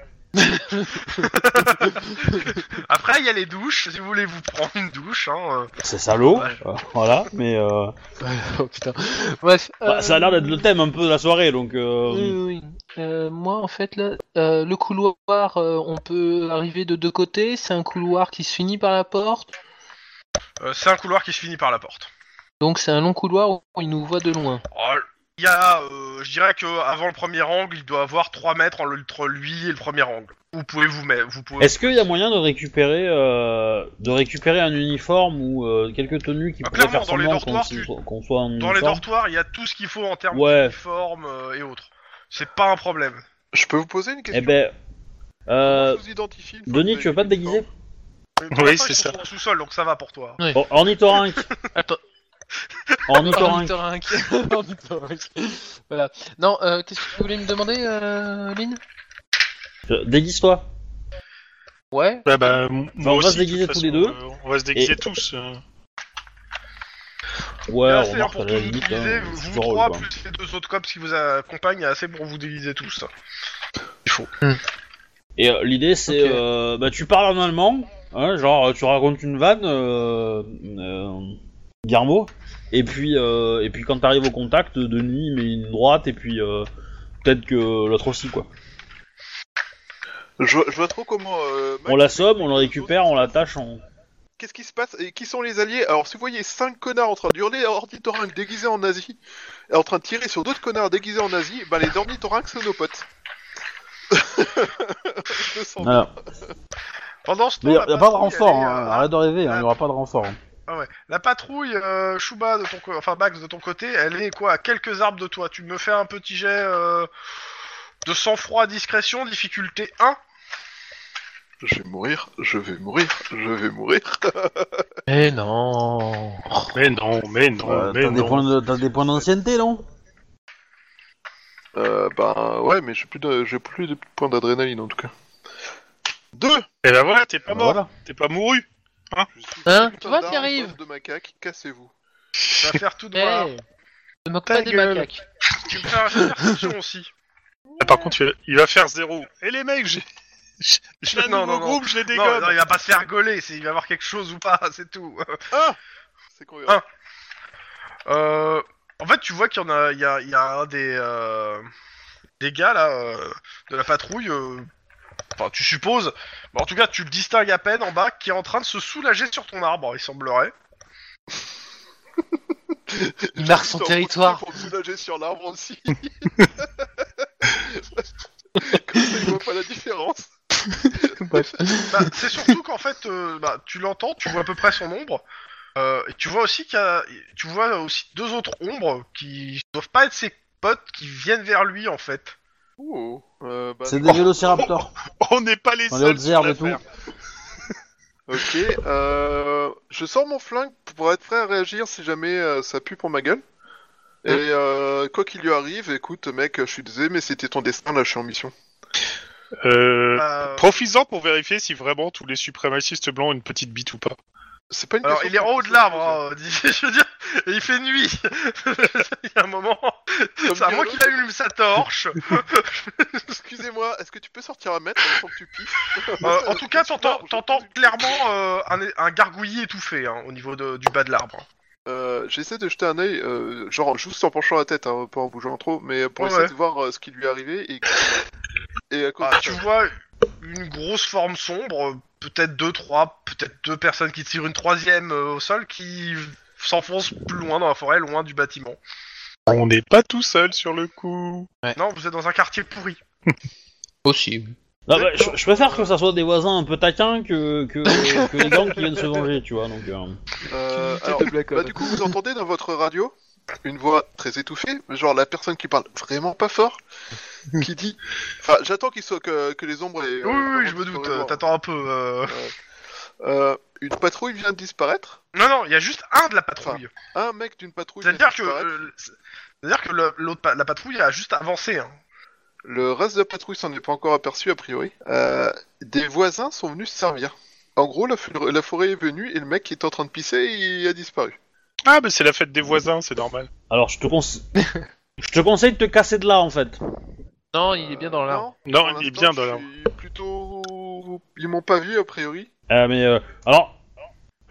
[SPEAKER 3] Après, il y a les douches, si vous voulez vous prendre une douche. Hein, euh.
[SPEAKER 2] C'est salaud,
[SPEAKER 3] Ouais.
[SPEAKER 2] euh, voilà, mais euh,
[SPEAKER 5] Oh putain. Bref.
[SPEAKER 2] bah,
[SPEAKER 5] euh,
[SPEAKER 2] ça a l'air d'être le thème un peu de la soirée, donc... euh,
[SPEAKER 5] Oui, oui, oui. Euh, moi, en fait, là, euh, le couloir, euh, on peut arriver de deux côtés. C'est un couloir qui se finit par la porte.
[SPEAKER 3] Euh, c'est un couloir qui se finit par la porte.
[SPEAKER 5] Donc, c'est un long couloir où il nous voit de loin.
[SPEAKER 3] Oh, Il y a, euh, je dirais que avant le premier angle, il doit avoir 3 mètres entre lui et le premier angle. Vous pouvez vous mettre, vous
[SPEAKER 5] Mm.
[SPEAKER 3] pouvez.
[SPEAKER 2] Est-ce qu'il y a moyen de récupérer euh, de récupérer un uniforme ou euh, quelques tenues qui
[SPEAKER 3] Ah,
[SPEAKER 2] pourraient
[SPEAKER 3] clairement,
[SPEAKER 2] faire
[SPEAKER 3] dans les
[SPEAKER 2] semblant qu'on
[SPEAKER 3] dortoirs,
[SPEAKER 2] s'y-
[SPEAKER 3] tu-
[SPEAKER 2] qu'on soit en
[SPEAKER 3] Dans les
[SPEAKER 2] uniforme
[SPEAKER 3] dortoirs, il y a tout ce qu'il faut en termes
[SPEAKER 2] Ouais.
[SPEAKER 3] d'uniforme euh, et autres. C'est pas un problème.
[SPEAKER 4] Je peux vous poser une question
[SPEAKER 2] Eh ben, euh,
[SPEAKER 4] Vous identifiez une fois
[SPEAKER 2] Denis,
[SPEAKER 4] que
[SPEAKER 2] tu veux
[SPEAKER 4] vous
[SPEAKER 2] pas te
[SPEAKER 4] avez
[SPEAKER 2] déguiser
[SPEAKER 3] Mais pour l'instant,
[SPEAKER 1] c'est
[SPEAKER 3] ils sont
[SPEAKER 1] ça.
[SPEAKER 3] en Sous-sol, donc ça va pour toi.
[SPEAKER 2] Or- Ornithorynque
[SPEAKER 5] Attends.
[SPEAKER 2] Ornithorynque
[SPEAKER 5] Ornithorynque. Ornithorynque. voilà. Non, euh, qu'est-ce que tu voulais me demander, euh, Lynn
[SPEAKER 2] Euh, Déguise-toi
[SPEAKER 5] Ouais.
[SPEAKER 1] Bah, bah, m- moi
[SPEAKER 2] on va
[SPEAKER 1] aussi,
[SPEAKER 2] se déguiser
[SPEAKER 1] de toute
[SPEAKER 2] tous les
[SPEAKER 1] façon,
[SPEAKER 2] deux.
[SPEAKER 1] euh, on va se déguiser
[SPEAKER 2] Et-
[SPEAKER 1] tous. euh.
[SPEAKER 2] Ouais,
[SPEAKER 3] Là,
[SPEAKER 2] on
[SPEAKER 3] c'est
[SPEAKER 2] remarque,
[SPEAKER 3] pour
[SPEAKER 2] à
[SPEAKER 3] tous
[SPEAKER 2] la
[SPEAKER 3] vous
[SPEAKER 2] limite,
[SPEAKER 3] déguiser,
[SPEAKER 2] hein,
[SPEAKER 3] vous,
[SPEAKER 2] c'est
[SPEAKER 3] vous
[SPEAKER 2] drôle,
[SPEAKER 3] trois
[SPEAKER 2] quoi.
[SPEAKER 3] plus les deux autres cops qui vous accompagnent, il y a assez pour vous déguiser tous.
[SPEAKER 2] Et euh, l'idée c'est,
[SPEAKER 5] Ok.
[SPEAKER 2] euh, bah tu parles en allemand, hein, genre tu racontes une vanne, euh, euh, Guillermo, et puis euh, et puis quand t'arrives au contact, Denis met une droite et puis euh, peut-être que l'autre aussi quoi.
[SPEAKER 4] Je, je vois trop comment. euh, Max-
[SPEAKER 2] On l'assomme, on le récupère, on l'attache, on.
[SPEAKER 4] Qu'est-ce qui se passe et qui sont les alliés Alors, si vous voyez cinq connards en train d'hurler à ornithorynque déguisés en Asie, et en train de tirer sur d'autres connards déguisés en Asie, ben les ornithorynques sont nos potes. Je le sens bien.
[SPEAKER 2] Voilà.
[SPEAKER 3] Pendant ce
[SPEAKER 2] Ah,
[SPEAKER 3] temps,
[SPEAKER 2] Mais y a,
[SPEAKER 3] la
[SPEAKER 2] y a pas de
[SPEAKER 3] patrouille,
[SPEAKER 2] renfort,
[SPEAKER 3] elle est,
[SPEAKER 2] hein,
[SPEAKER 3] euh,
[SPEAKER 2] arrête de rêver,
[SPEAKER 3] ah.
[SPEAKER 2] hein, y aura pas de renfort.
[SPEAKER 3] Ah ouais. La patrouille, euh, Chouba, de ton co- enfin Max, de ton côté, elle est quoi à quelques arbres de toi. Tu me fais un petit jet euh, de sang-froid, discrétion, difficulté 1.
[SPEAKER 4] Je vais mourir, je vais mourir, je vais mourir.
[SPEAKER 5] Eh non.
[SPEAKER 1] Mais non, mais non,
[SPEAKER 2] Euh,
[SPEAKER 1] Oh, mais
[SPEAKER 2] T'as des
[SPEAKER 1] non.
[SPEAKER 2] points de- t'as des points d'ancienneté non
[SPEAKER 4] Euh, ben ouais, mais j'ai plus de, j'ai plus de points d'adrénaline en tout cas. Deux
[SPEAKER 1] Et bah voilà, t'es pas mort,
[SPEAKER 2] Voilà.
[SPEAKER 1] t'es pas mouru.
[SPEAKER 4] Je suis
[SPEAKER 5] Hein
[SPEAKER 4] une
[SPEAKER 5] Tu vois,
[SPEAKER 4] tendard
[SPEAKER 5] t'y
[SPEAKER 4] en
[SPEAKER 5] arrives.
[SPEAKER 4] poste de macaque, cassez-vous.
[SPEAKER 3] Tu vas faire tout
[SPEAKER 5] Eh.
[SPEAKER 3] droit.
[SPEAKER 5] Ne moque
[SPEAKER 3] Ta
[SPEAKER 5] pas des
[SPEAKER 3] gueule.
[SPEAKER 5] macaques.
[SPEAKER 3] Tu me fais un jet de perception aussi.
[SPEAKER 1] Ah, par contre, il va- il va faire zéro. Et les mecs, j'ai j'ai- j'ai un
[SPEAKER 3] Non,
[SPEAKER 1] nouveau
[SPEAKER 3] non, non.
[SPEAKER 1] groupe, je les
[SPEAKER 3] Non,
[SPEAKER 1] dégomme.
[SPEAKER 3] non, il va pas se faire gauler, c'est- il va y avoir quelque chose ou pas, c'est tout.
[SPEAKER 4] C'est qu'on
[SPEAKER 3] Ah.
[SPEAKER 4] verra.
[SPEAKER 3] Euh, en fait, tu vois qu'il y en a, il y a, il y a un des, euh, des gars là euh, de la patrouille. euh, Enfin, tu supposes. mais en tout cas, tu le distingues à peine en bas, qui est en train de se soulager sur ton arbre, il semblerait.
[SPEAKER 5] Il marque son
[SPEAKER 4] T'en
[SPEAKER 5] territoire.
[SPEAKER 4] profites Pour me soulager sur l'arbre aussi. Comme ça, ils voient pas la différence.
[SPEAKER 3] Bah, c'est surtout qu'en fait, euh, bah, tu l'entends, tu vois à peu près son ombre. Euh, et tu vois aussi qu'il y a, tu vois aussi deux autres ombres qui doivent pas être ses potes qui viennent vers lui en fait.
[SPEAKER 4] Oh, euh, bah,
[SPEAKER 2] C'est des vélociraptors.
[SPEAKER 1] On n'est pas les
[SPEAKER 2] On
[SPEAKER 1] seuls.
[SPEAKER 2] les
[SPEAKER 1] sur
[SPEAKER 2] observe et tout.
[SPEAKER 1] l'affaire.
[SPEAKER 4] Ok, euh, je sors mon flingue pour être prêt à réagir si jamais euh, ça pue pour ma gueule. Et euh, quoi qu'il lui arrive, écoute mec, je suis désolé, mais c'était ton destin, là je suis en mission.
[SPEAKER 1] Euh,
[SPEAKER 3] Euh,
[SPEAKER 1] Profites-en pour vérifier si vraiment tous les suprémacistes blancs ont une petite bite ou pas.
[SPEAKER 4] C'est pas une
[SPEAKER 3] alors
[SPEAKER 4] question
[SPEAKER 3] il est en haut de
[SPEAKER 4] que-
[SPEAKER 3] l'arbre, hein, dis- je veux dire, et il fait nuit. il y a un moment,
[SPEAKER 4] Comme
[SPEAKER 3] c'est à moi
[SPEAKER 4] dialogue,
[SPEAKER 3] qu'il allume sa torche.
[SPEAKER 4] Excusez-moi, est-ce que tu peux sortir un mètre sans que tu piffes
[SPEAKER 3] Euh, en tout cas, t'entends, t'entends clairement euh, un, un gargouillis étouffé hein, au niveau de- du bas de l'arbre.
[SPEAKER 4] Euh, J'essaie de jeter un œil, euh, genre juste en penchant la tête, hein, pas en bougeant trop, mais pour
[SPEAKER 3] Ouais,
[SPEAKER 4] essayer
[SPEAKER 3] ouais.
[SPEAKER 4] de voir euh, ce qui lui est arrivé et, et à cause
[SPEAKER 3] Ah,
[SPEAKER 4] de-
[SPEAKER 3] tu vois une grosse forme sombre, peut-être deux, trois, peut-être deux personnes qui tirent une troisième euh, au sol qui s'enfonce plus loin dans la forêt, loin du bâtiment.
[SPEAKER 1] On n'est pas tout seul sur le coup.
[SPEAKER 3] Non, vous êtes dans un quartier pourri.
[SPEAKER 5] Aussi. oui.
[SPEAKER 2] Non, bah, je, je préfère que ça soit des voisins un peu taquins que, que, que les gangs qui viennent se venger, tu vois. Donc, euh.
[SPEAKER 4] Euh,
[SPEAKER 5] Unité
[SPEAKER 4] alors,
[SPEAKER 5] de Black
[SPEAKER 4] bah,
[SPEAKER 5] Ops.
[SPEAKER 4] du coup, vous entendez dans votre radio une voix très étouffée, genre la personne qui parle vraiment pas fort, qui dit. Enfin, j'attends qu'il soit que, que les ombres. aient, euh,
[SPEAKER 3] oui, oui,
[SPEAKER 4] vraiment
[SPEAKER 3] je me
[SPEAKER 4] disparu
[SPEAKER 3] doute,
[SPEAKER 4] de
[SPEAKER 3] euh,
[SPEAKER 4] moi.
[SPEAKER 3] t'attends un peu. euh.
[SPEAKER 4] Euh, une patrouille vient de disparaître.
[SPEAKER 3] Non, non, il y a juste un de la patrouille.
[SPEAKER 4] Un mec d'une patrouille. vient de
[SPEAKER 3] C'est-à-dire que,
[SPEAKER 4] disparaître.
[SPEAKER 3] euh, c'est- c'est-à-dire que le- l'autre, pa- la patrouille a juste avancé. hein.
[SPEAKER 4] Le reste de la patrouille s'en est pas encore aperçu a priori. Euh, des voisins sont venus se servir. En gros, la, fu- la forêt est venue et le mec qui est en train de pisser, il a disparu.
[SPEAKER 1] Ah, bah c'est la fête des voisins, c'est normal.
[SPEAKER 2] Alors, je te, conse- je te conseille de te casser de là, en fait.
[SPEAKER 5] Non, il est bien dans l'arbre.
[SPEAKER 1] Non,
[SPEAKER 4] pour
[SPEAKER 1] il est
[SPEAKER 4] l'instant,
[SPEAKER 1] bien dans
[SPEAKER 4] je
[SPEAKER 1] l'arbre.
[SPEAKER 4] suis Plutôt, ils m'ont pas vu a priori.
[SPEAKER 2] Euh, mais euh, alors,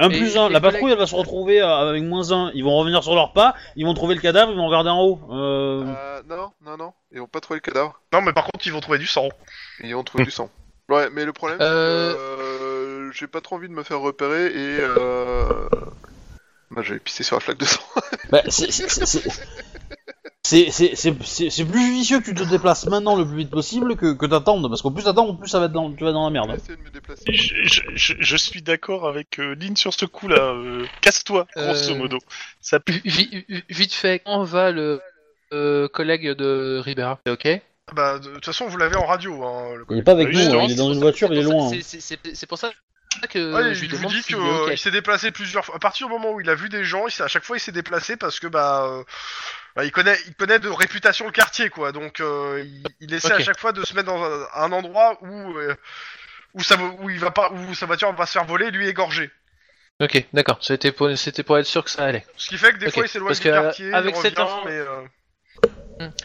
[SPEAKER 2] un
[SPEAKER 5] Et-
[SPEAKER 2] plus un,
[SPEAKER 5] et
[SPEAKER 2] la
[SPEAKER 5] Black-
[SPEAKER 2] patrouille elle va se retrouver euh, avec moins un. Ils vont revenir sur leur pas, ils vont trouver le cadavre, ils vont regarder en haut.
[SPEAKER 5] Mm.
[SPEAKER 2] Euh,
[SPEAKER 4] Euh, non, non, non, ils ont pas trouvé le cadavre.
[SPEAKER 3] Non, mais par contre, ils vont trouver du sang.
[SPEAKER 4] Et on trouve du sang. Ouais, mais le problème,
[SPEAKER 5] Euh.
[SPEAKER 4] c'est que euh, j'ai pas trop envie de me faire repérer et. Euh... Bah, j'avais pissé sur la flaque de sang.
[SPEAKER 2] bah, c'est- c'est- c'est- c'est- c'est- c'est- c'est- c'est- c'est plus judicieux que tu te déplaces maintenant le plus vite possible que, que t'attendes, parce qu'en plus t'attends, en plus ça va être dans, tu vas être dans la
[SPEAKER 4] J'ai
[SPEAKER 2] merde.
[SPEAKER 4] essayé de me déplacer.
[SPEAKER 1] Je, je- je- je suis d'accord avec euh, Lynn sur ce coup-là. euh, Casse-toi, grosso
[SPEAKER 5] Euh.
[SPEAKER 1] modo. Ça pue.
[SPEAKER 5] Vi- vi- Vite fait, on va le euh, collègue de Ribera C'est Ok.
[SPEAKER 3] Bah, de de toute façon, vous l'avez en radio. Hein, le-
[SPEAKER 2] Il est pas avec
[SPEAKER 1] Bah,
[SPEAKER 2] nous,
[SPEAKER 1] justement,
[SPEAKER 2] hein, il est dans une voiture, il est
[SPEAKER 5] C'est pour
[SPEAKER 2] loin.
[SPEAKER 5] ça-
[SPEAKER 2] hein.
[SPEAKER 5] c'est- C'est c'est pour ça que
[SPEAKER 3] Ouais,
[SPEAKER 5] je lui
[SPEAKER 3] euh, il vous
[SPEAKER 5] demande
[SPEAKER 3] dit
[SPEAKER 5] s'il
[SPEAKER 3] qu'il
[SPEAKER 5] est ok.
[SPEAKER 3] s'est déplacé plusieurs fois. À partir du moment où il a vu des gens, il s'est- à chaque fois il s'est déplacé parce que bah, euh, bah, il connaît, il connaît de réputation le quartier quoi. Donc euh, il, il essaie
[SPEAKER 5] Ok.
[SPEAKER 3] à chaque fois de se mettre dans un, un endroit où euh, où ça où il va pas où sa voiture va se faire voler, et lui égorger.
[SPEAKER 5] Ok, d'accord. C'était pour, c'était pour être sûr que ça allait.
[SPEAKER 3] Ce qui fait que des
[SPEAKER 5] Ok,
[SPEAKER 3] fois il s'éloigne
[SPEAKER 5] parce
[SPEAKER 3] du
[SPEAKER 5] que, euh,
[SPEAKER 3] quartier,
[SPEAKER 5] avec
[SPEAKER 3] il
[SPEAKER 5] cette
[SPEAKER 3] revient,
[SPEAKER 5] info-
[SPEAKER 3] mais euh,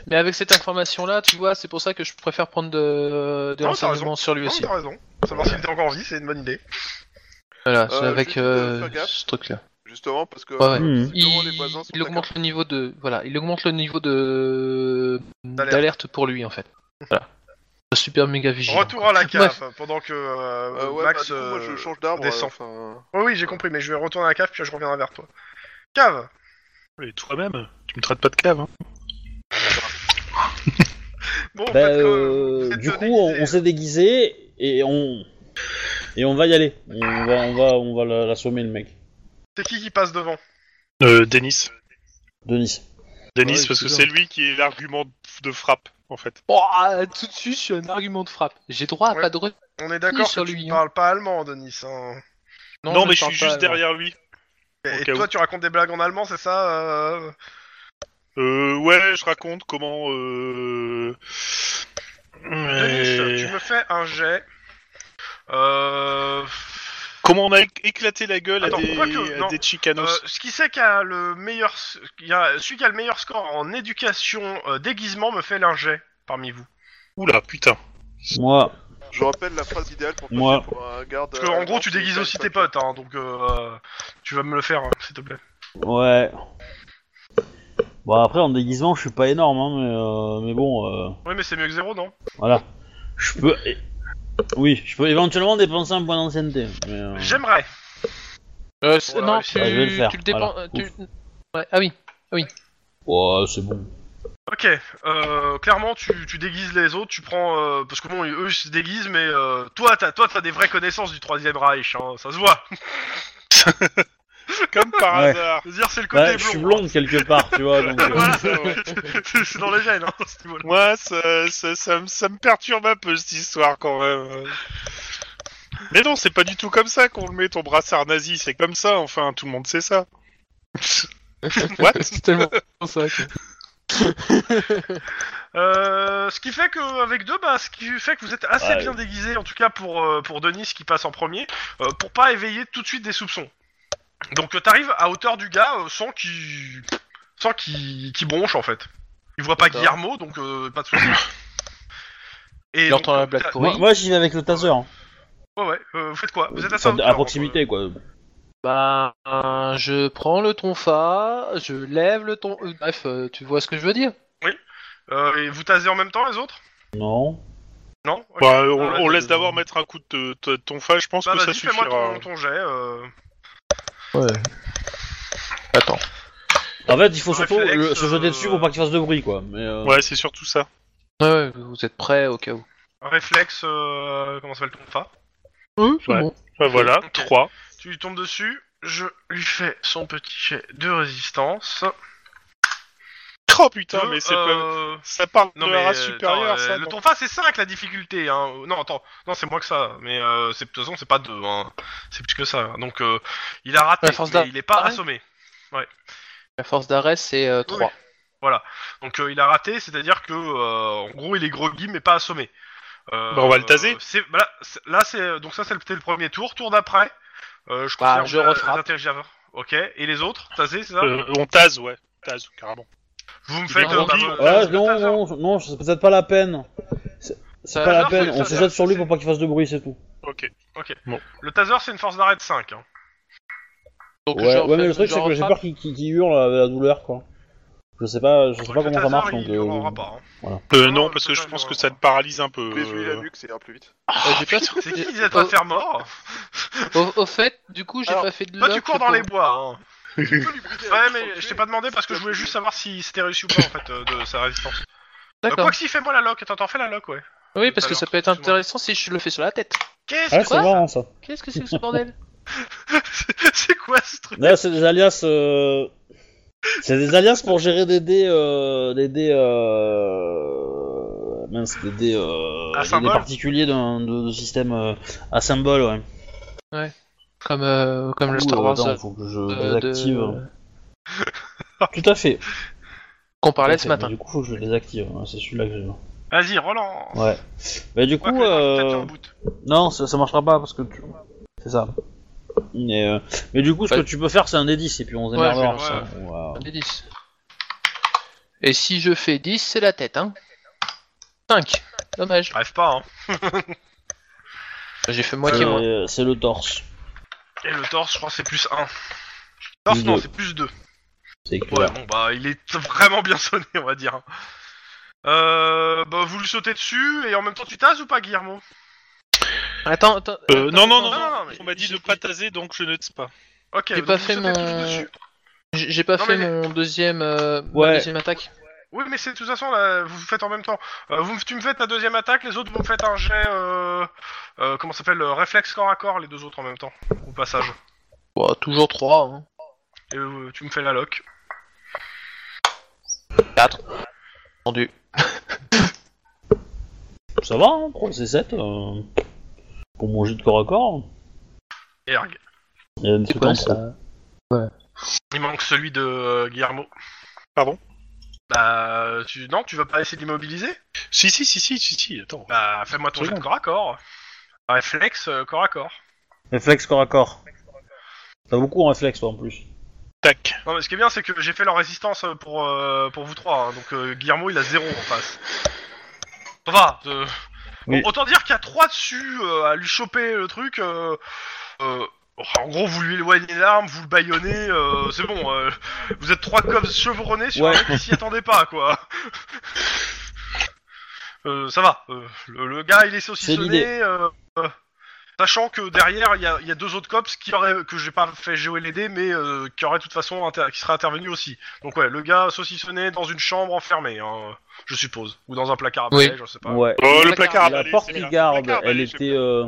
[SPEAKER 5] Mais avec cette information-là, tu vois, c'est pour ça que je préfère prendre de, des
[SPEAKER 3] Non, t'as
[SPEAKER 5] renseignements sur lui
[SPEAKER 3] non,
[SPEAKER 5] aussi.
[SPEAKER 3] t'as raison. Savoir s'il était encore en vie, c'est une bonne idée.
[SPEAKER 5] Voilà, c'est
[SPEAKER 4] Euh,
[SPEAKER 5] avec
[SPEAKER 4] juste, euh,
[SPEAKER 5] euh,
[SPEAKER 4] faire gaffe.
[SPEAKER 5] ce truc-là.
[SPEAKER 4] Justement, parce que.
[SPEAKER 5] Ouais, ouais.
[SPEAKER 4] euh,
[SPEAKER 2] Mmh.
[SPEAKER 5] Il,
[SPEAKER 4] visiblement, les voisins sont
[SPEAKER 5] il augmente
[SPEAKER 4] d'accord.
[SPEAKER 5] le niveau de, voilà, il augmente le niveau de
[SPEAKER 3] D'alerte.
[SPEAKER 5] d'alerte pour lui en fait. Voilà. Super méga vigilant.
[SPEAKER 3] Retour à la
[SPEAKER 5] Bref.
[SPEAKER 3] cave hein, pendant que euh,
[SPEAKER 4] Euh, ouais,
[SPEAKER 3] Max.
[SPEAKER 4] bah, du coup, moi, je
[SPEAKER 3] euh,
[SPEAKER 4] change d'arbre.
[SPEAKER 3] descend.
[SPEAKER 4] euh, enfin,
[SPEAKER 3] Oui, oui, j'ai compris, mais je vais retourner à la cave puis je reviendrai vers toi. Cave.
[SPEAKER 1] Et toi-même, tu me traites pas de cave. Hein.
[SPEAKER 3] Bon,
[SPEAKER 2] Bah,
[SPEAKER 3] faites
[SPEAKER 2] euh,
[SPEAKER 3] comme- faites
[SPEAKER 2] du
[SPEAKER 3] le
[SPEAKER 2] coup, on,
[SPEAKER 3] déguisé.
[SPEAKER 2] on s'est déguisé et on et on va y aller. On va, on va, on va la- l'assommer le mec.
[SPEAKER 3] C'est qui qui passe devant
[SPEAKER 1] Euh, Denis.
[SPEAKER 2] Denis.
[SPEAKER 1] Denis,
[SPEAKER 5] Ouais,
[SPEAKER 1] parce que
[SPEAKER 5] c'est
[SPEAKER 1] c'est lui qui est l'argument de frappe, en fait.
[SPEAKER 5] Oh, ah, tout de suite, je suis un argument de frappe. J'ai droit à
[SPEAKER 3] Ouais.
[SPEAKER 5] pas de re-
[SPEAKER 3] On est d'accord que
[SPEAKER 5] sur
[SPEAKER 3] tu
[SPEAKER 5] lui,
[SPEAKER 3] ne
[SPEAKER 5] hein.
[SPEAKER 3] parles pas allemand, Denis. hein.
[SPEAKER 1] Non, mais je suis juste derrière lui. Au
[SPEAKER 3] Et, et
[SPEAKER 1] cas
[SPEAKER 3] toi,
[SPEAKER 1] où.
[SPEAKER 3] tu racontes des blagues en allemand, c'est ça euh
[SPEAKER 1] Euh, ouais, je raconte comment. Euh...
[SPEAKER 3] Denis,
[SPEAKER 1] euh,
[SPEAKER 3] tu me fais un jet. Euh...
[SPEAKER 1] Comment on a éclaté la gueule
[SPEAKER 3] Attends,
[SPEAKER 1] à des,
[SPEAKER 3] quoique,
[SPEAKER 1] à
[SPEAKER 3] non.
[SPEAKER 1] des Chicanos.
[SPEAKER 3] euh, ce qui c'est qui a le meilleur, s- qui a- celui qui a le meilleur score en éducation euh, déguisement me fait l'un jet parmi vous.
[SPEAKER 1] Oula, putain.
[SPEAKER 2] Moi.
[SPEAKER 4] je rappelle la phrase idéale pour passer
[SPEAKER 2] Moi.
[SPEAKER 4] pour un garde. euh,
[SPEAKER 3] Parce que,
[SPEAKER 2] Euh,
[SPEAKER 3] en gros, tu déguises aussi tes potes, hein, donc euh, tu vas me le faire, hein, s'il te plaît.
[SPEAKER 2] Ouais. Bon après en déguisement je suis pas énorme hein, mais, euh, mais bon euh,
[SPEAKER 3] Oui, mais c'est mieux que zéro, non
[SPEAKER 2] voilà. Je peux eh, oui je peux éventuellement dépenser un point d'ancienneté. mais, euh,
[SPEAKER 3] J'aimerais.
[SPEAKER 5] Euh, c'est-
[SPEAKER 3] Voilà,
[SPEAKER 5] non,
[SPEAKER 3] je-
[SPEAKER 5] tu,
[SPEAKER 2] Ouais, je vais le faire,
[SPEAKER 5] tu le dépen-
[SPEAKER 2] voilà.
[SPEAKER 5] euh, tu- Ouais, ah oui.
[SPEAKER 2] ouais, c'est bon.
[SPEAKER 3] Ok, euh, clairement tu, tu déguises les autres, tu prends euh, parce que bon eux ils se déguisent mais euh, toi t'as toi t'as des vraies connaissances du troisième Reich, hein, ça se voit.
[SPEAKER 1] Comme par
[SPEAKER 2] Ouais.
[SPEAKER 1] hasard.
[SPEAKER 3] Je veux dire c'est le côté
[SPEAKER 2] Ouais, Bah, je suis blonde quelque part, tu vois. Donc, euh,
[SPEAKER 3] Voilà, c'est c'est dans les gènes. Hein, à ce niveau-là.
[SPEAKER 1] Ah, Moi, ça, ça, ça me- ça me perturbe un peu cette histoire quand même. Mais non, c'est pas du tout comme ça qu'on le met ton brassard nazi, c'est comme ça, enfin, tout le monde sait ça. What
[SPEAKER 5] C'est tellement ça. que-
[SPEAKER 3] Euh, ce qui fait que avec deux, bah, ce qui fait que vous êtes assez
[SPEAKER 2] Ouais.
[SPEAKER 3] bien déguisés, en tout cas pour euh, pour Denis qui passe en premier, euh, pour pas éveiller tout de suite des soupçons. Donc euh, t'arrives à hauteur du gars euh, sans qu'il sans qu'il qu'il bronche en fait. Il voit pas
[SPEAKER 5] D'accord.
[SPEAKER 3] Guillermo donc euh, pas de soucis. Et
[SPEAKER 5] Il
[SPEAKER 3] donc,
[SPEAKER 5] entend la
[SPEAKER 3] euh,
[SPEAKER 5] blague
[SPEAKER 3] t'as-
[SPEAKER 5] pourrie.
[SPEAKER 2] moi, moi, j'y vais avec le taser. hein.
[SPEAKER 3] Ouais ouais. euh, vous faites quoi Vous êtes à, sa
[SPEAKER 2] Enfin,
[SPEAKER 3] hauteur,
[SPEAKER 2] à
[SPEAKER 3] donc,
[SPEAKER 2] proximité, quoi.
[SPEAKER 5] Bah, je prends le tonfa, je lève le ton. euh, Bref, euh, tu vois ce que je veux dire
[SPEAKER 3] euh, et vous tasez en même temps les autres
[SPEAKER 2] Non.
[SPEAKER 3] Non. Ok.
[SPEAKER 1] Bah, on,
[SPEAKER 3] Ouais,
[SPEAKER 1] on
[SPEAKER 3] ouais,
[SPEAKER 1] laisse
[SPEAKER 3] je-
[SPEAKER 1] d'abord mettre un coup de, de- de tonfa, je pense
[SPEAKER 3] Bah
[SPEAKER 1] que ça
[SPEAKER 3] vas-y fais-moi
[SPEAKER 1] suffira.
[SPEAKER 3] ton, ton jet. euh.
[SPEAKER 5] Ouais. Attends.
[SPEAKER 2] En fait, il faut surtout
[SPEAKER 3] Réflexe,
[SPEAKER 2] le- se jeter
[SPEAKER 3] euh,
[SPEAKER 2] dessus pour pas qu'il fasse de bruit, quoi. Mais, euh,
[SPEAKER 1] Ouais, c'est surtout ça.
[SPEAKER 5] Ouais, ouais, vous êtes prêts au cas où.
[SPEAKER 3] Un réflexe, euh, comment ça s'appelle ton fa
[SPEAKER 5] Oui,
[SPEAKER 1] c'est Ouais. bon. Bah voilà,
[SPEAKER 3] Ok.
[SPEAKER 1] 3.
[SPEAKER 3] Tu lui tombes dessus, je lui fais son petit jet de résistance.
[SPEAKER 1] Oh putain,
[SPEAKER 3] De,
[SPEAKER 1] mais c'est pas...
[SPEAKER 3] euh,
[SPEAKER 1] Ça parle
[SPEAKER 3] Non
[SPEAKER 1] de
[SPEAKER 3] mais
[SPEAKER 1] la race
[SPEAKER 3] euh,
[SPEAKER 1] supérieure,
[SPEAKER 3] attends, euh,
[SPEAKER 1] ça.
[SPEAKER 3] le
[SPEAKER 1] non
[SPEAKER 3] tonfa c'est 5 la difficulté hein. Non attends, non c'est moins que ça, mais euh, c'est de toute façon c'est pas 2 hein. C'est plus que ça. hein. Donc euh, il a raté,
[SPEAKER 5] Ouais, force
[SPEAKER 3] mais
[SPEAKER 5] d'arrêt.
[SPEAKER 3] il est pas assommé.
[SPEAKER 5] La force d'arrêt, c'est euh,
[SPEAKER 3] Oui.
[SPEAKER 5] 3.
[SPEAKER 3] Donc euh, il a raté, c'est-à-dire que euh, en gros il est groggy mais pas assommé. Euh,
[SPEAKER 1] Bah, on va le taser.
[SPEAKER 3] euh, c'est- bah, là, c'est- là, c'est donc ça c'était le premier tour, tour d'après. Euh, je
[SPEAKER 5] Bah,
[SPEAKER 3] confirme
[SPEAKER 5] je
[SPEAKER 3] la-
[SPEAKER 5] refrappe.
[SPEAKER 3] les intelligents. Ok, et les autres, tasé c'est ça
[SPEAKER 1] Euh, on tase, ouais. Tase, carrément.
[SPEAKER 3] Vous me
[SPEAKER 1] il
[SPEAKER 3] faites
[SPEAKER 5] est groggy.
[SPEAKER 3] bah,
[SPEAKER 2] Ouais, Ah,
[SPEAKER 3] le
[SPEAKER 2] non,
[SPEAKER 3] taser.
[SPEAKER 2] non, non, c'est peut-être pas la peine. C'est c'est
[SPEAKER 5] Ça
[SPEAKER 2] pas
[SPEAKER 5] a
[SPEAKER 2] la
[SPEAKER 5] l'air,
[SPEAKER 2] peine,
[SPEAKER 3] oui,
[SPEAKER 2] on
[SPEAKER 3] ça
[SPEAKER 2] se
[SPEAKER 3] a
[SPEAKER 2] jette
[SPEAKER 3] l'air.
[SPEAKER 2] sur lui pour pas qu'il fasse de bruit, c'est tout.
[SPEAKER 1] Ok.
[SPEAKER 3] Le taser, c'est une force d'arrêt de 5. Hein.
[SPEAKER 5] Donc,
[SPEAKER 2] Ouais,
[SPEAKER 5] genre,
[SPEAKER 2] ouais, mais le
[SPEAKER 5] je
[SPEAKER 2] truc, c'est que j'ai
[SPEAKER 5] rattrape.
[SPEAKER 2] peur qu'il qu'il- qu'il hurle avec la douleur, quoi. Je sais pas, je sais pas
[SPEAKER 3] Le
[SPEAKER 2] comment ça
[SPEAKER 3] taser,
[SPEAKER 2] marche,
[SPEAKER 3] il
[SPEAKER 2] donc...
[SPEAKER 3] hurlera
[SPEAKER 2] euh,
[SPEAKER 3] pas, hein.
[SPEAKER 1] Euh,
[SPEAKER 3] Ah,
[SPEAKER 1] non,
[SPEAKER 3] le
[SPEAKER 1] parce que je
[SPEAKER 3] tonfa,
[SPEAKER 1] pense
[SPEAKER 3] non,
[SPEAKER 1] que
[SPEAKER 3] non.
[SPEAKER 1] ça te paralyse un peu.
[SPEAKER 4] Les lui E la
[SPEAKER 1] euh.
[SPEAKER 4] nuque, ça ira plus vite.
[SPEAKER 5] Ah, j'ai pas-
[SPEAKER 3] C'est qui qui disait de pas
[SPEAKER 5] Au-
[SPEAKER 3] faire mort
[SPEAKER 5] au, au fait, du coup, j'ai
[SPEAKER 4] Alors,
[SPEAKER 5] pas fait de
[SPEAKER 3] Toi, tu
[SPEAKER 5] luck
[SPEAKER 3] cours dans
[SPEAKER 5] pour-
[SPEAKER 3] les bois. hein.
[SPEAKER 4] Tu peux lui briser la
[SPEAKER 3] Ouais,
[SPEAKER 4] nuque sans
[SPEAKER 3] mais
[SPEAKER 4] le
[SPEAKER 3] je
[SPEAKER 4] tuer.
[SPEAKER 3] t'ai pas demandé parce que je voulais juste savoir si c'était réussi ou pas en fait euh, de sa résistance. Euh,
[SPEAKER 5] D'accord.
[SPEAKER 3] quoi que si, fais-moi la lock. Attends, t'en fais la lock, ouais.
[SPEAKER 5] Oui, parce que
[SPEAKER 3] Alors,
[SPEAKER 5] ça peut être
[SPEAKER 3] excuse-moi.
[SPEAKER 5] intéressant si je le fais sur la tête.
[SPEAKER 1] Hein
[SPEAKER 3] Qu'est-ce
[SPEAKER 2] Ouais,
[SPEAKER 3] que
[SPEAKER 2] c'est marrant, ça.
[SPEAKER 5] Qu'est-ce que c'est que ce bordel
[SPEAKER 3] c'est quoi ce truc
[SPEAKER 2] Là, c'est des alias... euh, C'est des alias pour gérer des dés... euh, Des dés... Euh... Mince, des dés... Euh...
[SPEAKER 3] À
[SPEAKER 2] des dés
[SPEAKER 3] symbole
[SPEAKER 2] particuliers d'un de, de système euh, à symbole, ouais.
[SPEAKER 5] Comme, euh, comme le
[SPEAKER 2] Ouh,
[SPEAKER 5] Star Wars
[SPEAKER 2] attends,
[SPEAKER 5] euh,
[SPEAKER 2] faut que
[SPEAKER 5] de-
[SPEAKER 2] je
[SPEAKER 5] de-
[SPEAKER 2] désactive. Tout à fait.
[SPEAKER 5] qu'on parlait ce
[SPEAKER 2] Tout à fait,
[SPEAKER 5] matin.
[SPEAKER 2] mais bah, Du coup, faut que je le désactive, hein, c'est celui-là que j'ai.
[SPEAKER 3] Vas-y, relance.
[SPEAKER 2] Ouais. Mais du
[SPEAKER 3] Quoi
[SPEAKER 2] coup,
[SPEAKER 3] que, attends, peut-être hein.
[SPEAKER 2] euh...
[SPEAKER 3] un bout.
[SPEAKER 2] non, ça, ça marchera pas parce que tu... c'est ça. Mais, euh, mais du coup, ce
[SPEAKER 5] Ouais.
[SPEAKER 2] que tu peux faire, c'est un D10 et puis on se
[SPEAKER 5] Ouais, je vais
[SPEAKER 2] démerdera.
[SPEAKER 3] le
[SPEAKER 2] ça.
[SPEAKER 3] faire.
[SPEAKER 2] On va-
[SPEAKER 5] Des 10. Et si je fais 10, c'est la tête, hein 5. Dommage.
[SPEAKER 3] Rêve pas, hein.
[SPEAKER 5] J'ai fait
[SPEAKER 2] Et,
[SPEAKER 5] moitié moins.
[SPEAKER 2] euh, C'est le torse.
[SPEAKER 3] Et le torse, je crois, que c'est plus 1. Torse,
[SPEAKER 2] Plus
[SPEAKER 3] non,
[SPEAKER 2] deux.
[SPEAKER 3] c'est plus 2.
[SPEAKER 2] C'est écrit
[SPEAKER 3] Ouais,
[SPEAKER 2] là.
[SPEAKER 3] bon, bah, il est vraiment bien sonné, on va dire. hein. Euh, bah, vous lui sautez dessus et en même temps, tu tases ou pas, Guillermo
[SPEAKER 5] Attends, attends.
[SPEAKER 1] Euh, non, non, non, non,
[SPEAKER 3] non, non, mais
[SPEAKER 1] on m'a dit
[SPEAKER 3] j'ai-
[SPEAKER 1] de pas taser, donc je ne tase pas.
[SPEAKER 3] Ok,
[SPEAKER 5] J'ai
[SPEAKER 3] donc
[SPEAKER 5] pas
[SPEAKER 3] vous
[SPEAKER 5] fait
[SPEAKER 3] sautez tous
[SPEAKER 5] mon-
[SPEAKER 3] dessus.
[SPEAKER 5] J'ai j'ai pas
[SPEAKER 3] Non,
[SPEAKER 5] fait
[SPEAKER 3] mais-
[SPEAKER 5] mon deuxième, euh, ma
[SPEAKER 2] Ouais.
[SPEAKER 5] deuxième attaque.
[SPEAKER 3] Oui, mais c'est de toute façon, là, vous vous faites en même temps. Euh, vous, me- tu me fais ta deuxième attaque, les autres, vous me faites un jet. Euh, euh, comment ça s'appelle euh, Réflexe corps à corps, les deux autres en même temps, au passage.
[SPEAKER 5] Bon, toujours 3. Hein.
[SPEAKER 3] Et euh, tu me fais la lock.
[SPEAKER 5] 4. Entendu.
[SPEAKER 2] Ça va, hein, pour le C7. euh, Pour mon jet de corps à corps.
[SPEAKER 3] Erg.
[SPEAKER 2] Il y a un
[SPEAKER 5] C'est
[SPEAKER 2] truc en
[SPEAKER 5] quoi
[SPEAKER 2] trop.
[SPEAKER 5] ça
[SPEAKER 3] Il manque celui de euh, Guillermo.
[SPEAKER 1] Pardon
[SPEAKER 3] Bah, tu... non, tu vas pas essayer de l'immobiliser
[SPEAKER 1] Si, si, si, si, si, si, attends.
[SPEAKER 3] Bah, fais-moi ton
[SPEAKER 1] Oui.
[SPEAKER 3] jet de corps à corps. Réflexe euh, corps à corps.
[SPEAKER 2] Réflexe corps à corps. T'as beaucoup en réflexe, toi, en plus.
[SPEAKER 1] Tac.
[SPEAKER 3] Non, mais ce qui est bien, c'est que j'ai fait leur résistance euh, pour, euh, pour vous trois. hein. Donc, euh, Guillermo, il a zéro en face. Ça va. euh,
[SPEAKER 2] Oui.
[SPEAKER 3] bon, autant dire qu'il y a trois dessus euh, à lui choper le truc. euh, euh, en gros, vous lui éloignez l'arme, vous le baillonnez. euh, c'est bon. euh, vous êtes trois cops chevronnés sur
[SPEAKER 2] Ouais.
[SPEAKER 3] un mec qui s'y attendait pas, quoi. Euh, ça va. euh, le, le gars, il est
[SPEAKER 2] l'idée.
[SPEAKER 3] saucissonné. euh, euh, Sachant que derrière, il y a, il y a deux autres cops qui auraient, que j'ai pas fait GOLD, mais euh, qui auraient de toute façon inter- qui seraient intervenus aussi. Donc ouais, le gars saucissonné dans une chambre enfermée, hein, je suppose. Ou dans un placard à
[SPEAKER 5] Oui.
[SPEAKER 3] balai, je sais pas.
[SPEAKER 2] Ouais.
[SPEAKER 1] Oh,
[SPEAKER 5] le
[SPEAKER 1] le placard à
[SPEAKER 2] La
[SPEAKER 1] balai,
[SPEAKER 2] porte
[SPEAKER 1] c'est
[SPEAKER 2] qui
[SPEAKER 1] bien. bah,
[SPEAKER 2] garde,
[SPEAKER 4] Placard à
[SPEAKER 2] elle
[SPEAKER 4] balai,
[SPEAKER 2] était.
[SPEAKER 4] j'ai-
[SPEAKER 2] euh,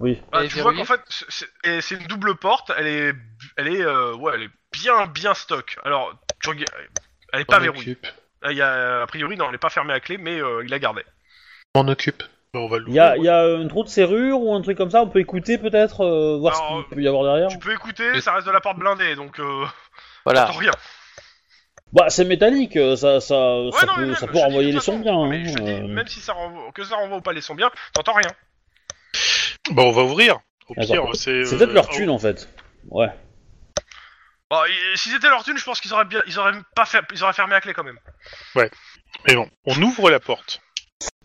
[SPEAKER 2] Oui.
[SPEAKER 3] Bah,
[SPEAKER 5] Elle est
[SPEAKER 3] tu vois
[SPEAKER 5] verrouillée
[SPEAKER 3] qu'en fait, c'est- c'est et c'est une double porte, elle est, elle est, euh, ouais, elle est bien, bien stock. Alors, tu rega- elle est pas
[SPEAKER 5] m'en
[SPEAKER 3] verrouillée.
[SPEAKER 5] occupe.
[SPEAKER 3] Ah, il y a, a priori, non, elle est pas fermée à clé, mais euh, il la gardait.
[SPEAKER 5] M'en occupe.
[SPEAKER 1] Bah,
[SPEAKER 6] on va
[SPEAKER 2] Il y a, il y a un trou de serrure ou un truc comme ça, on peut écouter peut-être, euh, voir
[SPEAKER 3] Alors,
[SPEAKER 2] ce qu'il peut y avoir derrière.
[SPEAKER 3] Tu peux écouter, ça reste de la porte blindée, donc euh,
[SPEAKER 2] Ah.
[SPEAKER 5] Voilà.
[SPEAKER 3] t'entends rien.
[SPEAKER 2] Bah, c'est métallique, euh, ça, ça, ça
[SPEAKER 3] non, mais
[SPEAKER 2] peut,
[SPEAKER 3] même,
[SPEAKER 2] ça peut
[SPEAKER 3] je te dis,
[SPEAKER 2] renvoyer
[SPEAKER 3] de
[SPEAKER 2] les
[SPEAKER 3] toute
[SPEAKER 2] sons
[SPEAKER 3] façon,
[SPEAKER 2] bien.
[SPEAKER 3] mais je te
[SPEAKER 2] hein,
[SPEAKER 3] dis,
[SPEAKER 2] euh.
[SPEAKER 3] même si ça renvoie, que ça renvoie ou pas les sons bien, t'entends rien.
[SPEAKER 1] Bon, Bah, on va ouvrir. Au pire,
[SPEAKER 2] Ah, D'accord.
[SPEAKER 1] c'est.
[SPEAKER 2] C'est
[SPEAKER 1] euh,
[SPEAKER 2] peut-être leur
[SPEAKER 1] oh,
[SPEAKER 2] thune en fait. Ouais.
[SPEAKER 3] Bah, et- si c'était leur thune, je pense qu'ils auraient bien, ils auraient pas fait, ils auraient fermé à clé quand même.
[SPEAKER 1] Mais bon, on ouvre la porte.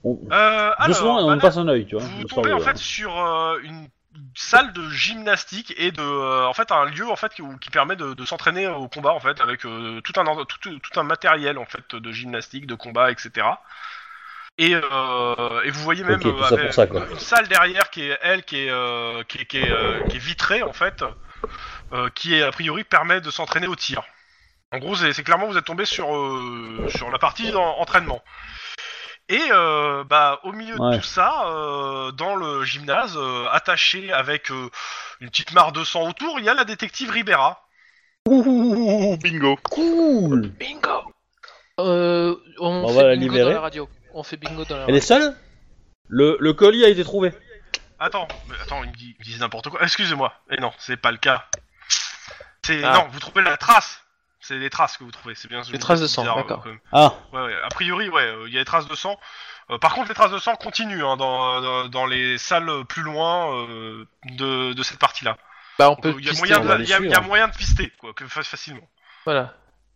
[SPEAKER 2] On...
[SPEAKER 3] Euh, alors,
[SPEAKER 2] Doucement, et on
[SPEAKER 3] bah là,
[SPEAKER 2] passe un œil, tu vois.
[SPEAKER 3] vous
[SPEAKER 2] histoire
[SPEAKER 3] tombez
[SPEAKER 2] de-
[SPEAKER 3] en fait sur euh, une salle de gymnastique et de, euh, en fait, un lieu en fait qui, où- qui permet de, de s'entraîner au combat en fait avec euh, tout un ordre- tout, tout- tout un matériel en fait de gymnastique, de combat, etc. Et, euh, et vous voyez même
[SPEAKER 2] Ok, tout
[SPEAKER 3] euh,
[SPEAKER 2] ça pour ça, quoi.
[SPEAKER 3] une salle derrière qui est elle qui est euh, qui, est- qui est, euh, qui est vitrée en fait, euh, qui est a priori permet de s'entraîner au tir. En gros, c'est c'est clairement vous êtes tombé sur euh, sur la partie en- entraînement. Et euh, bah au milieu
[SPEAKER 2] Ouais.
[SPEAKER 3] de tout ça, euh, dans le gymnase, euh, attaché avec euh, une petite mare de sang autour, il y a la détective Ribera.
[SPEAKER 1] Ouh, bingo.
[SPEAKER 2] Cool
[SPEAKER 5] Bingo euh, on,
[SPEAKER 2] Bah, On
[SPEAKER 5] fait
[SPEAKER 2] va la
[SPEAKER 5] bingo
[SPEAKER 2] libérer.
[SPEAKER 5] dans la radio. On fait bingo dans la
[SPEAKER 2] Elle
[SPEAKER 5] radio.
[SPEAKER 2] est seule le, le colis a été trouvé.
[SPEAKER 3] Attends, mais attends, ils me disent, ils me disent n'importe quoi. Excusez-moi. Et non, c'est pas le cas. C'est
[SPEAKER 5] Ah.
[SPEAKER 3] non, vous trouvez la trace. C'est les traces que vous trouvez. C'est bien. ce que
[SPEAKER 5] Les
[SPEAKER 3] vous
[SPEAKER 5] traces de
[SPEAKER 3] dites,
[SPEAKER 5] sang,
[SPEAKER 3] bizarre,
[SPEAKER 5] d'accord.
[SPEAKER 3] euh, quand même.
[SPEAKER 2] Ah,
[SPEAKER 3] Ouais, ouais, A priori, ouais, euh, il y a des traces de sang. Euh, par contre, les traces de sang continuent hein, dans, dans, dans les salles plus loin euh, de, de cette partie-là.
[SPEAKER 5] Bah, on peut
[SPEAKER 3] Donc, Il y a
[SPEAKER 5] pister,
[SPEAKER 3] moyen
[SPEAKER 5] on
[SPEAKER 3] de
[SPEAKER 5] va
[SPEAKER 3] la-
[SPEAKER 5] les-
[SPEAKER 3] il y a-
[SPEAKER 2] suivre.
[SPEAKER 3] il y a moyen de pister, quoi, que fa- facilement.
[SPEAKER 5] Voilà.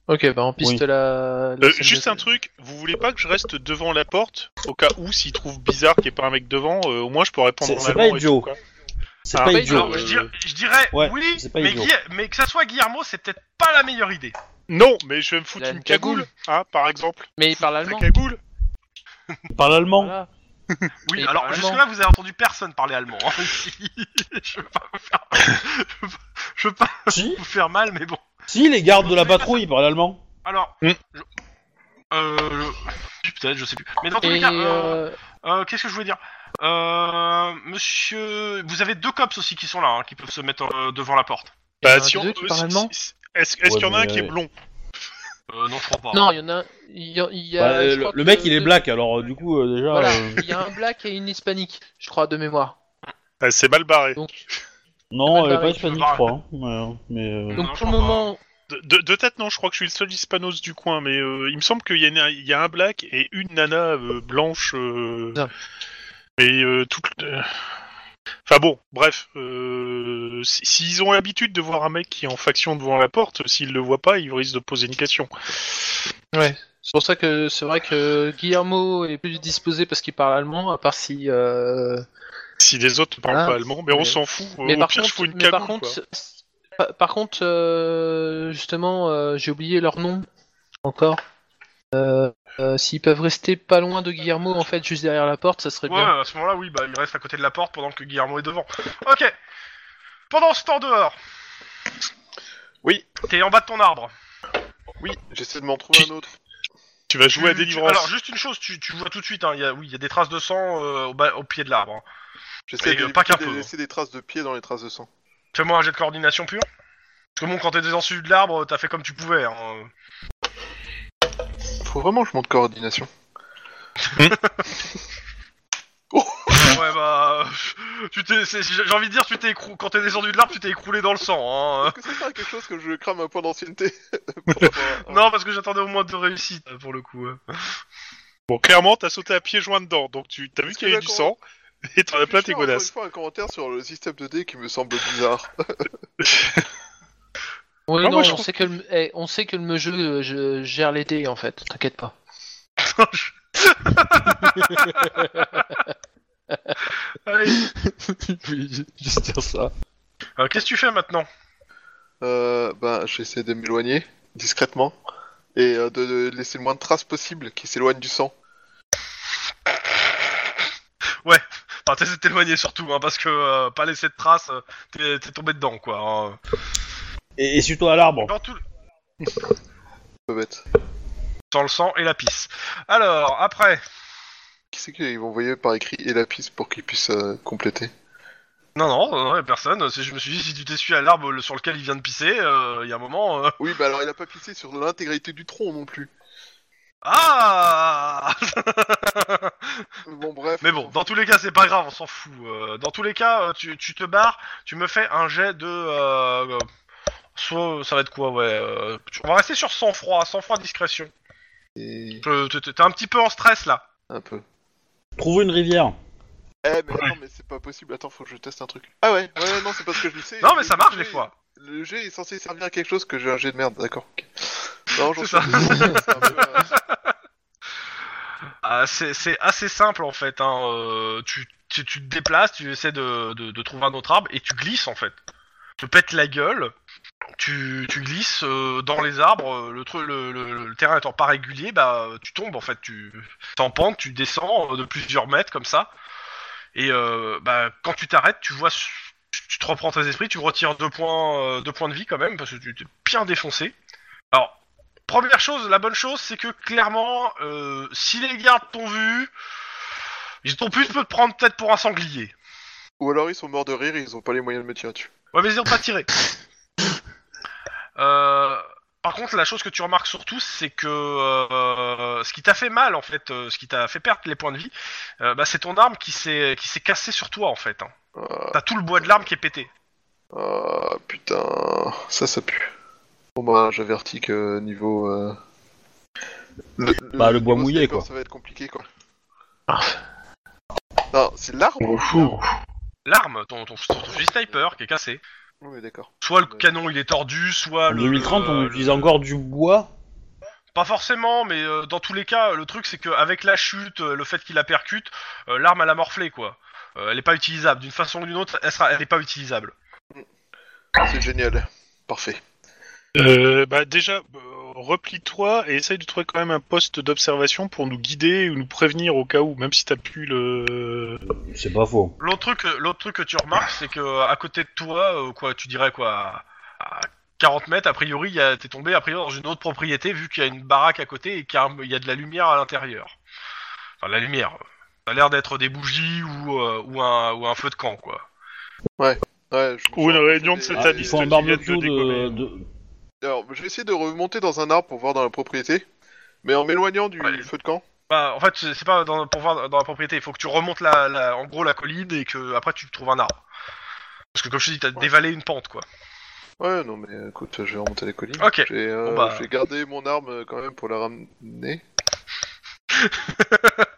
[SPEAKER 5] Ok, bah, on piste
[SPEAKER 2] Oui.
[SPEAKER 5] la. la
[SPEAKER 1] Euh,
[SPEAKER 5] scène
[SPEAKER 1] juste
[SPEAKER 5] de-
[SPEAKER 1] un truc, vous voulez pas que je reste devant la porte au cas où s'il trouve bizarre qu'il n'y ait pas un mec devant, euh, au moins je pourrais prendre
[SPEAKER 2] C'est-
[SPEAKER 1] en
[SPEAKER 2] c'est
[SPEAKER 1] avant
[SPEAKER 2] pas
[SPEAKER 1] et
[SPEAKER 2] idiot.
[SPEAKER 1] tout, quoi.
[SPEAKER 2] c'est
[SPEAKER 1] Ah,
[SPEAKER 2] pas
[SPEAKER 5] bah,
[SPEAKER 2] idiot.
[SPEAKER 3] Alors, je,
[SPEAKER 1] euh,
[SPEAKER 3] dirais- je dirais
[SPEAKER 2] ouais,
[SPEAKER 3] oui,
[SPEAKER 2] c'est pas
[SPEAKER 3] mais,
[SPEAKER 2] idiot.
[SPEAKER 3] Guilla- mais que ça soit Guillermo, c'est peut-être pas la meilleure idée.
[SPEAKER 1] Non, mais je vais me foutre
[SPEAKER 5] La
[SPEAKER 1] une cagoule,
[SPEAKER 5] cagoule.
[SPEAKER 1] hein, par exemple.
[SPEAKER 5] Mais il parle
[SPEAKER 1] La
[SPEAKER 5] allemand.
[SPEAKER 1] cagoule
[SPEAKER 2] Par l'allemand.
[SPEAKER 5] Voilà.
[SPEAKER 3] Oui,
[SPEAKER 5] Et
[SPEAKER 3] alors
[SPEAKER 5] parle
[SPEAKER 3] jusque-là, vous avez entendu personne parler allemand. hein, ici. je veux pas vous faire, je veux pas- je veux pas
[SPEAKER 2] Si,
[SPEAKER 3] vous faire mal, mais bon.
[SPEAKER 2] si, les gardes de la patrouille parlent allemand.
[SPEAKER 3] Alors,
[SPEAKER 1] Hmm.
[SPEAKER 3] je- euh, je- peut-être, je sais plus. Mais dans tous les
[SPEAKER 5] Et
[SPEAKER 3] cas, euh,
[SPEAKER 5] euh,
[SPEAKER 3] euh, qu'est-ce que je voulais dire Euh, Monsieur, vous avez deux cops aussi qui sont là, hein, qui peuvent se mettre euh, devant la porte.
[SPEAKER 5] Il y en a
[SPEAKER 1] Bah si on
[SPEAKER 5] deux qui
[SPEAKER 1] veut,
[SPEAKER 5] parlent
[SPEAKER 1] si-
[SPEAKER 5] allemand
[SPEAKER 1] si- Est-ce est-ce
[SPEAKER 2] Ouais,
[SPEAKER 1] qu'il y en a
[SPEAKER 2] mais,
[SPEAKER 1] un qui est
[SPEAKER 2] euh,
[SPEAKER 1] blond
[SPEAKER 3] Euh, non, je crois pas.
[SPEAKER 5] Non, il y en a. Il y a, il y a-
[SPEAKER 2] Bah, euh,
[SPEAKER 5] je
[SPEAKER 2] le,
[SPEAKER 5] crois
[SPEAKER 2] le
[SPEAKER 5] que
[SPEAKER 2] mec, il est
[SPEAKER 5] deux-
[SPEAKER 2] black, alors euh, du coup, euh, déjà.
[SPEAKER 5] Voilà,
[SPEAKER 2] euh,
[SPEAKER 5] il y a un black et une hispanique, je crois, de mémoire.
[SPEAKER 1] Ah, C'est mal barré.
[SPEAKER 2] Non, elle est pas
[SPEAKER 5] Barrett,
[SPEAKER 2] hispanique,
[SPEAKER 3] Barrett.
[SPEAKER 2] je crois. hein. Ouais, mais, euh,
[SPEAKER 5] Donc
[SPEAKER 3] Non, je
[SPEAKER 5] pour le
[SPEAKER 3] crois pas.
[SPEAKER 5] moment,
[SPEAKER 1] De, de- de tête, non, je crois que je suis le seul hispanos du coin, mais euh, il me semble qu'il y, en a- il y a un black et une nana euh, blanche. euh,
[SPEAKER 5] Non.
[SPEAKER 1] mais euh, toutes. euh, Enfin bon, bref. euh, si- S'ils ont l'habitude de voir un mec qui est en faction devant la porte, s'ils le voient pas, ils risquent de poser une question.
[SPEAKER 5] ouais. C'est pour ça que c'est vrai que Guillermo est plus disposé parce qu'il parle allemand, à part si. euh,
[SPEAKER 1] Si les autres ne parlent
[SPEAKER 5] Voilà.
[SPEAKER 1] pas allemand, mais, on
[SPEAKER 5] Ah, Mais-
[SPEAKER 1] s'en fout. euh,
[SPEAKER 5] mais
[SPEAKER 1] au
[SPEAKER 5] par
[SPEAKER 1] pire, je fous
[SPEAKER 5] contre,
[SPEAKER 1] une
[SPEAKER 5] mais
[SPEAKER 1] cagoule.
[SPEAKER 5] par contre, c'est- par- par contre, euh, justement, euh, j'ai oublié leur nom encore. Euh, euh, S'ils peuvent rester pas loin de Guillermo, en fait, juste derrière la porte, ça serait
[SPEAKER 3] Ouais,
[SPEAKER 5] bien.
[SPEAKER 3] à ce moment-là, oui, bah, il reste à côté de la porte pendant que Guillermo est devant. Ok. Pendant ce temps dehors.
[SPEAKER 4] Oui.
[SPEAKER 3] T'es en bas de ton arbre.
[SPEAKER 4] Oui, j'essaie de m'en trouver un autre.
[SPEAKER 1] tu vas jouer à
[SPEAKER 3] Tu- tu-
[SPEAKER 1] délivrance.
[SPEAKER 3] alors, juste une chose, tu, tu vois tout de suite, hein, il y a, oui, il y a des traces de sang euh, au, bas- au pied de l'arbre. hein.
[SPEAKER 4] J'essaie
[SPEAKER 3] Et,
[SPEAKER 4] de
[SPEAKER 3] euh, pas qu'un
[SPEAKER 4] d'éviter de
[SPEAKER 3] peu.
[SPEAKER 4] laisser des traces de pied dans les traces de sang.
[SPEAKER 3] Fais-moi un jet de coordination pure. Parce que bon, quand t'es descendu de l'arbre, t'as fait comme tu pouvais. hein.
[SPEAKER 4] Faut vraiment que je monte coordination.
[SPEAKER 3] ouais, bah. euh, tu t'es, c'est- j'ai j'ai envie de dire, tu t'es écrou... quand t'es descendu de l'arbre, tu t'es écroulé dans le sang. hein.
[SPEAKER 4] Est-ce que ça sert à quelque chose que je crame un point d'ancienneté Par rapport à-
[SPEAKER 3] Non, parce que j'attendais au moins de réussite euh, pour le coup. hein.
[SPEAKER 1] Bon, clairement, t'as sauté à pieds joints dedans, donc tu t'as vu
[SPEAKER 4] Parce
[SPEAKER 1] qu'il y
[SPEAKER 4] que
[SPEAKER 1] avait du
[SPEAKER 4] la
[SPEAKER 1] sang, et t'en as plein
[SPEAKER 4] Je
[SPEAKER 1] tes
[SPEAKER 4] vais faire encore
[SPEAKER 1] godasses.
[SPEAKER 4] une fois un commentaire sur le système de dés qui me semble bizarre.
[SPEAKER 5] Ouais,
[SPEAKER 1] Ah,
[SPEAKER 5] non,
[SPEAKER 1] moi, je
[SPEAKER 5] on,
[SPEAKER 1] trouve-
[SPEAKER 5] sait que le, eh, on sait que le jeu euh, je gère l'été en fait, t'inquiète pas.
[SPEAKER 3] Allez,
[SPEAKER 5] juste dire ça.
[SPEAKER 3] euh, qu'est-ce que tu fais maintenant
[SPEAKER 4] Euh, bah, j'essaie de m'éloigner discrètement et euh, de, de laisser le moins de traces possible qui s'éloignent du sang.
[SPEAKER 3] Enfin, t'essaies de t'éloigner surtout, hein, parce que euh, pas laisser de traces, euh, t'es t'es tombé dedans, quoi. hein.
[SPEAKER 2] Et, et surtout à l'arbre.
[SPEAKER 3] Dans tout,
[SPEAKER 4] peu bête.
[SPEAKER 3] dans le sang et la pisse. Alors, après.
[SPEAKER 4] Qui c'est qu'ils vont envoyer par écrit et la piste pour qu'ils puissent euh, compléter
[SPEAKER 3] Non, non, non, ouais, personne. C'est- Je me suis dit, si tu t'essuies à l'arbre le- sur lequel il vient de pisser, euh, il y a un moment. euh,
[SPEAKER 4] Oui, bah alors il a pas pissé sur l'intégralité du tronc non plus.
[SPEAKER 3] Ah
[SPEAKER 4] Bon, bref.
[SPEAKER 3] Mais bon, dans tous les cas, c'est pas grave, on s'en fout. Euh, dans tous les cas, euh, tu, tu te barres, tu me fais un jet de. euh, euh, soit, ça va être quoi, ouais. euh, tu- on va rester sur sang-froid, sang-froid discrétion.
[SPEAKER 4] Et-
[SPEAKER 3] Je- t'es- T'es t'es un petit peu en stress là.
[SPEAKER 4] Un peu.
[SPEAKER 2] Trouver une rivière.
[SPEAKER 4] Eh, mais attends, mais c'est pas possible. Attends, faut que je teste un truc. Ah ouais, ouais, non, c'est parce que je le sais.
[SPEAKER 3] Non, mais
[SPEAKER 4] Le
[SPEAKER 3] ça marche
[SPEAKER 4] jet-
[SPEAKER 3] des fois.
[SPEAKER 4] Le jet est censé servir à quelque chose que j'ai un jet de merde, d'accord. ok. Non, j'en
[SPEAKER 3] C'est
[SPEAKER 4] suis désolé, c'est un peu, euh,
[SPEAKER 3] Ah, c'est c'est assez simple en fait. Hein. euh, tu, tu, tu te déplaces, tu essaies de, de, de trouver un autre arbre et tu glisses en fait. Tu te pètes la gueule, tu, tu glisses euh, dans les arbres, euh, le, tru- le, le, le terrain étant pas régulier, bah tu tombes en fait. Tu t'es en pente, tu descends euh, de plusieurs mètres comme ça. Et euh, bah, quand tu t'arrêtes, tu vois, su- tu tu te reprends tes esprits, tu retires deux points, euh, deux points de vie quand même parce que tu t'es bien défoncé. Alors, Première chose, la bonne chose, c'est que clairement, euh, si les gardes t'ont vu, ils t'ont plus peut te prendre peut-être pour un sanglier.
[SPEAKER 4] Ou alors ils sont morts de rire, ils ont pas les moyens de me tirer dessus.
[SPEAKER 3] Ouais, mais ils ont pas tiré. Euh, par contre, la chose que tu remarques surtout, c'est que euh, ce qui t'a fait mal, en fait, euh, ce qui t'a fait perdre les points de vie, euh, bah, c'est ton arme qui s'est qui s'est cassée sur toi, en fait. hein. T'as tout le bois de l'arme qui est pété.
[SPEAKER 4] Ah putain, ça ça pue. Bon bah j'avertis que niveau. euh, le-
[SPEAKER 2] Bah, le bois
[SPEAKER 4] niveau
[SPEAKER 2] mouillé,
[SPEAKER 4] sniper,
[SPEAKER 2] quoi.
[SPEAKER 4] Ça va être compliqué quoi. Non, c'est l'arbre.
[SPEAKER 3] L'arme, ton, ton, ton fusil sniper qui est cassé.
[SPEAKER 4] Oui, Oh, d'accord.
[SPEAKER 3] Soit le canon il est tordu, soit
[SPEAKER 2] En
[SPEAKER 3] Ah, le.
[SPEAKER 2] 2030, on
[SPEAKER 3] le-
[SPEAKER 2] utilise encore du bois.
[SPEAKER 3] Pas forcément, mais euh, dans tous les cas, le truc c'est qu'avec la chute, euh, le fait qu'il la percute, euh, l'arme elle a morflé quoi. Euh, elle est pas utilisable. D'une façon ou d'une autre, elle, sera... elle est pas utilisable.
[SPEAKER 4] C'est génial. Parfait.
[SPEAKER 1] Euh, bah déjà, euh, replie-toi et essaye de trouver quand même un poste d'observation pour nous guider ou nous prévenir au cas où, même si t'as plus le...
[SPEAKER 2] C'est pas faux.
[SPEAKER 3] L'autre truc, euh, l'autre truc que tu remarques, c'est que euh, à côté de toi, euh, quoi, tu dirais quoi, à à 40 mètres, a priori, il y a- t'es tombé a priori dans une autre propriété vu qu'il y a une baraque à côté et qu'il y a un- il y, a de la lumière à l'intérieur. Enfin, la lumière. euh, Ça a l'air d'être des bougies ou, euh, ou, un, ou un feu de camp quoi.
[SPEAKER 4] Ouais, je-
[SPEAKER 1] Ou une réunion de
[SPEAKER 3] Ah,
[SPEAKER 4] Et-
[SPEAKER 1] cette
[SPEAKER 2] Ah, Il
[SPEAKER 1] habitude.
[SPEAKER 2] faut un
[SPEAKER 1] Ils viennent
[SPEAKER 2] barbecue
[SPEAKER 1] de
[SPEAKER 2] de,
[SPEAKER 1] dégommer.
[SPEAKER 3] hein.
[SPEAKER 2] de-
[SPEAKER 4] Alors, je vais essayer de remonter dans un arbre pour voir dans la propriété, mais en m'éloignant du
[SPEAKER 3] Ouais.
[SPEAKER 4] feu de camp.
[SPEAKER 3] Bah, en fait, c'est c'est pas dans, pour voir dans la propriété. Il faut que tu remontes la, la- en gros la colline et que après tu trouves un arbre. Parce que comme je te dis, t'as dévalé une pente, quoi.
[SPEAKER 4] Ouais, non mais euh, écoute, je vais remonter les
[SPEAKER 1] Ah.
[SPEAKER 4] collines.
[SPEAKER 3] Ok.
[SPEAKER 4] J'ai euh,
[SPEAKER 3] Bon, bah.
[SPEAKER 4] j'ai gardé mon arme euh, quand même pour la ramener.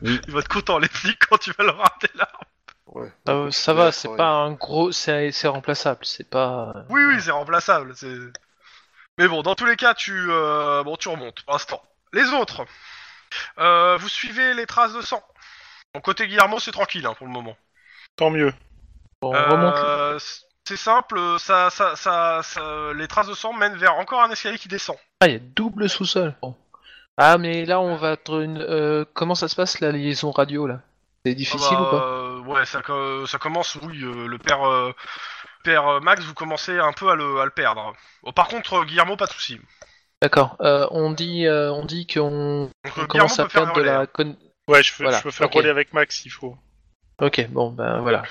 [SPEAKER 3] Il va être content les flics quand tu vas leur rater l'arbre.
[SPEAKER 4] Ouais.
[SPEAKER 3] Ah,
[SPEAKER 5] Euh, ça
[SPEAKER 4] Ouais,
[SPEAKER 5] va, c'est
[SPEAKER 4] ouais.
[SPEAKER 5] pas un gros, c'est c'est remplaçable, c'est pas.
[SPEAKER 3] Oui, oui, c'est remplaçable. c'est... Mais bon, dans tous les cas, tu euh, bon, tu remontes pour l'instant. Les autres, Euh, vous suivez les traces de sang. Bon, côté Guillermo, c'est tranquille hein, pour le moment.
[SPEAKER 1] Tant mieux.
[SPEAKER 5] Bon, on remonte.
[SPEAKER 3] Euh, c'est simple, ça, ça, ça, ça- les traces de sang mènent vers encore un escalier qui descend.
[SPEAKER 5] Ah, il y a double sous-sol. Bon. Ah, mais là, on va être une. euh, comment ça se passe la liaison radio là C'est difficile
[SPEAKER 3] Ah bah,
[SPEAKER 5] ou pas
[SPEAKER 3] euh, Ouais, ça, co- ça commence, oui, euh, le père, euh, père euh, Max, vous commencez un peu à le, à le perdre. Oh, par contre, euh, Guillermo, pas de soucis.
[SPEAKER 5] D'accord. Euh, on dit, euh, on dit qu'on
[SPEAKER 3] Donc,
[SPEAKER 5] on
[SPEAKER 3] euh,
[SPEAKER 5] commence
[SPEAKER 3] Guillermo
[SPEAKER 5] à
[SPEAKER 3] peut faire
[SPEAKER 5] perdre
[SPEAKER 3] un
[SPEAKER 5] de
[SPEAKER 3] relais.
[SPEAKER 5] la. con-
[SPEAKER 1] Ouais, je, fais-
[SPEAKER 5] Voilà,
[SPEAKER 1] je peux faire
[SPEAKER 5] ok.
[SPEAKER 1] rouler avec Max s'il faut.
[SPEAKER 5] Ok, bon, ben voilà.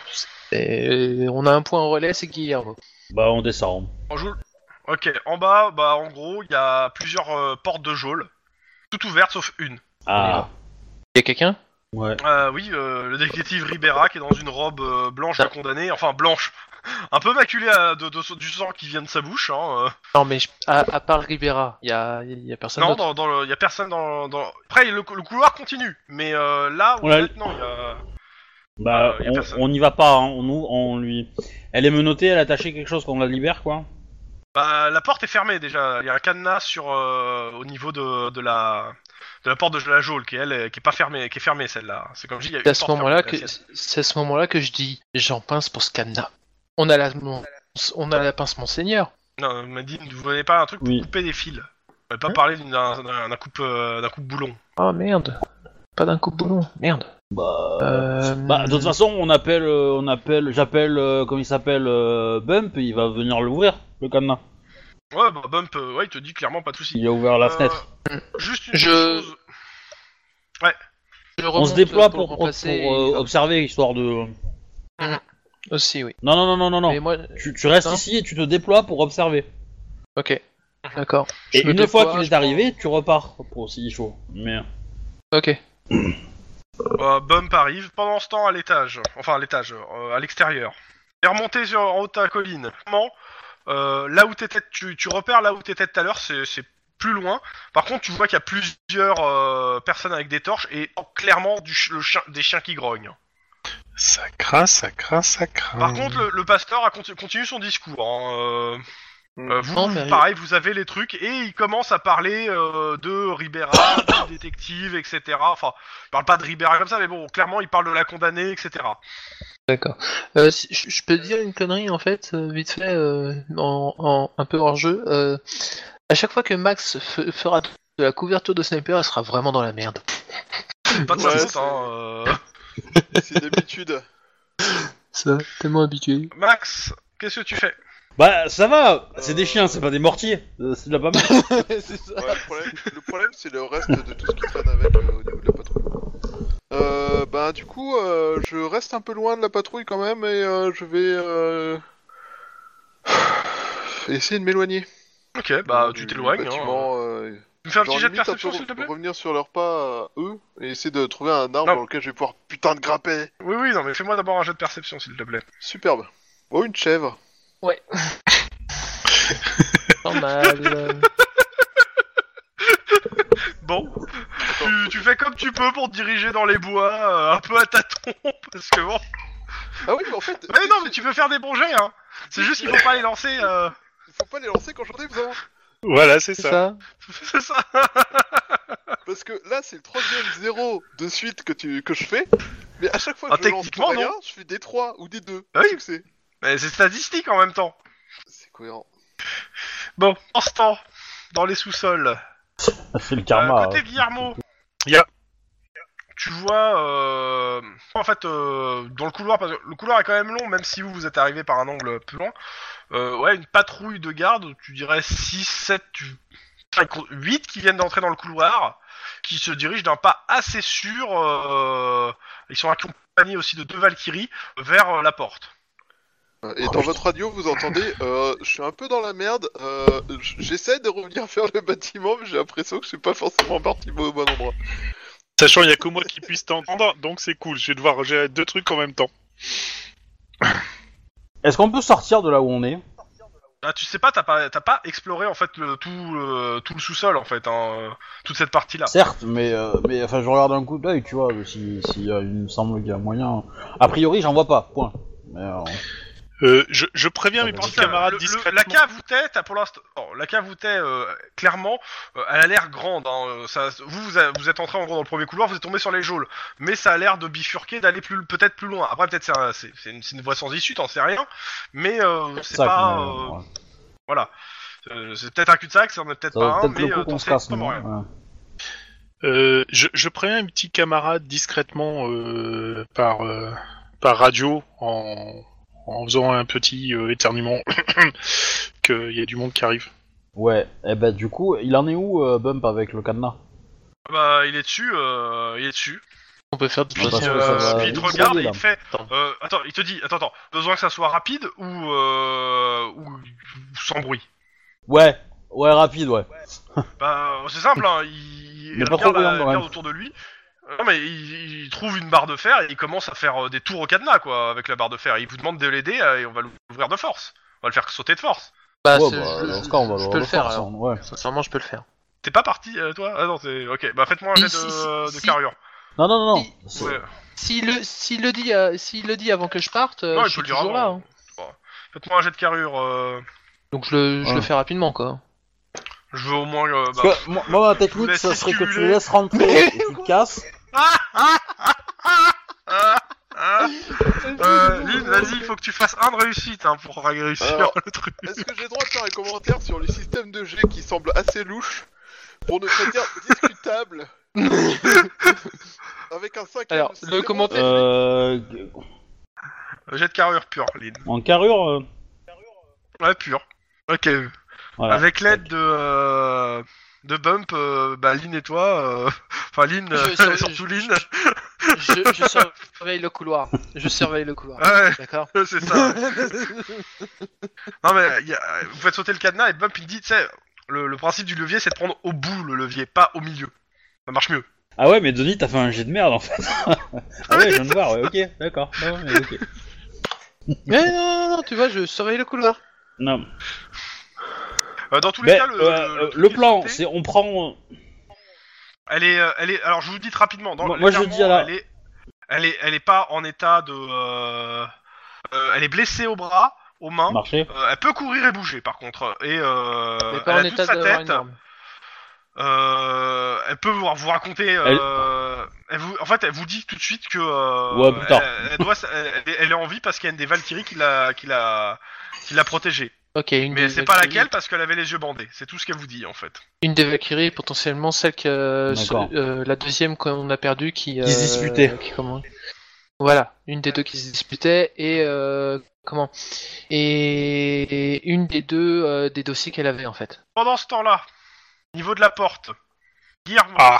[SPEAKER 5] Et on a un point en relais, c'est Guillermo.
[SPEAKER 2] Bah, on descend.
[SPEAKER 3] En jaule Ok, en bas, bah, en gros, il y a plusieurs euh, portes de geôle, toutes ouvertes sauf une.
[SPEAKER 2] Ah.
[SPEAKER 5] Y a quelqu'un
[SPEAKER 2] Ouais.
[SPEAKER 3] Euh, oui, euh, le détective Ribera qui est dans une robe euh, blanche de condamné, enfin blanche, un peu maculée à- de, de- du sang qui vient de sa bouche. Hein, euh.
[SPEAKER 5] Non, mais je- à, à part Rivera, y a, y a personne
[SPEAKER 3] Non, dans,
[SPEAKER 5] d'autre.
[SPEAKER 3] dans le- il y a personne dans. dans- Après, le, cou- le couloir continue, mais euh, là, où
[SPEAKER 2] Ouais.
[SPEAKER 3] maintenant, il y a.
[SPEAKER 2] Bah,
[SPEAKER 3] Euh, y a
[SPEAKER 2] on-
[SPEAKER 3] personne.
[SPEAKER 2] on n'y va pas. hein, On, nous, on lui. Elle est menottée, elle a attaché quelque chose qu'on la libère, quoi.
[SPEAKER 3] Bah, la porte est fermée déjà. Il y a un cadenas sur euh, au niveau de, de la de la porte de la geôle qui elle est- qui est pas fermée, qui est fermée celle-là. C'est comme je dis. il y a
[SPEAKER 5] C'est
[SPEAKER 3] une
[SPEAKER 5] à ce
[SPEAKER 3] porte
[SPEAKER 5] moment-là que
[SPEAKER 3] fermée, la sienne.
[SPEAKER 5] c'est à ce moment-là que je dis j'en pince pour ce cadenas. On a la mon- on a la pince monseigneur.
[SPEAKER 3] Non, elle m'a dit vous voulez pas un truc pour
[SPEAKER 2] Oui. Hein
[SPEAKER 3] couper des fils. On va pas parler d'une- d'un d'un coupe euh, d'un coupe boulon.
[SPEAKER 5] Oh Ah, merde. Pas d'un coup de boulon. Merde.
[SPEAKER 2] Bah,
[SPEAKER 5] Euh,
[SPEAKER 2] bah, de toute façon, on appelle, euh, on appelle, j'appelle, euh, comment il s'appelle, euh, Bump, il va venir l'ouvrir, le cadenas.
[SPEAKER 3] Ouais, bah, Bump, euh, ouais, il te dit clairement pas de soucis.
[SPEAKER 2] Il a ouvert la
[SPEAKER 3] Euh,
[SPEAKER 2] fenêtre.
[SPEAKER 3] Juste une
[SPEAKER 5] Je-
[SPEAKER 3] chose. oh,
[SPEAKER 5] Je
[SPEAKER 2] On se
[SPEAKER 5] remonte
[SPEAKER 2] déploie
[SPEAKER 5] le
[SPEAKER 2] pour, pour,
[SPEAKER 5] remplacer
[SPEAKER 2] pour, euh,
[SPEAKER 5] et-
[SPEAKER 2] observer, histoire de. Non,
[SPEAKER 5] Aussi, oui.
[SPEAKER 2] non, non, non, non, non.
[SPEAKER 5] Mais moi...
[SPEAKER 2] Tu, tu restes
[SPEAKER 5] Hein
[SPEAKER 2] ici et tu te déploies pour observer.
[SPEAKER 5] Ok. D'accord.
[SPEAKER 2] Et
[SPEAKER 5] Je me
[SPEAKER 2] une fois
[SPEAKER 5] déploie,
[SPEAKER 2] qu'il
[SPEAKER 5] je
[SPEAKER 2] est
[SPEAKER 5] prends-
[SPEAKER 2] arrivé, tu repars pour s'il faut. Mais
[SPEAKER 5] Ok.
[SPEAKER 3] Euh, Bump arrive pendant ce temps à l'étage, enfin à l'étage, euh, à l'extérieur. Et remonté sur, en haut de ta colline. Comment euh, Là où t'étais, tu, tu repères là où t'étais tout à l'heure, c'est c'est plus loin. Par contre, tu vois qu'il y a plusieurs euh, personnes avec des torches et oh, clairement du ch- le chien- des chiens qui grognent.
[SPEAKER 1] Ça craint, ça craint, ça craint.
[SPEAKER 5] Ah.
[SPEAKER 3] Par contre, le, le pasteur a conti- continue son discours. hein, euh, euh, vous,
[SPEAKER 5] Non,
[SPEAKER 3] vous,
[SPEAKER 5] mais-
[SPEAKER 3] pareil, vous avez les trucs et il commence à parler euh, de Ribera, de détective, etc. Enfin, il parle pas de Ribera comme ça, mais bon, clairement, il parle de la condamnée, etc.
[SPEAKER 5] D'accord. Euh, si- je je peux dire une connerie en fait, euh, vite fait, euh, en, en- un peu hors jeu. euh, à chaque fois que Max fe- fera de la couverture de sniper, elle sera vraiment dans la merde.
[SPEAKER 3] Pas de sa
[SPEAKER 4] Ouais,
[SPEAKER 3] faute,
[SPEAKER 4] c'est-
[SPEAKER 3] hein, euh.
[SPEAKER 4] C'est d'habitude.
[SPEAKER 5] Ça, tellement habitué.
[SPEAKER 3] Max, qu'est-ce que tu fais
[SPEAKER 2] bah ça va, c'est des chiens, c'est pas des mortiers, Euh, c'est de la pas mal.
[SPEAKER 5] C'est ça.
[SPEAKER 4] Ouais, le problème, le problème, c'est le reste de tout ce qui traîne avec euh, au niveau de la patrouille. Euh, bah, du coup, euh, je reste un peu loin de la patrouille quand même et euh, je vais euh, essayer de m'éloigner.
[SPEAKER 3] Ok, bah
[SPEAKER 4] Du-
[SPEAKER 3] tu
[SPEAKER 4] du
[SPEAKER 3] t'éloignes. Hein.
[SPEAKER 4] bâtiment, euh,
[SPEAKER 3] Tu me fais un
[SPEAKER 4] genre,
[SPEAKER 3] petit jet de
[SPEAKER 4] limite,
[SPEAKER 3] perception,
[SPEAKER 4] peu
[SPEAKER 3] s'il te plaît
[SPEAKER 4] revenir sur leur pas, à eux, et essayer de trouver un arbre
[SPEAKER 3] Non.
[SPEAKER 4] dans lequel je vais pouvoir putain de grimper.
[SPEAKER 3] Oui, oui, non, mais fais-moi d'abord un jet de perception, s'il te plaît.
[SPEAKER 4] Superbe. Oh, une chèvre.
[SPEAKER 5] Normal.
[SPEAKER 3] Bon, tu, tu fais comme tu peux pour te diriger dans les bois, euh, un peu à tâtons, parce que bon.
[SPEAKER 4] Ah oui, mais en fait,
[SPEAKER 3] Mais non, mais tu peux faire des bons jets, hein C'est juste qu'il faut pas les lancer, euh...
[SPEAKER 4] faut pas les lancer quand j'en ai besoin.
[SPEAKER 1] Voilà, c'est
[SPEAKER 5] C'est
[SPEAKER 1] ça.
[SPEAKER 5] ça.
[SPEAKER 3] c'est ça
[SPEAKER 4] Parce que là, c'est le troisième zéro de suite que, tu, que je fais. Mais à chaque fois
[SPEAKER 3] Ah,
[SPEAKER 4] que je lance
[SPEAKER 3] techniquement,
[SPEAKER 4] rien, je fais des 3 ou des 2.
[SPEAKER 3] Ah oui.
[SPEAKER 4] Succès.
[SPEAKER 3] Mais c'est statistique en même temps
[SPEAKER 4] C'est cohérent.
[SPEAKER 3] Bon, en ce temps, dans les sous-sols,
[SPEAKER 2] c'est le
[SPEAKER 3] Euh,
[SPEAKER 2] karma. hein,
[SPEAKER 3] côté Guillermo.
[SPEAKER 1] Ya.
[SPEAKER 3] Tu vois, euh, en fait, euh, dans le couloir, parce que le couloir est quand même long, même si vous vous êtes arrivé par un angle plus long. Euh, ouais, une patrouille de garde, tu dirais 6, 7, 8 qui viennent d'entrer dans le couloir, qui se dirigent d'un pas assez sûr. euh, ils sont accompagnés aussi de deux Valkyries vers euh, la porte.
[SPEAKER 4] Euh, Et dans votre radio, vous entendez, euh, je suis un peu dans la merde. euh, j- J'essaie de revenir vers le bâtiment, mais j'ai l'impression que je suis pas forcément parti au bon endroit.
[SPEAKER 1] Sachant il y a que moi qui puisse t'entendre, donc c'est cool. Je vais devoir gérer deux trucs en même temps.
[SPEAKER 2] Est-ce qu'on peut sortir de là où on est
[SPEAKER 3] Ah, tu sais pas, t'as pas, t'as pas exploré en fait le, tout, le- tout le sous-sol en fait, hein, euh, toute cette partie-là.
[SPEAKER 2] Certes, mais, euh, mais enfin, je regarde un coup d'œil, tu vois, si, si, euh, il me semble qu'il y a moyen. A priori, j'en vois pas, point. Mais, euh,
[SPEAKER 1] Euh, je, je préviens
[SPEAKER 2] Ah
[SPEAKER 1] mes
[SPEAKER 2] bah,
[SPEAKER 1] petits
[SPEAKER 3] Putain,
[SPEAKER 1] camarades
[SPEAKER 3] le- le-
[SPEAKER 1] discrètement.
[SPEAKER 3] la cave où t'es, t'as pour l'instant. oh, la cave où t'es, euh, clairement, euh, elle a l'air grande. hein, euh, ça- vous, vous, a- vous êtes entré en gros dans le premier couloir, vous êtes tombé sur les geôles. Mais ça a l'air de bifurquer, d'aller plus, peut-être plus loin. Après, peut-être c'est, un- c'est, c'est une, c'est une voie sans issue, t'en sais rien. Mais euh, c'est
[SPEAKER 2] ça,
[SPEAKER 3] pas.
[SPEAKER 2] qu'on-
[SPEAKER 3] euh,
[SPEAKER 2] ouais.
[SPEAKER 3] euh, c'est peut-être un cul-de-sac, ça en est peut-être
[SPEAKER 2] Ça
[SPEAKER 3] pas
[SPEAKER 2] vaut
[SPEAKER 3] un,
[SPEAKER 2] peut-être
[SPEAKER 3] mais
[SPEAKER 2] le
[SPEAKER 3] euh,
[SPEAKER 2] coup
[SPEAKER 3] t'en
[SPEAKER 2] qu'on se
[SPEAKER 3] sais
[SPEAKER 2] casse,
[SPEAKER 3] pas
[SPEAKER 2] non
[SPEAKER 3] rien.
[SPEAKER 2] Ouais.
[SPEAKER 1] Euh, je, je préviens mes petits camarades discrètement euh, par, euh, par radio en, en faisant un petit euh, éternuement qu'il y a du monde qui arrive.
[SPEAKER 2] Ouais, et ben du coup, il en est où, euh, Bump, avec le cadenas
[SPEAKER 3] Bah, il est dessus, euh, il est dessus.
[SPEAKER 5] On peut faire de toute
[SPEAKER 2] Ah bah,
[SPEAKER 5] façon,
[SPEAKER 2] ça,
[SPEAKER 3] Euh,
[SPEAKER 5] euh,
[SPEAKER 2] va
[SPEAKER 3] puis il
[SPEAKER 5] vite
[SPEAKER 3] te
[SPEAKER 2] vite
[SPEAKER 3] regarde
[SPEAKER 2] aller,
[SPEAKER 3] et
[SPEAKER 2] là.
[SPEAKER 3] il te fait.
[SPEAKER 5] Attends.
[SPEAKER 3] euh, attends, il te dit, attends, attends, besoin que ça soit rapide ou, euh, ou, ou sans bruit.
[SPEAKER 2] Ouais, ouais, rapide, ouais.
[SPEAKER 3] Bah, c'est simple, hein, il,
[SPEAKER 2] Mais
[SPEAKER 3] il
[SPEAKER 2] pas trop
[SPEAKER 3] regarde,
[SPEAKER 2] bruyant,
[SPEAKER 3] la-
[SPEAKER 2] quand
[SPEAKER 3] regarde
[SPEAKER 2] même.
[SPEAKER 3] autour de lui. Euh, Non mais il, il trouve une barre de fer et il commence à faire euh, des tours au cadenas quoi avec la barre de fer. Il vous demande de l'aider euh, et on va l'ouvrir de force. On va le faire sauter de force.
[SPEAKER 5] Bah,
[SPEAKER 2] ouais,
[SPEAKER 5] c'est-
[SPEAKER 2] bah,
[SPEAKER 5] je-
[SPEAKER 2] dans ce
[SPEAKER 5] je-
[SPEAKER 2] cas, on va
[SPEAKER 5] je
[SPEAKER 2] le, hein.
[SPEAKER 5] peux le faire.
[SPEAKER 2] faire,
[SPEAKER 5] alors.
[SPEAKER 2] ça, ouais.
[SPEAKER 5] Sincèrement, je peux le faire.
[SPEAKER 3] T'es pas parti euh, toi Ah non c'est ok. Bah faites-moi un
[SPEAKER 5] Si,
[SPEAKER 3] jet de,
[SPEAKER 5] si, si,
[SPEAKER 3] euh, de
[SPEAKER 5] si.
[SPEAKER 3] carrure.
[SPEAKER 2] Non, non, non, non.
[SPEAKER 5] Si-
[SPEAKER 2] c'est-
[SPEAKER 3] Ouais.
[SPEAKER 5] S'il le, s'il le dit, euh, s'il le dit avant que je parte, euh,
[SPEAKER 3] Non, il peut
[SPEAKER 5] je suis
[SPEAKER 3] le dire
[SPEAKER 5] toujours là.
[SPEAKER 3] avant.
[SPEAKER 5] hein.
[SPEAKER 3] Faites-moi un jet de carrure. euh,
[SPEAKER 5] Donc je le, je
[SPEAKER 2] Ouais.
[SPEAKER 5] le fais rapidement quoi.
[SPEAKER 3] Je veux au moins. euh, bah...
[SPEAKER 2] Parce que moi, moi, ma technique,
[SPEAKER 3] laisse
[SPEAKER 2] ça serait que tu
[SPEAKER 3] circuler.
[SPEAKER 2] les laisses rentrer
[SPEAKER 5] Mais
[SPEAKER 2] et tu te casses.
[SPEAKER 3] Ah, euh, Lynn, vas-y, il faut que tu fasses un de réussite hein, pour réussir
[SPEAKER 4] Alors,
[SPEAKER 3] le truc.
[SPEAKER 4] Est-ce que j'ai le droit de faire un commentaire sur le système de G qui semble assez louche pour ne pas dire discutable Avec un 5
[SPEAKER 5] Alors, le commentaire-
[SPEAKER 2] Euh,
[SPEAKER 3] Jet de carrure pure, Lynn.
[SPEAKER 2] en carrure euh,
[SPEAKER 3] Ouais, pure. Ok.
[SPEAKER 2] voilà.
[SPEAKER 3] Avec l'aide de, euh, de Bump, euh, bah, Lynn et toi. euh, Enfin, Lynn,
[SPEAKER 5] Je-
[SPEAKER 3] euh,
[SPEAKER 5] sur-
[SPEAKER 3] surtout
[SPEAKER 5] je-
[SPEAKER 3] Lynn.
[SPEAKER 5] Je, je surveille le couloir. Je surveille le couloir.
[SPEAKER 3] Ah Ouais,
[SPEAKER 5] D'accord
[SPEAKER 3] c'est ça. Non, mais euh, y a- vous faites sauter le cadenas et Bump il dit, tu sais, le, le principe du levier c'est de prendre au bout le levier, pas au milieu. Ça marche mieux.
[SPEAKER 2] Ah ouais, mais Denis, t'as fait un jet de merde en fait. ah ouais, je viens de voir, ouais, ok, d'accord. Ah ouais, mais ok.
[SPEAKER 5] Mais non, non, non, tu vois, je surveille le couloir.
[SPEAKER 2] Non.
[SPEAKER 3] Euh, dans tous les
[SPEAKER 2] Mais,
[SPEAKER 3] cas, le,
[SPEAKER 2] euh,
[SPEAKER 3] le-
[SPEAKER 2] euh,
[SPEAKER 3] le
[SPEAKER 2] le
[SPEAKER 3] truc est
[SPEAKER 2] plan,
[SPEAKER 3] sauté.
[SPEAKER 2] c'est on prend.
[SPEAKER 3] Elle est, euh, elle est. Alors, je vous le dis rapidement. Dans,
[SPEAKER 2] Moi- moi, je
[SPEAKER 3] clairement,
[SPEAKER 2] dis à la-
[SPEAKER 3] Elle est, elle est, elle est pas en état de. euh, euh, elle est blessée au bras, aux mains.
[SPEAKER 2] Marcher.
[SPEAKER 3] Euh, elle peut courir et bouger, par contre. Et euh,
[SPEAKER 5] Mais
[SPEAKER 3] elle
[SPEAKER 5] pas en
[SPEAKER 3] a toute
[SPEAKER 5] état hein.
[SPEAKER 3] sa
[SPEAKER 5] d'avoir
[SPEAKER 3] tête.
[SPEAKER 5] une arme.
[SPEAKER 3] Euh, elle peut vous, vous raconter. euh, elle vous- en fait, elle vous dit tout de suite que. euh,
[SPEAKER 2] Ouais, plus tard.
[SPEAKER 3] Elle, elle doit, elle, est- elle est en vie parce qu'il y a une des Valkyries qui l'a, qui l'a, qui l'a protégée.
[SPEAKER 5] Ok, une
[SPEAKER 3] Mais
[SPEAKER 5] des
[SPEAKER 3] c'est pas
[SPEAKER 5] Valkyries.
[SPEAKER 3] laquelle parce qu'elle avait les yeux bandés. C'est tout ce qu'elle vous dit en fait.
[SPEAKER 5] Une des Valkyries, potentiellement celle que.
[SPEAKER 2] D'accord.
[SPEAKER 5] ce- euh, la deuxième qu'on a perdue qui.
[SPEAKER 2] Qui se
[SPEAKER 5] euh,
[SPEAKER 2] disputait.
[SPEAKER 5] qui comment- Voilà, une des deux qui se disputait et. euh, comment Et une des deux euh, des dossiers qu'elle avait en fait.
[SPEAKER 3] Pendant ce temps-là, niveau de la porte, Guillermo.
[SPEAKER 2] Ah.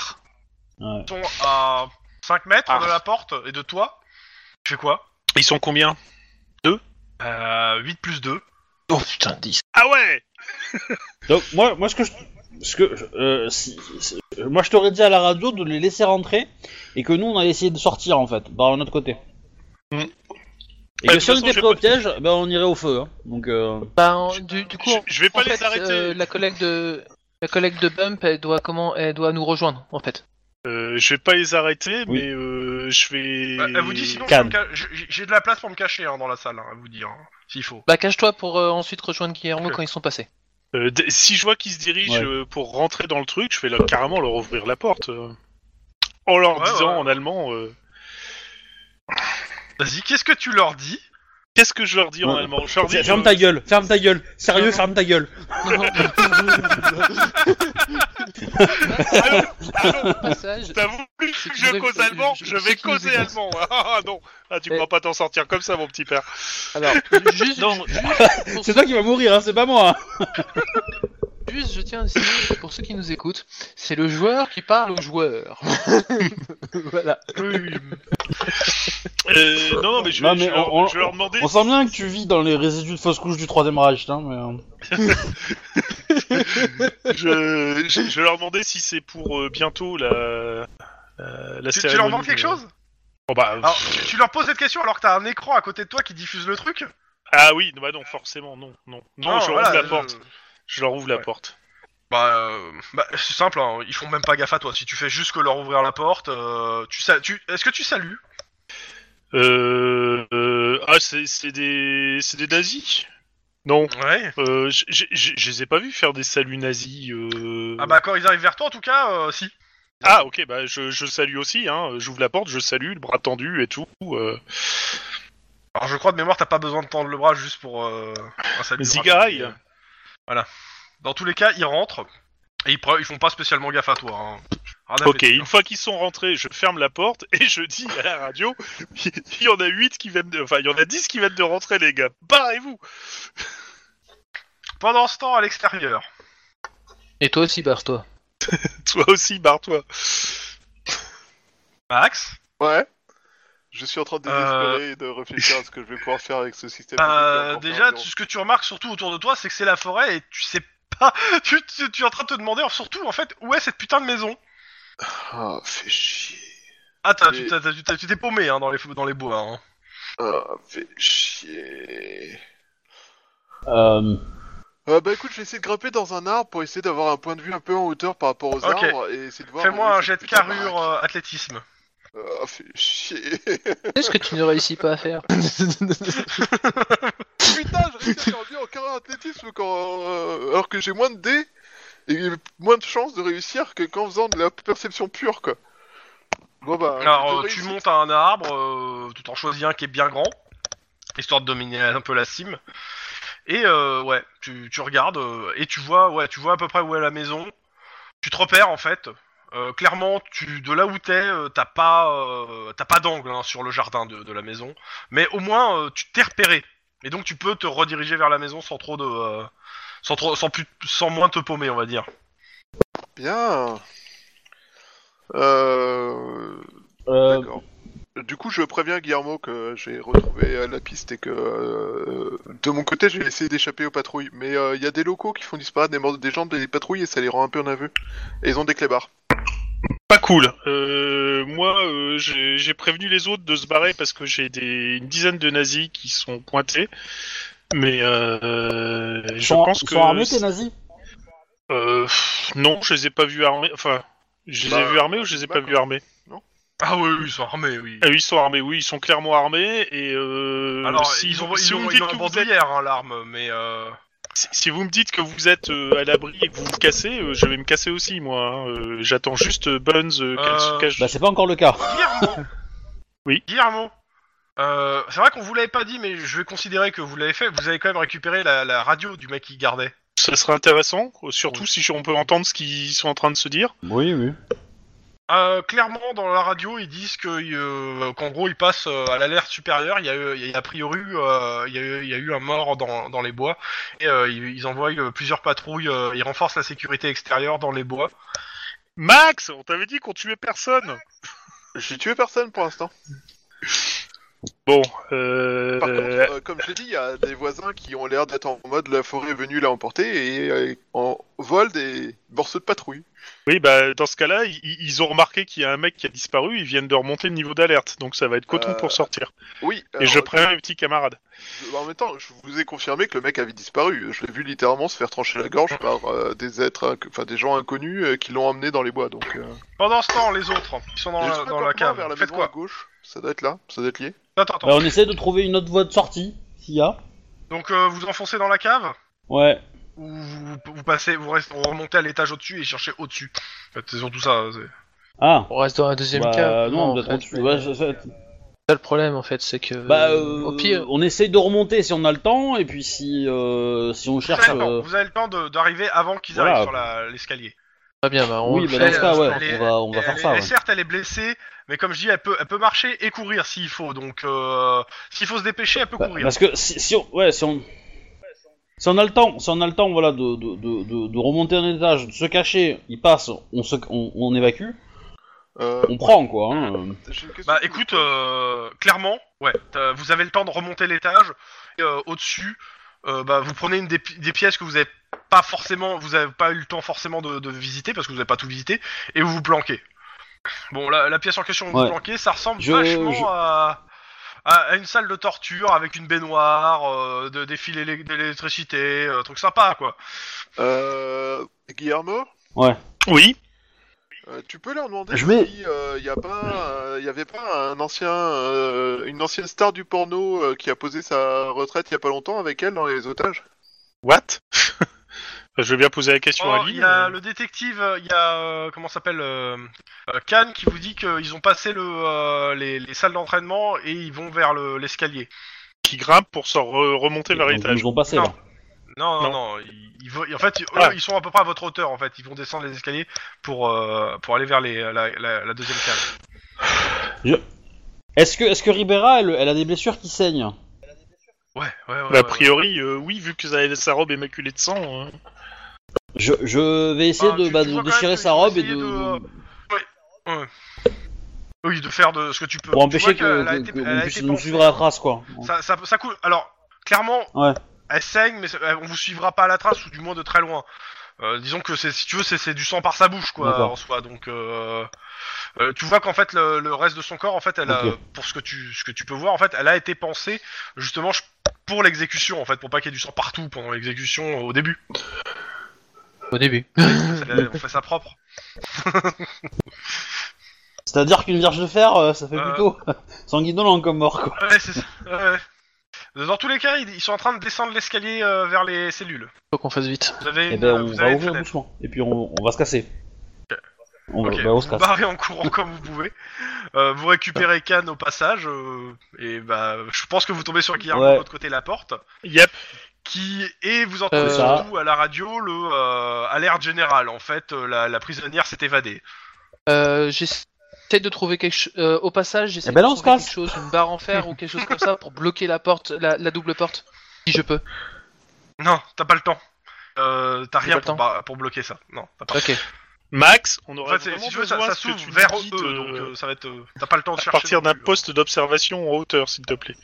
[SPEAKER 2] Ouais.
[SPEAKER 3] Ils sont à 5 mètres
[SPEAKER 1] Ah.
[SPEAKER 3] de la porte et de toi. Tu fais quoi
[SPEAKER 1] Ils sont combien
[SPEAKER 3] euh, 8 plus 2.
[SPEAKER 5] Oh putain, 10.
[SPEAKER 1] Ah ouais
[SPEAKER 2] Donc, moi, moi ce que je. Ce que, je- euh, si- si- moi, je t'aurais dit à la radio de les laisser rentrer et que nous, on allait essayer de sortir en fait, par notre côté.
[SPEAKER 1] Mm.
[SPEAKER 2] Et
[SPEAKER 1] Bah, de
[SPEAKER 2] que
[SPEAKER 1] toute
[SPEAKER 2] si on
[SPEAKER 1] façon,
[SPEAKER 2] était
[SPEAKER 1] j'ai
[SPEAKER 2] pris au
[SPEAKER 1] pas-
[SPEAKER 2] piège, ben, on irait au feu. Hein. Donc, euh,
[SPEAKER 5] Bah, en- du, du coup,
[SPEAKER 1] je, je vais pas
[SPEAKER 5] en
[SPEAKER 1] les
[SPEAKER 5] fait,
[SPEAKER 1] arrêter.
[SPEAKER 5] euh, la collègue de. La collègue de Bump, elle doit comment Elle doit nous rejoindre en fait.
[SPEAKER 1] Euh, je vais pas les arrêter,
[SPEAKER 2] Oui.
[SPEAKER 1] mais euh, je vais.
[SPEAKER 3] Bah, Elle vous dit sinon je
[SPEAKER 2] Calme.
[SPEAKER 3] peux me ca- j'ai j'ai de la place pour me cacher hein, dans la salle, hein, elle vous dit, hein, s'il faut.
[SPEAKER 5] Bah cache-toi pour euh, ensuite rejoindre Guillermo
[SPEAKER 3] Ok.
[SPEAKER 5] quand ils sont passés.
[SPEAKER 1] Euh, d- si je vois qu'ils se dirigent
[SPEAKER 2] Ouais.
[SPEAKER 1] euh, pour rentrer dans le truc, je vais leur- carrément leur ouvrir la porte. euh. en leur
[SPEAKER 3] Ouais,
[SPEAKER 1] disant
[SPEAKER 3] ouais.
[SPEAKER 1] en allemand. euh,
[SPEAKER 3] Vas-y, qu'est-ce que tu leur dis
[SPEAKER 1] Qu'est-ce que je leur dis en
[SPEAKER 2] Ouais.
[SPEAKER 1] allemand Je leur dis.
[SPEAKER 2] ferme
[SPEAKER 1] euh,
[SPEAKER 2] ta gueule, ferme ta gueule, sérieux, ferme ta gueule.
[SPEAKER 1] Allô, allô,
[SPEAKER 5] Passage.
[SPEAKER 1] T'as voulu
[SPEAKER 5] Si
[SPEAKER 1] que
[SPEAKER 5] tu
[SPEAKER 1] je
[SPEAKER 5] veux-
[SPEAKER 1] cause
[SPEAKER 5] je-
[SPEAKER 1] allemand
[SPEAKER 5] je-
[SPEAKER 1] Je
[SPEAKER 5] si
[SPEAKER 1] vais
[SPEAKER 5] tu nous
[SPEAKER 1] causer
[SPEAKER 5] écoutes.
[SPEAKER 1] allemand. Ah ah, non Ah, tu
[SPEAKER 5] Eh.
[SPEAKER 1] pourras pas t'en sortir comme ça, mon petit père.
[SPEAKER 5] Alors, juste,
[SPEAKER 1] Non.
[SPEAKER 5] juste, pour-
[SPEAKER 2] C'est toi qui vas mourir, hein, c'est pas moi. hein.
[SPEAKER 5] juste, je tiens à signaler pour ceux qui nous écoutent, c'est le joueur qui parle au joueur. voilà.
[SPEAKER 1] Euh, non, non, mais je vais,
[SPEAKER 2] Non, mais
[SPEAKER 1] je vais leur,
[SPEAKER 2] on- on-
[SPEAKER 1] je vais leur demander.
[SPEAKER 2] On sent bien que tu vis dans les résidus de fausse couche du troisième Reich, hein, mais. euh,
[SPEAKER 1] Je, je- je vais leur demander si c'est pour euh, bientôt la. euh, la
[SPEAKER 3] tu, tu leur demandes
[SPEAKER 1] cérémonie,
[SPEAKER 3] quelque
[SPEAKER 1] euh.
[SPEAKER 3] chose
[SPEAKER 1] Oh, bah,
[SPEAKER 3] Alors, tu, tu leur poses cette question alors que t'as un écran à côté de toi qui diffuse le truc
[SPEAKER 1] Ah oui, non, bah non, forcément, non, non. Non,
[SPEAKER 3] Ah,
[SPEAKER 1] je leur
[SPEAKER 3] voilà,
[SPEAKER 1] ouvre la
[SPEAKER 3] je-
[SPEAKER 1] porte. Je leur ouvre la
[SPEAKER 3] Ouais.
[SPEAKER 1] porte.
[SPEAKER 3] Bah, euh, bah, c'est simple, hein, ils font même pas gaffe à toi. Si tu fais juste que leur ouvrir la porte, euh, tu, sa- tu est-ce que tu salues
[SPEAKER 1] Euh, euh, ah, c'est c'est des, c'est des nazis Non,
[SPEAKER 3] Ouais.
[SPEAKER 1] euh, je- je je- je les ai pas vus faire des saluts nazis. euh.
[SPEAKER 3] Ah bah quand ils arrivent vers toi en tout cas, euh, si.
[SPEAKER 1] Ah, ok, bah je, je salue aussi, hein. J'ouvre la porte, je salue, le bras tendu et tout. euh.
[SPEAKER 3] Alors je crois de mémoire, t'as pas besoin de tendre le bras juste pour euh, un salut.
[SPEAKER 1] Zigaille.
[SPEAKER 3] rapide. Voilà. Dans tous les cas, ils rentrent et ils, pre- ils font pas spécialement gaffe à toi. hein. Rien à
[SPEAKER 1] Ok,
[SPEAKER 3] péter,
[SPEAKER 1] une
[SPEAKER 3] hein.
[SPEAKER 1] fois qu'ils sont rentrés, je ferme la porte et je dis à la radio, il y en a 8 qui viennent de... Enfin, il y en a 10 qui viennent de rentrer, les gars. Barrez-vous
[SPEAKER 3] Pendant ce temps, à l'extérieur.
[SPEAKER 5] Et toi aussi, barre-toi.
[SPEAKER 1] Toi aussi, barre-toi.
[SPEAKER 3] Max,
[SPEAKER 4] Ouais. Je suis en train de
[SPEAKER 3] Euh.
[SPEAKER 4] désespérer et de réfléchir à ce que je vais pouvoir faire avec ce système.
[SPEAKER 3] euh,
[SPEAKER 4] Enfin,
[SPEAKER 3] déjà,
[SPEAKER 4] bon.
[SPEAKER 3] tu- ce que tu remarques surtout autour de toi, c'est que c'est la forêt et tu sais pas. tu, tu- tu es en train de te demander surtout en fait où est cette putain de maison.
[SPEAKER 4] Ah, fais chier.
[SPEAKER 3] Ah, t'as-
[SPEAKER 4] Et-
[SPEAKER 3] tu t'as- t'as- tu t'as- tu t'es paumé hein, dans, les, dans les bois. Hein.
[SPEAKER 4] Ah, fais chier.
[SPEAKER 2] euh,
[SPEAKER 4] Euh, bah écoute, je vais essayer de grimper dans un arbre pour essayer d'avoir un point de vue un peu en hauteur par rapport aux
[SPEAKER 3] Ok.
[SPEAKER 4] arbres et essayer de voir.
[SPEAKER 3] Fais-moi
[SPEAKER 4] où
[SPEAKER 3] un
[SPEAKER 4] est
[SPEAKER 3] jet
[SPEAKER 4] cette
[SPEAKER 3] de
[SPEAKER 4] putain
[SPEAKER 3] carrure euh,
[SPEAKER 4] baraque.
[SPEAKER 3] athlétisme.
[SPEAKER 4] Ah, fais chier.
[SPEAKER 5] Qu'est-ce que tu ne réussis pas à faire
[SPEAKER 4] Putain, je réussis à faire mieux en carrure athlétisme quand, euh, alors que j'ai moins de dés et moins de chances de réussir que qu'en faisant de la perception pure, quoi. Bon bah. plutôt
[SPEAKER 3] Alors, euh, tu
[SPEAKER 4] réussite.
[SPEAKER 3] montes à un arbre, euh, tout en choisis un qui est bien grand, histoire de dominer un peu la cime. Et euh, ouais, tu, tu regardes euh, et tu vois, ouais, tu vois à peu près où est la maison. Tu te repères en fait. Euh, clairement, tu, de là où t'es, euh, t'as pas, euh, t'as pas d'angle hein, sur le jardin de, de la maison, mais au moins euh, tu t'es repéré. Et donc tu peux te rediriger vers la maison sans trop de, euh, sans trop, sans plus, sans moins te paumer, on va dire.
[SPEAKER 4] Bien. Euh,
[SPEAKER 2] Euh,
[SPEAKER 4] D'accord. Du coup, je préviens Guillermo que j'ai retrouvé euh, la piste et que euh, de mon côté, j'ai essayé d'échapper aux patrouilles. Mais euh, il y a des locaux qui font disparaître des, membres- des gens des patrouilles et ça les rend un peu en aveu. Et ils ont des clébards.
[SPEAKER 1] Pas cool. Euh, moi, euh, j'ai j'ai prévenu les autres de se barrer parce que j'ai des une dizaine de nazis qui sont pointés. Mais euh,
[SPEAKER 2] ils
[SPEAKER 1] je
[SPEAKER 2] sont,
[SPEAKER 1] pense
[SPEAKER 2] ils
[SPEAKER 1] que
[SPEAKER 2] sont armés, tes nazis
[SPEAKER 1] euh, pff, non, je les ai pas vus armés. Enfin, je les
[SPEAKER 4] Bah,
[SPEAKER 1] ai vus armés ou je les ai
[SPEAKER 4] bah,
[SPEAKER 1] pas
[SPEAKER 4] quoi.
[SPEAKER 1] vus armés.
[SPEAKER 3] Ah oui, oui, ils sont armés, oui.
[SPEAKER 1] Ah oui, ils sont armés. Oui, ils sont clairement armés. Et euh,
[SPEAKER 3] Alors,
[SPEAKER 1] si
[SPEAKER 3] ils
[SPEAKER 1] vous-
[SPEAKER 3] ont,
[SPEAKER 1] si
[SPEAKER 3] ils
[SPEAKER 1] vous
[SPEAKER 3] ont,
[SPEAKER 1] me
[SPEAKER 3] ils
[SPEAKER 1] dites
[SPEAKER 3] ont
[SPEAKER 1] que vous
[SPEAKER 3] abordé
[SPEAKER 1] êtes-
[SPEAKER 3] hier hein, l'arme, mais euh,
[SPEAKER 1] Si, si vous me dites que vous êtes euh, à l'abri et que vous vous cassez, euh, je vais me casser aussi, moi. hein. Euh, J'attends juste euh, Buns euh, qu'elle se
[SPEAKER 3] Euh,
[SPEAKER 1] cache.
[SPEAKER 2] Bah, c'est pas encore le cas.
[SPEAKER 3] Guillermo.
[SPEAKER 1] Oui.
[SPEAKER 3] Guillermo. Euh, c'est vrai qu'on vous l'avait pas dit, mais je vais considérer que vous l'avez fait. Vous avez quand même récupéré la, la radio du mec qui gardait.
[SPEAKER 1] Ça sera intéressant, euh, surtout si on peut entendre ce qu'ils sont en train de se dire.
[SPEAKER 2] Oui, oui.
[SPEAKER 3] Euh, clairement, dans la radio, ils disent que euh, qu'en gros, ils passent euh, à l'alerte supérieure. Il y a, eu- il y a a priori, euh, il y, a eu- il y a eu un mort dans, dans les bois, et euh, ils, ils envoient euh, plusieurs patrouilles. euh, ils renforcent la sécurité extérieure dans les bois.
[SPEAKER 1] Max, on t'avait dit qu'on tuait personne.
[SPEAKER 4] J'ai tué personne pour l'instant.
[SPEAKER 1] Bon, euh,
[SPEAKER 4] Par contre, euh, comme je l'ai dit, il y a des voisins qui ont l'air d'être en mode la forêt est venue l'a emporté et euh, en vol des morceaux de patrouille.
[SPEAKER 1] oui, bah dans ce cas-là, i- i- ils ont remarqué qu'il y a un mec qui a disparu. Ils viennent de remonter le niveau d'alerte, donc ça va être coton
[SPEAKER 4] Euh,
[SPEAKER 1] pour sortir.
[SPEAKER 4] Oui.
[SPEAKER 1] et
[SPEAKER 4] alors,
[SPEAKER 1] je préviens mes petits camarades.
[SPEAKER 4] je- Bah, en même temps, je vous ai confirmé que le mec avait disparu. Je l'ai vu littéralement se faire trancher la gorge par euh, des êtres, inc- enfin des gens inconnus euh, qui l'ont emmené dans les bois. Donc. euh,
[SPEAKER 3] Pendant ce temps, les autres, hein, ils sont dans
[SPEAKER 4] J'ai
[SPEAKER 3] la,
[SPEAKER 4] juste un
[SPEAKER 3] dans la
[SPEAKER 4] campement
[SPEAKER 3] cave.
[SPEAKER 4] vers la
[SPEAKER 3] Faites
[SPEAKER 4] maison à
[SPEAKER 3] quoi
[SPEAKER 4] gauche. Ça doit être là, ça doit être lié.
[SPEAKER 3] Attends, attends.
[SPEAKER 2] Alors, Euh, Bah, on essaie de trouver une autre voie de sortie, s'il y a.
[SPEAKER 3] Donc, euh, vous enfoncez dans la cave
[SPEAKER 2] Ouais.
[SPEAKER 3] ou vous, vous passez, vous, restez, vous remontez à l'étage au-dessus et cherchez au-dessus. En fait, Ils ont tout ça. c'est-
[SPEAKER 2] Ah.
[SPEAKER 5] On reste dans la deuxième
[SPEAKER 2] Bah,
[SPEAKER 5] cave.
[SPEAKER 2] non,
[SPEAKER 5] en
[SPEAKER 2] on doit
[SPEAKER 5] fait,
[SPEAKER 2] être au-dessus.
[SPEAKER 5] mais
[SPEAKER 2] Ouais,
[SPEAKER 5] c'est
[SPEAKER 2] je- je-
[SPEAKER 5] ça le problème en fait, c'est que
[SPEAKER 2] Bah, euh,
[SPEAKER 5] au pire,
[SPEAKER 2] on essaye de remonter si on a le temps, et puis si, euh, si on
[SPEAKER 3] Vous
[SPEAKER 2] cherche.
[SPEAKER 3] avez le temps,
[SPEAKER 2] euh,
[SPEAKER 3] vous avez le temps de- d'arriver avant qu'ils
[SPEAKER 2] Voilà.
[SPEAKER 3] arrivent sur la- l'escalier.
[SPEAKER 5] pas bien. Bah, on
[SPEAKER 2] Oui,
[SPEAKER 5] le
[SPEAKER 2] bah,
[SPEAKER 5] fait,
[SPEAKER 2] dans ce cas,
[SPEAKER 5] euh,
[SPEAKER 2] ouais,
[SPEAKER 3] elle est-
[SPEAKER 2] on va, on va
[SPEAKER 3] Elle
[SPEAKER 2] faire
[SPEAKER 3] est-
[SPEAKER 2] ça. ouais.
[SPEAKER 3] elle, certes, elle est blessée, mais comme je dis, elle peut, elle peut marcher et courir s'il faut. Donc, euh, s'il faut se dépêcher, elle peut
[SPEAKER 2] Bah,
[SPEAKER 3] courir.
[SPEAKER 2] parce que si, si on, ouais, si on, si on a le temps, si on a le temps, voilà, de, de, de, de- de remonter un étage, de se cacher, il passe, on se, on, on évacue,
[SPEAKER 4] Euh,
[SPEAKER 2] on prend quoi. hein, euh.
[SPEAKER 4] j'ai une question
[SPEAKER 3] Bah,
[SPEAKER 4] pour
[SPEAKER 3] écoute,
[SPEAKER 4] vous.
[SPEAKER 3] euh, clairement, ouais, t'as- vous avez le temps de remonter l'étage. et, euh, Au-dessus, euh, bah, vous prenez une des, pi- des pièces que vous avez pas forcément, vous avez pas eu le temps forcément de, de visiter parce que vous avez pas tout visité, et vous vous planquez. Bon, la, la pièce en question, vous
[SPEAKER 2] Ouais.
[SPEAKER 3] vous planquez, ça ressemble
[SPEAKER 2] Je-
[SPEAKER 3] vachement
[SPEAKER 2] je-
[SPEAKER 3] à. À à une salle de torture avec une baignoire, euh, de, des fils élec- d'électricité, euh, truc sympa quoi.
[SPEAKER 4] Euh, Guillermo,
[SPEAKER 1] Oui.
[SPEAKER 4] euh, tu peux leur demander
[SPEAKER 2] Je vais-
[SPEAKER 4] si euh, y a pas, il y avait pas un ancien, euh, une ancienne star du porno euh, qui a posé sa retraite il y a pas longtemps avec elle dans les otages.
[SPEAKER 1] What Je vais bien poser la question
[SPEAKER 3] Or,
[SPEAKER 1] à
[SPEAKER 3] Oh, Il
[SPEAKER 1] Lily.
[SPEAKER 3] y a
[SPEAKER 1] mais-
[SPEAKER 3] le détective, euh, il y a euh, comment ça s'appelle euh, euh, Khan qui vous dit qu'ils ont passé le, euh, les, les salles d'entraînement et ils vont vers le- l'escalier.
[SPEAKER 1] Qui grimpe pour se re- remonter vers
[SPEAKER 2] Donc, ils
[SPEAKER 1] l'étage.
[SPEAKER 2] nous ont passé
[SPEAKER 3] Non.
[SPEAKER 2] là.
[SPEAKER 3] non, non,
[SPEAKER 1] Non.
[SPEAKER 3] non. Ils, ils vont- en fait, ils, eux,
[SPEAKER 1] Ah.
[SPEAKER 3] ils sont à peu près à votre hauteur. En fait, ils vont descendre les escaliers pour euh, pour aller vers les, la, la- la deuxième cave.
[SPEAKER 2] Est-ce que, est-ce que Ribera, elle, elle a des blessures qui saignent
[SPEAKER 3] Ouais, ouais,
[SPEAKER 1] Bah,
[SPEAKER 3] ouais.
[SPEAKER 1] a
[SPEAKER 3] ouais.
[SPEAKER 1] priori, euh, oui, vu que ça- sa robe est maculée de sang. hein.
[SPEAKER 2] je, je vais essayer
[SPEAKER 3] Ah,
[SPEAKER 2] de,
[SPEAKER 3] tu-
[SPEAKER 2] bah,
[SPEAKER 3] tu
[SPEAKER 2] de
[SPEAKER 3] vois quand
[SPEAKER 2] déchirer
[SPEAKER 3] même
[SPEAKER 2] sa
[SPEAKER 3] qu'ils ont
[SPEAKER 2] robe et de,
[SPEAKER 3] essayé de-
[SPEAKER 2] de-
[SPEAKER 3] Oui, de faire de ce que tu peux.
[SPEAKER 2] pour
[SPEAKER 3] Tu
[SPEAKER 2] empêcher
[SPEAKER 3] vois
[SPEAKER 2] que,
[SPEAKER 3] qu'elle a
[SPEAKER 2] que-
[SPEAKER 3] été-
[SPEAKER 2] que-
[SPEAKER 3] elle
[SPEAKER 2] qu'on
[SPEAKER 3] a
[SPEAKER 2] puisse
[SPEAKER 3] été
[SPEAKER 2] nous
[SPEAKER 3] pensée.
[SPEAKER 2] suivre la trace quoi.
[SPEAKER 3] Ça, ça, ça coule. Alors, clairement,
[SPEAKER 2] Ouais.
[SPEAKER 3] elle saigne, mais ça- euh, on vous suivra pas à la trace, ou du moins de très loin. Euh, disons que c'est, si tu veux, c'est, c'est du sang par sa bouche, quoi,
[SPEAKER 2] D'accord.
[SPEAKER 3] en soi. Donc, euh, euh, tu vois qu'en fait, le, le reste de son corps, en fait, elle a,
[SPEAKER 2] Ok.
[SPEAKER 3] pour ce que tu, ce que tu peux voir, en fait, elle a été pensée justement je- pour l'exécution, en fait, pour pas qu'il y ait du sang partout pendant l'exécution euh, au début.
[SPEAKER 5] au début.
[SPEAKER 2] Mmh.
[SPEAKER 3] C'est la- on fait ça propre.
[SPEAKER 2] C'est-à-dire qu'une vierge de fer, euh, ça fait
[SPEAKER 3] Euh.
[SPEAKER 2] plutôt sanguinolent comme mort quoi.
[SPEAKER 3] Ouais, c'est ça. ouais. Dans tous les cas, ils, ils sont en train de descendre l'escalier euh, vers les cellules.
[SPEAKER 5] Faut qu'on fasse vite.
[SPEAKER 3] Vous avez
[SPEAKER 2] Et
[SPEAKER 3] une, euh,
[SPEAKER 2] ben on
[SPEAKER 3] vous
[SPEAKER 2] va
[SPEAKER 3] avez une
[SPEAKER 2] ouvrir
[SPEAKER 3] fenêtre.
[SPEAKER 2] doucement. Et puis on, on va se casser. On, va-
[SPEAKER 3] Ok,
[SPEAKER 2] bah, on se
[SPEAKER 3] vous
[SPEAKER 2] casse.
[SPEAKER 3] barrez en courant comme vous pouvez. Euh, vous récupérez Cannes au passage. euh, et bah, je pense que vous tombez sur Guillermo
[SPEAKER 2] Ouais.
[SPEAKER 3] de l'autre côté de la porte.
[SPEAKER 1] Yep.
[SPEAKER 3] Qui et vous entendez
[SPEAKER 5] Euh,
[SPEAKER 3] surtout à la radio le euh, alerte générale. En fait, euh, la, la prisonnière s'est évadée.
[SPEAKER 5] Euh, j'essaie de trouver quelque chose. au passage, j'essaie
[SPEAKER 2] Eh ben
[SPEAKER 5] de
[SPEAKER 2] là, on se
[SPEAKER 5] trouver quelque
[SPEAKER 2] casse.
[SPEAKER 5] chose, une barre en fer ou quelque chose comme ça pour bloquer la porte, la, la double porte, si je peux.
[SPEAKER 3] Non, t'as pas le temps. Euh, t'as
[SPEAKER 5] J'ai
[SPEAKER 3] rien
[SPEAKER 5] pas le
[SPEAKER 3] pour,
[SPEAKER 5] temps.
[SPEAKER 3] ba- pour bloquer ça. Non, t'as pas.
[SPEAKER 5] Ok.
[SPEAKER 1] Max, on
[SPEAKER 3] En
[SPEAKER 1] aurait
[SPEAKER 3] fait, c'est-
[SPEAKER 1] vraiment
[SPEAKER 3] si tu veux, ça,
[SPEAKER 1] besoin
[SPEAKER 3] ça
[SPEAKER 1] que tu
[SPEAKER 3] s'ouvre
[SPEAKER 1] nous
[SPEAKER 3] vers eux,
[SPEAKER 1] guides, euh,
[SPEAKER 3] donc euh, ça va être. euh, T'as pas le temps de
[SPEAKER 1] à
[SPEAKER 3] chercher.
[SPEAKER 1] partir
[SPEAKER 3] non
[SPEAKER 1] d'un
[SPEAKER 3] plus, hein.
[SPEAKER 1] poste d'observation en hauteur, s'il te plaît.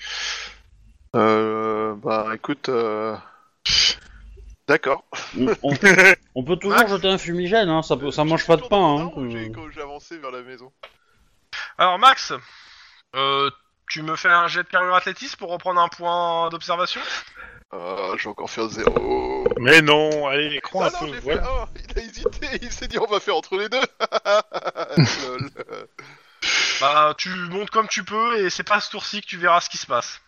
[SPEAKER 4] Euh, bah écoute, euh... d'accord.
[SPEAKER 2] On, on- on peut toujours jeter un fumigène, hein, ça, peut, ça mange pas de pain. Hein,
[SPEAKER 4] J'ai
[SPEAKER 2] euh.
[SPEAKER 4] quand j'ai avancé vers la maison.
[SPEAKER 3] Alors, Max, euh, tu me fais un jet de carrure athlétisme pour reprendre un point d'observation
[SPEAKER 4] Euh, je vais encore faire zéro.
[SPEAKER 1] Mais non, allez, les crons
[SPEAKER 4] Ah
[SPEAKER 1] un
[SPEAKER 4] non,
[SPEAKER 1] peu.
[SPEAKER 4] j'ai fait
[SPEAKER 1] voilà.
[SPEAKER 4] un. Il a hésité, il s'est dit on va faire entre les deux. Lol.
[SPEAKER 3] Bah, tu montes comme tu peux et c'est pas ce tour-ci que tu verras ce qui se passe.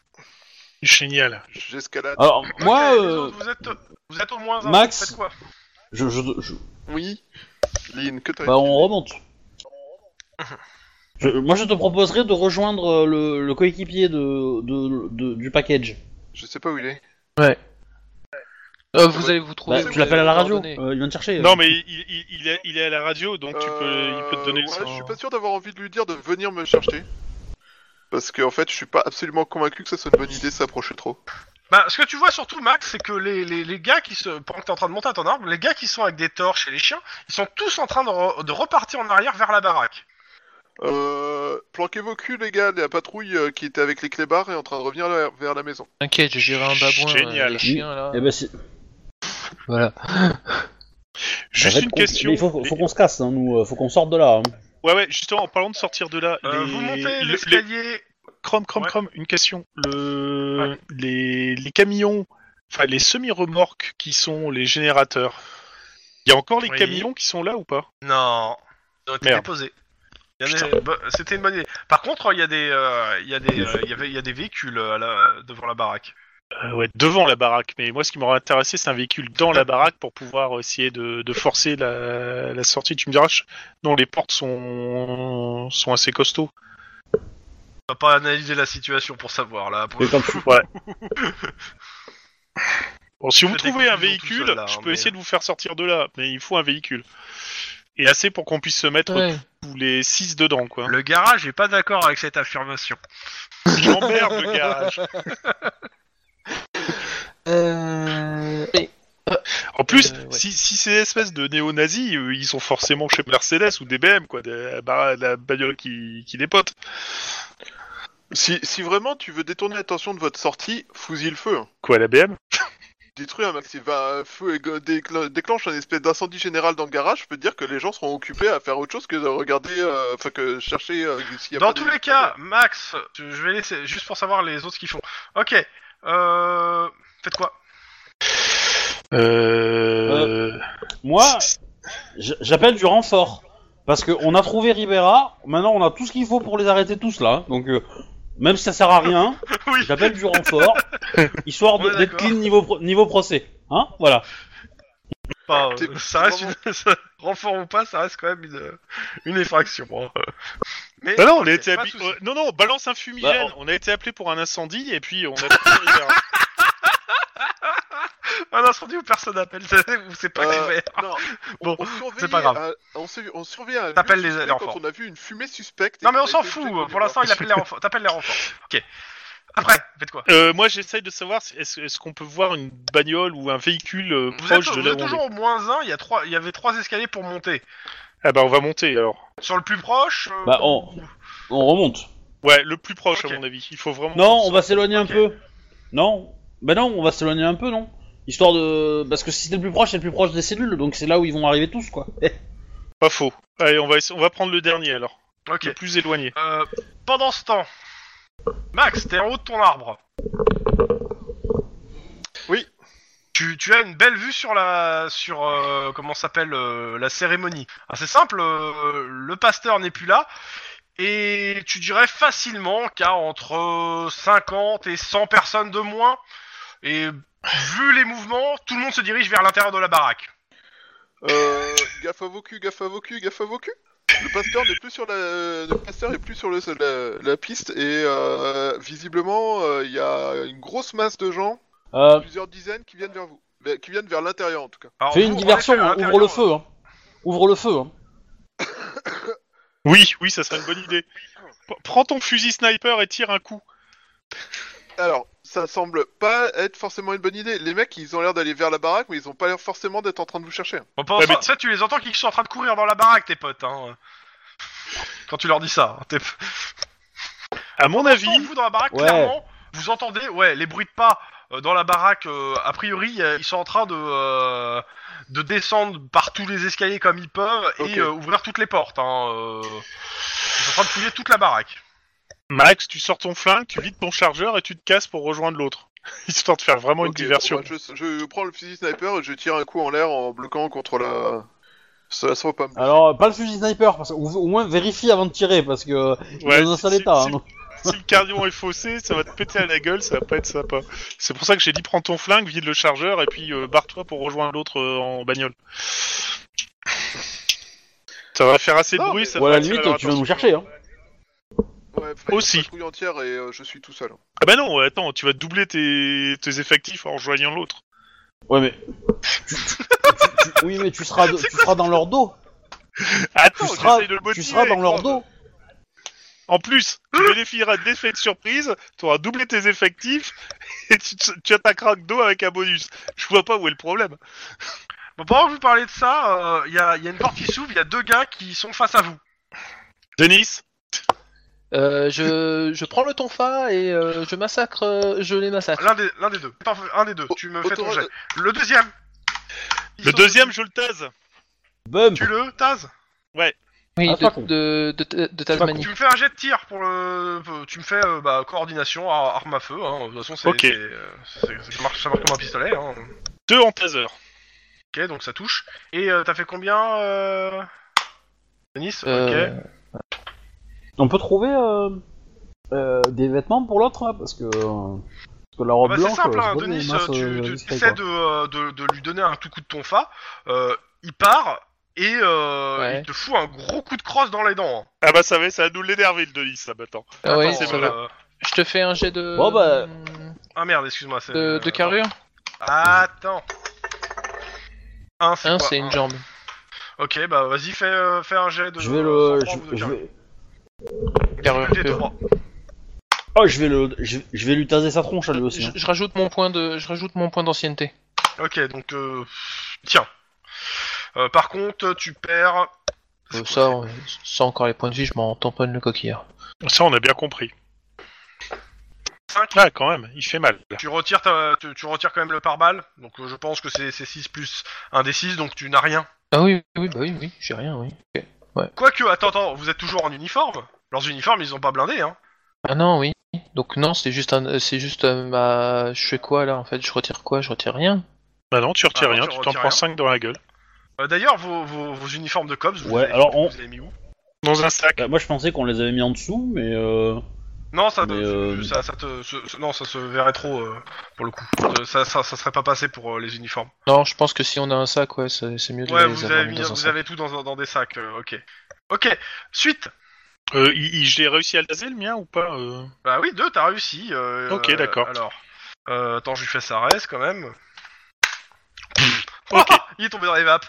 [SPEAKER 1] Génial.
[SPEAKER 4] J'escalade.
[SPEAKER 2] Alors, moi,
[SPEAKER 3] Ok, les
[SPEAKER 2] euh,
[SPEAKER 3] autres, vous, êtes, vous êtes au moins un.
[SPEAKER 2] Max
[SPEAKER 3] vous faites quoi
[SPEAKER 2] je, je- je-
[SPEAKER 4] Oui. Lynn, que t'as
[SPEAKER 2] bah, on remonte. Je- moi, je te proposerais de rejoindre euh, le, le coéquipier de, de- de- du package.
[SPEAKER 4] Je sais pas où il est.
[SPEAKER 5] Euh, vous allez vous trouver.
[SPEAKER 2] Bah,
[SPEAKER 5] vous
[SPEAKER 2] tu l'appelles à la
[SPEAKER 5] allez
[SPEAKER 2] radio,
[SPEAKER 5] coordonner.
[SPEAKER 2] euh, il vient te chercher. euh.
[SPEAKER 1] Non, mais il, il- il est, il est à la radio, donc tu peux, il peut te donner
[SPEAKER 4] Euh, ouais,
[SPEAKER 1] son-
[SPEAKER 4] Je suis pas sûr d'avoir envie de lui dire de venir me chercher. Parce que en fait, je suis pas absolument convaincu que ça soit une bonne idée de s'approcher trop.
[SPEAKER 3] Bah, ce que tu vois surtout, Max, c'est que les, les, les gars qui se. Pendant que t'es en train de monter à ton arbre, les gars qui sont avec des torches et les chiens, ils sont tous en train de, re- de repartir en arrière vers la baraque.
[SPEAKER 4] Euh, planquez vos culs, les gars. La patrouille euh, qui était avec les clébards est en train de revenir la- vers la maison.
[SPEAKER 5] T'inquiète, j'ai géré un babouin.
[SPEAKER 1] Génial.
[SPEAKER 5] euh, les chiens, là.
[SPEAKER 2] Eh ben, c'est-
[SPEAKER 5] Voilà.
[SPEAKER 1] Juste
[SPEAKER 2] ça va
[SPEAKER 1] une
[SPEAKER 2] être compliqué.
[SPEAKER 1] question.
[SPEAKER 2] Mais il faut, faut qu'on se casse, hein, nous, euh, faut qu'on sorte de là. hein.
[SPEAKER 1] Ouais, ouais, justement, en parlant de sortir de là,
[SPEAKER 3] Euh,
[SPEAKER 1] les...
[SPEAKER 3] vous montez
[SPEAKER 1] le- les-
[SPEAKER 3] l'escalier.
[SPEAKER 1] Chrome, Chrome,
[SPEAKER 3] Ouais.
[SPEAKER 1] Chrome, une question. Le... Les... les camions, enfin les semi-remorques qui sont les générateurs, il y a encore les
[SPEAKER 3] Oui.
[SPEAKER 1] camions qui sont là ou pas
[SPEAKER 3] Non, ils ont été
[SPEAKER 1] Merde.
[SPEAKER 3] déposés. Il y en a-
[SPEAKER 1] Putain.
[SPEAKER 3] bah, C'était une bonne idée. Par contre, il y a des, euh, il y a des, euh, il y avait, il y a des véhicules euh, là, devant la baraque.
[SPEAKER 1] Euh, Ouais, devant la baraque. Mais moi, ce qui m'aurait intéressé, c'est un véhicule dans la baraque pour pouvoir essayer de, de forcer la... la sortie. Tu me diras, je- non, les portes sont, sont assez costauds.
[SPEAKER 3] On va pas analyser la situation pour savoir là.
[SPEAKER 2] Mais comme tu-
[SPEAKER 1] Bon, si vous
[SPEAKER 3] Faites
[SPEAKER 1] trouvez
[SPEAKER 3] des
[SPEAKER 1] un
[SPEAKER 3] conclusions tout
[SPEAKER 1] véhicule,
[SPEAKER 3] seul, là,
[SPEAKER 1] je
[SPEAKER 3] hein,
[SPEAKER 1] peux
[SPEAKER 3] mais-
[SPEAKER 1] essayer de vous faire sortir de là, mais il faut un véhicule. Et assez pour qu'on puisse se
[SPEAKER 2] Eh ben,
[SPEAKER 1] mettre
[SPEAKER 5] Ouais.
[SPEAKER 1] tous les six dedans, quoi.
[SPEAKER 3] Le garage est pas d'accord avec cette affirmation.
[SPEAKER 1] Il emmerde le garage.
[SPEAKER 5] Euh... mais-
[SPEAKER 1] En plus,
[SPEAKER 5] Euh, ouais.
[SPEAKER 1] si, si ces espèces de néo-nazis, euh, ils sont forcément chez Mercedes ou DBM, quoi, de la, bar- la bagnole qui, qui dépote.
[SPEAKER 4] Si, si vraiment tu veux détourner l'attention de votre sortie, fusille le feu.
[SPEAKER 1] Quoi, la BM
[SPEAKER 4] Détruis un maxi. Va, euh, feu et go- déclen- déclenche un espèce d'incendie général dans le garage. Je peux te dire que les gens seront occupés à faire autre chose que de regarder, euh, enfin que chercher. euh, s'il y a
[SPEAKER 3] Dans
[SPEAKER 4] pas
[SPEAKER 3] tous
[SPEAKER 4] des-
[SPEAKER 3] les cas, Max, je je vais laisser juste pour savoir les autres ce qu'ils font. Ok. Euh... Faites quoi
[SPEAKER 1] euh...
[SPEAKER 2] Moi, j- j'appelle du renfort. Parce qu'on a trouvé Ribera, maintenant on a tout ce qu'il faut pour les arrêter tous là. Donc, euh, même si ça sert à rien,
[SPEAKER 3] Oui.
[SPEAKER 2] j'appelle du renfort, histoire de-
[SPEAKER 3] On est
[SPEAKER 2] d'être
[SPEAKER 3] d'accord.
[SPEAKER 2] clean niveau, pro- niveau procès. Hein Voilà.
[SPEAKER 3] Pas, euh,
[SPEAKER 4] T'es-
[SPEAKER 3] ça reste une... ça- renfort ou pas, ça reste quand même une, une effraction. hein. Mais
[SPEAKER 1] Bah non, on a
[SPEAKER 3] ok,
[SPEAKER 1] été
[SPEAKER 3] pas de
[SPEAKER 1] habi-
[SPEAKER 3] soucis.
[SPEAKER 1] euh, non, non, balance un fumigène.
[SPEAKER 2] Bah,
[SPEAKER 1] on... a été appelé pour un incendie et puis on a pris le garage.
[SPEAKER 3] Un incendie où personne n'appelle, vous c'est pas
[SPEAKER 4] Euh,
[SPEAKER 3] clair.
[SPEAKER 4] non,
[SPEAKER 3] Bon,
[SPEAKER 4] on surveillait
[SPEAKER 3] c'est pas grave.
[SPEAKER 4] à- on, s'est- on surveillait à un
[SPEAKER 3] T'appelles
[SPEAKER 4] lieu
[SPEAKER 3] les-
[SPEAKER 4] suspect
[SPEAKER 3] les renforts.
[SPEAKER 4] quand on a vu une fumée suspecte. et
[SPEAKER 3] Non mais
[SPEAKER 4] qu'on
[SPEAKER 3] on
[SPEAKER 4] a
[SPEAKER 3] s'en
[SPEAKER 4] été obligé de
[SPEAKER 3] fout, pour
[SPEAKER 4] voir.
[SPEAKER 3] l'instant il appelle les renforts. T'appelles les renforts. Ok. Après, faites quoi
[SPEAKER 1] Euh, moi, j'essaye de savoir si- est-ce est-ce qu'on peut voir une bagnole ou un véhicule euh,
[SPEAKER 3] Vous êtes,
[SPEAKER 1] proche de
[SPEAKER 3] vous
[SPEAKER 1] là
[SPEAKER 3] êtes
[SPEAKER 1] où on est.
[SPEAKER 3] toujours au moins un, il y, a trois, il y avait trois escaliers pour monter.
[SPEAKER 1] Ah bah, on va monter alors.
[SPEAKER 3] Sur le plus proche euh,
[SPEAKER 2] Bah, on- On remonte.
[SPEAKER 1] Ouais, le plus proche
[SPEAKER 3] Ok.
[SPEAKER 1] à mon avis. Il faut vraiment.
[SPEAKER 2] Non, on va s'éloigner
[SPEAKER 3] Ok.
[SPEAKER 2] un peu. Non Bah non, on va s'éloigner un peu, non Histoire de. Parce que si c'est le plus proche, c'est le plus proche des cellules, donc c'est là où ils vont arriver tous quoi. Euh,
[SPEAKER 1] Pas faux. Allez, on va essa- on va prendre le dernier alors.
[SPEAKER 3] Ok.
[SPEAKER 1] Le plus éloigné.
[SPEAKER 3] Euh, pendant ce temps, Max, t'es en haut de ton arbre.
[SPEAKER 4] Oui.
[SPEAKER 3] Tu, tu as une belle vue sur la sur euh, comment ça s'appelle euh, la cérémonie. Ah, c'est simple, euh, le pasteur n'est plus là et tu dirais facilement qu'à entre 50 et 100 personnes de moins et vu les mouvements, tout le monde se dirige vers l'intérieur de la baraque.
[SPEAKER 4] Euh, gaffe à vos culs, gaffe à vos culs, gaffe à vos culs. Le pasteur n'est plus sur la, le pasteur est plus sur le, la, la piste et euh, visiblement euh, il y a une grosse masse de gens,
[SPEAKER 2] Euh,
[SPEAKER 4] plusieurs dizaines qui viennent vers vous, Mais qui viennent vers l'intérieur en tout cas.
[SPEAKER 3] Alors,
[SPEAKER 2] fais
[SPEAKER 3] vous,
[SPEAKER 2] une
[SPEAKER 3] en
[SPEAKER 2] diversion,
[SPEAKER 3] effet, à
[SPEAKER 2] hein, ouvre
[SPEAKER 3] l'intérieur,
[SPEAKER 2] le feu. Hein. Ouvre le feu. Hein.
[SPEAKER 1] Oui, oui, ça serait une bonne idée. P- Prends ton fusil sniper et tire un coup.
[SPEAKER 4] Alors, ça semble pas être forcément une bonne idée. Les mecs, ils ont l'air d'aller vers la baraque, mais ils ont pas l'air forcément d'être en train de vous chercher.
[SPEAKER 3] Bon, pendant
[SPEAKER 1] Ouais,
[SPEAKER 3] ce temps-
[SPEAKER 1] mais-
[SPEAKER 3] ça, tu les entends qu'ils sont en train de courir dans la baraque, tes potes. Hein. Quand tu leur dis ça, hein, t'es-
[SPEAKER 1] À mon avis,
[SPEAKER 3] Ah, vous dans la baraque,
[SPEAKER 2] Ouais.
[SPEAKER 3] clairement, vous entendez, ouais, les bruits de pas euh, dans la baraque. euh, a priori, euh, ils sont en train de euh, de descendre par tous les escaliers comme ils peuvent et
[SPEAKER 4] Ok.
[SPEAKER 3] euh, ouvrir toutes les portes. Hein, euh. Ils sont en train de fouiller toute la baraque.
[SPEAKER 1] Max, tu sors ton flingue, tu vides ton chargeur et tu te casses pour rejoindre l'autre. Histoire de faire vraiment
[SPEAKER 4] Ok,
[SPEAKER 1] une diversion.
[SPEAKER 4] bon, bah, je, je prends le fusil sniper et je tire un coup en l'air en bloquant contre la. Ça se pas.
[SPEAKER 2] Alors, euh, pas le fusil sniper, parce que, ou au moins vérifie avant de tirer, parce que euh, il
[SPEAKER 1] Ouais,
[SPEAKER 2] est dans un sale
[SPEAKER 1] si-
[SPEAKER 2] état.
[SPEAKER 1] si-
[SPEAKER 2] hein, donc.
[SPEAKER 1] Si le cardion est faussé, ça va te péter à la gueule, ça va pas être sympa. C'est pour ça que j'ai dit prends ton flingue, vide le chargeur et puis euh, barre-toi pour rejoindre l'autre euh, en bagnole. Ça va faire assez de
[SPEAKER 4] Non,
[SPEAKER 1] bruit,
[SPEAKER 4] mais-
[SPEAKER 1] ça
[SPEAKER 2] Ou à
[SPEAKER 1] va
[SPEAKER 2] la
[SPEAKER 1] attirer
[SPEAKER 2] limite,
[SPEAKER 1] leur
[SPEAKER 2] tu vas nous
[SPEAKER 1] attention.
[SPEAKER 2] chercher. Hein.
[SPEAKER 4] Ouais, enfin,
[SPEAKER 1] Aussi.
[SPEAKER 4] il y a une patrouille entière et euh, je suis tout seul.
[SPEAKER 1] Ah bah non, attends, tu vas doubler tes, tes effectifs en rejoignant l'autre.
[SPEAKER 2] Ouais, mais. tu- tu- tu- oui, mais tu seras, de- tu seras dans leur dos.
[SPEAKER 1] Attends,
[SPEAKER 2] Tu seras,
[SPEAKER 1] j'essaie de le
[SPEAKER 2] tu
[SPEAKER 1] motiver.
[SPEAKER 2] seras dans leur dos.
[SPEAKER 1] En plus, tu vérifieras de l'effet de surprise, tu auras doublé tes effectifs et tu, tu attaqueras le dos avec un bonus. Je vois pas où est le problème.
[SPEAKER 3] Bon, pendant que vous parlez de ça, euh, il y, a, il y a une porte qui s'ouvre, il y a deux gars qui sont face à vous.
[SPEAKER 1] Denis
[SPEAKER 5] Euh, je, je prends le tonfa et euh, je massacre, euh, je les massacre.
[SPEAKER 3] L'un des, l'un des deux. Parfait, un des deux. Tu me fais ton
[SPEAKER 4] Autour-
[SPEAKER 3] jet. Le deuxième. Ils
[SPEAKER 1] Le
[SPEAKER 3] sont-
[SPEAKER 1] deuxième, je le tase.
[SPEAKER 2] Bump.
[SPEAKER 3] Tu le tases
[SPEAKER 5] Oui,
[SPEAKER 2] Ah,
[SPEAKER 5] de-
[SPEAKER 2] pas con.
[SPEAKER 5] de, de, de, de Tasmanie.
[SPEAKER 3] Tu me fais un jet de tir pour le. Tu me fais euh, bah, coordination, ar- arme à feu. Hein. De toute façon, c'est,
[SPEAKER 1] Ok.
[SPEAKER 3] c'est, euh, c'est- ça, marche, ça marche comme un pistolet. Hein.
[SPEAKER 1] Deux en taser.
[SPEAKER 3] Ok, donc ça touche. Et euh, t'as fait combien euh... Denis
[SPEAKER 5] Euh,
[SPEAKER 3] Ok.
[SPEAKER 2] On peut trouver euh, euh, des vêtements pour l'autre, là, parce que. euh, Parce que la robe
[SPEAKER 3] Bah,
[SPEAKER 2] blanche.
[SPEAKER 3] c'est simple,
[SPEAKER 2] euh,
[SPEAKER 3] hein,
[SPEAKER 2] c'est pas
[SPEAKER 3] Denis.
[SPEAKER 2] une masse,
[SPEAKER 3] euh,
[SPEAKER 2] euh,
[SPEAKER 3] tu, tu
[SPEAKER 2] discrète, quoi.
[SPEAKER 3] essaies de, euh, de, de lui donner un tout coup de ton fa. Euh, il part et euh,
[SPEAKER 5] Ouais.
[SPEAKER 3] il te fout un gros coup de crosse dans les dents. hein.
[SPEAKER 1] Ah bah ça va, ça va nous l'énerver le Denis, ça maintenant.
[SPEAKER 5] Ah ouais,
[SPEAKER 3] Attends,
[SPEAKER 5] ça
[SPEAKER 3] euh,
[SPEAKER 5] va. Je te fais un jet de.
[SPEAKER 2] Bon, bah.
[SPEAKER 3] Ah merde, excuse-moi. C'est,
[SPEAKER 5] De, de carrure
[SPEAKER 3] Attends. Un, c'est,
[SPEAKER 5] Hein,
[SPEAKER 3] quoi
[SPEAKER 5] c'est
[SPEAKER 3] Un.
[SPEAKER 5] une jambe.
[SPEAKER 3] Ok, bah vas-y, fais, euh, fais un jet de.
[SPEAKER 2] Je vais le.
[SPEAKER 3] sang-froid ou
[SPEAKER 2] Je,
[SPEAKER 3] de
[SPEAKER 2] je
[SPEAKER 3] carrure.
[SPEAKER 2] vais...
[SPEAKER 5] Carrure
[SPEAKER 3] Des
[SPEAKER 5] pure.
[SPEAKER 3] trois.
[SPEAKER 2] Oh, je vais le. Je, je vais lui taser sa tronche à lui aussi.
[SPEAKER 5] Je,
[SPEAKER 2] hein.
[SPEAKER 5] je rajoute mon point de, je rajoute mon point d'ancienneté.
[SPEAKER 3] Ok, donc euh, tiens. Euh, par contre, tu perds.
[SPEAKER 5] Euh, ça, euh, ça encore les points de vie, je m'en tamponne le coquillard.
[SPEAKER 1] Ça, on a bien compris.
[SPEAKER 3] Cinq.
[SPEAKER 1] Ah, quand même, il fait mal.
[SPEAKER 3] Tu retires, ta- tu, tu retires quand même le pare-balles. Donc euh, je pense que c'est 6 plus 1 des 6, donc tu n'as rien.
[SPEAKER 5] Ah oui, oui, bah oui, oui, j'ai rien, oui. Ok.
[SPEAKER 3] Quoique, attends, attends, vous êtes toujours en uniforme Leurs uniformes, ils ont pas blindé, hein
[SPEAKER 5] Ah non, oui. Donc non, c'est juste un, c'est juste euh, ma, je fais quoi là en fait Je retire quoi Je retire rien.
[SPEAKER 1] Bah non, tu retires
[SPEAKER 3] Ah non,
[SPEAKER 1] rien, tu
[SPEAKER 3] tu
[SPEAKER 1] t'en
[SPEAKER 3] retires
[SPEAKER 1] prends
[SPEAKER 3] rien.
[SPEAKER 1] 5 dans la gueule.
[SPEAKER 3] Euh, D'ailleurs, vos, vos- vos uniformes de cops, vous,
[SPEAKER 2] Ouais,
[SPEAKER 3] les,
[SPEAKER 2] alors, on-
[SPEAKER 3] vous les avez mis où
[SPEAKER 1] Dans un sac.
[SPEAKER 2] Bah, moi, je pensais qu'on les avait mis en dessous, mais. Euh...
[SPEAKER 3] Non, ça,
[SPEAKER 2] Mais,
[SPEAKER 3] te-
[SPEAKER 2] euh,
[SPEAKER 3] ça, ça te, ce- ce- non, ça se verrait trop euh, pour le coup. Euh, Ça, ça, ça serait pas passé pour euh, les uniformes.
[SPEAKER 5] Non, je pense que si on a un sac, ouais, c'est c'est mieux de
[SPEAKER 3] Ouais,
[SPEAKER 5] les
[SPEAKER 3] vous
[SPEAKER 5] avoir
[SPEAKER 3] avez,
[SPEAKER 5] mis
[SPEAKER 3] mis-
[SPEAKER 5] dans un
[SPEAKER 3] vous
[SPEAKER 5] sac.
[SPEAKER 3] avez tout dans, dans des sacs. euh, ok. Ok. Suite.
[SPEAKER 1] Euh, il- il- J'ai réussi à le taser le mien ou pas euh
[SPEAKER 3] Bah oui, deux, t'as réussi. euh,
[SPEAKER 1] Ok,
[SPEAKER 3] euh,
[SPEAKER 1] d'accord.
[SPEAKER 3] Alors, euh, attends, je lui fais sa reste quand même.
[SPEAKER 1] Ok.
[SPEAKER 3] Il est tombé dans les vapes.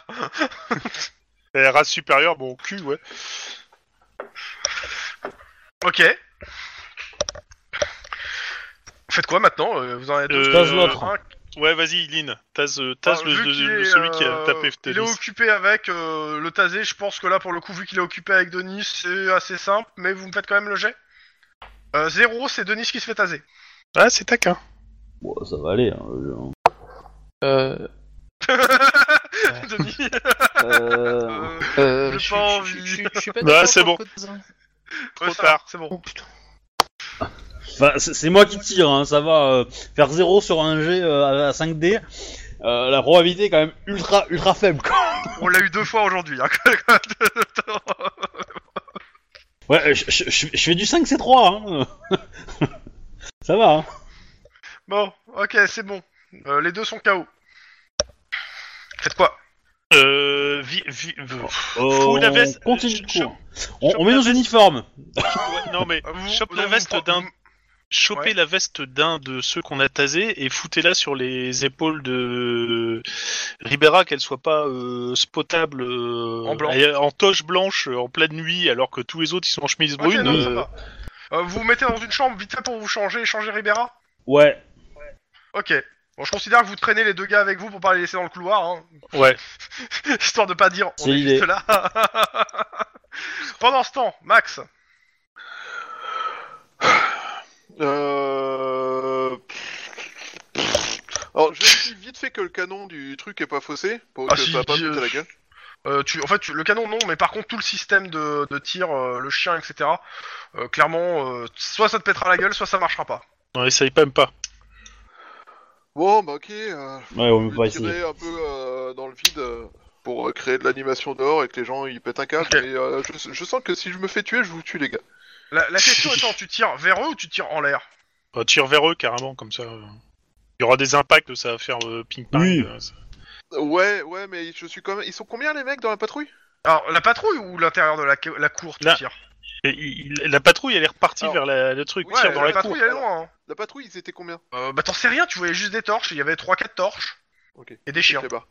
[SPEAKER 1] La Eh, race supérieure, bon cul, ouais.
[SPEAKER 3] Ok. Faites quoi maintenant euh, Vous en êtes
[SPEAKER 1] Euh,
[SPEAKER 2] tase l'autre.
[SPEAKER 3] un-
[SPEAKER 1] Ouais, vas-y, Lynn, tase, euh, tase
[SPEAKER 3] Enfin,
[SPEAKER 1] le,
[SPEAKER 3] Ah, vu
[SPEAKER 1] le-
[SPEAKER 3] qu'il
[SPEAKER 1] le-
[SPEAKER 3] est,
[SPEAKER 1] celui qui a
[SPEAKER 3] euh,
[SPEAKER 1] tapé
[SPEAKER 3] Il est
[SPEAKER 1] Denis.
[SPEAKER 3] occupé avec euh, le tasé. Je pense que là, pour le coup, vu qu'il est occupé avec Denis, c'est assez simple. Mais vous me faites quand même le jet. Euh, zéro, c'est Denis qui se fait taser.
[SPEAKER 1] Ah, c'est taquin.
[SPEAKER 2] Bon, ça va aller. hein, je-
[SPEAKER 5] Euh,
[SPEAKER 3] Denis.
[SPEAKER 2] Euh,
[SPEAKER 3] euh,
[SPEAKER 5] euh,
[SPEAKER 3] J'ai
[SPEAKER 5] je-
[SPEAKER 3] pas
[SPEAKER 5] je- je-
[SPEAKER 3] envie.
[SPEAKER 5] je- je- je suis pas
[SPEAKER 1] Bah,
[SPEAKER 5] d'accord
[SPEAKER 1] c'est
[SPEAKER 5] pour
[SPEAKER 1] bon.
[SPEAKER 5] le coup de-
[SPEAKER 1] Trop
[SPEAKER 3] ouais, ça va,
[SPEAKER 1] tard.
[SPEAKER 3] C'est bon.
[SPEAKER 5] Oh, putain.
[SPEAKER 2] enfin, c'est c'est moi qui tire, hein, ça va. euh, faire 0 sur un G à 5D, euh, la probabilité est quand même ultra ultra faible. quoi.
[SPEAKER 3] On l'a eu deux fois aujourd'hui. hein.
[SPEAKER 2] Ouais, je, je- je- je fais du 5C3. Hein. ça va. Hein.
[SPEAKER 3] bon, ok, c'est bon. Euh, les deux sont KO. Faites quoi
[SPEAKER 1] Euh, vi- vi- euh,
[SPEAKER 2] Euh,
[SPEAKER 1] Fous la
[SPEAKER 2] on
[SPEAKER 1] veste,
[SPEAKER 2] continue
[SPEAKER 1] je-
[SPEAKER 2] le
[SPEAKER 1] je-
[SPEAKER 2] cours. On,
[SPEAKER 1] chope
[SPEAKER 2] on met
[SPEAKER 1] la
[SPEAKER 2] nos
[SPEAKER 1] veste.
[SPEAKER 2] uniformes.
[SPEAKER 1] ouais, non mais,
[SPEAKER 3] Euh, vous-
[SPEAKER 1] chope
[SPEAKER 3] non,
[SPEAKER 1] la
[SPEAKER 3] vous
[SPEAKER 1] veste
[SPEAKER 3] pre-
[SPEAKER 1] d'un
[SPEAKER 3] vous-
[SPEAKER 1] Chopez
[SPEAKER 3] Ouais.
[SPEAKER 1] la veste d'un de ceux qu'on a tasé et foutez-la sur les épaules de Ribera, qu'elle soit pas euh, spotable euh,
[SPEAKER 3] En blanc.
[SPEAKER 1] et- en toche blanche euh, en pleine nuit, alors que tous les autres ils sont en chemise
[SPEAKER 3] Ok,
[SPEAKER 1] brune.
[SPEAKER 3] non, ça
[SPEAKER 1] euh,
[SPEAKER 3] va. Euh, vous vous mettez dans une chambre vite fait pour vous changer et changer Ribera
[SPEAKER 2] Ouais.
[SPEAKER 3] Ok. Bon, je considère que vous traînez les deux gars avec vous pour pas les laisser dans le couloir, hein.
[SPEAKER 1] Ouais.
[SPEAKER 3] Histoire de pas dire on
[SPEAKER 2] C'est
[SPEAKER 3] est juste
[SPEAKER 2] l'idée.
[SPEAKER 3] là. Pendant ce temps, Max,
[SPEAKER 4] Euh... Alors, je vérifie vite fait que le canon du truc est pas faussé, pour
[SPEAKER 3] Ah,
[SPEAKER 4] que
[SPEAKER 3] si,
[SPEAKER 4] ça va pas
[SPEAKER 3] dis,
[SPEAKER 4] me péter
[SPEAKER 3] euh,
[SPEAKER 4] la gueule.
[SPEAKER 3] euh, tu, en fait, tu- le canon non, mais par contre tout le système de, de tir, euh, le chien, etc. euh, clairement, euh, soit ça te pètera la gueule, soit ça marchera pas.
[SPEAKER 1] Non, essaye pas, même pas.
[SPEAKER 4] Bon, bah ok, euh,
[SPEAKER 2] Ouais, on
[SPEAKER 4] je
[SPEAKER 2] peut pas
[SPEAKER 4] vais
[SPEAKER 2] essayer.
[SPEAKER 4] tirer un peu euh, dans le vide euh, pour euh, créer de l'animation dehors et que les gens ils pètent un câble.
[SPEAKER 3] Ok.
[SPEAKER 4] mais, euh, je, je sens que si je me fais tuer, je vous tue les gars.
[SPEAKER 3] La, la question étant, tu tires vers eux ou tu tires en l'air
[SPEAKER 1] Bah, tire vers eux carrément, comme ça. euh, Il y aura des impacts, ça va faire euh, ping-pong.
[SPEAKER 2] Oui.
[SPEAKER 1] euh, ça-
[SPEAKER 4] Ouais, ouais, mais je suis quand même... Ils sont combien les mecs dans la patrouille
[SPEAKER 3] Alors, la patrouille ou l'intérieur de la, ca- la cour, tu
[SPEAKER 1] Là,
[SPEAKER 3] tires
[SPEAKER 1] Et il- la patrouille elle est repartie
[SPEAKER 4] Alors,
[SPEAKER 1] vers la- le truc,
[SPEAKER 4] oui,
[SPEAKER 1] tire
[SPEAKER 4] ouais,
[SPEAKER 1] dans
[SPEAKER 3] la,
[SPEAKER 1] la, cour.
[SPEAKER 3] patrouille, elle est loin. hein.
[SPEAKER 4] La patrouille, ils étaient combien
[SPEAKER 3] Euh, bah, t'en sais rien, tu voyais juste des torches, il y avait 3-4 torches.
[SPEAKER 4] Ok.
[SPEAKER 3] Et des chiens.
[SPEAKER 4] Je sais pas.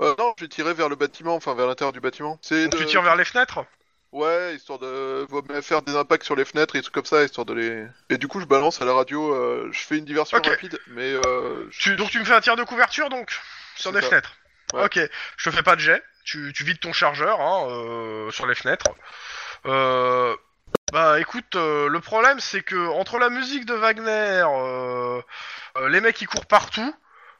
[SPEAKER 4] Euh, non, j'ai tiré vers le bâtiment, enfin vers l'intérieur du bâtiment. C'est
[SPEAKER 3] Donc,
[SPEAKER 4] de-
[SPEAKER 3] tu tires vers les fenêtres
[SPEAKER 4] Ouais, histoire de vaut mieux faire des impacts sur les fenêtres et des trucs comme ça, histoire de les. Et du coup, je balance à la radio, euh, je fais une diversion
[SPEAKER 3] Ok.
[SPEAKER 4] rapide, mais euh, je-
[SPEAKER 3] Tu- Donc tu me fais un tir de couverture donc sur
[SPEAKER 4] C'est
[SPEAKER 3] des
[SPEAKER 4] ça.
[SPEAKER 3] fenêtres.
[SPEAKER 4] Ouais.
[SPEAKER 3] Ok, je te fais pas de jet. Tu, tu vides ton chargeur hein, euh, sur les fenêtres. Euh, bah écoute, euh, le problème c'est que entre la musique de Wagner, euh, euh, les mecs qui courent partout,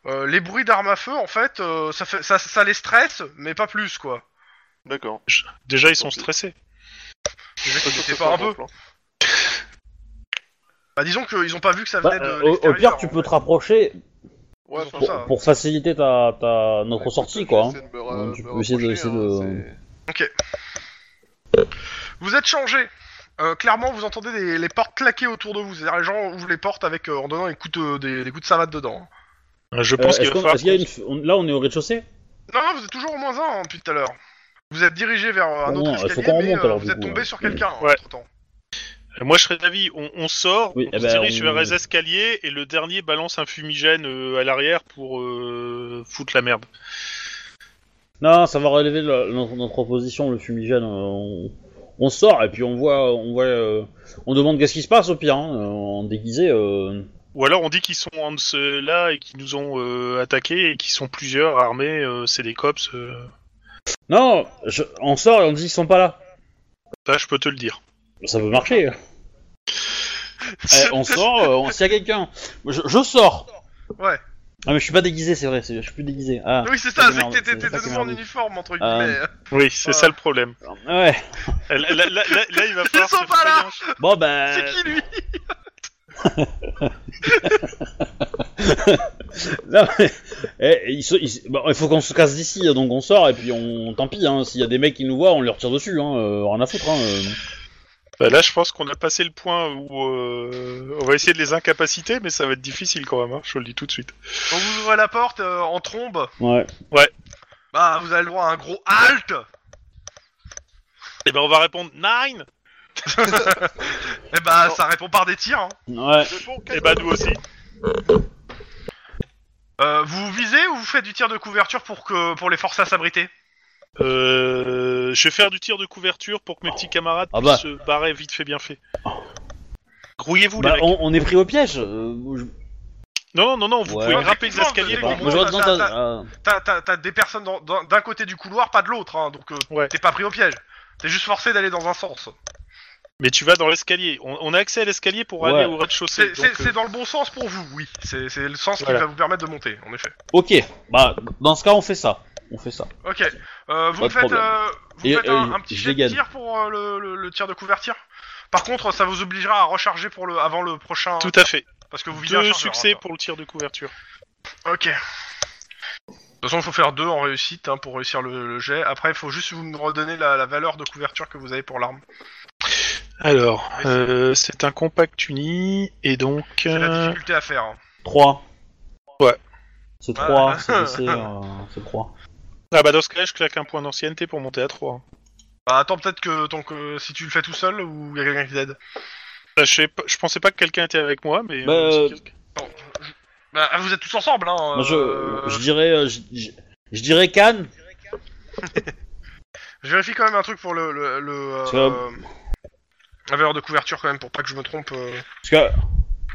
[SPEAKER 3] euh, les bruits d'armes à feu, en fait, euh, ça, fait ça, ça les stresse, mais pas plus quoi.
[SPEAKER 4] d'accord.
[SPEAKER 1] Déjà ils sont
[SPEAKER 4] Ok.
[SPEAKER 1] stressés.
[SPEAKER 3] Les mecs,
[SPEAKER 4] Pas
[SPEAKER 3] ils
[SPEAKER 4] sûr que
[SPEAKER 3] étaient
[SPEAKER 4] ce
[SPEAKER 3] pas
[SPEAKER 4] soit
[SPEAKER 3] un peu.
[SPEAKER 4] bon plan.
[SPEAKER 3] Bah disons qu'ils ont pas vu que ça
[SPEAKER 2] Bah,
[SPEAKER 3] venait de.
[SPEAKER 2] euh, au- au pire,
[SPEAKER 3] l'extérieur,
[SPEAKER 2] tu
[SPEAKER 3] en
[SPEAKER 2] peux
[SPEAKER 3] fait.
[SPEAKER 2] te rapprocher
[SPEAKER 4] Ouais,
[SPEAKER 3] Ils ont tout
[SPEAKER 4] enfin,
[SPEAKER 2] pour,
[SPEAKER 3] ça.
[SPEAKER 2] pour faciliter ta, ta notre
[SPEAKER 4] écoute,
[SPEAKER 2] sortie,
[SPEAKER 4] je
[SPEAKER 2] quoi. hein.
[SPEAKER 4] vais essayer de me ra-
[SPEAKER 2] Donc, tu
[SPEAKER 4] me
[SPEAKER 2] peux essayer de-
[SPEAKER 4] rapprocher,
[SPEAKER 2] essayer
[SPEAKER 4] hein,
[SPEAKER 2] de-
[SPEAKER 4] c'est-
[SPEAKER 3] Vous êtes changé. Euh, clairement, vous entendez des- les portes claquer autour de vous. C'est-à-dire les gens ouvrent les portes avec euh, en donnant des coups de, des, des coups de savate dedans.
[SPEAKER 1] Euh, Je
[SPEAKER 2] Euh,
[SPEAKER 1] pense qu'il va
[SPEAKER 2] Est-ce qu'on-
[SPEAKER 1] falloir.
[SPEAKER 2] est-ce qu'il y a une f- on- Là, on est au rez-de-chaussée
[SPEAKER 3] Non, non, vous êtes toujours au moins un hein, depuis tout à l'heure. Vous êtes dirigé vers euh, un
[SPEAKER 2] Ah
[SPEAKER 3] autre
[SPEAKER 2] non, faut
[SPEAKER 3] escalier,
[SPEAKER 2] qu'on
[SPEAKER 3] mais
[SPEAKER 2] remonte,
[SPEAKER 3] euh,
[SPEAKER 2] alors,
[SPEAKER 3] vous
[SPEAKER 2] du
[SPEAKER 3] êtes
[SPEAKER 2] coup, hein.
[SPEAKER 3] tombé
[SPEAKER 2] ouais.
[SPEAKER 3] sur quelqu'un
[SPEAKER 1] Ouais.
[SPEAKER 3] entre temps.
[SPEAKER 1] Euh, Moi, je serais d'avis, on, on sort,
[SPEAKER 2] Oui,
[SPEAKER 1] on
[SPEAKER 2] eh
[SPEAKER 1] se
[SPEAKER 2] ben,
[SPEAKER 1] dirige
[SPEAKER 2] on-
[SPEAKER 1] vers les escaliers et le dernier balance un fumigène euh, à l'arrière pour euh, foutre la merde.
[SPEAKER 2] Non, ça va relever la- notre, notre opposition, le fumigène. euh, On, on sort et puis on voit, on voit, euh, on demande qu'est-ce qui se passe au pire, hein, euh, en déguisé. euh.
[SPEAKER 1] Ou alors on dit qu'ils sont en ce là et qu'ils nous ont euh, attaqués et qu'ils sont plusieurs armés, euh, c'est des cops. euh.
[SPEAKER 2] Non, je- on sort et on dit qu'ils sont pas là.
[SPEAKER 1] Ça, je peux te le dire.
[SPEAKER 2] Ça peut marcher. hein. Eh, on sort, euh, on- s'il y a quelqu'un, Moi, je, je sors.
[SPEAKER 3] Ouais.
[SPEAKER 2] Ah mais je suis pas déguisé, c'est vrai, c'est- je suis plus déguisé. Ah.
[SPEAKER 3] Oui, c'est
[SPEAKER 2] Ah,
[SPEAKER 3] ça, c'est
[SPEAKER 2] merde,
[SPEAKER 3] que t'étais
[SPEAKER 2] c'est
[SPEAKER 3] t'étais
[SPEAKER 2] ça qui
[SPEAKER 3] toujours en
[SPEAKER 2] m'arrive.
[SPEAKER 3] uniforme, entre
[SPEAKER 2] Ah.
[SPEAKER 3] guillemets.
[SPEAKER 1] Oui, c'est
[SPEAKER 3] Ah.
[SPEAKER 1] ça le problème.
[SPEAKER 2] Ouais.
[SPEAKER 1] là, là- là- là- là, il va falloir.
[SPEAKER 3] sont
[SPEAKER 1] se
[SPEAKER 3] pas là
[SPEAKER 1] payer en-
[SPEAKER 2] Bon ben.
[SPEAKER 3] C'est qui lui
[SPEAKER 2] Non, mais- eh, ils se- ils- bon, il faut qu'on se casse d'ici, donc on sort et puis on. Tant pis, hein, s'il y a des mecs qui nous voient, on leur tire dessus, hein, euh, rien à foutre. Hein, euh.
[SPEAKER 1] Bah, là, je pense qu'on a passé le point où euh, on va essayer de les incapaciter, mais ça va être difficile quand même. hein, je te le dis tout de suite.
[SPEAKER 3] Donc vous ouvrez la porte euh, en trombe.
[SPEAKER 2] Ouais.
[SPEAKER 3] Bah, vous avez le droit à un gros halt
[SPEAKER 1] Et ben, on va répondre nine.
[SPEAKER 3] Et bah,
[SPEAKER 4] Non.
[SPEAKER 3] ça répond par des tirs. hein.
[SPEAKER 2] Ouais.
[SPEAKER 4] Je réponds
[SPEAKER 1] Et ben, nous aussi.
[SPEAKER 3] Euh, vous visez ou vous faites du tir de couverture pour, que, pour les forcer à s'abriter
[SPEAKER 1] Euh, je vais faire du tir de couverture pour que mes petits camarades
[SPEAKER 2] Ah bah.
[SPEAKER 1] puissent se barrer vite fait bien fait. Grouillez-vous
[SPEAKER 2] Bah,
[SPEAKER 1] les mecs.
[SPEAKER 2] on, on est pris au piège. euh, je-
[SPEAKER 1] Non, non, non, vous
[SPEAKER 2] Ouais.
[SPEAKER 1] pouvez grimper les
[SPEAKER 3] Effectivement,
[SPEAKER 1] escaliers.
[SPEAKER 3] je
[SPEAKER 2] bah, ah,
[SPEAKER 3] sais
[SPEAKER 1] vous-
[SPEAKER 2] moi, j'aurais tendance
[SPEAKER 3] ça-
[SPEAKER 2] à- à-
[SPEAKER 3] T'as- T'as t'as des personnes dans- dans- d'un côté du couloir, pas de l'autre, hein, donc euh,
[SPEAKER 1] Ouais.
[SPEAKER 3] t'es pas pris au piège. T'es juste forcé d'aller dans un sens.
[SPEAKER 1] Mais tu vas dans l'escalier. On, on a accès à l'escalier pour
[SPEAKER 2] Ouais.
[SPEAKER 1] aller au
[SPEAKER 3] C'est
[SPEAKER 1] rez-de-chaussée.
[SPEAKER 3] c'est-
[SPEAKER 1] donc,
[SPEAKER 3] c'est
[SPEAKER 1] euh,
[SPEAKER 3] dans le bon sens pour vous, oui. C'est c'est le sens
[SPEAKER 1] Voilà.
[SPEAKER 3] qui va vous permettre de monter, en effet.
[SPEAKER 2] Ok. Bah, dans ce cas, on fait ça. On fait ça.
[SPEAKER 3] Ok. Euh, vous
[SPEAKER 2] Pas
[SPEAKER 3] me
[SPEAKER 2] de
[SPEAKER 3] faites,
[SPEAKER 2] problème.
[SPEAKER 3] euh, vous
[SPEAKER 2] Et,
[SPEAKER 3] faites un,
[SPEAKER 2] euh,
[SPEAKER 3] un petit
[SPEAKER 2] je
[SPEAKER 3] jet de
[SPEAKER 2] dégaine.
[SPEAKER 3] tir pour euh, le, le- le tir de couverture. Par contre, ça vous obligera à recharger pour le avant le prochain.
[SPEAKER 1] Tout à fait.
[SPEAKER 3] Parce que vous visez un
[SPEAKER 1] Deux
[SPEAKER 3] chargeur,
[SPEAKER 1] succès
[SPEAKER 3] hein,
[SPEAKER 1] pour le tir de couverture.
[SPEAKER 3] ça. Ok. De toute façon, il faut faire deux en réussite hein, pour réussir le, le jet. Après, il faut juste vous me redonner la, la valeur de couverture que vous avez pour l'arme.
[SPEAKER 1] Alors,
[SPEAKER 3] Ouais, c'est-
[SPEAKER 1] euh, c'est un compact uni et donc.
[SPEAKER 3] C'est la
[SPEAKER 1] euh,
[SPEAKER 3] difficulté à faire. hein.
[SPEAKER 2] 3.
[SPEAKER 1] Ouais.
[SPEAKER 2] C'est
[SPEAKER 3] Ah.
[SPEAKER 2] 3, c'est c'est, euh, c'est 3.
[SPEAKER 1] Ah bah dans ce cas-là, je claque un point d'ancienneté pour monter à 3.
[SPEAKER 3] Bah, attends, peut-être que tant que si tu le fais tout seul ou il y a quelqu'un qui t'aide.
[SPEAKER 1] Sachez pas- Euh, je pensais pas que quelqu'un était avec moi, mais.
[SPEAKER 2] Bah,
[SPEAKER 1] euh,
[SPEAKER 2] euh,
[SPEAKER 1] c'est-
[SPEAKER 3] Bah, ah, vous êtes tous ensemble, hein.
[SPEAKER 2] Moi,
[SPEAKER 3] euh,
[SPEAKER 2] je, je dirais, euh, je, je- je dirais Cannes.
[SPEAKER 3] je vérifie quand même un truc pour le. le, le, euh,
[SPEAKER 2] Ça va.
[SPEAKER 3] euh, la valeur de couverture, quand même, pour pas que je me trompe. euh.
[SPEAKER 2] Parce que,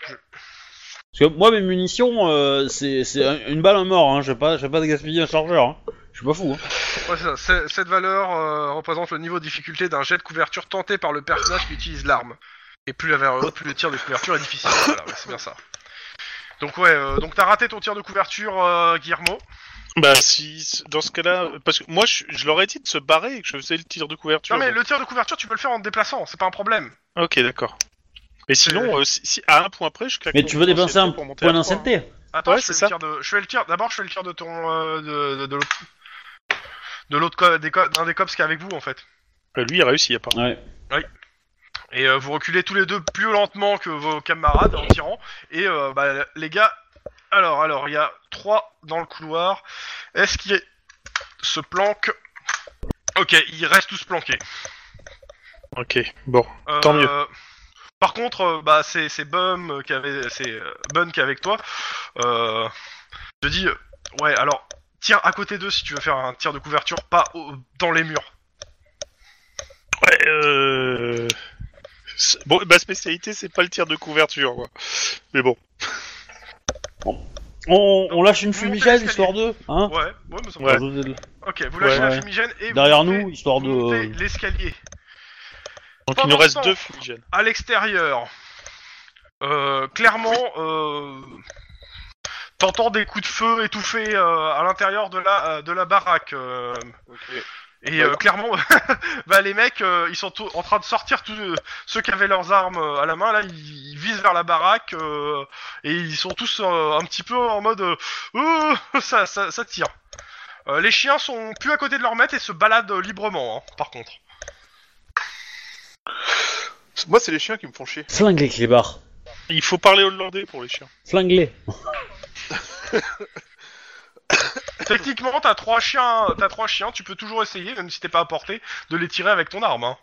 [SPEAKER 2] parce que moi, mes munitions, euh, c'est c'est un- une balle à mort. Hein. Je vais pas, je vais pas gaspiller un chargeur. Hein. Je suis pas fou. Hein.
[SPEAKER 3] Ouais, c'est ça. C'est- Cette valeur euh, représente le niveau de difficulté d'un jet de couverture tenté par le personnage qui utilise l'arme. Et plus la valeur est haute, plus le tir de couverture est difficile. Voilà, ouais, c'est bien ça. Donc, ouais, euh, donc t'as raté ton tir de couverture, euh, Guillermo.
[SPEAKER 1] bah, si. Dans ce cas-là. Parce que moi, je, je leur ai dit de se barrer et que je faisais le tir de couverture.
[SPEAKER 3] Non, mais le tir de couverture, tu peux le faire en te déplaçant, c'est pas un problème.
[SPEAKER 1] Ok, d'accord. Mais sinon, euh, si, si- à un point près, je claque
[SPEAKER 2] Mais
[SPEAKER 1] mon
[SPEAKER 2] tu veux dépenser un
[SPEAKER 1] pour monter à
[SPEAKER 2] point
[SPEAKER 1] trois, hein.
[SPEAKER 2] d'ancienneté.
[SPEAKER 3] Attends,
[SPEAKER 1] Ouais,
[SPEAKER 3] je, fais
[SPEAKER 1] c'est
[SPEAKER 3] le
[SPEAKER 1] ça.
[SPEAKER 3] tir de... je fais le tir. D'abord, je fais le tir de ton. euh, de, de, de l'autre. De l'autre. co- des co- d'un des cops qui est avec vous, en fait.
[SPEAKER 1] Euh, Lui, il réussit, apparemment.
[SPEAKER 2] Ouais.
[SPEAKER 3] Et euh, vous reculez tous les deux plus lentement que vos camarades en tirant. Et euh, bah, les gars. Alors, alors, il y a trois dans le couloir. Est-ce qu'ils se planquent Ok, ils restent tous planqués.
[SPEAKER 1] Ok, bon.
[SPEAKER 3] Euh,
[SPEAKER 1] Tant mieux.
[SPEAKER 3] Par contre, euh, bah, c'est c'est Bum euh, qui avait, c'est euh, Bun qui est avec toi. Euh, je te dis, euh, ouais, alors tire à côté d'eux si tu veux faire un tir de couverture, pas au- dans les murs.
[SPEAKER 1] Ouais, euh... c'est- Bon, ma spécialité, c'est pas le tir de couverture, quoi. Mais bon.
[SPEAKER 2] On, on lâche une
[SPEAKER 3] Vous montez
[SPEAKER 2] fumigène
[SPEAKER 3] l'escalier.
[SPEAKER 2] histoire d'eux. Hein
[SPEAKER 3] Ouais, ouais, mais ça
[SPEAKER 1] Ouais.
[SPEAKER 2] Rajoutez-le.
[SPEAKER 3] Ok, vous lâchez
[SPEAKER 1] Ouais.
[SPEAKER 3] la
[SPEAKER 2] Ouais.
[SPEAKER 3] fumigène et vous
[SPEAKER 2] Derrière
[SPEAKER 3] montez-
[SPEAKER 2] nous, histoire de.
[SPEAKER 3] vous montez
[SPEAKER 2] euh,
[SPEAKER 3] l'escalier
[SPEAKER 1] Donc il
[SPEAKER 3] Pendant
[SPEAKER 1] nous
[SPEAKER 3] ce
[SPEAKER 1] reste
[SPEAKER 3] temps-
[SPEAKER 1] deux fumigènes.
[SPEAKER 3] à l'extérieur. Euh, clairement, euh, t'entends des coups de feu étouffés euh, à l'intérieur de la euh, de la baraque. euh, Et euh, clairement, bah, les mecs, euh, ils sont tous en train de sortir tous euh, ceux qui avaient leurs armes euh, à la main. Là, ils, ils visent vers la baraque euh, et ils sont tous euh, un petit peu en mode euh, Ouh, ça, ça, ça tire. Euh, les chiens sont plus à côté de leur maître et se baladent euh, librement. hein, par contre,
[SPEAKER 4] Moi, c'est les chiens qui me font chier.
[SPEAKER 2] Flingue les clébards.
[SPEAKER 1] Il faut parler hollandais pour les chiens.
[SPEAKER 2] Flingue les.
[SPEAKER 3] techniquement, t'as trois chiens, t'as trois chiens. Tu peux toujours essayer, même si t'es pas à portée, de les tirer avec ton arme. hein.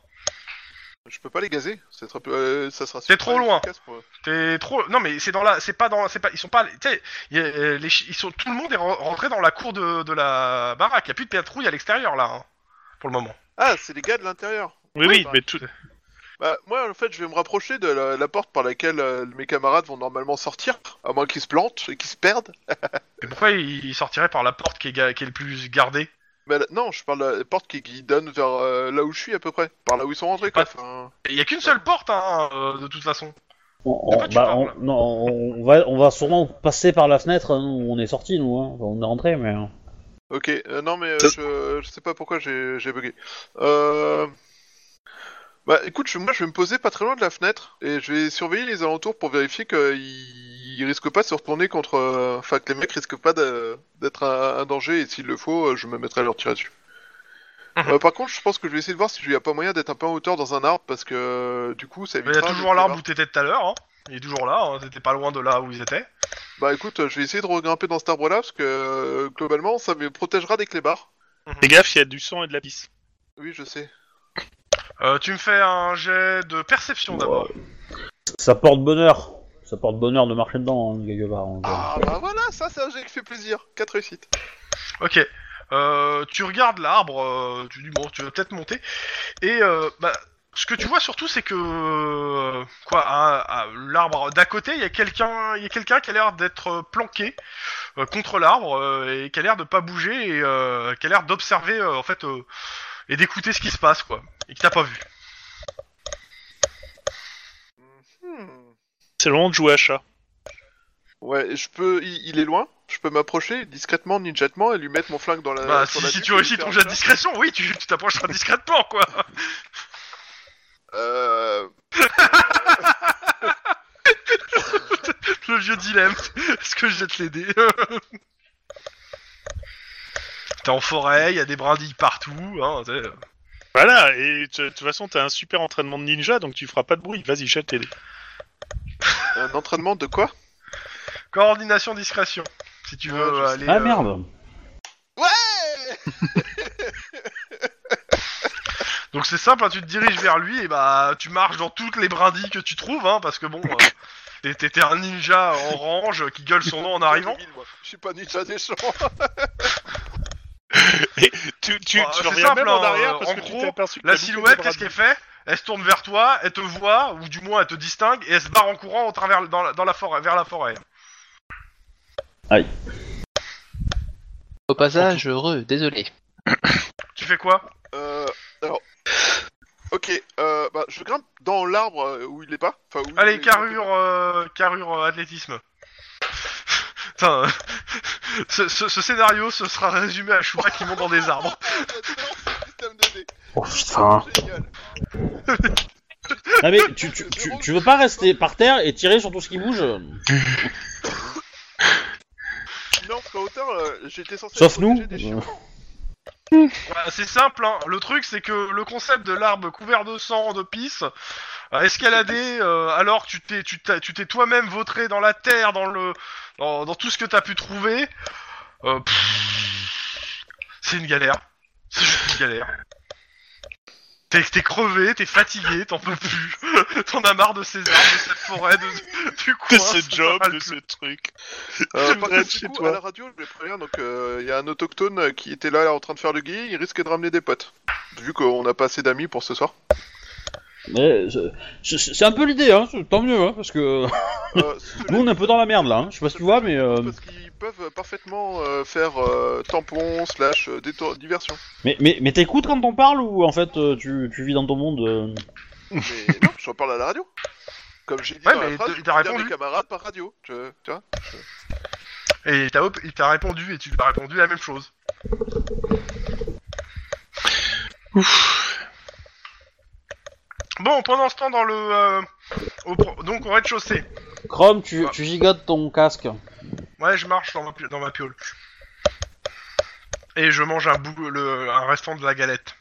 [SPEAKER 4] Je peux pas les gazer. Ça sera, peu- euh, ça sera
[SPEAKER 3] C'est trop
[SPEAKER 4] super
[SPEAKER 3] loin.
[SPEAKER 4] efficace pour eux.
[SPEAKER 3] T'es trop. Non mais c'est dans la. C'est pas dans. C'est pas. Ils sont pas. Tu sais, y a, euh, les chi- ils sont. Tout le monde est re- rentré dans la cour de, de la baraque. Y a plus de patrouille à l'extérieur là. hein, pour le moment.
[SPEAKER 4] Ah, c'est les gars de l'intérieur.
[SPEAKER 1] Oui,
[SPEAKER 4] Oui,
[SPEAKER 1] oui,
[SPEAKER 4] bah,
[SPEAKER 1] mais tout...
[SPEAKER 4] Bah, moi, en fait, je vais me rapprocher de la, la porte par laquelle euh, mes camarades vont normalement sortir, à moins qu'ils se plantent et qu'ils se perdent.
[SPEAKER 3] Et pourquoi ils ils sortiraient par la porte qui est, ga- qui est le plus gardée
[SPEAKER 4] Mais là- non, je parle de la porte qui, qui donne vers euh, là où je suis à peu près, par là où ils sont rentrés. Quoi.
[SPEAKER 3] Pas-
[SPEAKER 4] Enfin,
[SPEAKER 3] Et Y a qu'une seule porte hein, euh, de toute façon.
[SPEAKER 2] On,
[SPEAKER 3] De
[SPEAKER 2] on-
[SPEAKER 3] quoi tu
[SPEAKER 2] bah,
[SPEAKER 3] parles
[SPEAKER 2] on- non, on- on va, on va sûrement passer par la fenêtre hein, où on est sorti, nous. Hein. Enfin, on est rentré, mais. hein.
[SPEAKER 4] ok, euh, non mais euh,
[SPEAKER 1] Ça-
[SPEAKER 4] je, je sais pas pourquoi j'ai j'ai bugué. Euh... Bah écoute, je- moi je vais me poser pas très loin de la fenêtre et je vais surveiller les alentours pour vérifier qu'ils ils risquent pas de se retourner contre... euh, Enfin que les mecs risquent pas de- d'être un, un danger et s'il le faut, euh, je me mettrai à leur tirer dessus.
[SPEAKER 3] Mhm.
[SPEAKER 4] Euh, par contre, je pense que je vais essayer de voir si il y a pas moyen d'être un peu en hauteur dans un arbre parce que euh, du coup ça
[SPEAKER 3] Il y
[SPEAKER 4] évitera...
[SPEAKER 3] a
[SPEAKER 4] de-
[SPEAKER 3] toujours l'arbre où t'étais tout à l'heure. Hein. Il est toujours là. Hein. T'étais pas loin de là où ils étaient.
[SPEAKER 4] Bah écoute, euh, je vais essayer de regrimper dans cet arbre-là parce que euh, globalement ça me protégera des clébards.
[SPEAKER 1] Fais gaffe, il y a du sang et de la pisse.
[SPEAKER 4] Oui, je sais.
[SPEAKER 3] Euh, tu me fais un jet de perception d'abord.
[SPEAKER 2] Ça porte bonheur. Ça porte bonheur de marcher dedans, hein, quelque part. hein.
[SPEAKER 4] Ah bah voilà, ça c'est un jet qui fait plaisir. 4 réussites.
[SPEAKER 3] Ok. Euh, tu regardes l'arbre, euh, tu dis bon, tu vas peut-être monter. Et euh, bah, ce que tu vois surtout, c'est que euh, quoi, à- à l'arbre d'à côté, il y a quelqu'un, il y a quelqu'un qui a l'air d'être euh, planqué euh, contre l'arbre euh, et qui a l'air de pas bouger et euh, qui a l'air d'observer euh, en fait euh, et d'écouter ce qui se passe quoi, et qui t'a pas vu.
[SPEAKER 4] Hmm.
[SPEAKER 1] C'est le moment de jouer à chat.
[SPEAKER 4] Ouais, je peux. Il, il est loin. Je peux m'approcher discrètement, ninjatement, et lui mettre mon flingue dans la.
[SPEAKER 3] bah,
[SPEAKER 4] sur
[SPEAKER 3] si,
[SPEAKER 4] la
[SPEAKER 3] si
[SPEAKER 4] nuque
[SPEAKER 3] tu
[SPEAKER 4] et lui
[SPEAKER 3] réussis
[SPEAKER 4] faire
[SPEAKER 3] ton
[SPEAKER 4] un
[SPEAKER 3] jet de
[SPEAKER 4] chat.
[SPEAKER 3] discrétion, oui, tu tu t'approcheras discrètement quoi.
[SPEAKER 4] Euh...
[SPEAKER 3] Le vieux dilemme. Est-ce que je jette les dés T'es en forêt, il y a des brindilles partout. Hein, t'sais.
[SPEAKER 1] Voilà, et t- de toute façon, t'as un super entraînement de ninja, donc tu feras pas de bruit. Vas-y, jette tes dés.
[SPEAKER 4] Un entraînement de quoi
[SPEAKER 3] Coordination, discrétion. Si tu veux
[SPEAKER 4] Ouais, je sais.
[SPEAKER 3] aller.
[SPEAKER 2] Ah
[SPEAKER 3] euh,
[SPEAKER 2] merde
[SPEAKER 4] Ouais
[SPEAKER 3] Donc c'est simple, hein, tu te diriges vers lui et bah tu marches dans toutes les brindilles que tu trouves, hein, parce que bon, euh, t'es- t'es t'es un ninja orange qui gueule son nom en arrivant.
[SPEAKER 4] Débile, moi. Je suis pas ninja des champs.
[SPEAKER 1] Tu, tu,
[SPEAKER 3] Bah,
[SPEAKER 1] tu
[SPEAKER 3] c'est
[SPEAKER 1] reviens
[SPEAKER 3] simple,
[SPEAKER 1] même en
[SPEAKER 3] hein,
[SPEAKER 1] arrière
[SPEAKER 3] euh,
[SPEAKER 1] parce
[SPEAKER 3] en
[SPEAKER 1] que tu
[SPEAKER 3] gros,
[SPEAKER 1] t'es aperçu que
[SPEAKER 3] La
[SPEAKER 1] t'as loupé
[SPEAKER 3] silhouette,
[SPEAKER 1] des
[SPEAKER 3] qu'est-ce qu'elle
[SPEAKER 1] bras
[SPEAKER 3] fait Elle se tourne vers toi, elle te voit, ou du moins elle te distingue, et elle se barre en courant au travers, dans la, dans la forêt, vers la forêt.
[SPEAKER 5] Au passage, heureux, désolé.
[SPEAKER 3] Tu fais quoi
[SPEAKER 4] Euh, alors. Ok, euh, bah, je grimpe dans l'arbre euh, où il est pas. Enfin, où il
[SPEAKER 3] Allez,
[SPEAKER 4] est-
[SPEAKER 3] carrure, euh, carrure euh, athlétisme. Putain, euh, ce, ce- ce scénario, ce sera résumé à Chouba qui monte dans des arbres.
[SPEAKER 4] Système de dés.
[SPEAKER 2] Oh putain.
[SPEAKER 4] Génial.
[SPEAKER 2] Non Ah, mais tu, tu, tu, tu veux pas rester par terre et tirer sur tout ce qui bouge
[SPEAKER 4] Non, en hauteur, euh, j'étais censé.
[SPEAKER 2] Sauf
[SPEAKER 4] protéger
[SPEAKER 2] nous
[SPEAKER 4] des chiens.
[SPEAKER 3] Ouais, c'est simple, hein. le truc c'est que le concept de l'arbre couvert de sang, de pisse, euh, escaladé, euh, alors que tu t'es, tu t'as- tu t'es toi-même vautré dans la terre, dans le, dans, dans tout ce que t'as pu trouver, euh, pff, c'est une galère. C'est juste une galère. T'es, t'es crevé, t'es fatigué, t'en peux plus. T'en as marre de ces arbres, de cette forêt, de, du coin.
[SPEAKER 1] De ce job, de ce truc.
[SPEAKER 4] Euh,
[SPEAKER 1] Tu
[SPEAKER 4] par
[SPEAKER 1] me
[SPEAKER 4] contre,
[SPEAKER 1] restes
[SPEAKER 4] du
[SPEAKER 1] chez
[SPEAKER 4] coup,
[SPEAKER 1] toi.
[SPEAKER 4] à la radio, je vais prévenir, donc euh, il y a un autochtone euh, qui était là, là, en train de faire le guet, il risque de ramener des potes. Vu qu'on n'a pas assez d'amis pour ce soir.
[SPEAKER 2] Mais c'est- c'est c'est un peu l'idée, hein. c'est- Tant mieux, hein, parce que
[SPEAKER 4] Euh, cela
[SPEAKER 2] nous on est un peu dans la merde là. hein. Je sais pas si tu vois, mais
[SPEAKER 4] dit,
[SPEAKER 2] euh,
[SPEAKER 4] Parce qu'ils peuvent parfaitement euh, faire euh, tampon, slash, euh, détour- diversion.
[SPEAKER 2] mais mais, mais t'écoutes quand on parle ou en fait euh, tu, tu vis dans ton monde euh
[SPEAKER 4] Mais non, j'en parle à la radio. Comme j'ai dit
[SPEAKER 3] Ouais,
[SPEAKER 4] dans
[SPEAKER 3] mais
[SPEAKER 4] la phrase,
[SPEAKER 3] t'as-
[SPEAKER 4] je
[SPEAKER 3] t'as
[SPEAKER 4] préviens
[SPEAKER 3] répondu.
[SPEAKER 4] mes camarades par radio. Je- tu vois
[SPEAKER 3] Et il t'a, op- il t'a répondu, et tu lui as répondu la même chose. Bon, pendant ce temps, dans le. euh, au pro- donc au rez-de-chaussée.
[SPEAKER 2] Chrome, tu, tu gigotes ton casque.
[SPEAKER 3] Ouais, je marche dans ma, pi- dans ma piole. Et je mange un, bout, le, un restant de la galette.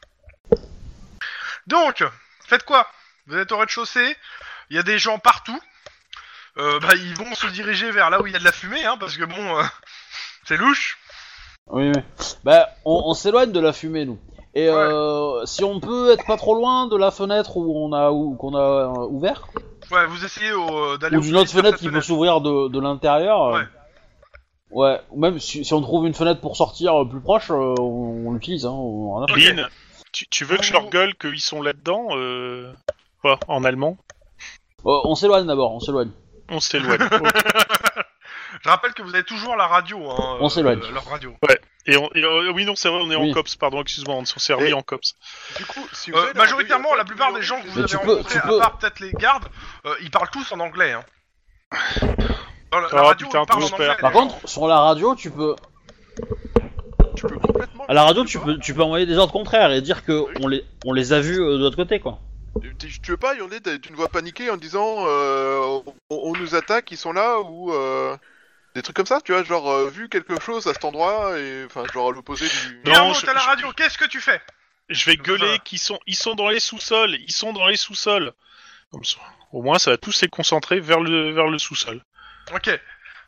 [SPEAKER 3] Donc, faites quoi Vous êtes au rez-de-chaussée, il y a des gens partout. Euh, bah, ils vont se diriger vers là où il y a de la fumée, hein, parce que bon, euh, c'est louche.
[SPEAKER 2] Oui, oui. Bah, on, on s'éloigne de la fumée, nous. Et euh, si on peut être pas trop loin de la fenêtre où on a ou qu'on a euh, ouvert,
[SPEAKER 3] Ouais, vous essayez au- euh, d'aller
[SPEAKER 2] ou
[SPEAKER 3] au-
[SPEAKER 2] d'une autre
[SPEAKER 3] vers
[SPEAKER 2] fenêtre
[SPEAKER 3] cette
[SPEAKER 2] qui peut s'ouvrir de, de l'intérieur. euh,
[SPEAKER 3] Ouais.
[SPEAKER 2] ouais. Ou même si, si on trouve une fenêtre pour sortir euh, plus proche, euh, on, on l'utilise. Hein, on en a pas.
[SPEAKER 1] Lynn, tu, tu veux que je leur gueule qu'ils sont là-dedans euh, quoi, En allemand
[SPEAKER 2] Euh, on s'éloigne d'abord, on s'éloigne.
[SPEAKER 1] On s'éloigne. Ok.
[SPEAKER 3] Je rappelle que vous avez toujours la radio. Hein,
[SPEAKER 2] On s'éloigne.
[SPEAKER 3] Leur radio.
[SPEAKER 1] et on- et, euh, oui, non, c'est vrai, on est
[SPEAKER 2] Oui.
[SPEAKER 1] en COPS, pardon, excuse-moi, on s'en servi
[SPEAKER 4] Et-
[SPEAKER 1] en COPS.
[SPEAKER 4] Du coup, si vous
[SPEAKER 3] Euh,
[SPEAKER 4] avez la
[SPEAKER 3] majoritairement,
[SPEAKER 4] radio,
[SPEAKER 3] la plupart des gens que vous
[SPEAKER 2] Mais
[SPEAKER 3] avez
[SPEAKER 2] tu peux-
[SPEAKER 3] rencontrés,
[SPEAKER 2] tu
[SPEAKER 3] à
[SPEAKER 2] peux-
[SPEAKER 3] part peut-être les gardes, euh, ils parlent tous en anglais. Hein. Dans la, la
[SPEAKER 1] Ah,
[SPEAKER 3] radio,
[SPEAKER 1] putain,
[SPEAKER 3] ils parlent en
[SPEAKER 1] tous,
[SPEAKER 3] anglais.
[SPEAKER 2] Par contre, sur la radio, tu peux.
[SPEAKER 4] tu peux complètement.
[SPEAKER 2] À la radio, tu peux, tu peux envoyer des ordres contraires et dire que on les, on les a vus euh, de l'autre côté, quoi.
[SPEAKER 4] Tu tu veux pas y en est d'une voix paniquée en disant euh, on, on nous attaque, ils sont là ou euh, des trucs comme ça, tu vois, genre euh, vu quelque chose à cet endroit et enfin genre à l'opposé du.
[SPEAKER 1] Non,
[SPEAKER 3] Guillermo,
[SPEAKER 1] je-
[SPEAKER 3] t'as la
[SPEAKER 1] je-
[SPEAKER 3] radio, qu'est-ce que tu fais
[SPEAKER 1] Je vais
[SPEAKER 3] Ça
[SPEAKER 1] gueuler
[SPEAKER 3] va.
[SPEAKER 1] qu'ils sont, ils sont dans les sous-sols, ils sont dans les sous-sols. Comme ça, Au moins, ça va tous les concentrer vers le, vers le sous-sol.
[SPEAKER 3] Ok.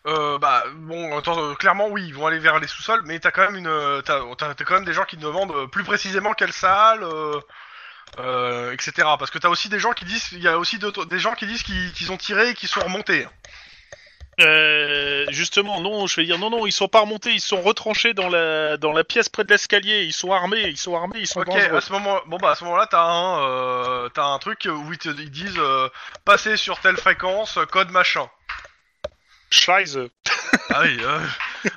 [SPEAKER 3] Euh, bah, bon, attends, euh, clairement, oui, ils vont aller vers les sous-sols, mais t'as quand même une. euh, T'as t'as- t'as quand même des gens qui te demandent euh, plus précisément quelle salle. euh, euh, etc. Parce que t'as aussi des gens qui disent, il y a aussi d'autres- des gens qui disent qu'ils qu'ils ont tiré et qu'ils sont remontés. hein.
[SPEAKER 1] Euh, justement, non, je vais dire non, non, ils sont pas remontés, ils sont retranchés dans la, dans la pièce près de l'escalier, ils sont armés, ils sont armés, ils sont
[SPEAKER 3] Ok,
[SPEAKER 1] dangereux.
[SPEAKER 3] à ce moment, bon bah à ce moment-là, t'as un, euh, t'as un truc où ils te ils disent euh, passer sur telle fréquence, code machin.
[SPEAKER 1] Scheiße.
[SPEAKER 3] Ah oui, euh,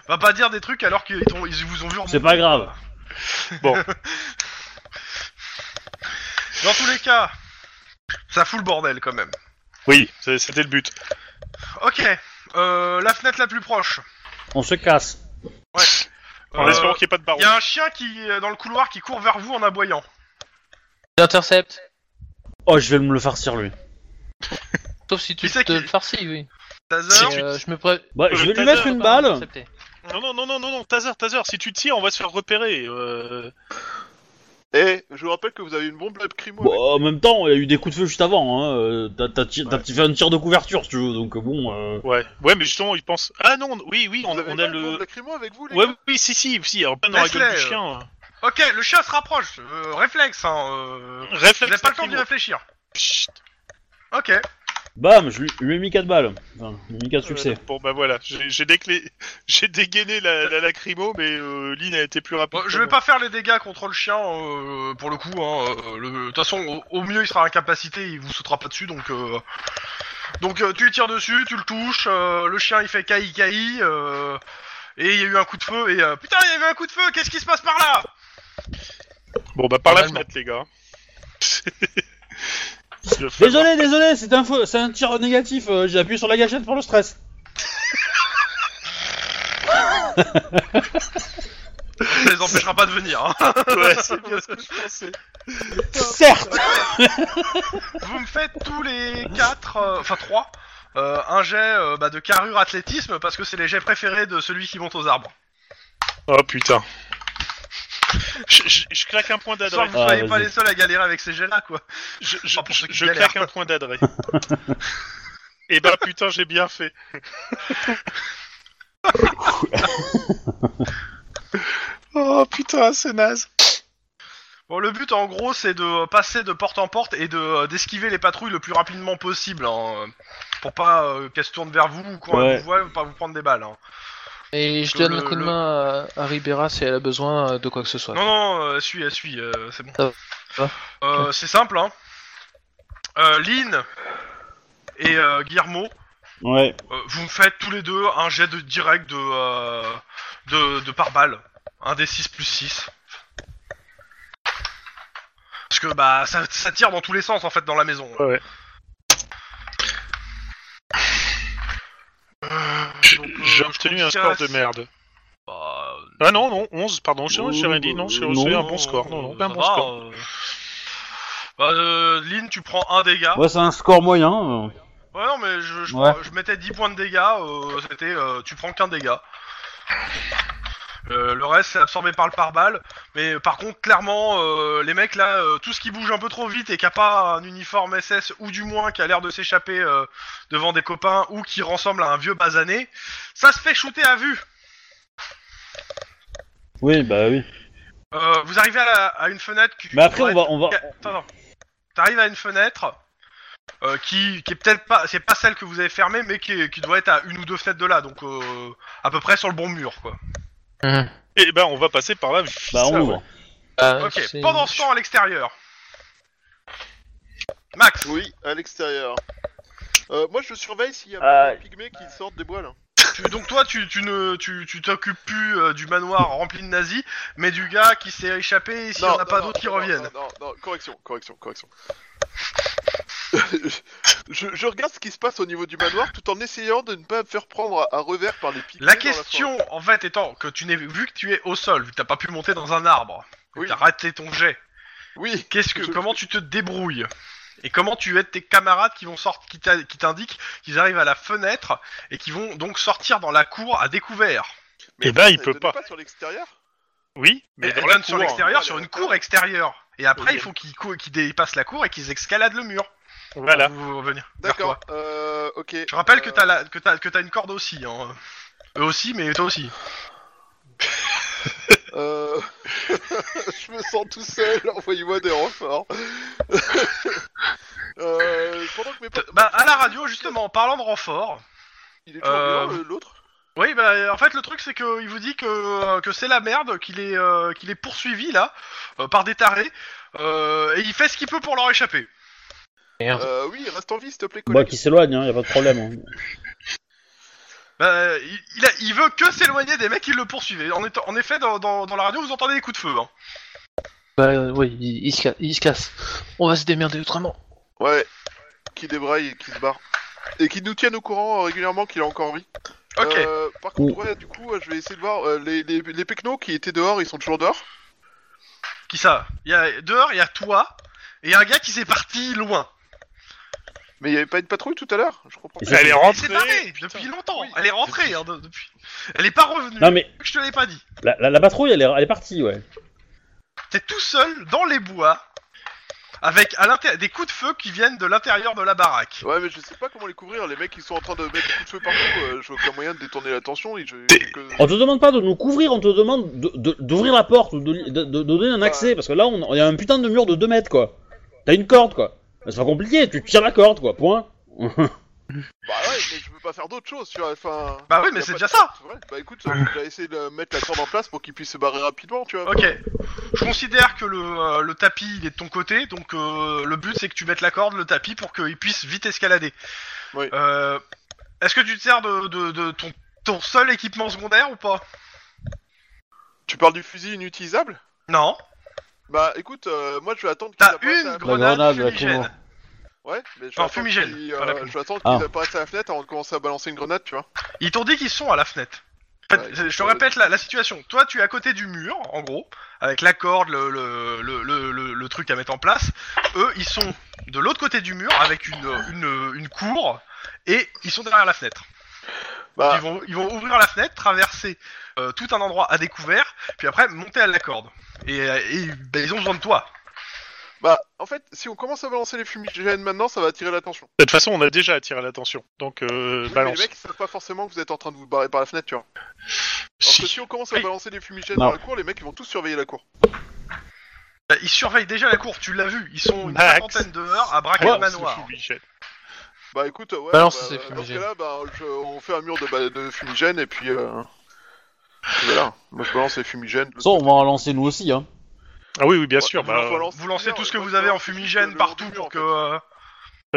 [SPEAKER 3] va pas dire des trucs alors qu'ils t'ont- ils vous ont vu. remonter.
[SPEAKER 2] C'est pas grave.
[SPEAKER 3] Dans tous les cas, ça fout le bordel quand même.
[SPEAKER 1] Oui, c'est- c'était le but.
[SPEAKER 3] Ok, euh, la fenêtre la plus proche.
[SPEAKER 2] On se casse.
[SPEAKER 1] En
[SPEAKER 3] Euh,
[SPEAKER 1] espérant qu'il n'y ait pas de barreau.
[SPEAKER 3] y a un chien qui est dans le couloir qui court vers vous en aboyant.
[SPEAKER 5] J'intercepte.
[SPEAKER 2] Oh, je vais me le farcir lui.
[SPEAKER 5] Sauf si tu
[SPEAKER 3] Qui c'est
[SPEAKER 5] te
[SPEAKER 3] qui-
[SPEAKER 5] le farcis, oui.
[SPEAKER 3] Taser,
[SPEAKER 1] tu-
[SPEAKER 5] Euh, je me pré...
[SPEAKER 2] Bah, je vais lui mettre une balle.
[SPEAKER 5] Intercepté.
[SPEAKER 1] Non, non, non, non, non, non, Taser, Taser, si tu tires, on va se faire repérer. euh.
[SPEAKER 4] Eh, je vous rappelle que vous avez une bombe à crimo.
[SPEAKER 2] Bon, en même temps, il y a eu des coups de feu juste avant. Hein. euh, T'as t'as ti- t'as fait un tir de couverture, si tu veux. Donc euh, bon. euh,
[SPEAKER 1] Ouais, ouais, mais justement, ils pensent. Ah non, oui, oui, on,
[SPEAKER 4] Vous avez
[SPEAKER 1] on
[SPEAKER 4] pas
[SPEAKER 1] a
[SPEAKER 4] une bombe
[SPEAKER 1] le.
[SPEAKER 4] lacrymo avec vous les
[SPEAKER 1] Ouais,
[SPEAKER 4] gars
[SPEAKER 1] oui, si, si, si, en plein dans la gueule
[SPEAKER 3] Laisse-les,
[SPEAKER 1] du
[SPEAKER 3] euh.
[SPEAKER 1] chien. hein.
[SPEAKER 3] Ok, le chien se rapproche. euh, réflexe, hein. euh, Vous
[SPEAKER 1] Réflexe.
[SPEAKER 3] n'avez pas le temps d'y
[SPEAKER 1] Akimo.
[SPEAKER 3] réfléchir.
[SPEAKER 1] Chut.
[SPEAKER 3] Ok.
[SPEAKER 2] Bam, je lui, je lui ai mis 4 balles. Enfin, je lui ai mis 4 succès.
[SPEAKER 1] Euh, bon bah voilà, j'ai j'ai déclé- j'ai dégainé la, la lacrymo, mais euh, Lynn a été plus rapide.
[SPEAKER 3] Bon, je vais pas faire les dégâts contre le chien euh, pour le coup. hein, euh, le- De toute façon, au, au mieux, il sera incapacité, il vous sautera pas dessus. Donc, euh, donc euh, tu lui tires dessus, tu le touches. euh, le chien, il fait caï caï. euh, Et il y a eu un coup de feu. Et euh, putain, il y avait un coup de feu. Qu'est-ce qui se passe par là
[SPEAKER 1] Bon bah par la
[SPEAKER 5] Normalement.
[SPEAKER 1] fenêtre les gars.
[SPEAKER 2] Désolé, désolé, c'est un feu, c'est un tir négatif. euh, J'ai appuyé sur la gâchette pour le stress.
[SPEAKER 3] Ça les empêchera pas de venir. hein.
[SPEAKER 1] Ouais, c'est bien ce que je pensais.
[SPEAKER 2] Certes.
[SPEAKER 3] Vous me faites tous les quatre, euh, enfin trois, euh, un jet euh, bah, de carrure athlétisme parce que c'est les jets préférés de celui qui monte aux arbres.
[SPEAKER 1] Oh putain. Je, je- je claque un point
[SPEAKER 3] Soit
[SPEAKER 1] d'adresse.
[SPEAKER 3] vous
[SPEAKER 2] Ah,
[SPEAKER 3] soyez pas
[SPEAKER 2] vas-y.
[SPEAKER 3] les seuls à galérer avec ces jets-là, quoi.
[SPEAKER 1] Je, je-
[SPEAKER 3] Ah, pour ceux qui
[SPEAKER 1] je
[SPEAKER 3] galèrent.
[SPEAKER 1] claque un point d'adresse. Et bah putain, j'ai bien fait. oh putain, c'est naze.
[SPEAKER 3] Bon, le but en gros, c'est de passer de porte en porte et de euh, d'esquiver les patrouilles le plus rapidement possible, hein, euh, pour pas euh, qu'elles se tournent vers vous ou quand
[SPEAKER 2] Ouais.
[SPEAKER 3] elles vous voient, pas vous prendre des balles. hein.
[SPEAKER 5] Et je
[SPEAKER 3] Que
[SPEAKER 5] donne
[SPEAKER 3] le-
[SPEAKER 5] un coup de
[SPEAKER 3] le-
[SPEAKER 5] main à, à Ribera si elle a besoin euh, de quoi que ce soit.
[SPEAKER 3] Non, non, euh, elle suit, elle suit, euh, c'est bon.
[SPEAKER 5] Ça va.
[SPEAKER 3] Euh, c'est simple, hein. Euh, Lynn et euh, Guillermo,
[SPEAKER 2] Ouais.
[SPEAKER 3] Euh, vous me faites tous les deux un jet de direct de, euh, de, de par balle. Un des 6 plus 6. Parce que bah ça, ça tire dans tous les sens en fait dans la maison.
[SPEAKER 1] Ouais.
[SPEAKER 3] Euh, donc, euh,
[SPEAKER 1] J'ai
[SPEAKER 3] je
[SPEAKER 1] obtenu
[SPEAKER 3] trouve
[SPEAKER 1] un
[SPEAKER 3] qu'il
[SPEAKER 1] score
[SPEAKER 3] reste-
[SPEAKER 1] de merde.
[SPEAKER 3] Bah,
[SPEAKER 1] Ah non, non, 11, pardon, j'ai j'ai rien dit, non, j'ai
[SPEAKER 2] Non,
[SPEAKER 1] j'ai un
[SPEAKER 3] non,
[SPEAKER 1] bon score. Non, non,
[SPEAKER 3] euh,
[SPEAKER 1] pas un
[SPEAKER 3] ça
[SPEAKER 1] bon
[SPEAKER 3] va,
[SPEAKER 1] score.
[SPEAKER 3] euh. Bah, euh, Lynn, tu prends un dégât.
[SPEAKER 2] Ouais, c'est un score moyen. euh.
[SPEAKER 3] Ouais, non, mais je, je,
[SPEAKER 2] Ouais.
[SPEAKER 3] je mettais 10 points de dégâts, euh, c'était euh, tu prends qu'un dégât. Euh, le reste c'est absorbé par le pare-balles, mais par contre clairement euh, les mecs là, euh, tout ce qui bouge un peu trop vite et qui a pas un uniforme SS ou du moins qui a l'air de s'échapper euh, devant des copains ou qui ressemble à un vieux basané, ça se fait shooter à vue.
[SPEAKER 2] Oui, bah oui.
[SPEAKER 3] Euh, vous arrivez à, la- à une fenêtre qui.
[SPEAKER 2] Mais après,
[SPEAKER 3] pourrait
[SPEAKER 2] on va, on va.
[SPEAKER 3] Attends, attends. T'arrives à une fenêtre euh, qui, qui est peut-être pas, c'est pas celle que vous avez fermée, mais qui, est- qui doit être à une ou deux fenêtres de là, donc euh, à peu près sur le bon mur, quoi.
[SPEAKER 5] Mhm.
[SPEAKER 1] Et ben, on va passer par là.
[SPEAKER 2] Bah,
[SPEAKER 1] Ça,
[SPEAKER 2] on ouvre.
[SPEAKER 4] Ah,
[SPEAKER 5] Bah,
[SPEAKER 3] Ok.
[SPEAKER 5] c'est-
[SPEAKER 3] Pendant ce temps, à l'extérieur. Max.
[SPEAKER 4] Oui, à l'extérieur. Euh, moi, je surveille s'il y a
[SPEAKER 2] Ah.
[SPEAKER 1] Euh,
[SPEAKER 4] pas des pygmées qui sortent des bois là.
[SPEAKER 3] tu- donc toi, tu, tu ne, tu, tu t'occupes plus euh, du manoir rempli de nazis, mais du gars qui s'est échappé. Et s'il y en a pas d'autres qui
[SPEAKER 4] non,
[SPEAKER 3] reviennent.
[SPEAKER 4] Non, non, non, correction, correction, correction. je, je regarde ce qui se passe au niveau du manoir tout en essayant de ne pas me faire prendre à, à revers par les pics.
[SPEAKER 3] La question, en fait, étant que tu n'es vu que tu es au sol, vu que t'as pas pu monter dans un arbre, et
[SPEAKER 4] Oui.
[SPEAKER 3] t'as raté ton jet.
[SPEAKER 4] Oui,
[SPEAKER 3] Qu'est-ce que,
[SPEAKER 4] Je-
[SPEAKER 3] comment tu te débrouilles et comment tu aides tes camarades qui vont sortir, qui t'a- qui t'indiquent qu'ils arrivent à la fenêtre et qui vont donc sortir dans la cour à découvert.
[SPEAKER 1] Eh ben, il
[SPEAKER 4] ça
[SPEAKER 1] peut
[SPEAKER 4] étonne
[SPEAKER 1] pas.
[SPEAKER 4] sur l'extérieur
[SPEAKER 1] Oui,
[SPEAKER 3] Mais
[SPEAKER 1] mais
[SPEAKER 3] elles
[SPEAKER 1] dans la
[SPEAKER 3] donnent sur
[SPEAKER 1] cour,
[SPEAKER 3] l'extérieur,
[SPEAKER 4] hein.
[SPEAKER 3] sur une cour extérieure. Et après,
[SPEAKER 1] Ok.
[SPEAKER 3] il faut qu'ils cou- qu'ils dépassent la cour et qu'ils escaladent le mur.
[SPEAKER 1] hein. Voilà.
[SPEAKER 3] Pour vous revenir vers
[SPEAKER 4] D'accord,
[SPEAKER 3] toi.
[SPEAKER 4] euh, ok.
[SPEAKER 3] Je rappelle que
[SPEAKER 4] Euh,
[SPEAKER 3] t'as la- que t'as que t'as une corde aussi. Hein. Eux aussi, mais toi aussi.
[SPEAKER 4] Euh... je me sens tout seul, envoyez-moi des renforts. euh, pendant que mes potes-
[SPEAKER 3] Bah à la radio justement, en parlant de renfort.
[SPEAKER 4] Il est toujours
[SPEAKER 3] euh,
[SPEAKER 4] vivant, le- l'autre
[SPEAKER 3] Oui, bah en fait le truc c'est que il vous dit que, que c'est la merde, qu'il est euh, qu'il est poursuivi là euh, par des tarés euh, et il fait ce qu'il peut pour leur échapper.
[SPEAKER 4] euh, Oui, reste en vie s'il te plaît,
[SPEAKER 2] Bah,
[SPEAKER 4] collègue.
[SPEAKER 2] qui s'éloigne, hein, y a pas de problème. hein.
[SPEAKER 3] Bah, il, il, a- il veut que s'éloigner des mecs qui le poursuivaient. En, étant- en effet, dans, dans, dans la radio, vous entendez des coups de feu. Hein.
[SPEAKER 5] Bah, euh, oui, il, il se ca- il se casse. On va se démerder autrement.
[SPEAKER 4] Ouais, qui débraille et qui se barre. Et qui nous tienne au courant euh, régulièrement qu'il a encore envie.
[SPEAKER 3] Ok.
[SPEAKER 4] Euh, par contre, ouais, du coup, euh, je vais essayer de voir. euh, les, les, les pecnos qui étaient dehors, ils sont toujours dehors
[SPEAKER 3] Qui ça Il y a dehors, il y a toi et un gars qui s'est parti loin.
[SPEAKER 4] Mais il n'y avait pas une patrouille tout à l'heure Je comprends
[SPEAKER 2] Et
[SPEAKER 4] pas.
[SPEAKER 2] ça-
[SPEAKER 1] Elle est
[SPEAKER 3] Elle s'est
[SPEAKER 1] rentrée.
[SPEAKER 3] barrée depuis longtemps.
[SPEAKER 4] Oui.
[SPEAKER 3] Elle est rentrée hein, de- depuis. Elle est pas revenue.
[SPEAKER 2] Non, mais
[SPEAKER 3] Je te l'ai pas dit.
[SPEAKER 2] la, la, la patrouille, elle est, elle est partie, ouais.
[SPEAKER 3] T'es tout seul dans les bois. avec à l'inté- des coups de feu qui viennent de l'intérieur de la baraque.
[SPEAKER 4] Ouais, mais je sais pas comment les couvrir. Les mecs, ils sont en train de mettre des coups de feu partout. euh, je vois aucun moyen de détourner l'attention. et je-
[SPEAKER 1] T'es-
[SPEAKER 4] que-
[SPEAKER 2] On te demande pas de nous couvrir, on te demande de- de- d'ouvrir la porte ou de, de- de donner un accès, parce que là, on, il y a un putain de mur de 2 mètres, quoi. T'as une corde, quoi. C'est pas compliqué, tu tires la corde, quoi, point.
[SPEAKER 4] Bah ouais, mais je peux pas faire d'autre chose. Tu vois, enfin.
[SPEAKER 3] Bah oui, mais
[SPEAKER 4] y a
[SPEAKER 3] c'est
[SPEAKER 4] pas
[SPEAKER 3] déjà
[SPEAKER 4] de-
[SPEAKER 3] ça.
[SPEAKER 4] Ouais, Bah écoute, euh, j'ai essayé de mettre la corde en place pour qu'il puisse se barrer rapidement, tu vois.
[SPEAKER 3] Ok. Je considère que le, euh, le tapis il est de ton côté, donc euh, le but c'est que tu mettes la corde, le tapis pour qu'il puisse vite escalader.
[SPEAKER 4] Oui.
[SPEAKER 3] Euh, Est-ce que tu te sers de, de- de ton, ton seul équipement secondaire ou pas
[SPEAKER 4] Tu parles du fusil inutilisable
[SPEAKER 3] Non.
[SPEAKER 4] Bah écoute, euh, moi je vais attendre
[SPEAKER 3] T'as
[SPEAKER 4] apparaisse
[SPEAKER 3] une
[SPEAKER 4] à la-
[SPEAKER 3] grenade, grenade
[SPEAKER 4] Ouais, mais je vais
[SPEAKER 3] Non,
[SPEAKER 4] attendre
[SPEAKER 3] fumigène,
[SPEAKER 4] qu'il,
[SPEAKER 3] pas la
[SPEAKER 4] euh,
[SPEAKER 3] plume.
[SPEAKER 4] je vais attendre
[SPEAKER 2] Ah.
[SPEAKER 4] qu'ils apparaissent à la fenêtre avant de commencer à balancer une grenade, tu vois.
[SPEAKER 3] Ils t'ont dit qu'ils sont à la fenêtre. En fait,
[SPEAKER 4] Ouais,
[SPEAKER 3] je te
[SPEAKER 4] euh,
[SPEAKER 3] répète la, la situation. Toi, tu es à côté du mur, en gros, avec la corde, le, le, le, le, le- le truc à mettre en place. Eux, ils sont de l'autre côté du mur avec une, une, une cour et ils sont derrière la fenêtre.
[SPEAKER 4] Bah,
[SPEAKER 3] Ils, vont, ils vont ouvrir la fenêtre, traverser euh, tout un endroit à découvert, puis après monter à la corde. Et, euh, et, bah, ils ont besoin de toi.
[SPEAKER 4] bah, en fait, si on commence à balancer les fumigènes maintenant, ça va attirer l'attention.
[SPEAKER 1] De toute façon, on a déjà attiré l'attention. Donc, euh,
[SPEAKER 4] Oui, mais
[SPEAKER 1] balance.
[SPEAKER 4] les mecs, ils savent pas forcément que vous êtes en train de vous barrer par la fenêtre, tu vois. Alors que
[SPEAKER 1] Si.
[SPEAKER 4] si on commence à
[SPEAKER 3] Oui.
[SPEAKER 4] balancer les fumigènes
[SPEAKER 2] Non.
[SPEAKER 4] dans la cour, les mecs, ils vont tous surveiller la cour.
[SPEAKER 3] Bah, Ils surveillent déjà la cour, tu l'as vu. Ils sont une
[SPEAKER 1] Max.
[SPEAKER 3] cinquantaine de heures à braquer le
[SPEAKER 1] Balance le
[SPEAKER 3] manoir.
[SPEAKER 1] fumigène.
[SPEAKER 4] Bah écoute, ouais.
[SPEAKER 5] Balance
[SPEAKER 4] bah,
[SPEAKER 5] ces
[SPEAKER 4] Dans ce
[SPEAKER 5] fumigènes.
[SPEAKER 4] cas-là, bah, je- on fait un mur de, ba- de fumigènes et puis. Euh... et Voilà, moi je balance les fumigènes.
[SPEAKER 2] Ça, on va en lancer nous aussi, hein.
[SPEAKER 1] Ah oui, oui, bien sûr.
[SPEAKER 4] Ouais,
[SPEAKER 1] bah,
[SPEAKER 4] on lance-
[SPEAKER 3] Vous lancez tout ce que
[SPEAKER 4] Moi,
[SPEAKER 3] vous
[SPEAKER 4] je
[SPEAKER 3] avez en
[SPEAKER 4] lance juste le-
[SPEAKER 3] fumigène
[SPEAKER 4] le
[SPEAKER 3] partout
[SPEAKER 4] mur, en
[SPEAKER 3] pour que...
[SPEAKER 4] fait.
[SPEAKER 3] euh,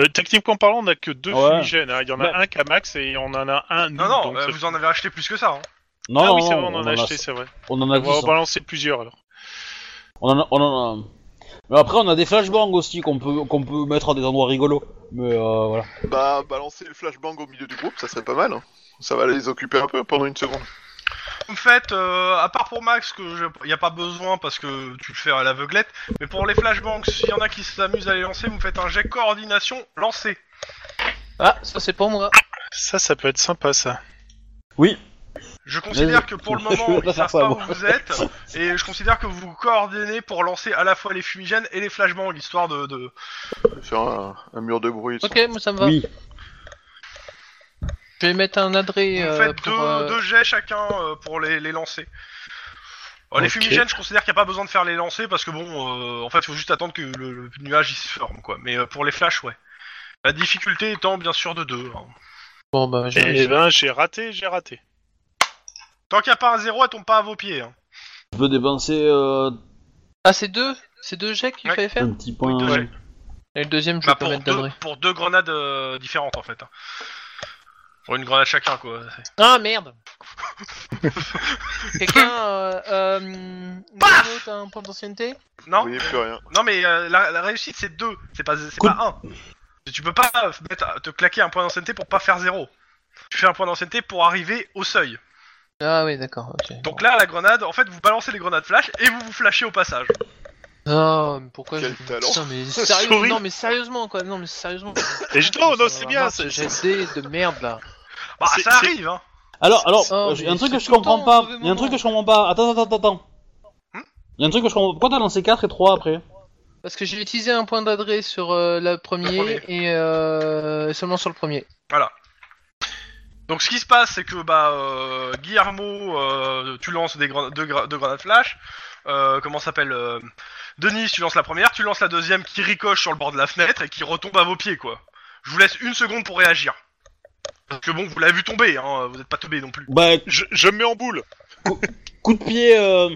[SPEAKER 1] euh, techniquement parlant, on a que deux
[SPEAKER 2] Ouais.
[SPEAKER 1] fumigènes. hein. Il y en a
[SPEAKER 2] Bah-
[SPEAKER 1] un qu'à Max et on en a un. nous,
[SPEAKER 3] Non, non,
[SPEAKER 1] donc
[SPEAKER 3] euh,
[SPEAKER 1] ça-
[SPEAKER 3] vous en avez acheté plus que ça. hein.
[SPEAKER 2] Non,
[SPEAKER 1] ah
[SPEAKER 2] non,
[SPEAKER 1] oui,
[SPEAKER 2] non,
[SPEAKER 1] c'est vrai, on en a acheté, c'est vrai.
[SPEAKER 2] on en a
[SPEAKER 1] On va en
[SPEAKER 2] dix, hein.
[SPEAKER 1] balancer plusieurs alors.
[SPEAKER 2] On en a, on en a- Mais après, on a des flashbangs aussi qu'on peut, qu'on peut mettre à des endroits rigolos. Mais euh, voilà.
[SPEAKER 4] Bah balancer le flashbang au milieu du groupe, ça serait pas mal. hein. Ça va les occuper un peu pendant une seconde.
[SPEAKER 3] En fait, euh, à part pour Max, que je- y a pas besoin parce que tu le fais à l'aveuglette, mais pour les flashbangs, s'il y en a qui s'amusent à les lancer, vous faites un jet coordination lancé.
[SPEAKER 5] Ah, ça c'est pour moi.
[SPEAKER 1] Ça, ça peut être sympa ça.
[SPEAKER 3] Je considère
[SPEAKER 2] Vas-y.
[SPEAKER 3] que pour le
[SPEAKER 2] Je
[SPEAKER 3] moment,
[SPEAKER 2] vais pas
[SPEAKER 3] ils
[SPEAKER 2] faire
[SPEAKER 3] savent
[SPEAKER 2] ça,
[SPEAKER 3] pas
[SPEAKER 2] moi.
[SPEAKER 3] où vous êtes, et je considère que vous vous coordonnez pour lancer à la fois les fumigènes et les flashbangs, histoire de... de-
[SPEAKER 4] Faire un, un mur de bruit.
[SPEAKER 5] Ok, moi ça me va.
[SPEAKER 2] Oui.
[SPEAKER 5] Je vais mettre un adré.
[SPEAKER 3] Vous
[SPEAKER 5] euh,
[SPEAKER 3] faites
[SPEAKER 5] pour,
[SPEAKER 3] deux,
[SPEAKER 5] euh,
[SPEAKER 3] deux jets chacun euh, pour les, les lancer. Euh, Les
[SPEAKER 1] Ok.
[SPEAKER 3] fumigènes, je considère qu'il n'y a pas besoin de faire les lancer parce que bon, euh, en fait, il faut juste attendre que le, le nuage il se forme quoi. Mais euh, pour les flashs, ouais. La difficulté étant bien sûr de deux. hein.
[SPEAKER 5] Bon bah j'ai
[SPEAKER 1] Eh
[SPEAKER 5] réussi.
[SPEAKER 1] ben, j'ai raté, j'ai raté.
[SPEAKER 3] Tant qu'il n'y a pas un zéro, elle tombe pas à vos pieds. Hein.
[SPEAKER 2] Je peux dépenser euh,
[SPEAKER 5] Ah, c'est deux C'est deux jets qu'il
[SPEAKER 3] Ouais.
[SPEAKER 5] fallait faire
[SPEAKER 2] un petit point.
[SPEAKER 3] Oui, deux jets.
[SPEAKER 5] Et le deuxième, je
[SPEAKER 3] Bah,
[SPEAKER 5] vais pas
[SPEAKER 3] pour,
[SPEAKER 5] mettre
[SPEAKER 3] deux,
[SPEAKER 5] d'adré.
[SPEAKER 3] pour deux grenades euh, différentes en fait. hein. Pour une grenade chacun quoi. C'est-
[SPEAKER 5] Ah merde Quelqu'un. Euh, euh, Bruno, t'as un point d'ancienneté
[SPEAKER 3] Non,
[SPEAKER 4] Oui, plus rien.
[SPEAKER 3] non mais euh, la, la réussite c'est deux, c'est pas, c'est
[SPEAKER 2] Cool.
[SPEAKER 3] pas un. Tu peux pas euh, mettre- te claquer un point d'ancienneté pour pas faire zéro. Tu fais un point d'ancienneté pour arriver au seuil.
[SPEAKER 5] Ah oui, d'accord, ok.
[SPEAKER 3] Donc là, la grenade, en fait, vous balancez les grenades flash et vous vous flashez au passage.
[SPEAKER 5] Oh, mais pourquoi
[SPEAKER 4] Quel
[SPEAKER 5] je-
[SPEAKER 4] talent.
[SPEAKER 5] Putain, mais sérieux...
[SPEAKER 1] Souris.
[SPEAKER 5] Non, mais sérieusement, quoi. Non, mais sérieusement.
[SPEAKER 1] Et je... Non, non, c'est bien. c'est-
[SPEAKER 5] Euh, J'ai essayé de merde là.
[SPEAKER 3] Bah,
[SPEAKER 1] C'est-
[SPEAKER 3] ça
[SPEAKER 1] c'est-
[SPEAKER 3] arrive, hein.
[SPEAKER 2] Alors, alors,
[SPEAKER 5] Oh,
[SPEAKER 2] euh,
[SPEAKER 5] mais
[SPEAKER 2] j'ai un truc
[SPEAKER 5] c'est
[SPEAKER 2] que je
[SPEAKER 5] tout le
[SPEAKER 2] comprends
[SPEAKER 5] temps,
[SPEAKER 2] pas.
[SPEAKER 5] au mauvais
[SPEAKER 2] Il y a un truc
[SPEAKER 5] moment.
[SPEAKER 2] que je comprends pas. Attends, attends, attends, attends.
[SPEAKER 3] Hmm
[SPEAKER 2] Il y a un truc que je comprends pas. Pourquoi t'as lancé 4 et 3 après
[SPEAKER 5] Parce que j'ai utilisé un point d'adresse sur euh, la première
[SPEAKER 3] Le
[SPEAKER 5] et euh, seulement sur le premier.
[SPEAKER 3] Donc, ce qui se passe, c'est que bah, euh, Guillermo, euh, tu lances des grenades, deux, gra- deux grenades flash. Euh, comment ça s'appelle euh, Denis, tu lances la première, tu lances la deuxième qui ricoche sur le bord de la fenêtre et qui retombe à vos pieds, quoi. Je vous laisse une seconde pour réagir. Parce que bon, vous l'avez vu tomber, hein, vous n'êtes pas tombé non plus.
[SPEAKER 2] Bah,
[SPEAKER 1] Je, je me mets en boule.
[SPEAKER 2] coup de pied, euh,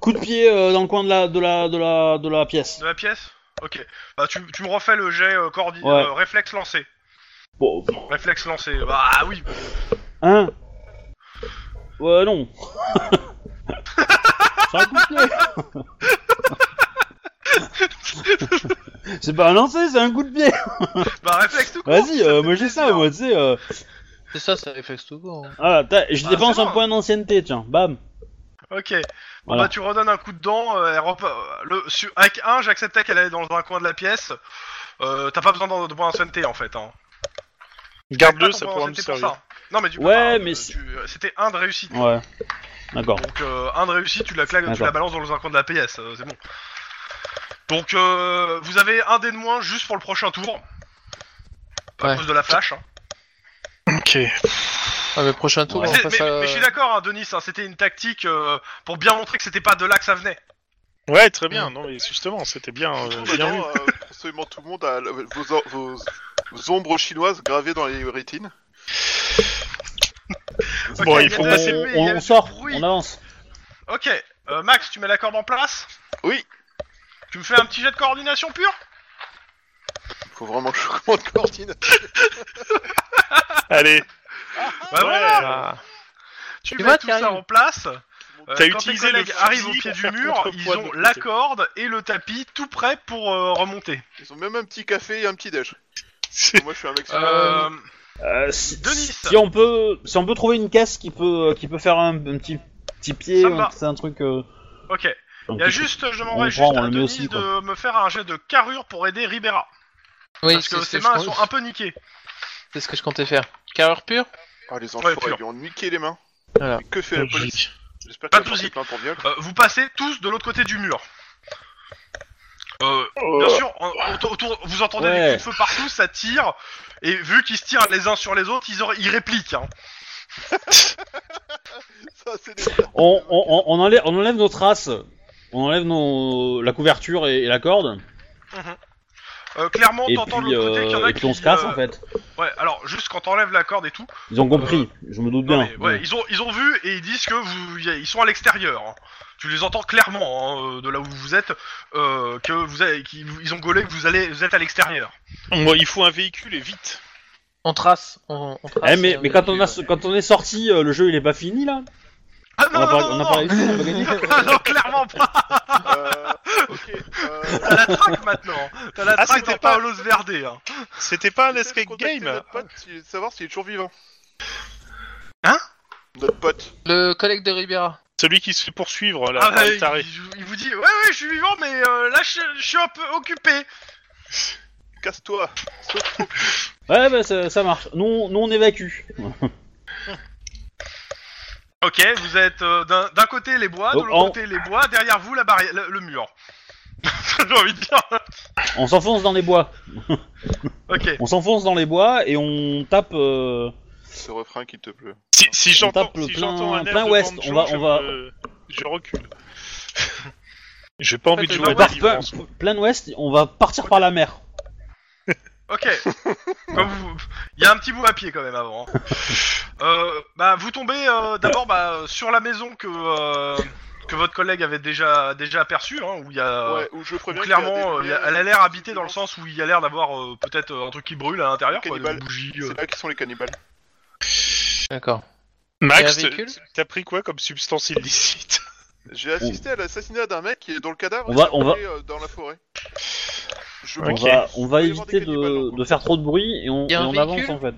[SPEAKER 2] coup de pied euh, dans le coin de la, de la, de la, de la pièce.
[SPEAKER 3] De la pièce Ok. Bah, tu, tu me refais le jet euh, coordi-
[SPEAKER 2] Ouais.
[SPEAKER 3] euh, réflexe lancé.
[SPEAKER 2] Bon,
[SPEAKER 3] Réflexe lancé. Bah, oui,
[SPEAKER 2] hein Ouais, non. C'est un coup de pied. c'est pas un lancer, c'est un coup de pied.
[SPEAKER 3] bah, réflexe tout court.
[SPEAKER 2] Vas-y,
[SPEAKER 3] ça
[SPEAKER 2] euh,
[SPEAKER 3] fait
[SPEAKER 2] moi j'ai ça,
[SPEAKER 3] plaisir.
[SPEAKER 2] moi, tu sais. Euh...
[SPEAKER 5] C'est ça, c'est un réflexe tout court. hein.
[SPEAKER 2] Ah, t'as- je
[SPEAKER 3] Ah,
[SPEAKER 2] dépense
[SPEAKER 3] c'est
[SPEAKER 2] un
[SPEAKER 3] bon.
[SPEAKER 2] point d'ancienneté, tiens, bam.
[SPEAKER 3] Ok. Bon,
[SPEAKER 2] Voilà.
[SPEAKER 3] bah, tu redonnes un coup de dent. euh, elle rep- euh, le, sur, avec 1, j'acceptais qu'elle allait dans un coin de la pièce. Euh, T'as pas besoin de, de points d'ancienneté en fait. Hein.
[SPEAKER 1] Garde-le,
[SPEAKER 3] T'as pas
[SPEAKER 1] ça
[SPEAKER 3] ton point
[SPEAKER 1] pourra nous
[SPEAKER 3] d'ancienneté Ah, pour
[SPEAKER 1] servir.
[SPEAKER 3] ça. Non, mais du coup,
[SPEAKER 2] Ouais,
[SPEAKER 3] euh,
[SPEAKER 2] mais
[SPEAKER 3] tu-
[SPEAKER 2] c'est-
[SPEAKER 3] euh, c'était 1 de réussite.
[SPEAKER 2] Ouais. D'accord.
[SPEAKER 3] Donc, 1 de réussite, tu la, claques, tu
[SPEAKER 2] D'accord.
[SPEAKER 3] la balances dans un coin de la pièce. euh, c'est bon. Donc, euh, vous avez un dé de moins juste pour le prochain tour. À
[SPEAKER 5] Ouais.
[SPEAKER 3] cause de la flash. hein.
[SPEAKER 1] Ok.
[SPEAKER 5] Ah, mais prochain tour,
[SPEAKER 2] Ouais.
[SPEAKER 5] on
[SPEAKER 3] C'est-
[SPEAKER 5] passe
[SPEAKER 3] mais,
[SPEAKER 5] à-
[SPEAKER 3] mais je suis d'accord, hein, Denis, hein, c'était une tactique euh, pour bien montrer que c'était pas de là que ça venait.
[SPEAKER 1] Ouais, très
[SPEAKER 3] Mm.
[SPEAKER 1] bien. Non, mais justement, c'était bien.
[SPEAKER 4] Je
[SPEAKER 1] euh,
[SPEAKER 4] trouve
[SPEAKER 1] bien vu.
[SPEAKER 3] hein.
[SPEAKER 4] maintenant, euh, absolument tout le monde a la- vos, or- vos- vos ombres chinoises gravées dans les rétines.
[SPEAKER 1] Bon,
[SPEAKER 3] Ok,
[SPEAKER 1] il faut
[SPEAKER 3] y a
[SPEAKER 2] On,
[SPEAKER 3] de la CP, il y a
[SPEAKER 2] on- on
[SPEAKER 3] du
[SPEAKER 2] sort,
[SPEAKER 3] bruit.
[SPEAKER 2] on avance.
[SPEAKER 3] Ok, euh, Max, tu mets la corde en place
[SPEAKER 4] Oui.
[SPEAKER 3] Tu me fais un petit jet de coordination pure
[SPEAKER 4] Faut vraiment que je commande Cortine.
[SPEAKER 1] Allez,
[SPEAKER 3] Bah
[SPEAKER 1] Ouais.
[SPEAKER 3] voilà
[SPEAKER 2] euh,
[SPEAKER 5] Ah.
[SPEAKER 3] Tu
[SPEAKER 5] Tu
[SPEAKER 3] mets
[SPEAKER 5] vois,
[SPEAKER 3] tout
[SPEAKER 5] t'arrives.
[SPEAKER 3] ça en place. Euh,
[SPEAKER 1] T'as
[SPEAKER 3] quand
[SPEAKER 1] utilisé
[SPEAKER 3] tes collègues
[SPEAKER 1] le fusil
[SPEAKER 3] arrivent au pied
[SPEAKER 1] pour
[SPEAKER 3] du
[SPEAKER 1] faire
[SPEAKER 3] mur,
[SPEAKER 1] contrepoids
[SPEAKER 3] ils
[SPEAKER 1] de
[SPEAKER 3] ont
[SPEAKER 1] l'autre
[SPEAKER 3] la
[SPEAKER 1] côté.
[SPEAKER 3] corde et le tapis tout prêt pour euh, remonter.
[SPEAKER 4] Ils ont même un petit café et un petit déj.
[SPEAKER 1] c'est-
[SPEAKER 4] Moi, je suis un mec.
[SPEAKER 3] Euh,
[SPEAKER 2] Euh, si,
[SPEAKER 3] Denis.
[SPEAKER 2] si on peut, si on peut trouver une caisse qui peut, euh, qui peut faire un, un petit, petit pied,
[SPEAKER 3] Ça me va.
[SPEAKER 2] un- c'est un truc. euh,
[SPEAKER 3] ok.
[SPEAKER 2] un
[SPEAKER 3] Il y a
[SPEAKER 2] petit-
[SPEAKER 3] juste, je
[SPEAKER 2] On
[SPEAKER 3] m'envoie juste
[SPEAKER 2] prend, on
[SPEAKER 3] à
[SPEAKER 2] le met
[SPEAKER 3] Denis
[SPEAKER 2] aussi, quoi.
[SPEAKER 3] de me faire un jet de carrure pour aider Ribera.
[SPEAKER 5] Oui,
[SPEAKER 3] parce
[SPEAKER 5] c'est
[SPEAKER 3] que
[SPEAKER 5] ce que
[SPEAKER 3] ses
[SPEAKER 5] je
[SPEAKER 3] mains elles
[SPEAKER 5] compte-
[SPEAKER 3] sont un peu niquées.
[SPEAKER 5] c'est ce que je comptais faire. Carrure pure
[SPEAKER 4] Ah, les
[SPEAKER 3] ouais,
[SPEAKER 4] enfoirés
[SPEAKER 3] pur.
[SPEAKER 4] ils lui ont niqué les mains.
[SPEAKER 5] Voilà.
[SPEAKER 4] Mais que fait la police J'espère
[SPEAKER 3] Pas
[SPEAKER 4] qu'elle
[SPEAKER 3] de
[SPEAKER 4] a porté
[SPEAKER 3] soucis.
[SPEAKER 4] plainte pour viol.
[SPEAKER 3] Euh, vous passez tous de l'autre côté du mur. Euh, Bien sûr, en- autour- autour- vous entendez
[SPEAKER 2] Oh. Ouais.
[SPEAKER 3] des coups de feu partout, ça tire, et vu qu'ils se tirent les uns sur les autres, ils, aura- ils répliquent. hein.
[SPEAKER 4] Ça, c'est des.
[SPEAKER 2] On, on, on- on enlève, on enlève nos traces, on enlève nos, la couverture et, et la corde,
[SPEAKER 3] Euh, clairement,
[SPEAKER 2] et
[SPEAKER 3] t'entends de
[SPEAKER 2] puis,
[SPEAKER 3] l'autre côté qu'il y en
[SPEAKER 2] euh,
[SPEAKER 3] a
[SPEAKER 2] et
[SPEAKER 3] qui...
[SPEAKER 2] puis on se casse
[SPEAKER 3] euh,
[SPEAKER 2] en fait.
[SPEAKER 3] Ouais, alors, juste quand t'enlèves la corde et tout,
[SPEAKER 2] Ils ont compris, je me doute
[SPEAKER 3] non,
[SPEAKER 2] bien.
[SPEAKER 3] mais, ouais, ils, ont, ils ont vu et ils disent que vous, y a- ils sont à l'extérieur. hein. Tu les entends clairement, hein, euh, de là où vous êtes, euh, que vous avez- qu'ils- ils ont gaulé que vous, allez, vous êtes à l'extérieur.
[SPEAKER 1] Moi, il faut un véhicule et vite.
[SPEAKER 5] On trace. On, on trace
[SPEAKER 2] Eh, mais,
[SPEAKER 5] euh,
[SPEAKER 2] mais quand on a,
[SPEAKER 5] euh,
[SPEAKER 2] quand on est sorti, euh, le jeu il est pas fini là.
[SPEAKER 3] Ah
[SPEAKER 2] On
[SPEAKER 3] non,
[SPEAKER 2] a
[SPEAKER 3] non,
[SPEAKER 2] pas,
[SPEAKER 3] non,
[SPEAKER 2] on a
[SPEAKER 3] non,
[SPEAKER 2] pas réussi, on a pas gagné.
[SPEAKER 3] Ah non, clairement pas
[SPEAKER 4] Euh, ok. Euh,
[SPEAKER 3] T'as la traque maintenant T'as la
[SPEAKER 1] Ah,
[SPEAKER 3] traque
[SPEAKER 1] c'était
[SPEAKER 3] dans
[SPEAKER 1] pas-
[SPEAKER 3] Paolo Verde, hein.
[SPEAKER 1] C'était pas un
[SPEAKER 4] j'essaie de
[SPEAKER 1] escape
[SPEAKER 4] contacter
[SPEAKER 1] game
[SPEAKER 4] notre pote, si- Savoir s'il est toujours vivant.
[SPEAKER 3] Hein
[SPEAKER 4] Notre pote.
[SPEAKER 5] Le collègue de Ribera.
[SPEAKER 1] Celui qui se fait poursuivre, là,
[SPEAKER 3] Ah
[SPEAKER 1] par
[SPEAKER 3] bah,
[SPEAKER 1] le
[SPEAKER 3] il,
[SPEAKER 1] taré.
[SPEAKER 3] il vous- il vous dit ouais ouais je suis vivant mais euh, là je, je suis un peu occupé.
[SPEAKER 4] Casse-toi.
[SPEAKER 2] Ouais, bah ça, ça marche. Nous, on- nous on évacue.
[SPEAKER 3] Ok vous êtes euh, d'un d'un côté les bois, de
[SPEAKER 2] Donc,
[SPEAKER 3] l'autre
[SPEAKER 2] en-
[SPEAKER 3] côté les bois, derrière vous la barrière, le, le mur. J'ai envie de dire.
[SPEAKER 2] On s'enfonce dans les bois.
[SPEAKER 3] Ok.
[SPEAKER 2] On s'enfonce dans les bois et on tape. euh,
[SPEAKER 4] Ce refrain qui te pleut.
[SPEAKER 1] Si, si j'entends
[SPEAKER 2] tape le
[SPEAKER 1] si
[SPEAKER 2] plein-
[SPEAKER 1] j'entends un air
[SPEAKER 2] plein
[SPEAKER 1] de
[SPEAKER 2] ouest,
[SPEAKER 1] banjo,
[SPEAKER 2] on va-
[SPEAKER 1] je
[SPEAKER 2] on va-
[SPEAKER 1] me- Je recule. J'ai pas envie de
[SPEAKER 5] le
[SPEAKER 1] jouer à
[SPEAKER 2] par-
[SPEAKER 1] délivrance.
[SPEAKER 2] plein, plein ouest, on va partir par la mer.
[SPEAKER 3] Ok. Comme vous- Il y a un petit bout à pied quand même avant. hein. Euh, bah vous tombez euh, d'abord bah, sur la maison que euh, que votre collègue avait déjà déjà aperçue hein, où il y a
[SPEAKER 4] Ouais, ou je
[SPEAKER 3] où
[SPEAKER 4] préviens. qu'il y
[SPEAKER 3] clairement
[SPEAKER 4] a
[SPEAKER 3] euh,
[SPEAKER 4] des
[SPEAKER 3] il y a- elle a l'air habitée dans le sens où il y a l'air d'avoir euh, peut-être euh, un truc qui brûle à l'intérieur quoi, des
[SPEAKER 4] Cannibale.
[SPEAKER 3] bougies. euh.
[SPEAKER 4] C'est là qui sont les cannibales.
[SPEAKER 5] D'accord.
[SPEAKER 1] Max,
[SPEAKER 5] Et un véhicule
[SPEAKER 1] t'as pris quoi comme substance illicite
[SPEAKER 4] J'ai assisté à l'assassinat d'un mec qui est dans le cadavre
[SPEAKER 2] On va-
[SPEAKER 4] est
[SPEAKER 2] on va-
[SPEAKER 4] trouvé, euh, dans la forêt. Je
[SPEAKER 1] Ok.
[SPEAKER 2] On va, on va
[SPEAKER 4] Il va y avoir
[SPEAKER 2] éviter
[SPEAKER 4] des cannibales hein. dans le
[SPEAKER 2] de,
[SPEAKER 4] coin.
[SPEAKER 2] de faire trop de bruit et on,
[SPEAKER 5] Y a
[SPEAKER 2] et
[SPEAKER 5] un
[SPEAKER 2] on avance
[SPEAKER 5] véhicule
[SPEAKER 2] en fait.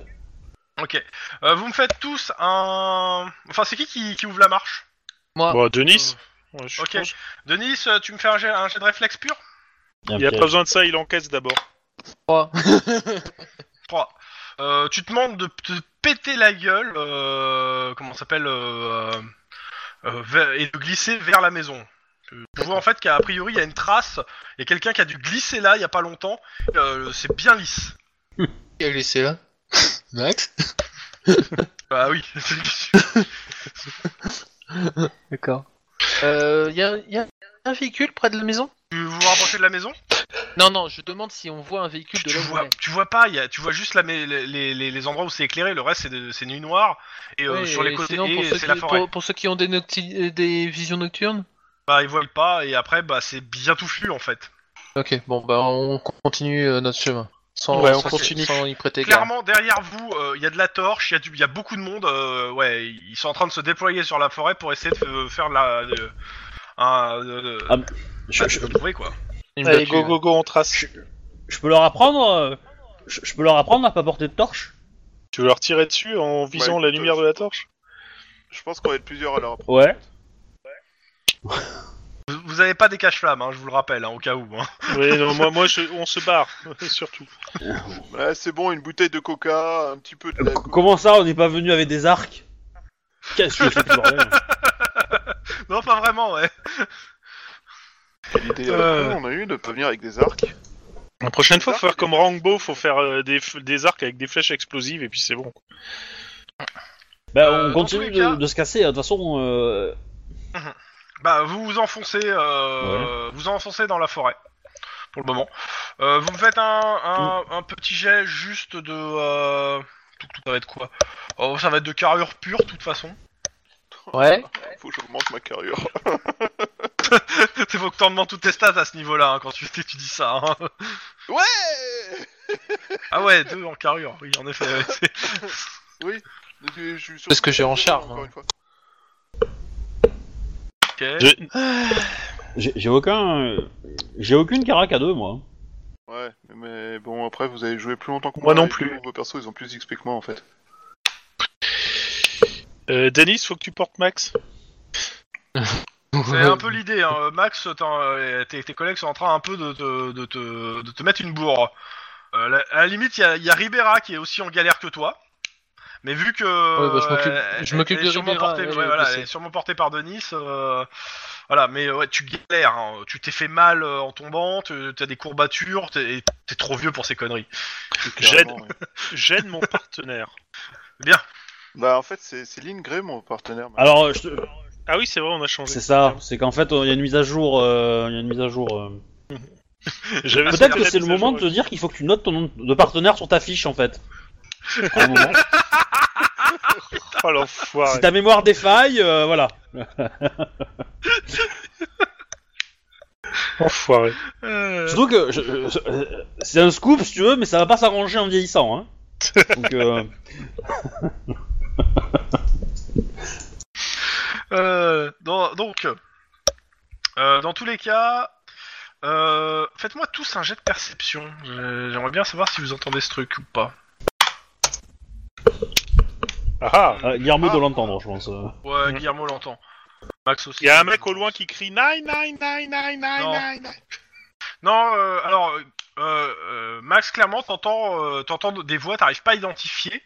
[SPEAKER 3] Ok. Euh, vous me faites tous un. Enfin, c'est qui, qui qui ouvre la marche
[SPEAKER 5] Moi.
[SPEAKER 1] Bon, Denis ouais, je
[SPEAKER 3] Ok.
[SPEAKER 1] pense-
[SPEAKER 3] Denis, euh, tu me fais un jet, un jet de réflexe pur
[SPEAKER 1] Il a
[SPEAKER 2] Ok.
[SPEAKER 1] pas besoin de ça, il encaisse d'abord.
[SPEAKER 5] trois.
[SPEAKER 3] 3. Euh, tu te demandes de te péter la gueule, euh, comment ça s'appelle, euh, euh, euh, vers- et de glisser vers la maison. Euh, Tu vois en fait qu'à a priori il y a une trace, il y a quelqu'un qui a dû glisser là il y a pas longtemps, Euh, c'est bien lisse.
[SPEAKER 5] Qui a glissé là Max
[SPEAKER 3] Bah oui.
[SPEAKER 5] D'accord. Euh, y, a- y a un véhicule près de la maison
[SPEAKER 3] tu vous rapprochez de la maison
[SPEAKER 5] Non, non, je demande si on voit un véhicule de
[SPEAKER 3] tu
[SPEAKER 5] là où on
[SPEAKER 3] vois,
[SPEAKER 5] est.
[SPEAKER 3] tu vois pas, il y a, tu vois juste la, mais- les, les, les- les endroits où c'est éclairé, le reste c'est de- c'est nuit noire, et euh,
[SPEAKER 5] Ouais,
[SPEAKER 3] sur les
[SPEAKER 5] et
[SPEAKER 3] côtés,
[SPEAKER 5] sinon,
[SPEAKER 3] et
[SPEAKER 5] pour, ceux
[SPEAKER 3] c'est
[SPEAKER 5] qui,
[SPEAKER 3] la forêt.
[SPEAKER 5] pour- pour ceux qui ont des, nocti- euh, des visions nocturnes
[SPEAKER 3] Bah ils voient pas, et après bah c'est bien touffu en fait.
[SPEAKER 5] Ok, bon, bah on continue euh, notre chemin. Sans,
[SPEAKER 1] Ouais, on
[SPEAKER 5] sans-
[SPEAKER 1] continue.
[SPEAKER 5] sans y prêter garde.
[SPEAKER 3] Clairement derrière vous, euh, il y a de la torche, il y, a du- il y a beaucoup de monde, euh, ouais, ils sont en train de se déployer sur la forêt pour essayer de f- faire de la... de- un, de- de-
[SPEAKER 2] Ah, Je,
[SPEAKER 3] bah,
[SPEAKER 2] je-
[SPEAKER 3] de trouver, quoi.
[SPEAKER 5] Une
[SPEAKER 1] Allez,
[SPEAKER 5] battue,
[SPEAKER 1] go, go, go, on trace.
[SPEAKER 2] je peux leur apprendre. euh, Je, je peux leur apprendre à pas porter de torche.
[SPEAKER 1] Tu veux leur tirer dessus en visant
[SPEAKER 4] Ouais,
[SPEAKER 1] la
[SPEAKER 4] écoute,
[SPEAKER 1] lumière de la torche
[SPEAKER 4] Je pense qu'on va être plusieurs à leur apprendre.
[SPEAKER 2] Ouais.
[SPEAKER 3] Vous, vous avez pas des cache-flammes, hein, je vous le rappelle, hein, au cas où. hein.
[SPEAKER 1] Oui, non, moi, moi je- on se barre, surtout.
[SPEAKER 4] Ouais, c'est bon, une bouteille de coca, un petit peu de.
[SPEAKER 2] Euh,
[SPEAKER 4] la-
[SPEAKER 2] co- Comment ça, on n'est pas venu avec des arcs Qu'est-ce que c'est que ce bordel
[SPEAKER 3] Non, pas vraiment, ouais.
[SPEAKER 4] Quelle idée
[SPEAKER 3] Euh.
[SPEAKER 4] euh, on a eu de pas venir avec des arcs
[SPEAKER 1] La prochaine fois, faut faire comme Rangbo, faut faire euh, des, f- des arcs avec des flèches explosives et puis c'est bon.
[SPEAKER 2] Bah,
[SPEAKER 3] Euh,
[SPEAKER 2] on
[SPEAKER 3] dans
[SPEAKER 2] continue
[SPEAKER 3] tous les cas-
[SPEAKER 2] de, de se casser, hein. de toute façon. euh,
[SPEAKER 3] Bah, vous vous enfoncez, euh, vous enfoncez dans la forêt pour le moment. Euh, vous me faites un, un, un petit jet juste de. Euh... tout- tout- Ça va être quoi Oh, Ça va être de carrure pure, de toute façon.
[SPEAKER 5] Ouais.
[SPEAKER 4] Faut que j'augmente ma carrure.
[SPEAKER 3] C'est faut que t'en demandes toutes tes stats à ce niveau-là hein, quand tu, tu dis ça. hein.
[SPEAKER 4] Ouais
[SPEAKER 3] Ah ouais, deux en carrure, oui, en effet. ouais, c'est-
[SPEAKER 4] Oui je- je suis sur-
[SPEAKER 5] C'est ce que j'ai en charme,
[SPEAKER 4] encore
[SPEAKER 5] hein.
[SPEAKER 4] une fois.
[SPEAKER 3] ok.
[SPEAKER 1] Je-
[SPEAKER 2] J'ai j'ai aucun. euh, J'ai aucune carac à deux, moi.
[SPEAKER 4] Ouais, mais bon, après, vous avez joué plus longtemps que
[SPEAKER 1] Moi non
[SPEAKER 4] et
[SPEAKER 1] plus.
[SPEAKER 4] tous Vos persos, ils ont plus d'XP que moi, en fait.
[SPEAKER 1] Euh, Denis, faut que tu portes Max.
[SPEAKER 3] C'est un peu l'idée, hein. Max, t'en- euh, tes, tes collègues sont en train un peu de, te- de te, de te mettre une bourre. Euh, la- à la limite, il y a, il y a Ribera qui est aussi en galère que toi. Mais vu que.
[SPEAKER 5] bah, je m'occupe-
[SPEAKER 3] euh,
[SPEAKER 5] je m'occupe
[SPEAKER 3] elle est
[SPEAKER 5] de
[SPEAKER 3] sûrement
[SPEAKER 5] Ribera,
[SPEAKER 3] portée-
[SPEAKER 5] elle,
[SPEAKER 3] ouais,
[SPEAKER 5] elle est
[SPEAKER 3] voilà,
[SPEAKER 5] blessée.
[SPEAKER 3] elle est sûrement portée par Denis. euh, voilà, mais ouais, tu galères. hein. Tu t'es fait mal euh, en tombant, tu- t'as des courbatures, t'es et t'es trop vieux pour ces conneries.
[SPEAKER 1] J'aide,
[SPEAKER 4] Clairement, ouais.
[SPEAKER 1] j'aide mon partenaire.
[SPEAKER 3] Bien.
[SPEAKER 4] Bah, en fait, c'est c'est Lynn Grey, mon partenaire.
[SPEAKER 2] Alors, euh, je te-
[SPEAKER 1] Ah oui, c'est vrai, on a changé.
[SPEAKER 2] c'est ça, c'est qu'en fait, il y a une mise à jour. euh, Il y a une mise à jour. euh.
[SPEAKER 1] J'avais
[SPEAKER 2] Peut-être
[SPEAKER 1] sauté
[SPEAKER 2] que
[SPEAKER 1] la
[SPEAKER 2] c'est le
[SPEAKER 1] mise à
[SPEAKER 2] moment de
[SPEAKER 1] jour.
[SPEAKER 2] te dire qu'il faut que tu notes ton nom de partenaire sur ta fiche, en fait. Pour le moment.
[SPEAKER 1] Oh
[SPEAKER 2] Si
[SPEAKER 1] l'enfoiré.
[SPEAKER 2] ta mémoire défaille, euh, voilà.
[SPEAKER 1] Enfoiré.
[SPEAKER 3] Euh,
[SPEAKER 2] Surtout que je- je- euh, c'est un scoop, si tu veux, mais ça va pas s'arranger en vieillissant. Hein. Donc, euh,
[SPEAKER 3] Euh, dans- donc, euh, dans tous les cas, euh, faites-moi tous un jet de perception. Euh, J'aimerais bien savoir si vous entendez ce truc ou pas.
[SPEAKER 1] Ah ah
[SPEAKER 2] euh, Guillermo
[SPEAKER 4] Ah.
[SPEAKER 2] doit l'entendre, je pense. euh.
[SPEAKER 3] Ouais, Guillermo l'entend. Max aussi.
[SPEAKER 1] Mhm. Il y a un mec au loin qui crie Nine, nine, nine, nine,
[SPEAKER 3] Non.
[SPEAKER 1] nine, nine.
[SPEAKER 3] Non, euh, alors, euh, euh, Max, clairement, t'entends euh, t'entends des voix, t'arrives pas à identifier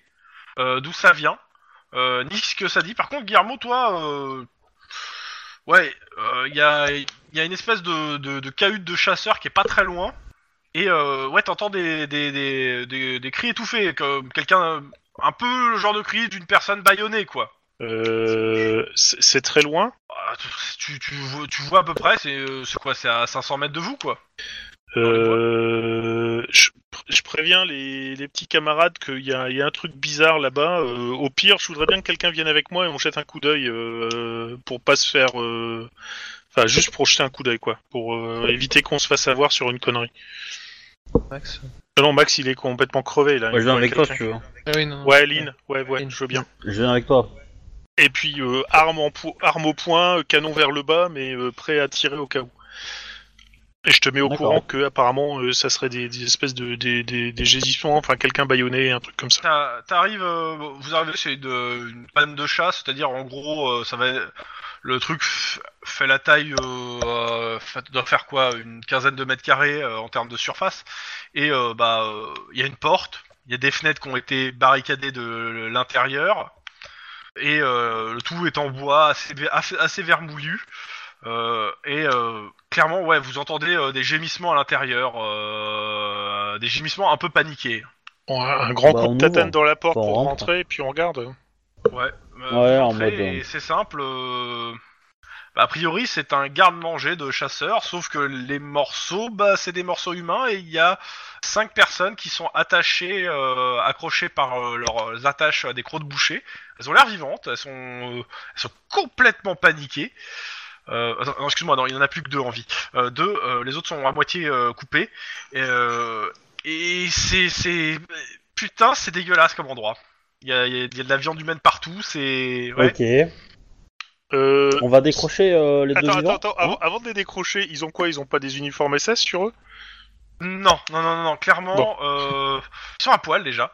[SPEAKER 3] euh, d'où ça vient, euh, ni ce que ça dit. Par contre, Guillermo, toi, euh, ouais, euh, il y, a, il y a une espèce de, de, de cahute de chasseur qui est pas très loin. Et euh, ouais, t'entends des, des, des, des, des cris étouffés, comme quelqu'un, euh, un peu le genre de cri d'une personne bâillonnée, quoi.
[SPEAKER 1] Euh, c'est c'est très loin.
[SPEAKER 3] Ah, Tu, tu, vois- tu vois à peu près, c'est euh, c'est quoi, c'est à 500 mètres de vous, quoi.
[SPEAKER 1] Euh, je, pr- je préviens les, les petits camarades qu'il y a, il y a un truc bizarre là-bas. Euh, au pire, je voudrais bien que quelqu'un vienne avec moi et on jette un coup d'œil euh, pour pas se faire. euh, Enfin, juste pour jeter un coup d'œil, quoi. Pour euh, éviter qu'on se fasse avoir sur une connerie.
[SPEAKER 5] Max.
[SPEAKER 1] Ah non, Max, il est complètement crevé là. Il faudrait quelqu'un.
[SPEAKER 2] veux.
[SPEAKER 5] Ah oui, non.
[SPEAKER 1] Ouais, Lynn, ouais, ouais,
[SPEAKER 5] Lynn.
[SPEAKER 1] je veux bien.
[SPEAKER 2] Je viens avec toi.
[SPEAKER 1] Et puis, euh, arme, en po- arme au point, euh, canon vers le bas, mais euh, prêt à tirer au cas où. Et je te mets au
[SPEAKER 2] D'accord.
[SPEAKER 1] courant que, apparemment, euh, ça serait des, des espèces de. des, des, des gésifons, enfin, quelqu'un baïonné, un truc comme ça.
[SPEAKER 3] T'a- T'arrives, euh, bon, vous arrivez chez une, une panne de chasse, c'est-à-dire en gros, euh, ça va, le truc f- fait la taille, euh, euh, fait- doit faire quoi, une quinzaine de mètres carrés euh, en termes de surface, et euh, bah, euh, il y a une porte, il y a des fenêtres qui ont été barricadées de l'intérieur, et euh, le tout est en bois assez, assez, assez vermoulu. Euh, et euh, clairement, ouais, vous entendez euh, des gémissements à l'intérieur, euh, des gémissements un peu paniqués.
[SPEAKER 1] Bon, un grand
[SPEAKER 2] Bah,
[SPEAKER 1] coup
[SPEAKER 2] on
[SPEAKER 1] de tatane
[SPEAKER 2] ouvre.
[SPEAKER 1] dans la porte
[SPEAKER 2] Faut
[SPEAKER 1] pour
[SPEAKER 2] rentrer.
[SPEAKER 1] rentrer, et puis on regarde.
[SPEAKER 3] Ouais, euh,
[SPEAKER 2] Ouais,
[SPEAKER 3] vous
[SPEAKER 2] en
[SPEAKER 3] entrez
[SPEAKER 2] mode,
[SPEAKER 3] et
[SPEAKER 2] euh.
[SPEAKER 3] C'est simple. euh, bah, a priori, c'est un garde-manger de chasseurs, sauf que les morceaux, bah, c'est des morceaux humains et il y a cinq personnes qui sont attachées, euh, accrochées par euh, leurs attaches à des crocs de boucher. Elles ont l'air vivantes, elles sont, euh, elles sont complètement paniquées. Euh, attends, non, excuse-moi, non, il n'y en a plus que deux en vie. Euh, deux, euh, les autres sont à moitié euh, coupés. Et, euh, et c'est, c'est, putain, c'est dégueulasse comme endroit. Il y a, il y a- il y a de la viande humaine partout, c'est. Ouais.
[SPEAKER 2] Ok.
[SPEAKER 1] Euh,
[SPEAKER 2] On va décrocher euh, les deux
[SPEAKER 1] Attends,
[SPEAKER 2] vivants.
[SPEAKER 1] attends, attends, avant, avant de les décrocher, ils ont quoi Ils ont pas des uniformes SS sur eux
[SPEAKER 3] Non, non, non, non, non, clairement,
[SPEAKER 1] Bon.
[SPEAKER 3] euh, ils sont à poil déjà.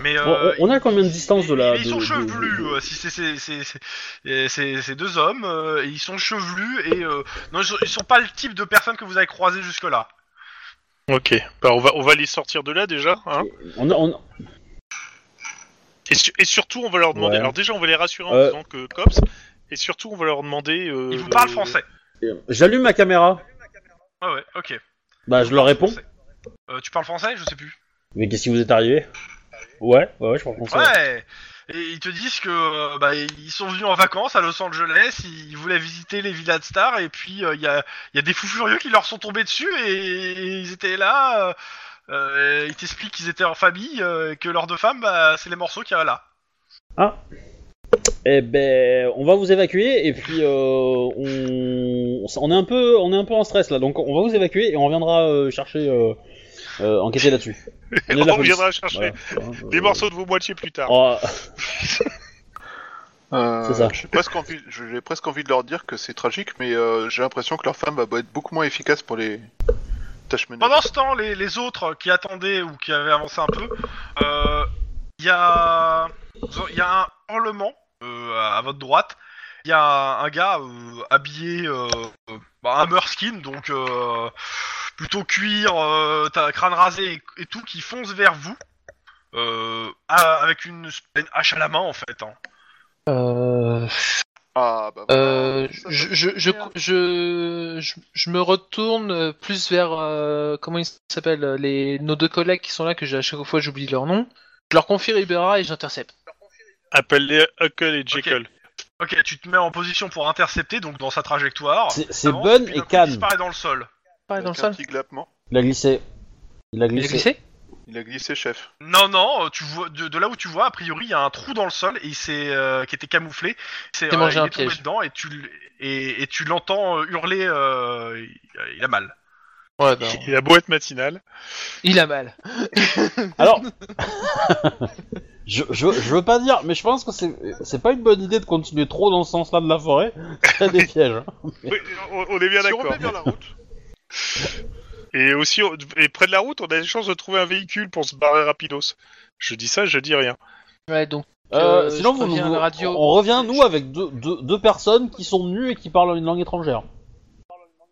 [SPEAKER 3] Mais
[SPEAKER 2] Bon,
[SPEAKER 3] euh,
[SPEAKER 2] on on a combien de distance de la.
[SPEAKER 3] ils sont
[SPEAKER 2] de- de-
[SPEAKER 3] chevelus,
[SPEAKER 2] de-
[SPEAKER 3] euh, si c'est c'est- c'est- c'est- euh, c'est- c'est deux hommes, euh, et ils sont chevelus et euh, non, ils sont, ils sont pas le type de personnes que vous avez croisé jusque là.
[SPEAKER 1] Ok, bah, on, va, on va les sortir de là déjà. Hein
[SPEAKER 2] On a- on-
[SPEAKER 1] et, su- et surtout, on va leur demander.
[SPEAKER 2] Ouais.
[SPEAKER 1] Alors, déjà, on va les rassurer en
[SPEAKER 2] Euh.
[SPEAKER 1] disant que COPS. Et surtout, on va leur demander. euh,
[SPEAKER 3] Ils vous parlent français.
[SPEAKER 2] Et euh, J'allume ma caméra.
[SPEAKER 3] Ah ouais, ok.
[SPEAKER 2] Bah, je leur réponds.
[SPEAKER 3] Euh, tu parles français Je sais plus.
[SPEAKER 2] Mais qu'est-ce qui vous est arrivé Ouais, ouais, ouais, je parle français.
[SPEAKER 3] Ouais Et ils te disent que euh, bah, ils sont venus en vacances à Los Angeles, ils voulaient visiter les villas de stars, et puis euh, il y, a, y a des fous furieux qui leur sont tombés dessus, et, et ils étaient là. euh, euh, ils t'expliquent qu'ils étaient en famille, euh, et que leurs deux femmes, bah, c'est les morceaux qu'il y a là.
[SPEAKER 2] Eh ben, on va vous évacuer et puis euh, on... on est un peu, on est un peu en stress là, donc on va vous évacuer et on reviendra euh, chercher, euh, euh, enquêter là-dessus. est de la
[SPEAKER 1] On
[SPEAKER 2] police.
[SPEAKER 1] reviendra chercher
[SPEAKER 2] Voilà.
[SPEAKER 1] des morceaux de vos moitiés plus tard.
[SPEAKER 2] Oh,
[SPEAKER 4] Euh,
[SPEAKER 2] C'est ça.
[SPEAKER 4] J'ai presque envie, je- j'ai presque envie de leur dire que c'est tragique, mais euh, j'ai l'impression que leur femme va être beaucoup moins efficace pour les tâches ménagères.
[SPEAKER 3] Pendant ce temps, les, les autres qui attendaient ou qui avaient avancé un peu, euh, il y a, il y a un hurlement euh, à à votre droite. Il y a un, un gars euh, habillé, euh, euh, bah, un skin, donc euh, plutôt cuir, euh, t'as un crâne rasé et, et tout, qui fonce vers vous euh, à- avec une, une hache à la main en fait. hein.
[SPEAKER 5] Euh,
[SPEAKER 4] Ah, bah, voilà.
[SPEAKER 5] euh,
[SPEAKER 4] Ça, ça
[SPEAKER 5] je,
[SPEAKER 4] fait
[SPEAKER 5] je, je,
[SPEAKER 4] plaisir.
[SPEAKER 5] je, je- je me retourne euh, plus vers euh, comment ils s'appellent euh, les nos deux collègues qui sont là que j'ai- à chaque fois j'oublie leur nom. Je leur confie Ribera et j'intercepte.
[SPEAKER 1] Appelle-les Huckle et Jekyll.
[SPEAKER 3] Ok, tu te mets en position pour intercepter, donc dans sa trajectoire.
[SPEAKER 2] c'est- c'est
[SPEAKER 1] Ah,
[SPEAKER 3] Avance,
[SPEAKER 2] bonne
[SPEAKER 3] puis
[SPEAKER 2] et
[SPEAKER 3] d'un coup, Il
[SPEAKER 2] calme.
[SPEAKER 3] disparaît dans le sol.
[SPEAKER 5] Pas
[SPEAKER 4] Avec
[SPEAKER 5] dans le
[SPEAKER 4] un
[SPEAKER 5] sol.
[SPEAKER 4] petit glappement.
[SPEAKER 2] Il a glissé. Il a
[SPEAKER 5] Il a
[SPEAKER 2] glissé.
[SPEAKER 5] glissé
[SPEAKER 4] Il a glissé, chef.
[SPEAKER 3] Non, non, euh, tu vois, de, de là où tu vois, a priori, il y a un trou dans le sol et il s'est, euh, qui était camouflé. C'est euh,
[SPEAKER 5] Il s'est mangé
[SPEAKER 3] il
[SPEAKER 5] un
[SPEAKER 3] est tombé
[SPEAKER 5] piège.
[SPEAKER 3] dedans et tu, l- et, et tu l'entends euh, hurler. euh, il- il a mal.
[SPEAKER 5] Ouais, ben,
[SPEAKER 1] Il a beau être matinal.
[SPEAKER 5] il a mal.
[SPEAKER 2] Alors, je, je, je veux pas dire, mais je pense que c'est c'est pas une bonne idée de continuer trop dans ce sens-là de la forêt. Il y a des pièges. hein.
[SPEAKER 1] Oui, on, on est bien
[SPEAKER 4] si on
[SPEAKER 1] d'accord.
[SPEAKER 4] revient vers la route,
[SPEAKER 1] Et aussi, on- et près de la route, on a des chances de trouver un véhicule pour se barrer rapidos. Je dis ça, je dis rien.
[SPEAKER 5] Ouais, donc
[SPEAKER 2] Euh,
[SPEAKER 5] Euh,
[SPEAKER 2] sinon,
[SPEAKER 5] je
[SPEAKER 2] vous,
[SPEAKER 5] reviens à
[SPEAKER 2] vous-
[SPEAKER 5] la radio.
[SPEAKER 2] on revient nous avec deux, deux, deux personnes qui sont nues et qui parlent une langue étrangère.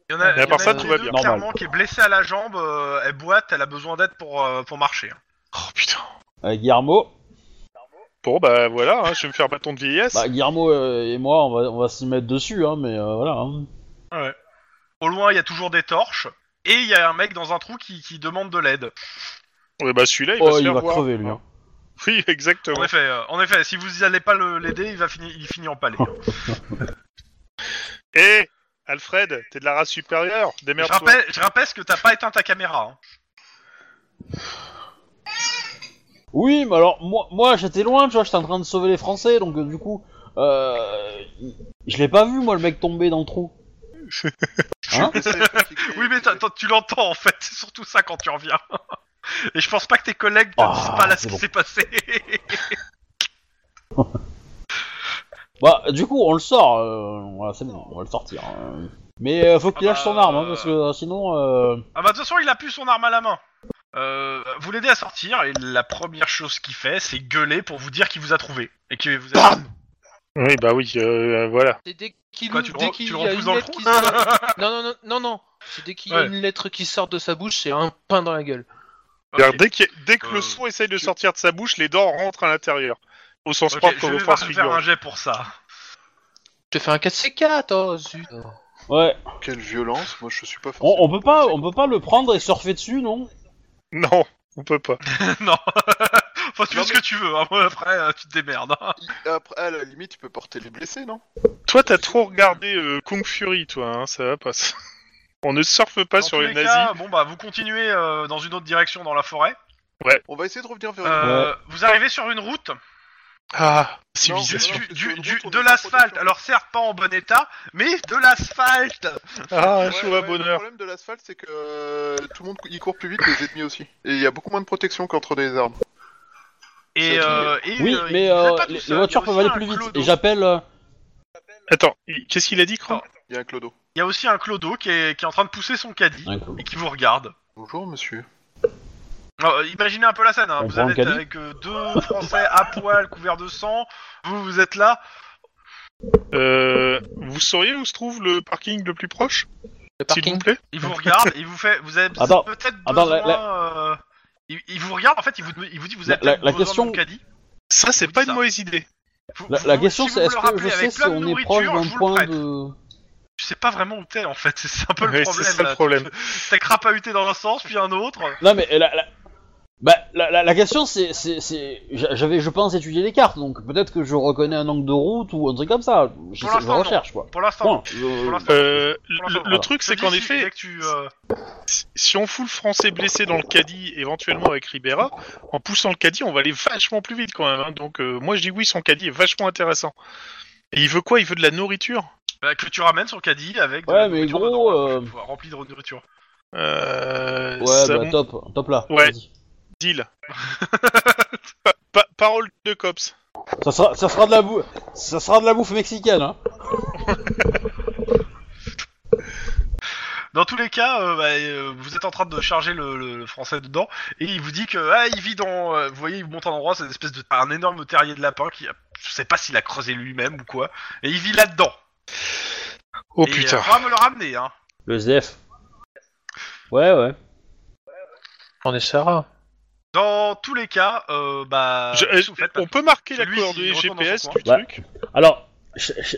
[SPEAKER 3] Il y en a,
[SPEAKER 5] Mais à
[SPEAKER 3] il y en
[SPEAKER 5] part
[SPEAKER 3] a
[SPEAKER 5] ça,
[SPEAKER 3] une
[SPEAKER 5] tout
[SPEAKER 3] des
[SPEAKER 1] va
[SPEAKER 3] deux,
[SPEAKER 1] bien.
[SPEAKER 2] Normal.
[SPEAKER 3] Clairement, qui est blessée à la jambe, euh, elle boite, elle a besoin d'aide pour, euh, pour marcher.
[SPEAKER 1] Oh putain.
[SPEAKER 2] Euh, Guillermo,
[SPEAKER 1] Bon, bah voilà, hein, je vais me faire bâton de vieillesse.
[SPEAKER 2] bah, Guillermo euh, et moi, on va, on va s'y mettre dessus, hein, mais euh, voilà. hein.
[SPEAKER 3] Au loin, il y a toujours des torches et il y a un mec dans un trou qui, qui demande de l'aide.
[SPEAKER 1] Ouais, bah celui-là, il va
[SPEAKER 2] Oh,
[SPEAKER 1] se
[SPEAKER 2] il
[SPEAKER 1] faire
[SPEAKER 2] va
[SPEAKER 1] voir.
[SPEAKER 2] crever lui.
[SPEAKER 3] Ah.
[SPEAKER 2] hein.
[SPEAKER 1] Oui,
[SPEAKER 3] En
[SPEAKER 1] exactement.
[SPEAKER 3] effet, euh, en effet, si vous n'allez pas le- l'aider, il va finir, il finit en palais.
[SPEAKER 1] Hé, Eh, Alfred, t'es de la race supérieure.
[SPEAKER 3] je,
[SPEAKER 1] Démerde-toi.
[SPEAKER 3] rappelle, je rappelle que t'as pas éteint ta caméra. hein.
[SPEAKER 2] Oui, mais alors moi, moi j'étais loin, tu vois, j'étais en train de sauver les Français, donc euh, du coup, euh, je l'ai pas vu moi le mec tomber dans le trou. Hein
[SPEAKER 4] blessé, fatigué,
[SPEAKER 3] Oui, mais t'as- t'as- tu l'entends en fait, c'est surtout ça quand tu reviens. Et je pense pas que tes collègues te
[SPEAKER 2] Ah,
[SPEAKER 3] disent pas là ce
[SPEAKER 2] c'est
[SPEAKER 3] qui
[SPEAKER 2] bon.
[SPEAKER 3] s'est passé.
[SPEAKER 2] Bah, du coup, on le sort. euh, voilà, c'est bon, on va le sortir. euh. Mais euh, faut qu'il
[SPEAKER 3] Ah
[SPEAKER 2] lâche
[SPEAKER 3] bah,
[SPEAKER 2] son arme, hein,
[SPEAKER 3] euh,
[SPEAKER 2] parce que euh, sinon. euh,
[SPEAKER 3] ah bah, de toute façon, il a plus son arme à la main. Euh, vous l'aidez à sortir, et la première chose qu'il fait, c'est gueuler pour vous dire qu'il vous a trouvé. Et que vous avez...
[SPEAKER 1] Oui, bah oui, euh, voilà.
[SPEAKER 5] c'est dès qu'il
[SPEAKER 3] Quoi, tu le
[SPEAKER 5] dès
[SPEAKER 3] re-
[SPEAKER 5] qu'il
[SPEAKER 3] tu le
[SPEAKER 5] y a une
[SPEAKER 3] repousses dans le
[SPEAKER 5] lettre
[SPEAKER 3] trou
[SPEAKER 5] qui sort... Non non non non non. C'est dès qu'il y a
[SPEAKER 3] Ouais.
[SPEAKER 5] une lettre qui sort de sa bouche, c'est un pain dans la gueule.
[SPEAKER 1] Alors,
[SPEAKER 3] Ok.
[SPEAKER 1] dès, qu'il y a- dès que
[SPEAKER 3] Euh,
[SPEAKER 1] le son essaye de sortir de sa bouche, les dents rentrent à l'intérieur. Au sens
[SPEAKER 3] Ok,
[SPEAKER 1] propre
[SPEAKER 3] je
[SPEAKER 1] comme
[SPEAKER 3] vais
[SPEAKER 1] au sens
[SPEAKER 3] faire- faire un
[SPEAKER 1] figuré.
[SPEAKER 3] jet pour ça.
[SPEAKER 5] Je te fais un 4C4, oh zut.
[SPEAKER 2] Ouais.
[SPEAKER 4] Quelle violence, moi je suis pas
[SPEAKER 3] Oh,
[SPEAKER 2] On,
[SPEAKER 4] forcément.
[SPEAKER 2] on peut pas, on peut pas le prendre et surfer dessus, non
[SPEAKER 1] Non, on peut pas.
[SPEAKER 3] non. enfin, tu fais
[SPEAKER 4] Non,
[SPEAKER 3] ce que tu veux, hein. Moi, après, euh, tu te démerdes. hein.
[SPEAKER 4] Après, à la limite, tu peux porter les blessés, non
[SPEAKER 1] Toi, t'as trop regardé euh, Kung Fury, toi, hein, ça va pas. ça. On ne surfe pas
[SPEAKER 3] Dans
[SPEAKER 1] sur
[SPEAKER 3] tous
[SPEAKER 1] les
[SPEAKER 3] les
[SPEAKER 1] nazis.
[SPEAKER 3] cas, bon bah, vous continuez euh, dans une autre direction dans la forêt.
[SPEAKER 4] On va essayer de revenir vers
[SPEAKER 3] Euh, Vous arrivez sur une route
[SPEAKER 1] Ah, c'est
[SPEAKER 4] Non,
[SPEAKER 1] bizarre.
[SPEAKER 4] voilà.
[SPEAKER 3] Du-
[SPEAKER 4] c'est
[SPEAKER 3] du-
[SPEAKER 4] sur une
[SPEAKER 3] du-
[SPEAKER 4] route, on
[SPEAKER 3] de
[SPEAKER 4] est pas
[SPEAKER 3] l'asphalte.
[SPEAKER 4] protégé.
[SPEAKER 3] Alors certes pas en bon état, mais de l'asphalte.
[SPEAKER 1] Ah,
[SPEAKER 4] Ouais,
[SPEAKER 1] je
[SPEAKER 4] ouais,
[SPEAKER 1] vois
[SPEAKER 4] Le
[SPEAKER 1] bonheur.
[SPEAKER 4] problème de l'asphalte, c'est que euh, tout le monde cou- y court plus vite, les ennemis aussi. Et il y a beaucoup moins de protection qu'entre des armes.
[SPEAKER 3] Et,
[SPEAKER 4] C'est
[SPEAKER 3] euh, et,
[SPEAKER 2] Oui,
[SPEAKER 3] euh, il-
[SPEAKER 2] mais
[SPEAKER 3] vous êtes
[SPEAKER 2] euh,
[SPEAKER 3] pas tout
[SPEAKER 2] les,
[SPEAKER 3] seul,
[SPEAKER 2] les voitures
[SPEAKER 3] il y a
[SPEAKER 2] peuvent
[SPEAKER 3] aussi
[SPEAKER 2] aller
[SPEAKER 3] un
[SPEAKER 2] plus vite.
[SPEAKER 3] clodo.
[SPEAKER 2] Et j'appelle. euh,
[SPEAKER 1] Attends, il- qu'est-ce qu'il a dit, Cran
[SPEAKER 4] Il y a un clodo.
[SPEAKER 3] Il y a aussi un clodo qui est, qui est en train de pousser son caddie
[SPEAKER 2] un clodo.
[SPEAKER 3] et qui vous regarde.
[SPEAKER 4] Bonjour monsieur.
[SPEAKER 3] Alors, imaginez un peu la scène. hein.
[SPEAKER 2] On
[SPEAKER 3] Vous
[SPEAKER 2] prend le
[SPEAKER 3] êtes
[SPEAKER 2] caddie
[SPEAKER 3] avec euh, deux Français à poil couverts de sang. Vous vous êtes là.
[SPEAKER 1] Euh, Vous sauriez où se trouve le parking le plus proche
[SPEAKER 5] Le
[SPEAKER 1] S'il vous
[SPEAKER 5] parking.
[SPEAKER 1] plaît
[SPEAKER 3] Il vous regarde. et il vous fait. Vous avez
[SPEAKER 2] Attends,
[SPEAKER 3] peut-être
[SPEAKER 2] attends,
[SPEAKER 3] besoin.
[SPEAKER 2] bah, ah la-
[SPEAKER 3] euh, il, il vous regarde. En fait, il vous, il vous dit vous avez
[SPEAKER 2] La- la-
[SPEAKER 3] peut-être
[SPEAKER 2] la
[SPEAKER 3] besoin
[SPEAKER 2] question-
[SPEAKER 3] de mon caddie.
[SPEAKER 1] Ça, c'est
[SPEAKER 3] Vous
[SPEAKER 1] pas
[SPEAKER 3] dites
[SPEAKER 1] une
[SPEAKER 3] ça.
[SPEAKER 1] mauvaise idée.
[SPEAKER 3] Vous-
[SPEAKER 2] La,
[SPEAKER 3] vous-
[SPEAKER 2] la question
[SPEAKER 3] si vous
[SPEAKER 2] c'est
[SPEAKER 3] me
[SPEAKER 2] est-ce
[SPEAKER 3] le
[SPEAKER 2] que je
[SPEAKER 3] rappelez
[SPEAKER 2] sais
[SPEAKER 3] avec
[SPEAKER 2] si
[SPEAKER 3] plein de
[SPEAKER 2] on est
[SPEAKER 3] nourriture,
[SPEAKER 2] proche d'un
[SPEAKER 3] je vous le
[SPEAKER 2] point
[SPEAKER 3] prête.
[SPEAKER 2] de.
[SPEAKER 3] tu sais pas vraiment où t'es en fait, c'est- c'est un peu le
[SPEAKER 1] Ouais,
[SPEAKER 3] problème.
[SPEAKER 1] c'est ça le
[SPEAKER 3] là.
[SPEAKER 1] problème.
[SPEAKER 3] T'as crapahuté dans un sens, puis un autre.
[SPEAKER 2] Non, mais euh, la, la- bah, la, la- la question, c'est. c'est- c'est- j'a- J'avais, je pense, étudié les cartes, donc peut-être que je reconnais un angle de route ou un truc comme ça. Je,
[SPEAKER 3] Pour
[SPEAKER 2] sais- je
[SPEAKER 3] l'instant, non.
[SPEAKER 2] recherche, quoi.
[SPEAKER 3] Pour l'instant,
[SPEAKER 2] Bon,
[SPEAKER 3] non.
[SPEAKER 2] je-
[SPEAKER 3] Pour l'instant,
[SPEAKER 1] Euh,
[SPEAKER 3] Pour
[SPEAKER 1] le,
[SPEAKER 3] l'instant,
[SPEAKER 1] le
[SPEAKER 2] voilà.
[SPEAKER 1] truc,
[SPEAKER 3] Je
[SPEAKER 1] c'est
[SPEAKER 3] te
[SPEAKER 1] qu'en
[SPEAKER 3] dis, si-
[SPEAKER 1] effet,
[SPEAKER 3] dès que tu, euh,
[SPEAKER 1] si on fout le français blessé dans le caddie, éventuellement avec Ribera, en poussant le caddie, on va aller vachement plus vite quand même. hein. Donc euh, moi je dis oui, son caddie est vachement intéressant. Et il veut quoi Il veut de la nourriture
[SPEAKER 3] bah, que tu ramènes son caddie avec. de
[SPEAKER 2] Ouais,
[SPEAKER 3] la
[SPEAKER 2] mais
[SPEAKER 3] nourriture
[SPEAKER 2] gros,
[SPEAKER 3] dedans, là,
[SPEAKER 2] euh,
[SPEAKER 3] pour pouvoir remplir de nourriture.
[SPEAKER 1] euh,
[SPEAKER 2] ouais,
[SPEAKER 1] ça
[SPEAKER 2] bah,
[SPEAKER 1] mon-
[SPEAKER 2] top, top là.
[SPEAKER 1] Ouais.
[SPEAKER 2] vas-y.
[SPEAKER 1] Deal. Pa- pa- parole de cops.
[SPEAKER 2] Ça sera, ça sera de la bouffe, ça sera de la bouffe mexicaine, hein.
[SPEAKER 3] Dans tous les cas, euh, bah, euh, vous êtes en train de charger le, le- le français dedans, et il vous dit que ah, il vit dans. euh, vous voyez, il vous montre un endroit, c'est une espèce de un énorme terrier de lapin qui, a- je sais pas s'il a creusé lui-même ou quoi, et il vit là-dedans.
[SPEAKER 1] Oh
[SPEAKER 3] Et, euh, faudra me le ramener, hein.
[SPEAKER 2] Le SDF. Ouais, ouais.
[SPEAKER 5] On essaiera.
[SPEAKER 3] Dans tous les cas, euh, bah.
[SPEAKER 1] Je-
[SPEAKER 3] qu'est-ce que vous faites,
[SPEAKER 1] on peut marquer la
[SPEAKER 3] Celui-ci, il
[SPEAKER 1] coordonnée
[SPEAKER 3] retourne dans
[SPEAKER 1] GPS
[SPEAKER 3] son
[SPEAKER 1] du
[SPEAKER 2] coin. Ouais.
[SPEAKER 1] truc.
[SPEAKER 2] Alors, je, je-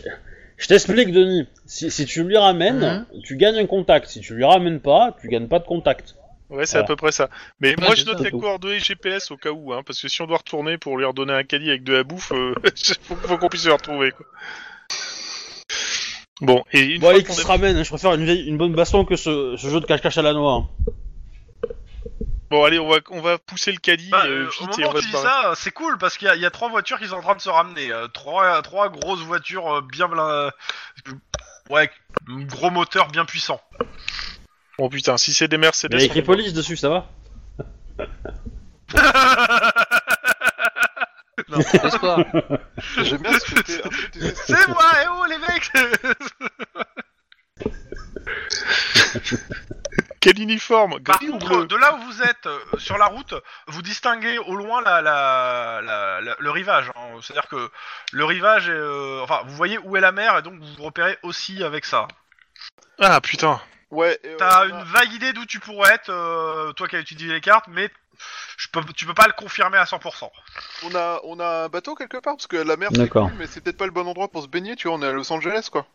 [SPEAKER 2] je t'explique, Denis. Si, si tu lui ramènes, tu gagnes un contact. Si tu lui ramènes pas, tu gagnes pas de contact.
[SPEAKER 1] Ouais, c'est
[SPEAKER 2] Voilà.
[SPEAKER 1] à peu près ça. Mais moi,
[SPEAKER 5] c'est
[SPEAKER 1] je note
[SPEAKER 5] ça.
[SPEAKER 1] les coordonnées GPS au cas où, hein, parce que si on doit retourner pour lui redonner un caddie avec de la bouffe, euh, faut, faut qu'on puisse le retrouver. Quoi. Bon, et une
[SPEAKER 2] Bon,
[SPEAKER 1] fois
[SPEAKER 2] allez,
[SPEAKER 1] qu'on
[SPEAKER 2] qui
[SPEAKER 1] est-
[SPEAKER 2] se ramène. hein, Je préfère une, vieille- une bonne baston que ce, ce jeu de cache-cache à la noix. hein.
[SPEAKER 1] bon, allez, on va on va pousser le caddie
[SPEAKER 3] Bah,
[SPEAKER 1] euh,
[SPEAKER 3] euh, au
[SPEAKER 1] vite et on
[SPEAKER 3] moment où
[SPEAKER 1] va
[SPEAKER 3] tu
[SPEAKER 1] se
[SPEAKER 3] dis
[SPEAKER 1] barrer.
[SPEAKER 3] ça, euh, c'est cool parce qu'il y, a- il y a trois voitures qui sont en train de se ramener. euh, trois, trois grosses voitures euh, bien. blin- euh, ouais, gros moteur bien puissant.
[SPEAKER 1] Bon Oh, putain, si c'est des
[SPEAKER 2] Il y a
[SPEAKER 1] Mercedes,
[SPEAKER 2] écrit police dessus, ça va
[SPEAKER 5] N'est-ce pas
[SPEAKER 4] J'aime bien ce côté enthousiaste.
[SPEAKER 3] C'est moi, eh oh les mecs
[SPEAKER 1] quel uniforme
[SPEAKER 3] Par
[SPEAKER 1] Gris ou
[SPEAKER 3] contre,
[SPEAKER 1] bleu
[SPEAKER 3] de là où vous êtes, euh, sur la route, vous distinguez au loin la, la, la- la- le rivage. hein. C'est-à-dire que le rivage, est, euh, enfin, vous voyez où est la mer et donc vous vous repérez aussi avec ça.
[SPEAKER 1] Ah putain.
[SPEAKER 4] Ouais, et, euh,
[SPEAKER 3] T'as
[SPEAKER 4] on a-
[SPEAKER 3] une vague idée d'où tu pourrais être, euh, toi qui as étudié les cartes, mais je peux, tu peux pas le confirmer à 100%.
[SPEAKER 4] on, a, on a un bateau quelque part parce que la mer c'est
[SPEAKER 2] D'accord.
[SPEAKER 4] cool, mais c'est peut-être pas le bon endroit pour se baigner, tu vois, on est à Los Angeles quoi.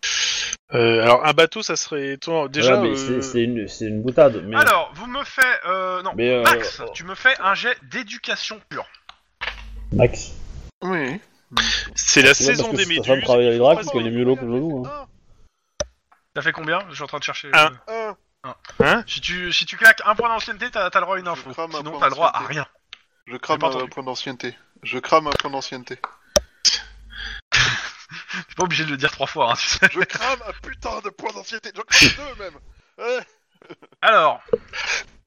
[SPEAKER 1] Euh, alors un bateau, ça serait toi, déjà.
[SPEAKER 2] Ouais, mais
[SPEAKER 1] euh,
[SPEAKER 2] c'est- c'est une, c'est une boutade. Mais,
[SPEAKER 3] Alors, vous me faites... euh, non,
[SPEAKER 2] mais, euh,
[SPEAKER 3] Max, tu me fais un jet d'éducation pure.
[SPEAKER 2] Max.
[SPEAKER 4] Oui.
[SPEAKER 1] c'est la
[SPEAKER 2] C'est pas
[SPEAKER 1] saison
[SPEAKER 2] parce
[SPEAKER 1] des
[SPEAKER 2] que ça va
[SPEAKER 1] méduses.
[SPEAKER 2] travailler avec Drax parce qu'on est mieux l'eau que le loup. hein.
[SPEAKER 3] Ça fait combien Je suis en train de chercher...
[SPEAKER 1] Un.
[SPEAKER 3] euh,
[SPEAKER 4] Un,
[SPEAKER 3] Si, tu, si tu claques un point d'ancienneté, t'as t'as le droit à une info.
[SPEAKER 4] Je crame un
[SPEAKER 3] Sinon,
[SPEAKER 4] point
[SPEAKER 3] t'as le droit à
[SPEAKER 4] d'ancienneté.
[SPEAKER 3] rien.
[SPEAKER 4] je crame
[SPEAKER 3] J'ai pas
[SPEAKER 4] un
[SPEAKER 3] entendu.
[SPEAKER 4] point d'ancienneté. Je crame un point d'ancienneté.
[SPEAKER 3] T'es pas obligé de le dire trois fois, hein, tu sais.
[SPEAKER 4] Je crame un putain de point d'ancienneté. Je crame deux même. Euh, Ouais.
[SPEAKER 3] Alors,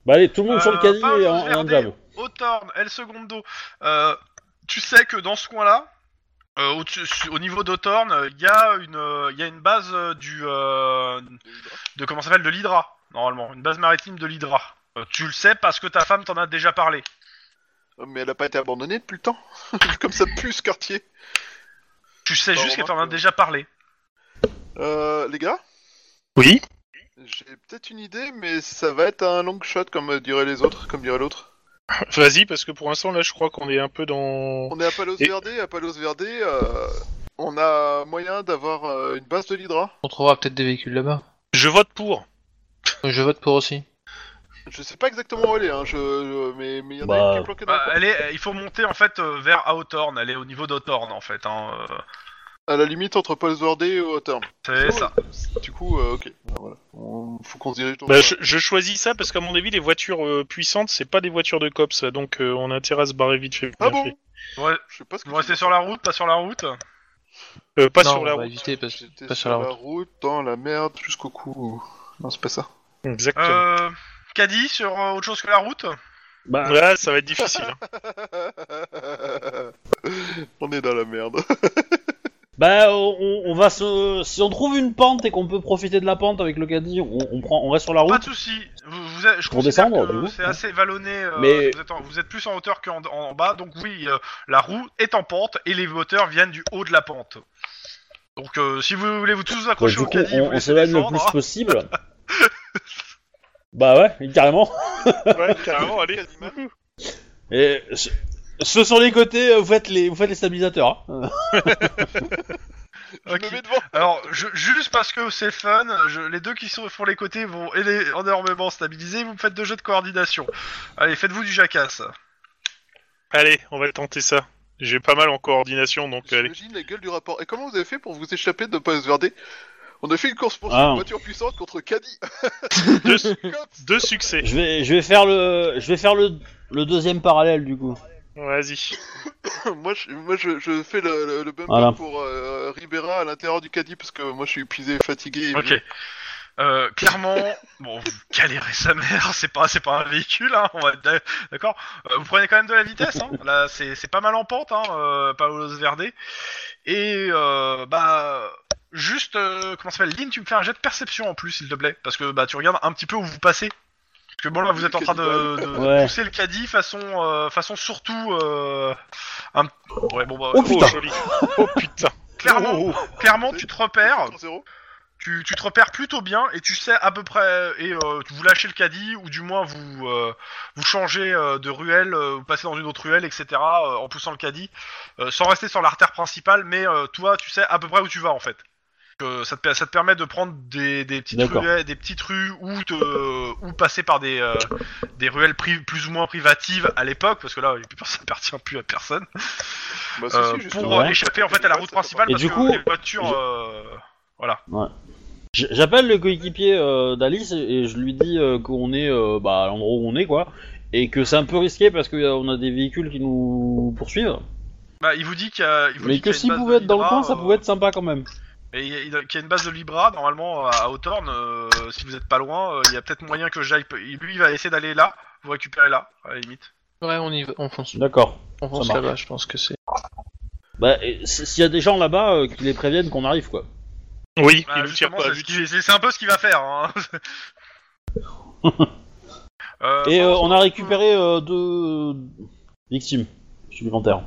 [SPEAKER 2] Bah allez, tout le monde sur le
[SPEAKER 3] Euh,
[SPEAKER 2] caddie
[SPEAKER 3] pas
[SPEAKER 2] et en,
[SPEAKER 3] vous
[SPEAKER 2] et en
[SPEAKER 3] verder.
[SPEAKER 2] diable.
[SPEAKER 3] Hawthorne, El Segundo, euh, tu sais que dans ce coin-là, euh, au-dessus- su- au, niveau d'Hawthorne, euh, il y, a une, euh, il y a une base euh, du... euh, de comment ça s'appelle De l'Hydra, normalement. Une base maritime de l'Hydra. Euh, tu le sais parce que ta femme t'en a déjà parlé.
[SPEAKER 4] Mais elle a pas été abandonnée depuis le temps. Comme ça pue ce quartier.
[SPEAKER 3] Tu sais
[SPEAKER 4] Bah,
[SPEAKER 3] juste qu'elle
[SPEAKER 4] remarque,
[SPEAKER 3] t'en a
[SPEAKER 4] euh,
[SPEAKER 3] déjà parlé.
[SPEAKER 4] Euh, les gars
[SPEAKER 1] Oui.
[SPEAKER 4] J'ai peut-être une idée, mais ça va être un long shot comme euh, diraient les autres, comme dirait l'autre.
[SPEAKER 1] Vas-y, parce que pour l'instant là, je crois qu'on est un peu dans.
[SPEAKER 4] On est à Palos
[SPEAKER 1] Et-
[SPEAKER 4] Verde, à Palos Verde, euh, on a moyen d'avoir euh, une base de l'Hydra.
[SPEAKER 5] On trouvera peut-être des véhicules là-bas.
[SPEAKER 1] Je vote pour.
[SPEAKER 5] Je vote pour aussi.
[SPEAKER 4] Je sais pas exactement où elle est, hein, je, je- mais mais y en
[SPEAKER 2] Bah,
[SPEAKER 4] a une qui est planquée dans
[SPEAKER 3] Bah,
[SPEAKER 4] le coin.
[SPEAKER 3] elle est, il faut monter en fait euh, vers Hawthorne. Elle est au niveau d'Hawthorne en fait. Hein. euh,
[SPEAKER 4] À la limite entre Palos Verde et Hawthorne.
[SPEAKER 3] C'est
[SPEAKER 2] Oh.
[SPEAKER 4] Ouais,
[SPEAKER 3] ça.
[SPEAKER 4] Du coup, euh, ok. Bah, voilà. On- Faut qu'on se dirige dans
[SPEAKER 1] Bah,
[SPEAKER 4] le
[SPEAKER 1] je, je choisis ça parce qu'à mon avis, les voitures euh, puissantes, c'est pas des voitures de cops, ça, donc euh, on a intérêt à se barrer vite fait.
[SPEAKER 4] Ah
[SPEAKER 1] bien
[SPEAKER 4] bon
[SPEAKER 1] fait.
[SPEAKER 3] Ouais,
[SPEAKER 4] Je sais pas ce que
[SPEAKER 3] vous restez sur la route, pas sur la route.
[SPEAKER 1] Euh, Pas
[SPEAKER 5] non,
[SPEAKER 1] sur la
[SPEAKER 5] on va
[SPEAKER 1] route.
[SPEAKER 5] éviter parce que
[SPEAKER 4] J'étais
[SPEAKER 5] pas
[SPEAKER 4] sur la route, dans la merde, jusqu'au cou. Non, c'est pas ça.
[SPEAKER 1] Exactement.
[SPEAKER 3] Euh, Caddy sur euh, autre chose que la route.
[SPEAKER 2] Bah,
[SPEAKER 1] Là, ça va être difficile. hein.
[SPEAKER 4] on est dans la merde.
[SPEAKER 2] bah on, on va se... Si on trouve une pente et qu'on peut profiter de la pente avec le caddie, on, on prend, on reste sur la
[SPEAKER 3] Pas
[SPEAKER 2] route.
[SPEAKER 3] de souci. Vous, vous êtes- je
[SPEAKER 2] Pour
[SPEAKER 3] considère
[SPEAKER 2] descendre,
[SPEAKER 3] que
[SPEAKER 2] du coup,
[SPEAKER 3] c'est
[SPEAKER 2] ouais.
[SPEAKER 3] assez vallonné. euh,
[SPEAKER 2] Mais-
[SPEAKER 3] vous, êtes en- vous êtes plus en hauteur qu'en en, en bas, donc oui, euh, la roue est en pente et les moteurs viennent du haut de la pente. Donc euh, si vous voulez vous tous
[SPEAKER 2] Bah,
[SPEAKER 3] accrocher
[SPEAKER 2] du
[SPEAKER 3] au
[SPEAKER 2] coup,
[SPEAKER 3] caddie,
[SPEAKER 2] on,
[SPEAKER 3] vous
[SPEAKER 2] on
[SPEAKER 3] laissez
[SPEAKER 2] s'éloigne le
[SPEAKER 3] descendre,
[SPEAKER 2] plus
[SPEAKER 3] hein.
[SPEAKER 2] possible. bah ouais, carrément.
[SPEAKER 1] Ouais, carrément, allez.
[SPEAKER 2] Et ce- ceux sur les côtés, euh, vous faites les, vous faites les stabilisateurs. hein.
[SPEAKER 4] Je
[SPEAKER 3] Ok.
[SPEAKER 4] me mets devant.
[SPEAKER 3] Alors, je- juste parce que c'est fun, je- les deux qui sont font les côtés vont éle- énormément stabiliser. Vous me faites deux jeux de coordination. Allez, faites-vous du jacasse.
[SPEAKER 1] Allez, on va tenter ça. J'ai pas mal en coordination, donc allez.
[SPEAKER 4] J'imagine la gueule du rapport. Et comment vous avez fait pour vous échapper de ne pas se verder On a fait une course pour
[SPEAKER 2] Ah.
[SPEAKER 4] une voiture puissante contre Caddy.
[SPEAKER 1] Deux, deux succès.
[SPEAKER 2] Je vais, je vais faire le, je vais faire le, le deuxième parallèle du coup.
[SPEAKER 1] Vas-y.
[SPEAKER 4] moi, je, moi je, je fais le, le, le bumper
[SPEAKER 2] Voilà.
[SPEAKER 4] pour euh, Ribera à l'intérieur du Caddy parce que moi je suis épuisé, fatigué. et
[SPEAKER 3] Ok.
[SPEAKER 4] vieux.
[SPEAKER 3] Euh, clairement, bon, vous galérez sa mère, c'est pas, c'est pas un véhicule, hein, on va être d'ac- d'accord. Euh, vous prenez quand même de la vitesse, hein. Là, c'est, c'est pas mal en pente, hein, euh, Paolo Verde. Et euh, bah, juste, euh, comment ça s'appelle, Lynn, tu me fais un jet de perception en plus, s'il te plaît, parce que bah, tu regardes un petit peu où vous passez. Parce que bon là, vous êtes en train de, de
[SPEAKER 2] Ouais.
[SPEAKER 3] pousser le caddie façon, euh, façon surtout, euh, un... ouais, bon bah,
[SPEAKER 2] Oh, putain.
[SPEAKER 1] joli. Oh putain.
[SPEAKER 3] clairement, clairement, tu te repères.
[SPEAKER 4] 0.
[SPEAKER 3] tu, tu te repères plutôt bien et tu sais à peu près et euh, vous lâchez le caddie ou du moins vous euh, vous changez euh, de ruelle, euh, vous passez dans une autre ruelle, etc. euh, en poussant le caddie, euh, sans rester sur l'artère principale, mais euh, toi tu sais à peu près où tu vas en fait. Que ça, te, per- ça te permet de prendre des, des petites
[SPEAKER 2] D'accord.
[SPEAKER 3] ruelles, des petites rues ou te ou passer par des euh, des ruelles pri- plus ou moins privatives à l'époque parce que là il y a plus personne- ça appartient plus à personne
[SPEAKER 4] Bah, si,
[SPEAKER 3] euh,
[SPEAKER 4] si, justement.
[SPEAKER 3] pour euh,
[SPEAKER 2] Ouais.
[SPEAKER 3] échapper en fait à la route
[SPEAKER 2] Et
[SPEAKER 3] principale parce
[SPEAKER 2] du
[SPEAKER 3] que
[SPEAKER 2] coup,
[SPEAKER 3] les voitures
[SPEAKER 2] je-
[SPEAKER 3] euh, voilà
[SPEAKER 2] J- J'appelle le coéquipier euh, d'Alice et- et je lui dis euh, qu'on est euh, bah, à l'endroit où on est quoi, et que c'est un peu risqué parce qu'on a des véhicules qui nous poursuivent.
[SPEAKER 3] Bah, il vous dit qu'il y a. il vous
[SPEAKER 2] Mais
[SPEAKER 3] dit
[SPEAKER 2] que
[SPEAKER 3] qu'il y a une
[SPEAKER 2] s'il
[SPEAKER 3] base
[SPEAKER 2] pouvait
[SPEAKER 3] de
[SPEAKER 2] être dans le
[SPEAKER 3] Libra,
[SPEAKER 2] coin, ça
[SPEAKER 3] euh,
[SPEAKER 2] pouvait être sympa quand même.
[SPEAKER 3] Et il y a- il y a- qu'il y a une base de Libra, normalement, à Hawthorne, euh, si vous êtes pas loin, euh, il y a peut-être moyen que j'aille. Lui, il va essayer d'aller là, vous récupérez là, à la limite.
[SPEAKER 5] Ouais, on y va, on fonce,
[SPEAKER 2] D'accord.
[SPEAKER 5] on fonce
[SPEAKER 2] marche.
[SPEAKER 5] là-bas, je pense que c'est.
[SPEAKER 2] Bah, et s- s'il y a des gens là-bas, euh, qu'ils les préviennent qu'on arrive quoi.
[SPEAKER 1] Oui,
[SPEAKER 3] Bah,
[SPEAKER 1] il nous tire
[SPEAKER 3] justement,
[SPEAKER 1] pas.
[SPEAKER 3] c'est ce qu'il- c'est c'est un peu ce qu'il va faire. hein. Euh,
[SPEAKER 2] Et euh, on a récupéré euh, deux victimes supplémentaires.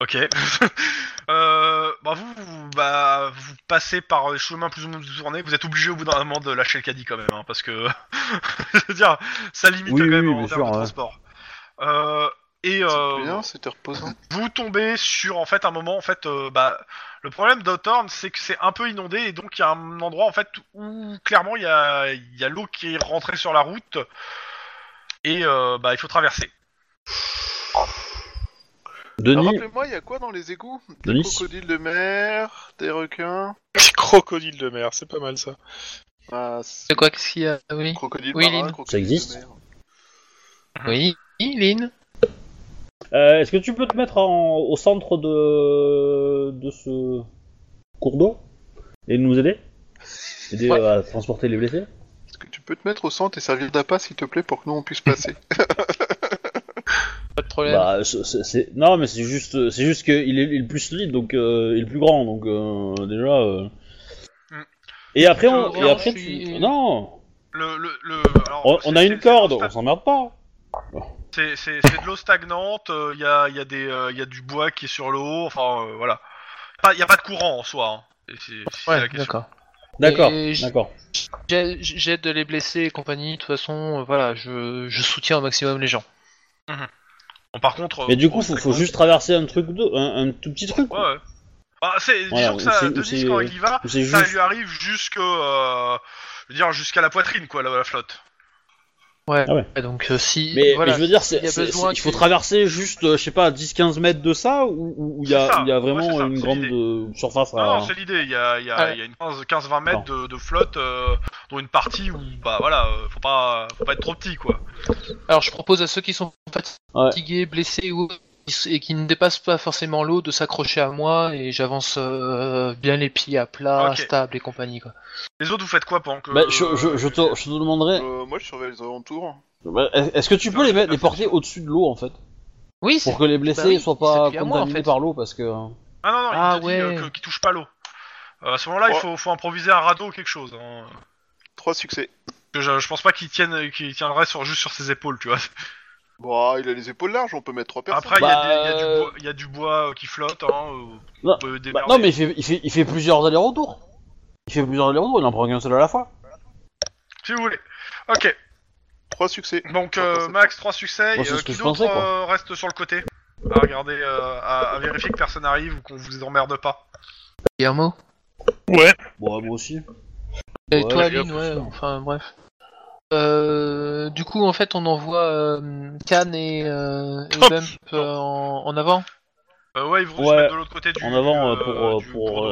[SPEAKER 3] Ok. euh, bah vous, vous- bah, vous passez par les chemins plus ou moins tournés. Vous êtes obligé au bout d'un moment de lâcher le caddie quand même, hein, parce que je veux dire, ça limite
[SPEAKER 2] Oui,
[SPEAKER 3] quand même
[SPEAKER 2] oui,
[SPEAKER 3] en
[SPEAKER 2] bien
[SPEAKER 3] termes
[SPEAKER 2] sûr,
[SPEAKER 3] de
[SPEAKER 2] ouais.
[SPEAKER 3] transport. Euh, et
[SPEAKER 4] C'est
[SPEAKER 3] euh,
[SPEAKER 4] bien, c'était reposant.
[SPEAKER 3] vous tombez sur en fait un moment en fait euh, bah le problème d'Hawthorne c'est que c'est un peu inondé et donc il y a un endroit en fait où clairement il y a, il y a l'eau qui est rentrée sur la route et euh, bah il faut traverser. Ah,
[SPEAKER 4] Alors,
[SPEAKER 2] Denis,
[SPEAKER 4] Ah, Rappelez-moi, il y a quoi dans les égouts Des
[SPEAKER 2] Denis
[SPEAKER 4] crocodiles de mer, des requins.
[SPEAKER 1] Petit crocodile de mer, c'est pas mal ça.
[SPEAKER 4] Ah,
[SPEAKER 5] C'est quoi qu'est-ce qu'il y a Ah Oui,
[SPEAKER 4] crocodile
[SPEAKER 5] Oui,
[SPEAKER 4] marin,
[SPEAKER 5] Lynn.
[SPEAKER 4] crocodile
[SPEAKER 2] Ça existe
[SPEAKER 4] de mer.
[SPEAKER 5] oui, Lynn.
[SPEAKER 2] euh, est-ce que tu peux te mettre en- au centre de, de ce cours d'eau et nous aider Aider
[SPEAKER 5] Ouais.
[SPEAKER 2] euh, à transporter les blessés
[SPEAKER 4] Est-ce que tu peux te mettre au centre et servir d'appât, s'il te plaît, pour que nous on puisse passer
[SPEAKER 5] Pas de problème.
[SPEAKER 2] Bah, c'est- c'est- c'est- non, mais c'est juste, c'est juste qu'il est, il est le plus solide, donc euh, il est le plus grand, donc euh, déjà. euh.
[SPEAKER 3] Mm.
[SPEAKER 2] Et après, on,
[SPEAKER 5] Euh,
[SPEAKER 2] et
[SPEAKER 5] non,
[SPEAKER 2] après,
[SPEAKER 5] je
[SPEAKER 2] tu-
[SPEAKER 5] suis-
[SPEAKER 2] non,
[SPEAKER 3] Le, le, le- alors,
[SPEAKER 2] on, on
[SPEAKER 3] c'est-
[SPEAKER 2] a
[SPEAKER 3] c'est-
[SPEAKER 2] une
[SPEAKER 3] c'est-
[SPEAKER 2] corde,
[SPEAKER 3] c'est-
[SPEAKER 2] on s'emmerde pas.
[SPEAKER 3] C'est c'est- c'est de l'eau stagnante, euh, il y, a, il y, a des, euh, il y a du bois qui est sur le haut, enfin euh, voilà. Pas- Il n'y a pas de courant en soi. hein. Et c'est- c'est la
[SPEAKER 5] ouais,
[SPEAKER 3] question.
[SPEAKER 5] d'accord.
[SPEAKER 2] D'accord,
[SPEAKER 5] Et je-
[SPEAKER 2] d'accord.
[SPEAKER 5] J'ai- J'aide les blessés et compagnie, de toute façon, euh, voilà, je, je soutiens au maximum les gens.
[SPEAKER 3] Bon, par contre.
[SPEAKER 2] Mais
[SPEAKER 3] euh,
[SPEAKER 2] du coup,
[SPEAKER 3] l'eau
[SPEAKER 2] faut, faut
[SPEAKER 3] stagnante,
[SPEAKER 2] juste traverser un truc, d'eau, un, un tout petit truc.
[SPEAKER 3] Ouais,
[SPEAKER 2] quoi.
[SPEAKER 3] ouais. Bah, c'est-
[SPEAKER 2] Voilà,
[SPEAKER 3] disons que
[SPEAKER 2] ou c'est-
[SPEAKER 3] ça,
[SPEAKER 2] ou
[SPEAKER 3] Denis,
[SPEAKER 2] c'est-
[SPEAKER 3] quand il y va,
[SPEAKER 2] C'est
[SPEAKER 3] ça
[SPEAKER 2] juste.
[SPEAKER 3] lui arrive jusque. euh, je veux dire, jusqu'à la poitrine, quoi, la, la flotte.
[SPEAKER 5] Ouais,
[SPEAKER 2] Ah ouais.
[SPEAKER 5] et donc euh, si.
[SPEAKER 2] Mais,
[SPEAKER 5] voilà,
[SPEAKER 2] mais je veux dire,
[SPEAKER 5] il y
[SPEAKER 2] c'est,
[SPEAKER 5] a
[SPEAKER 2] c'est-
[SPEAKER 5] besoin
[SPEAKER 2] c'est- il faut
[SPEAKER 5] que-
[SPEAKER 2] traverser juste, euh, je sais pas, 10-15 mètres de ça, ou ou- ou il y,
[SPEAKER 3] C'est ça,
[SPEAKER 2] a- il y a
[SPEAKER 3] ouais, c'est
[SPEAKER 2] vraiment
[SPEAKER 3] ça,
[SPEAKER 2] une
[SPEAKER 3] c'est
[SPEAKER 2] grande
[SPEAKER 3] l'idée.
[SPEAKER 2] euh, surface
[SPEAKER 3] Non,
[SPEAKER 2] à.
[SPEAKER 3] non, c'est l'idée, il y a, il y a-
[SPEAKER 5] Ouais.
[SPEAKER 3] il y a une 15 15-20 mètres de, de flotte, euh, dont une partie où, bah voilà, euh, faut pas, faut pas être trop petit, quoi.
[SPEAKER 5] Alors je propose à ceux qui sont
[SPEAKER 2] Ouais.
[SPEAKER 5] fatigués, blessés ou qui s- et qui ne dépassent pas forcément l'eau de s'accrocher à moi et j'avance euh, bien les pieds à plat,
[SPEAKER 3] Ok.
[SPEAKER 5] stable et compagnie quoi.
[SPEAKER 3] Les autres, vous faites quoi pendant que.
[SPEAKER 2] Bah, je, je, je te, je te demanderais,
[SPEAKER 4] Euh, Moi je surveille les alentours.
[SPEAKER 2] bah, est-ce que tu peux les, mettre, les porter au-dessus de l'eau en fait
[SPEAKER 5] Oui, c'est
[SPEAKER 2] Pour que les blessés
[SPEAKER 5] Bah oui,
[SPEAKER 2] soient pas
[SPEAKER 5] c'est plus à moi,
[SPEAKER 2] contaminés
[SPEAKER 5] en fait.
[SPEAKER 2] par l'eau parce que.
[SPEAKER 3] Ah non, non,
[SPEAKER 5] Ah,
[SPEAKER 3] il te dit euh,
[SPEAKER 5] ouais.
[SPEAKER 3] que- qu'il touche pas l'eau. Euh, à ce moment-là, il
[SPEAKER 4] Ouais.
[SPEAKER 3] faut, faut improviser un radeau ou quelque chose. hein.
[SPEAKER 4] Trois succès.
[SPEAKER 3] Que je, je pense pas qu'il tienne, qu'il tiendrait sur, juste sur ses épaules, tu vois.
[SPEAKER 4] Bon, ah, il a les épaules larges, on peut mettre trois personnes.
[SPEAKER 3] Après, il y a
[SPEAKER 2] Bah,
[SPEAKER 3] des- il y, a du
[SPEAKER 2] euh,
[SPEAKER 3] bois- il y a du bois euh, qui flotte, hein. euh,
[SPEAKER 2] Non,
[SPEAKER 3] on peut
[SPEAKER 2] Bah,
[SPEAKER 3] démerder.
[SPEAKER 2] non, mais il fait, il, fait, il fait plusieurs allers-retours. Il fait plusieurs allers-retours, il en prend qu'un seul à la fois.
[SPEAKER 3] Si vous voulez. Ok,
[SPEAKER 4] Trois succès.
[SPEAKER 3] donc
[SPEAKER 4] Ouais,
[SPEAKER 3] euh,
[SPEAKER 4] c'est ça.
[SPEAKER 3] Max, 3 succès.
[SPEAKER 2] Moi,
[SPEAKER 3] et,
[SPEAKER 2] c'est
[SPEAKER 3] euh,
[SPEAKER 2] ce que
[SPEAKER 3] qui
[SPEAKER 2] je pensais,
[SPEAKER 3] d'autre
[SPEAKER 2] quoi.
[SPEAKER 3] euh, reste sur le côté à regarder, euh, à, à vérifier que personne n'arrive ou qu'on vous emmerde pas.
[SPEAKER 5] Guillermo
[SPEAKER 1] Ouais.
[SPEAKER 2] Bon, ah, moi aussi.
[SPEAKER 5] Et
[SPEAKER 2] Ouais,
[SPEAKER 5] toi,
[SPEAKER 2] j'ai
[SPEAKER 5] Aline,
[SPEAKER 2] appris
[SPEAKER 5] ouais,
[SPEAKER 2] ça.
[SPEAKER 5] enfin bref. Euh, du coup, en fait, on envoie euh, Can et, euh, et
[SPEAKER 1] Oh,
[SPEAKER 5] Bump euh, en, en avant.
[SPEAKER 3] Euh, ouais, ils vont se
[SPEAKER 2] Ouais.
[SPEAKER 3] mettre de l'autre côté du.
[SPEAKER 2] En avant euh,
[SPEAKER 3] euh,
[SPEAKER 2] pour.
[SPEAKER 5] Ah,
[SPEAKER 2] euh,
[SPEAKER 3] du-
[SPEAKER 2] pour,
[SPEAKER 3] pour-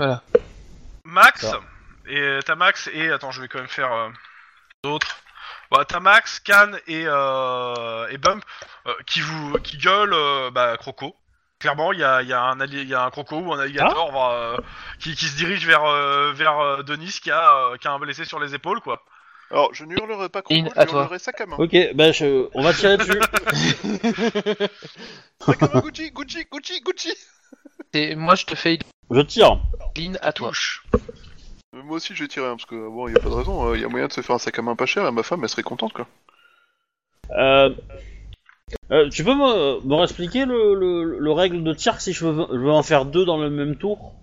[SPEAKER 2] euh,
[SPEAKER 3] Max
[SPEAKER 2] Ça.
[SPEAKER 3] et t'as Max et attends je vais quand même faire euh, d'autres. Bah, t'as Max, Can et euh, et Bump euh, qui vous qui gueule bah Croco. Clairement il y a, il y a un alli- il y a un Croco ou un alligator
[SPEAKER 2] Ah.
[SPEAKER 3] va, euh, qui, qui se dirige vers euh, vers euh, Denis qui a euh, qui a un blessé sur les épaules quoi.
[SPEAKER 4] Alors, je n'hurlerai pas Croco,
[SPEAKER 5] In-
[SPEAKER 4] je
[SPEAKER 5] à toi.
[SPEAKER 4] hurlerai sac à main.
[SPEAKER 2] Ok, ben je... on va tirer dessus.
[SPEAKER 4] Sac à main Ah, Gucci, Gucci, Gucci, Gucci
[SPEAKER 5] Et moi, je te fais
[SPEAKER 2] je tire.
[SPEAKER 5] Lynn à toi.
[SPEAKER 3] Touche.
[SPEAKER 4] Euh, Moi aussi, je vais tirer, hein, parce que bon, il y a pas de raison, euh, il y a moyen de se faire un sac à main pas cher, et ma femme, elle serait contente, quoi.
[SPEAKER 2] Euh... euh, tu peux me, me réexpliquer le, le, le règle de tir si je veux, je veux en faire deux dans le même tour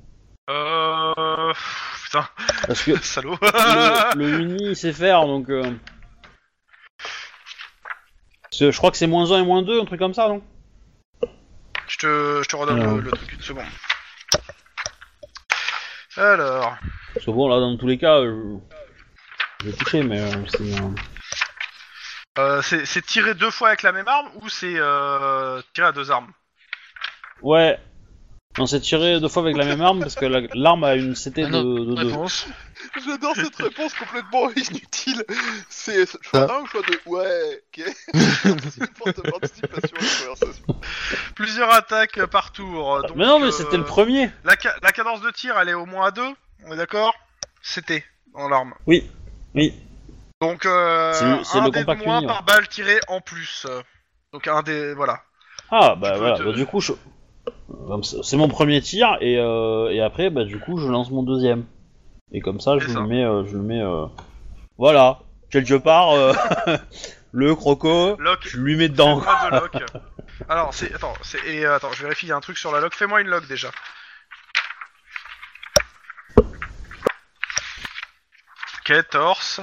[SPEAKER 3] Euh... pff, Putain,
[SPEAKER 2] Parce que
[SPEAKER 3] salaud.
[SPEAKER 2] le, le uni il sait faire donc. euh, parce que Je crois que c'est moins 1 et moins 2, un truc comme ça, non
[SPEAKER 3] Je te, je te redonne
[SPEAKER 2] Alors.
[SPEAKER 3] le, le truc, une seconde. Alors,
[SPEAKER 2] Parce que bon, là, dans tous les cas, je, je vais toucher, mais euh, c'est. euh,
[SPEAKER 3] euh, c'est c'est tirer deux fois avec la même arme ou c'est euh, tirer à deux armes
[SPEAKER 2] Ouais. On s'est tiré deux fois avec la même arme parce que la- l'arme a une CT
[SPEAKER 5] Ah non,
[SPEAKER 2] de, de deux.
[SPEAKER 5] Réponse.
[SPEAKER 4] J'adore cette réponse complètement inutile. C'est choix 1 ou choix 2 Ouais, ok. C'est pour ta participation à la conversation.
[SPEAKER 3] Plusieurs attaques euh, par tour. donc,
[SPEAKER 2] mais non, mais
[SPEAKER 3] euh,
[SPEAKER 2] c'était le premier.
[SPEAKER 3] La, ca- la cadence de tir, elle est au moins à deux, on est d'accord C'était dans l'arme.
[SPEAKER 2] Oui, oui.
[SPEAKER 3] Donc, euh,
[SPEAKER 2] C'est le- c'est
[SPEAKER 3] un
[SPEAKER 2] le
[SPEAKER 3] dé de
[SPEAKER 2] compact
[SPEAKER 3] moins
[SPEAKER 2] uni,
[SPEAKER 3] par balle tirée en plus. Donc, un des. Voilà.
[SPEAKER 2] Ah
[SPEAKER 3] Tu
[SPEAKER 2] bah
[SPEAKER 3] peux
[SPEAKER 2] voilà,
[SPEAKER 3] te-
[SPEAKER 2] Bah, du coup je... comme ça, c'est mon premier tir et, euh, et après bah du coup je lance mon deuxième. Et comme ça je
[SPEAKER 3] C'est ça.
[SPEAKER 2] le mets, euh, je le mets. euh, Voilà, quelque part euh, le croco,
[SPEAKER 3] Lock,
[SPEAKER 2] je lui mets dedans.
[SPEAKER 3] Pas de lock. Alors, c'est. Attends, c'est- et, euh, attends, je vérifie, il y a un truc sur la lock. Fais-moi une lock déjà. Ok, torse.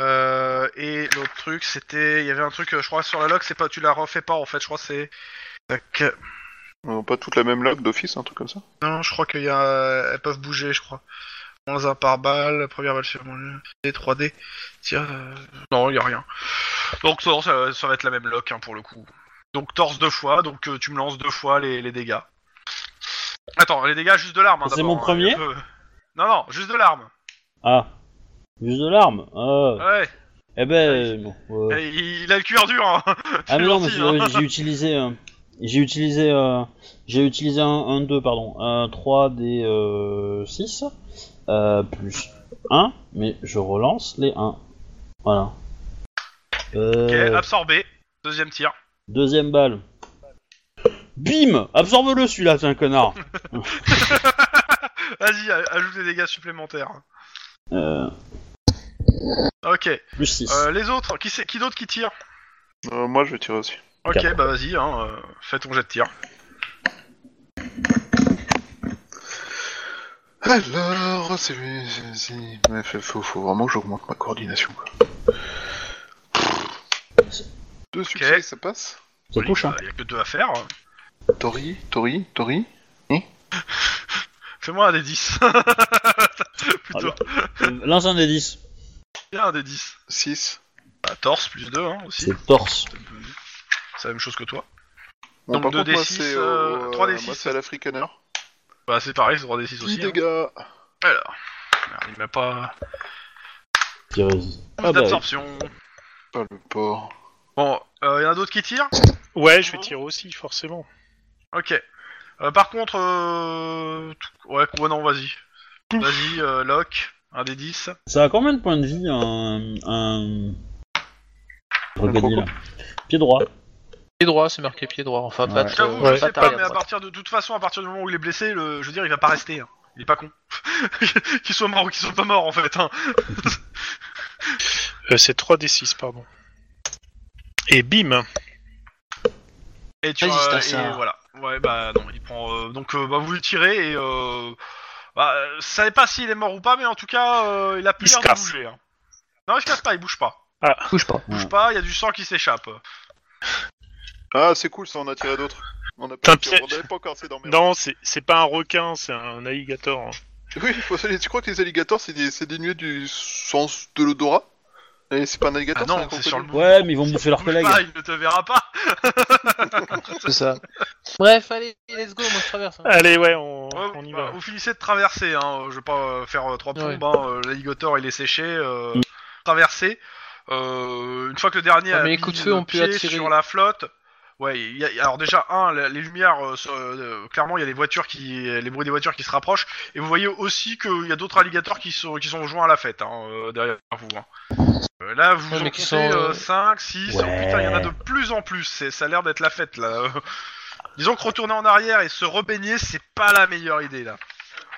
[SPEAKER 3] Euh, et l'autre truc, c'était. Il y avait un truc, euh, je crois, sur la lock, c'est pas. Tu la refais pas en fait, je crois, que c'est. Tac.
[SPEAKER 4] Euh, pas toute la même log d'office, un truc comme ça.
[SPEAKER 3] Non, je crois qu'il y a. Elles peuvent bouger, je crois. Moins un par balle, première balle sur mon D, 3D. Tiens. euh, Non, il y a rien. Donc, non, ça, ça va être la même lock hein, pour le coup. Donc, torse deux fois, donc euh, tu me lances deux fois les, les dégâts. Attends, les dégâts juste de l'arme. hein,
[SPEAKER 2] C'est
[SPEAKER 3] d'abord,
[SPEAKER 2] mon
[SPEAKER 3] hein,
[SPEAKER 2] premier
[SPEAKER 3] il y a peu- Non, non, juste de l'arme.
[SPEAKER 2] Ah, juste de l'arme. Ah.
[SPEAKER 3] Ouais,
[SPEAKER 2] Eh ben bon, ouais.
[SPEAKER 3] et il a le cuir dur. Hein.
[SPEAKER 2] ah mais non mais
[SPEAKER 3] gentil,
[SPEAKER 2] c'est-
[SPEAKER 3] hein.
[SPEAKER 2] j'ai utilisé, euh, j'ai utilisé, euh, j'ai utilisé un, un 2 pardon, un 3 des 6 plus 1, mais je relance les 1. Voilà. Euh,
[SPEAKER 3] Ok, absorbé. Deuxième tir.
[SPEAKER 2] Deuxième balle. Bim Absorbe-le celui-là, c'est un connard
[SPEAKER 3] Vas-y, a- ajoute les dégâts supplémentaires. hein.
[SPEAKER 2] Euh,
[SPEAKER 3] Ok,
[SPEAKER 2] Plus 6.
[SPEAKER 3] euh, les autres, qui, c'est- qui d'autre qui tire
[SPEAKER 4] Euh, moi, je vais tirer aussi.
[SPEAKER 3] Ok,
[SPEAKER 2] Quatre.
[SPEAKER 3] bah vas-y, hein, euh, fais ton jet de tir.
[SPEAKER 4] Alors, c'est. c'est- Mais faut, faut- faut vraiment que j'augmente ma coordination, quoi. Deux succès, ça passe.
[SPEAKER 2] ça touche, hein.
[SPEAKER 3] Il bah, y a que deux à faire.
[SPEAKER 4] Tori, Tori, Tori.
[SPEAKER 3] Fais-moi un des 10. Plutôt.
[SPEAKER 2] Euh, Lance un des 10.
[SPEAKER 3] Bien un des 10.
[SPEAKER 4] 6.
[SPEAKER 3] Bah, torse plus 2 hein, aussi.
[SPEAKER 2] C'est torse.
[SPEAKER 3] C'est la même chose que toi.
[SPEAKER 4] Bon,
[SPEAKER 3] Donc,
[SPEAKER 4] par
[SPEAKER 3] deux
[SPEAKER 4] contre, moi,
[SPEAKER 3] D6,
[SPEAKER 4] c'est.
[SPEAKER 3] euh,
[SPEAKER 4] au-
[SPEAKER 3] trois
[SPEAKER 4] euh,
[SPEAKER 3] D6.
[SPEAKER 4] Moi, c'est à l'Africaner.
[SPEAKER 3] Bah c'est pareil, c'est 3 des 6
[SPEAKER 4] 10
[SPEAKER 3] aussi. hein.
[SPEAKER 4] dégâts.
[SPEAKER 3] Alors. Merde, il m'a pas.
[SPEAKER 2] Qui résiste. Ah
[SPEAKER 3] Plus
[SPEAKER 2] bah, oui.
[SPEAKER 3] d'absorption.
[SPEAKER 4] Pas le porc.
[SPEAKER 3] Bon, euh, y en a d'autres qui tirent
[SPEAKER 1] Ouais, je vais tirer aussi, forcément.
[SPEAKER 3] Ok. Euh, par contre, euh... tout- ouais, ouais, non, vas-y. Vas-y, euh, lock, un des 10.
[SPEAKER 2] ça a combien de points de vie un... un... crocodile Pied droit.
[SPEAKER 5] Pied droit, c'est marqué pied droit. Enfin, pas
[SPEAKER 2] Ouais.
[SPEAKER 5] de.
[SPEAKER 3] Je t'avoue,
[SPEAKER 5] euh,
[SPEAKER 3] je sais
[SPEAKER 5] de
[SPEAKER 3] pas,
[SPEAKER 5] rien,
[SPEAKER 3] mais à
[SPEAKER 5] quoi.
[SPEAKER 3] partir de, de toute façon, à partir du moment où il est blessé, le, je veux dire, il va pas rester. hein. Il est pas con. qu'il soit mort ou qu'il soit pas mort, en fait. hein.
[SPEAKER 1] Euh, c'est 3d6, pardon. Et bim
[SPEAKER 3] Et tu
[SPEAKER 5] Résiste
[SPEAKER 3] euh,
[SPEAKER 5] à ça.
[SPEAKER 3] et voilà. Ouais, bah non, il prend. euh, donc, euh, bah, vous le tirez et. Euh, bah, euh, je savais pas s'il est mort ou pas, mais en tout cas, euh, il a plus
[SPEAKER 1] Il se
[SPEAKER 3] l'air de
[SPEAKER 1] casse.
[SPEAKER 3] bouger. hein. Non, il se casse pas, il bouge pas.
[SPEAKER 5] Bouge pas.
[SPEAKER 3] Il bouge pas, il y a du sang qui s'échappe.
[SPEAKER 4] Ah, c'est cool, ça en a tiré d'autres. On n'a
[SPEAKER 1] T'as
[SPEAKER 4] pas,
[SPEAKER 1] un piège.
[SPEAKER 4] on n'avait pas encore assez d'emmerdes.
[SPEAKER 1] Non, c'est c'est pas un requin, c'est un alligator. hein.
[SPEAKER 4] Oui, faut se- tu crois que les alligators, c'est des- c'est dénué du sens de l'odorat Et c'est pas un alligator
[SPEAKER 3] Ah non,
[SPEAKER 4] un
[SPEAKER 3] c'est sur le
[SPEAKER 4] crocodile.
[SPEAKER 2] Ouais, mais ils vont bouffer leurs
[SPEAKER 3] Bouge
[SPEAKER 2] collègues.
[SPEAKER 3] pas, il ne te verra pas.
[SPEAKER 5] C'est ça. Bref, allez, let's go, moi je traverse. hein.
[SPEAKER 1] Allez, ouais, on,
[SPEAKER 3] Ouais,
[SPEAKER 1] on y
[SPEAKER 3] bah,
[SPEAKER 1] va.
[SPEAKER 3] Vous finissez de traverser, hein. euh, je vais pas euh, faire euh, trois
[SPEAKER 5] Ouais.
[SPEAKER 3] plombes, hein, euh, l'alligator il est séché, euh, traversé. Euh, une fois que le dernier
[SPEAKER 5] Ouais,
[SPEAKER 3] a
[SPEAKER 5] mais les
[SPEAKER 3] mis
[SPEAKER 5] coups de feu
[SPEAKER 3] le
[SPEAKER 5] ont pu
[SPEAKER 3] pied
[SPEAKER 5] attirer.
[SPEAKER 3] sur la flotte, ouais, il y a- alors déjà un, la- les lumières, euh, se- euh, clairement il y a les voitures qui, les bruits des voitures qui se rapprochent, et vous voyez aussi qu'il y a d'autres alligators qui sont qui sont rejoints à la fête hein, euh, derrière vous. hein. Euh, Là, vous
[SPEAKER 5] Ouais,
[SPEAKER 3] en
[SPEAKER 5] mais qui
[SPEAKER 3] comptez
[SPEAKER 5] sont, euh,
[SPEAKER 3] 5, 6,
[SPEAKER 2] Ouais.
[SPEAKER 3] oh, putain, il y en a de plus en plus, c'est- ça a l'air d'être la fête là. Disons que retourner en arrière et se rebaigner, c'est pas la meilleure idée là.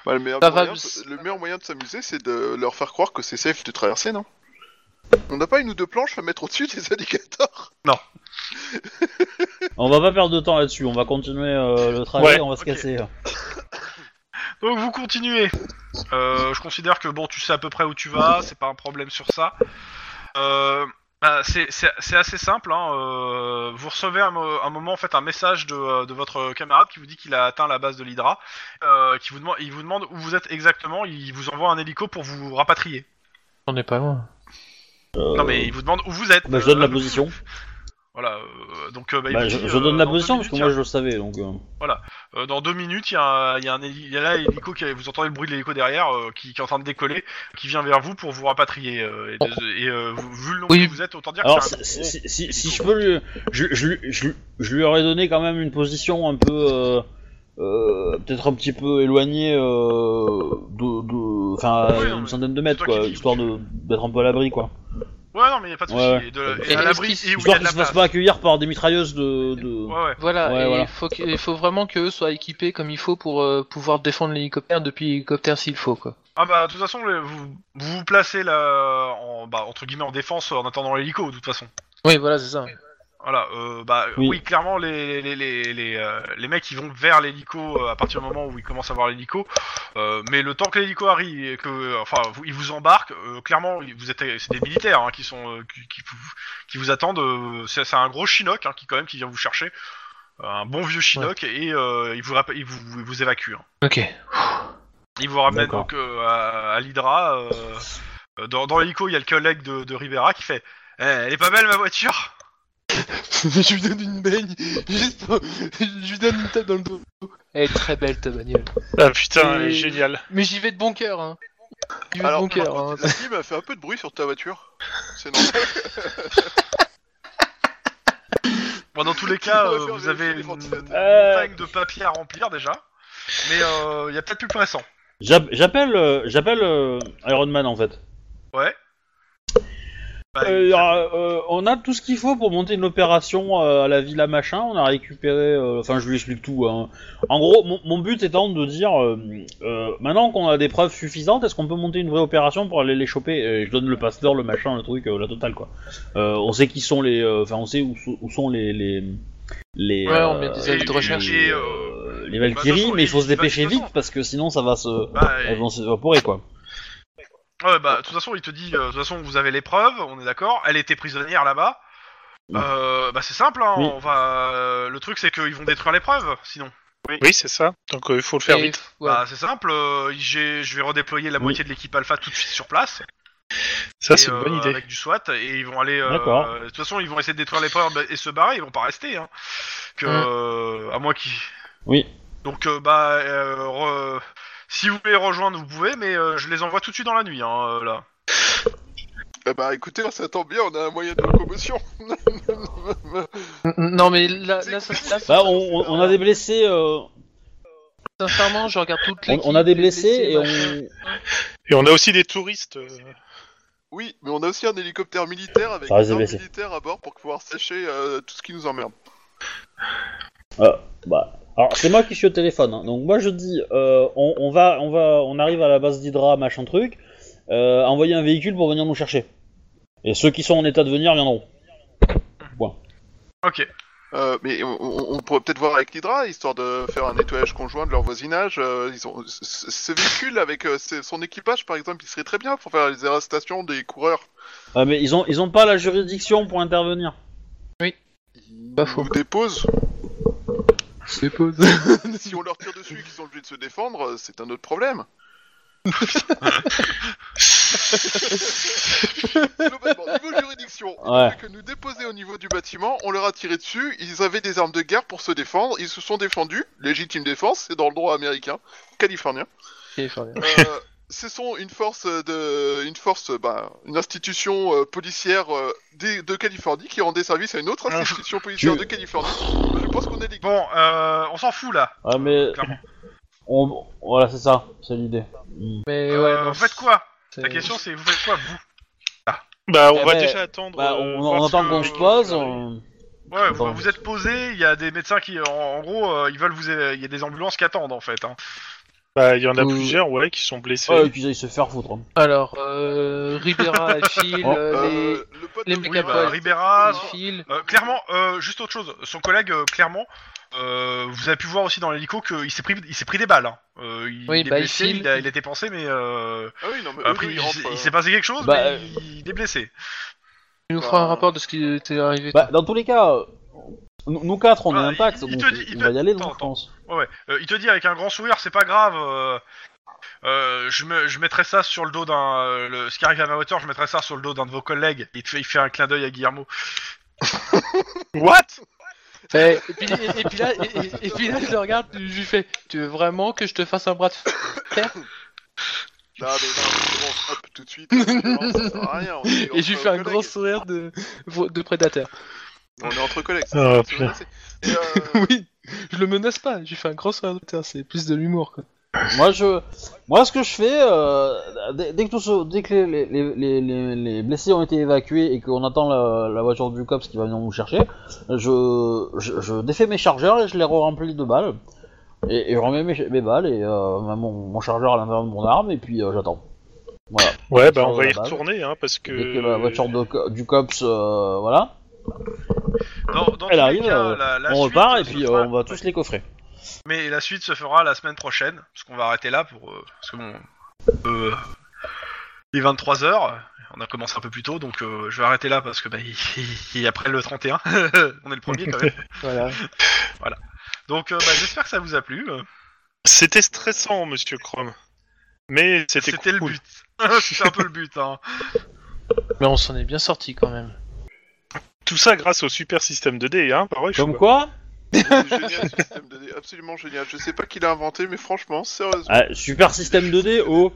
[SPEAKER 4] Bah, le, meilleur
[SPEAKER 5] Ça va,
[SPEAKER 4] moyen,
[SPEAKER 5] Gus.
[SPEAKER 4] le meilleur moyen de s'amuser, c'est de leur faire croire que c'est safe de traverser, non On n'a pas une ou deux planches à mettre au-dessus des alligators
[SPEAKER 2] On va pas perdre de temps là-dessus, on va continuer euh, le travail,
[SPEAKER 1] Ouais,
[SPEAKER 2] on va se
[SPEAKER 3] ok.
[SPEAKER 2] casser.
[SPEAKER 3] Donc vous continuez. Euh, je considère que bon, tu sais à peu près où tu vas, c'est pas un problème sur ça. Euh, bah, c'est c'est- c'est assez simple. Hein. euh, vous recevez un, mo- un moment en fait un message de, euh, de votre camarade qui vous dit qu'il a atteint la base de l'Hydra, euh, qui vous demande, il vous demande où vous êtes exactement. Il vous envoie un hélico pour vous rapatrier.
[SPEAKER 5] On est pas loin.
[SPEAKER 3] Non mais il vous demande où vous êtes.
[SPEAKER 2] Bah, je donne la
[SPEAKER 3] Euh,
[SPEAKER 2] position.
[SPEAKER 3] Voilà. euh, donc euh, bah, il
[SPEAKER 2] Bah,
[SPEAKER 3] vous
[SPEAKER 2] je,
[SPEAKER 3] dit,
[SPEAKER 2] je
[SPEAKER 3] euh,
[SPEAKER 2] donne la
[SPEAKER 3] dans deux
[SPEAKER 2] position parce
[SPEAKER 3] minutes,
[SPEAKER 2] que
[SPEAKER 3] il y a-
[SPEAKER 2] moi je le savais donc. euh.
[SPEAKER 3] Euh, dans deux minutes, il y a, un- il y a un héli- il y a là l'hélico qui vous entendez le bruit de l'hélico derrière euh, qui, qui est en train de décoller, qui vient vers vous pour vous rapatrier. euh, et et, euh, vous- vu le nombre
[SPEAKER 5] Oui.
[SPEAKER 3] que vous êtes, autant dire
[SPEAKER 2] Alors
[SPEAKER 3] que c'est un
[SPEAKER 2] si, si,
[SPEAKER 3] gros-
[SPEAKER 2] si- si- si je peux lui, je, je lui- je lui- je lui aurais donné quand même une position un peu, euh, euh, peut-être un petit peu éloignée, euh, de, de- enfin à
[SPEAKER 3] Ouais, non,
[SPEAKER 2] une
[SPEAKER 3] mais
[SPEAKER 2] centaine de
[SPEAKER 3] c'est
[SPEAKER 2] mètres
[SPEAKER 3] toi
[SPEAKER 2] quoi,
[SPEAKER 3] qui dis,
[SPEAKER 2] histoire
[SPEAKER 3] tu-
[SPEAKER 2] de d'être un peu à l'abri quoi.
[SPEAKER 3] Ouais, non, mais il y a pas de souci.
[SPEAKER 2] Ouais, ouais.
[SPEAKER 3] Et, de- et
[SPEAKER 5] Et
[SPEAKER 3] à l'abri et
[SPEAKER 5] est-ce
[SPEAKER 3] où il y a
[SPEAKER 2] Histoire
[SPEAKER 3] de
[SPEAKER 2] qu'ils
[SPEAKER 3] la
[SPEAKER 2] se fassent
[SPEAKER 3] place.
[SPEAKER 2] pas accueillir par des mitrailleuses de. de-
[SPEAKER 3] Ouais, ouais.
[SPEAKER 5] Voilà,
[SPEAKER 2] Ouais,
[SPEAKER 5] et
[SPEAKER 2] voilà.
[SPEAKER 5] Il, faut que- il faut vraiment qu'eux soient équipés comme il faut pour euh, pouvoir défendre l'hélicoptère depuis l'hélicoptère s'il faut. quoi.
[SPEAKER 3] Ah bah de toute façon, le- vous vous, vous placez là en, bah, entre guillemets en défense en attendant l'hélico de toute façon.
[SPEAKER 5] Oui, voilà, c'est ça.
[SPEAKER 3] Voilà, euh, bah
[SPEAKER 2] Oui.
[SPEAKER 3] oui, clairement les les, les, les, euh, les mecs ils vont vers l'hélico euh, à partir du moment où ils commencent à voir l'hélico, euh, mais le temps que l'hélico arrive, et que euh, enfin vous- ils vous embarquent, euh, clairement ils- vous êtes c'est des militaires hein, qui sont euh, qui, qui, vous, qui vous attendent, euh, c'est c'est un gros chinook hein, qui quand même qui vient vous chercher, un bon vieux chinook et euh, ils vous rapp- ils vous, ils vous évacuent, hein.
[SPEAKER 5] Ok.
[SPEAKER 3] ils vous ramènent
[SPEAKER 2] D'accord.
[SPEAKER 3] donc euh, à, à l'Hydra. euh, euh, dans dans l'hélico il y a le collègue de, de Rivera qui fait, Eh, elle est pas belle ma voiture.
[SPEAKER 5] je lui donne une baigne, juste pour... je lui donne une tape dans le dos. Elle est très belle ta bagnole.
[SPEAKER 3] Oh,
[SPEAKER 1] Ah putain, elle est
[SPEAKER 5] Et-
[SPEAKER 1] géniale.
[SPEAKER 5] Mais j'y vais de bon cœur, hein. J'y vais
[SPEAKER 4] Alors,
[SPEAKER 5] de bon cœur, hein.
[SPEAKER 4] La team a fait un peu de bruit sur ta voiture. C'est normal.
[SPEAKER 3] Bon, dans tous les cas,
[SPEAKER 4] On va
[SPEAKER 3] euh,
[SPEAKER 4] faire
[SPEAKER 3] vous
[SPEAKER 4] vérifier
[SPEAKER 3] avez
[SPEAKER 4] les
[SPEAKER 3] une
[SPEAKER 4] ventilateurs.
[SPEAKER 3] montagne de papier à remplir déjà. Mais il y a peut-être plus pressant.
[SPEAKER 2] J'app- J'appelle, euh, j'appelle euh, Iron Man en fait.
[SPEAKER 3] Ouais. Bah,
[SPEAKER 2] Euh, alors, euh, on a tout ce qu'il faut pour monter une opération euh, à la villa machin. On a récupéré. euh, Enfin, je lui explique tout. hein. En gros, mon, mon but étant de dire euh, euh, maintenant qu'on a des preuves suffisantes, est-ce qu'on peut monter une vraie opération pour aller les choper Et Je donne le pasteur, le machin, le truc, euh, la totale quoi. Euh, on sait qui sont les. euh, Enfin, on sait où, sont- où sont les. les, les
[SPEAKER 5] Ouais, on
[SPEAKER 2] euh,
[SPEAKER 5] met des ailes de
[SPEAKER 2] les-
[SPEAKER 5] recherche.
[SPEAKER 2] Les, euh, les Valkyries,
[SPEAKER 3] Bah, de toute façon,
[SPEAKER 2] mais il faut se
[SPEAKER 3] il- il va-
[SPEAKER 2] dépêcher
[SPEAKER 3] de toute
[SPEAKER 2] vite
[SPEAKER 3] façon-
[SPEAKER 2] parce que sinon ça va se.
[SPEAKER 3] bah,
[SPEAKER 2] Elles vont s'évaporer quoi.
[SPEAKER 3] ouais, bah, de toute façon, il te dit, euh, de toute façon, vous avez les preuves, on est d'accord. Elle était prisonnière là-bas. Euh, bah, c'est simple, hein,
[SPEAKER 2] Oui.
[SPEAKER 3] on va. euh, Le truc, c'est qu'ils vont détruire les preuves, sinon.
[SPEAKER 1] Oui, c'est ça. Donc euh, il faut le faire
[SPEAKER 5] Et-
[SPEAKER 1] vite.
[SPEAKER 5] ouais.
[SPEAKER 3] Bah, c'est simple, euh, j'ai- je vais redéployer la
[SPEAKER 2] Oui.
[SPEAKER 3] moitié de l'équipe Alpha tout de suite sur place.
[SPEAKER 1] Ça,
[SPEAKER 3] Et,
[SPEAKER 1] c'est une
[SPEAKER 3] euh,
[SPEAKER 1] bonne idée.
[SPEAKER 3] Avec du SWAT, et ils vont aller. euh,
[SPEAKER 2] D'accord.
[SPEAKER 3] euh, de toute façon, ils vont essayer de détruire les preuves et se barrer, ils vont pas rester. Hein. Que,
[SPEAKER 5] Mm.
[SPEAKER 3] euh, à moins qu'ils.
[SPEAKER 2] Oui.
[SPEAKER 3] Donc, euh, bah. euh, re- Si vous voulez rejoindre, vous pouvez, mais euh, je les envoie tout de suite dans la nuit, hein, euh, là.
[SPEAKER 4] Eh bah écoutez, ça tombe bien, on a un moyen de locomotion.
[SPEAKER 5] N- Non, mais là, là, ça, là,
[SPEAKER 2] Bah, on, on- on a des blessés. euh,
[SPEAKER 5] sincèrement, je regarde toute
[SPEAKER 2] on,
[SPEAKER 5] l'équipe.
[SPEAKER 2] on a des
[SPEAKER 5] les
[SPEAKER 2] blessés et
[SPEAKER 5] machin.
[SPEAKER 2] on.
[SPEAKER 1] Et on a aussi des touristes. euh,
[SPEAKER 4] Oui, mais on a aussi un hélicoptère militaire avec
[SPEAKER 2] Ça reste
[SPEAKER 4] des
[SPEAKER 2] des
[SPEAKER 4] armes
[SPEAKER 2] blessés.
[SPEAKER 4] militaires à bord pour pouvoir sécher euh, tout ce qui nous emmerde.
[SPEAKER 2] Bah, alors c'est moi qui suis au téléphone, hein. donc moi je dis, euh, on, on va, on va, on arrive à la base d'Hydra, machin truc, euh, envoyer un véhicule pour venir nous chercher. Et ceux qui sont en état de venir viendront.
[SPEAKER 3] Ok.
[SPEAKER 4] Euh, mais on, on- on pourrait peut-être voir avec l'Hydra, histoire de faire un nettoyage conjoint de leur voisinage. Euh, ils ont... c- c- Ce véhicule avec euh, ses- son équipage, par exemple, il serait très bien pour faire les arrestations des coureurs.
[SPEAKER 2] Ah, mais ils ont, ils ont pas la juridiction pour intervenir.
[SPEAKER 5] Bah, faut
[SPEAKER 4] Ou dépose,
[SPEAKER 5] se pause.
[SPEAKER 4] si on leur tire dessus et qu'ils sont obligés de se défendre, euh, c'est un autre problème. Globalement, niveau juridiction, il
[SPEAKER 2] Ouais.
[SPEAKER 4] fallait que nous déposer au niveau du bâtiment, on leur a tiré dessus, ils avaient des armes de guerre pour se défendre, ils se sont défendus, légitime défense, c'est dans le droit américain, californien. Euh, ce sont une force de, une force, bah, une institution euh, policière euh, des- de Californie qui rendait service à une autre
[SPEAKER 3] Ah,
[SPEAKER 4] institution policière
[SPEAKER 2] Tu-
[SPEAKER 4] de Californie. Je pense qu'on est les
[SPEAKER 3] Bon, euh, on s'en fout là.
[SPEAKER 2] Ah, mais.
[SPEAKER 3] Clairement.
[SPEAKER 2] On... Voilà, c'est ça, c'est l'idée. Mm.
[SPEAKER 5] Mais
[SPEAKER 3] Euh,
[SPEAKER 5] ouais, non,
[SPEAKER 3] vous faites quoi
[SPEAKER 5] c'est-
[SPEAKER 3] La question c'est vous faites quoi vous
[SPEAKER 1] Bah, on
[SPEAKER 2] Eh
[SPEAKER 1] va
[SPEAKER 2] ben,
[SPEAKER 1] déjà attendre.
[SPEAKER 2] Bah,
[SPEAKER 1] euh,
[SPEAKER 2] on,
[SPEAKER 1] voir
[SPEAKER 2] on
[SPEAKER 1] ce
[SPEAKER 2] attend
[SPEAKER 1] que-
[SPEAKER 2] qu'on se pose. on-
[SPEAKER 3] Ouais,
[SPEAKER 2] Bon.
[SPEAKER 3] vous, vous êtes posé. Il y a des médecins qui, en, en gros, euh, ils veulent vous. é- Il y a des ambulances qui attendent en fait. Hein.
[SPEAKER 1] Bah, il y en a
[SPEAKER 5] Ou-
[SPEAKER 1] plusieurs, ouais, qui sont blessés.
[SPEAKER 2] Ouais, et puis ils aillent se faire foutre. hein.
[SPEAKER 5] Alors, euh, Ribera, Achille,
[SPEAKER 2] Oh.
[SPEAKER 5] euh, les...
[SPEAKER 4] Euh, le pote
[SPEAKER 5] les
[SPEAKER 4] de
[SPEAKER 5] mecs
[SPEAKER 3] Oui,
[SPEAKER 5] à
[SPEAKER 4] Bouillard,
[SPEAKER 5] poil.
[SPEAKER 3] bah, Ribera. son-
[SPEAKER 5] Achille.
[SPEAKER 3] euh, clairement, euh, juste autre chose. Son collègue, euh, clairement, euh, vous avez pu voir aussi dans l'hélico qu'il s'est pris, il s'est pris des balles. hein. Euh, il
[SPEAKER 5] Oui,
[SPEAKER 3] il est
[SPEAKER 5] bah,
[SPEAKER 3] blessé,
[SPEAKER 5] ici,
[SPEAKER 3] il, a, il était pensé, mais euh,
[SPEAKER 4] Ah oui, non, mais
[SPEAKER 3] après,
[SPEAKER 4] eux, ils
[SPEAKER 3] il,
[SPEAKER 4] rentrent,
[SPEAKER 3] s'est-
[SPEAKER 4] euh,
[SPEAKER 3] il s'est passé quelque chose,
[SPEAKER 2] Bah,
[SPEAKER 3] mais
[SPEAKER 2] euh,
[SPEAKER 3] il est blessé.
[SPEAKER 5] Tu nous
[SPEAKER 4] Bah.
[SPEAKER 5] feras un rapport de ce qui t'est arrivé.
[SPEAKER 2] Bah, dans tous les cas, euh, nous, nous quatre, on
[SPEAKER 3] Ah,
[SPEAKER 2] est intacts,
[SPEAKER 3] il- il
[SPEAKER 2] donc
[SPEAKER 3] te dit- il
[SPEAKER 2] on
[SPEAKER 3] te-
[SPEAKER 2] va y aller,
[SPEAKER 3] attends,
[SPEAKER 2] donc, je
[SPEAKER 3] attends.
[SPEAKER 2] pense.
[SPEAKER 3] Ouais, ouais. Euh, il te dit avec un grand sourire, c'est pas grave. euh, euh, je, me, je mettrai ça sur le dos d'un. euh, le- ce qui arrive à ma hauteur, je mettrai ça sur le dos d'un de vos collègues. Il, te fait, il fait un clin d'œil à Guillermo.
[SPEAKER 1] What
[SPEAKER 5] Eh, Et, puis, et, et puis là, et, et- et puis là, je le regarde, je lui fais Tu veux vraiment que je te fasse un bras de fer
[SPEAKER 4] Non, mais non, mais c'est bon, hop, tout de suite. non, ça sert à rien, on est
[SPEAKER 5] Et je lui
[SPEAKER 4] entre
[SPEAKER 5] fais un
[SPEAKER 4] collègues.
[SPEAKER 5] grand sourire de, de prédateur.
[SPEAKER 4] On est entre collègues, ça.
[SPEAKER 1] Oh,
[SPEAKER 4] c'est
[SPEAKER 1] putain.
[SPEAKER 4] menacé. Et, euh,
[SPEAKER 5] Oui, je le menace pas, je lui fais un grand sourire de prédateur, c'est plus de l'humour quoi.
[SPEAKER 2] Moi, je, moi, ce que je fais, euh, dès, dès que, tout ce- dès que les, les- les, les, les, les blessés ont été évacués et qu'on attend la, la voiture du COPS qui va venir nous chercher, je, je, je défais mes chargeurs et je les remplis de balles. Et, et je remets mes, mes balles et euh, mon, mon chargeur à l'intérieur de mon arme et puis euh, j'attends. Voilà.
[SPEAKER 1] Ouais, bah, on va y
[SPEAKER 2] Là-bas.
[SPEAKER 1] retourner, hein, parce que.
[SPEAKER 2] Dès que la voiture de co- du COPS, euh, voilà,
[SPEAKER 3] Dans, dans tous
[SPEAKER 2] elle
[SPEAKER 3] les
[SPEAKER 2] arrive,
[SPEAKER 3] cas,
[SPEAKER 2] euh,
[SPEAKER 3] la- la
[SPEAKER 2] on
[SPEAKER 3] suite
[SPEAKER 2] repart et
[SPEAKER 3] se
[SPEAKER 2] puis
[SPEAKER 3] fera-
[SPEAKER 2] euh, on va tous les coffrer.
[SPEAKER 3] Mais la suite se fera la semaine prochaine, parce qu'on va arrêter là pour. euh, parce que bon. Euh, il est 23h, on a commencé un peu plus tôt, donc euh, je vais arrêter là parce que bah, il, il- après le 31, on est le premier quand même.
[SPEAKER 5] Voilà.
[SPEAKER 3] Donc euh, bah, j'espère que ça vous a plu.
[SPEAKER 1] C'était stressant, monsieur Chrome. Mais c'était
[SPEAKER 3] C'était
[SPEAKER 1] cool.
[SPEAKER 3] le but. C'est un peu le but, hein.
[SPEAKER 5] Mais on s'en est bien sorti quand même.
[SPEAKER 1] Tout ça grâce au super système de dés, hein, pareil. je
[SPEAKER 2] Comme
[SPEAKER 1] crois.
[SPEAKER 2] quoi
[SPEAKER 4] c'est génial, ce système de dés, absolument génial. Je sais pas qui l'a inventé, mais franchement, sérieusement.
[SPEAKER 2] Ah, super système 2D, oh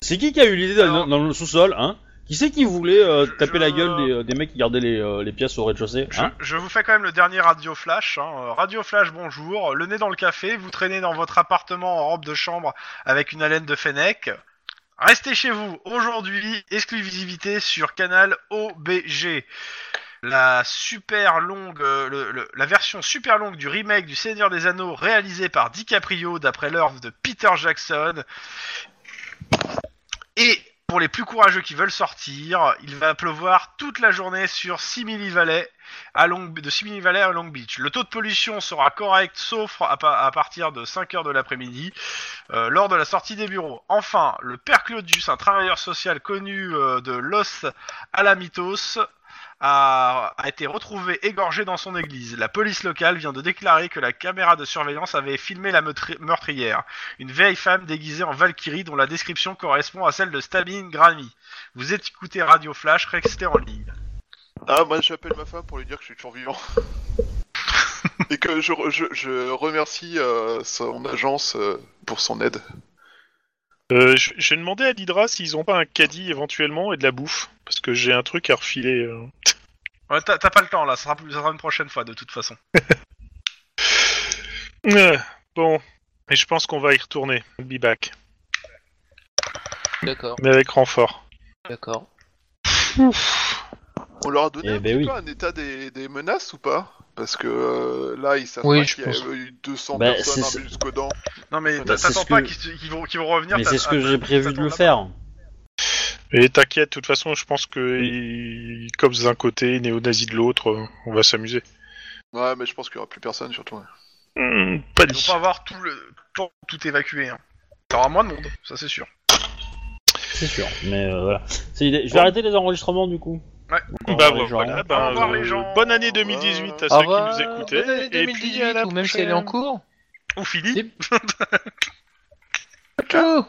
[SPEAKER 2] C'est qui qui a eu l'idée d'aller dans,
[SPEAKER 3] Alors-
[SPEAKER 2] dans le sous-sol, hein Qui c'est qui voulait euh,
[SPEAKER 3] Je-
[SPEAKER 2] taper
[SPEAKER 3] je-
[SPEAKER 2] la gueule des, euh, des mecs qui gardaient les, euh, les pièces au rez-de-chaussée
[SPEAKER 3] Je,
[SPEAKER 2] hein
[SPEAKER 3] je vous fais quand même le dernier Radio Flash. hein. Euh, Radio Flash, bonjour. Le nez dans le café, vous traînez dans votre appartement en robe de chambre avec une haleine de Fennec. Restez chez vous. Aujourd'hui, exclusivité sur canal OBG. La super longue, euh, le- le- la version super longue du remake du Seigneur des Anneaux réalisé par DiCaprio d'après l'œuvre de Peter Jackson. Et pour les plus courageux qui veulent sortir, il va pleuvoir toute la journée sur Simili Valley à Long, de Simili Valley à Long Beach. Le taux de pollution sera correct sauf à, pa- à partir de 5h de l'après-midi euh, lors de la sortie des bureaux. Enfin, le père Claudius, un travailleur social connu euh, de Los Alamitos, a, a été retrouvé égorgé dans son église. La police locale vient de déclarer que la caméra de surveillance avait filmé la meurtri- meurtrière, une vieille femme déguisée en Valkyrie dont la description correspond à celle de Stabine Grammy. Vous écoutez Radio Flash, restez en ligne.
[SPEAKER 4] Ah, moi j'appelle ma femme pour lui dire que je suis toujours vivant. Et que je, re- je, je remercie euh, son agence euh, pour son aide.
[SPEAKER 1] Euh, je je vais demander à l'Hydra s'ils ont pas un caddie éventuellement et de la bouffe. Parce que j'ai un truc à refiler. euh.
[SPEAKER 3] Ouais, t'as t'as pas le temps là, ça sera, ça sera une prochaine fois de toute façon.
[SPEAKER 1] Euh, Bon. Et je pense qu'on va y retourner. I'll be back.
[SPEAKER 5] D'accord,
[SPEAKER 1] Mais avec renfort.
[SPEAKER 5] d'accord.
[SPEAKER 4] On leur a donné
[SPEAKER 2] Eh
[SPEAKER 4] un,
[SPEAKER 2] ben
[SPEAKER 4] petit
[SPEAKER 2] oui.
[SPEAKER 4] peu un état des, des menaces ou pas Parce que euh, là, ils savent
[SPEAKER 5] Oui,
[SPEAKER 4] pas
[SPEAKER 5] je
[SPEAKER 4] qu'il y a
[SPEAKER 5] pense.
[SPEAKER 4] eu 200
[SPEAKER 2] Bah,
[SPEAKER 4] personnes
[SPEAKER 2] c'est-
[SPEAKER 4] armées jusqu'aux dents.
[SPEAKER 3] Non mais
[SPEAKER 4] Bah,
[SPEAKER 3] t'a-
[SPEAKER 2] c'est
[SPEAKER 3] t'attends
[SPEAKER 2] ce
[SPEAKER 3] pas
[SPEAKER 2] que-
[SPEAKER 3] qu'ils se- qu'ils vont, qu'ils vont revenir.
[SPEAKER 2] Mais
[SPEAKER 3] t'as-
[SPEAKER 2] c'est ce que
[SPEAKER 3] ah,
[SPEAKER 2] j'ai prévu de
[SPEAKER 3] t'attends
[SPEAKER 2] le
[SPEAKER 3] là-bas.
[SPEAKER 2] faire.
[SPEAKER 1] Et t'inquiète, de toute façon, je pense que ils- Cops d'un côté, néo-nazis de l'autre, euh, on va s'amuser.
[SPEAKER 4] Ouais, mais je pense qu'il y aura plus personne surtout.
[SPEAKER 1] Hmm, pas
[SPEAKER 3] Ils vont
[SPEAKER 1] dit.
[SPEAKER 3] pas avoir tout le temps tout évacué. Hein. T'auras moins de monde, ça c'est sûr.
[SPEAKER 2] C'est sûr, mais euh, voilà. C'est l'idée. Je vais arrêter les enregistrements du coup.
[SPEAKER 3] Ouais.
[SPEAKER 2] On
[SPEAKER 1] bah
[SPEAKER 2] revoir les gens.
[SPEAKER 1] voilà,
[SPEAKER 3] Au
[SPEAKER 1] ben,
[SPEAKER 3] revoir,
[SPEAKER 1] euh,
[SPEAKER 3] les gens.
[SPEAKER 1] bonne année 2018 à
[SPEAKER 5] Au
[SPEAKER 1] ceux qui
[SPEAKER 5] revoir,
[SPEAKER 1] nous écoutaient.
[SPEAKER 5] bonne année
[SPEAKER 1] et puis à
[SPEAKER 5] 2018,
[SPEAKER 1] la
[SPEAKER 5] ou même si elle est en cours.
[SPEAKER 1] prochaine. Ou fini.
[SPEAKER 5] Ciao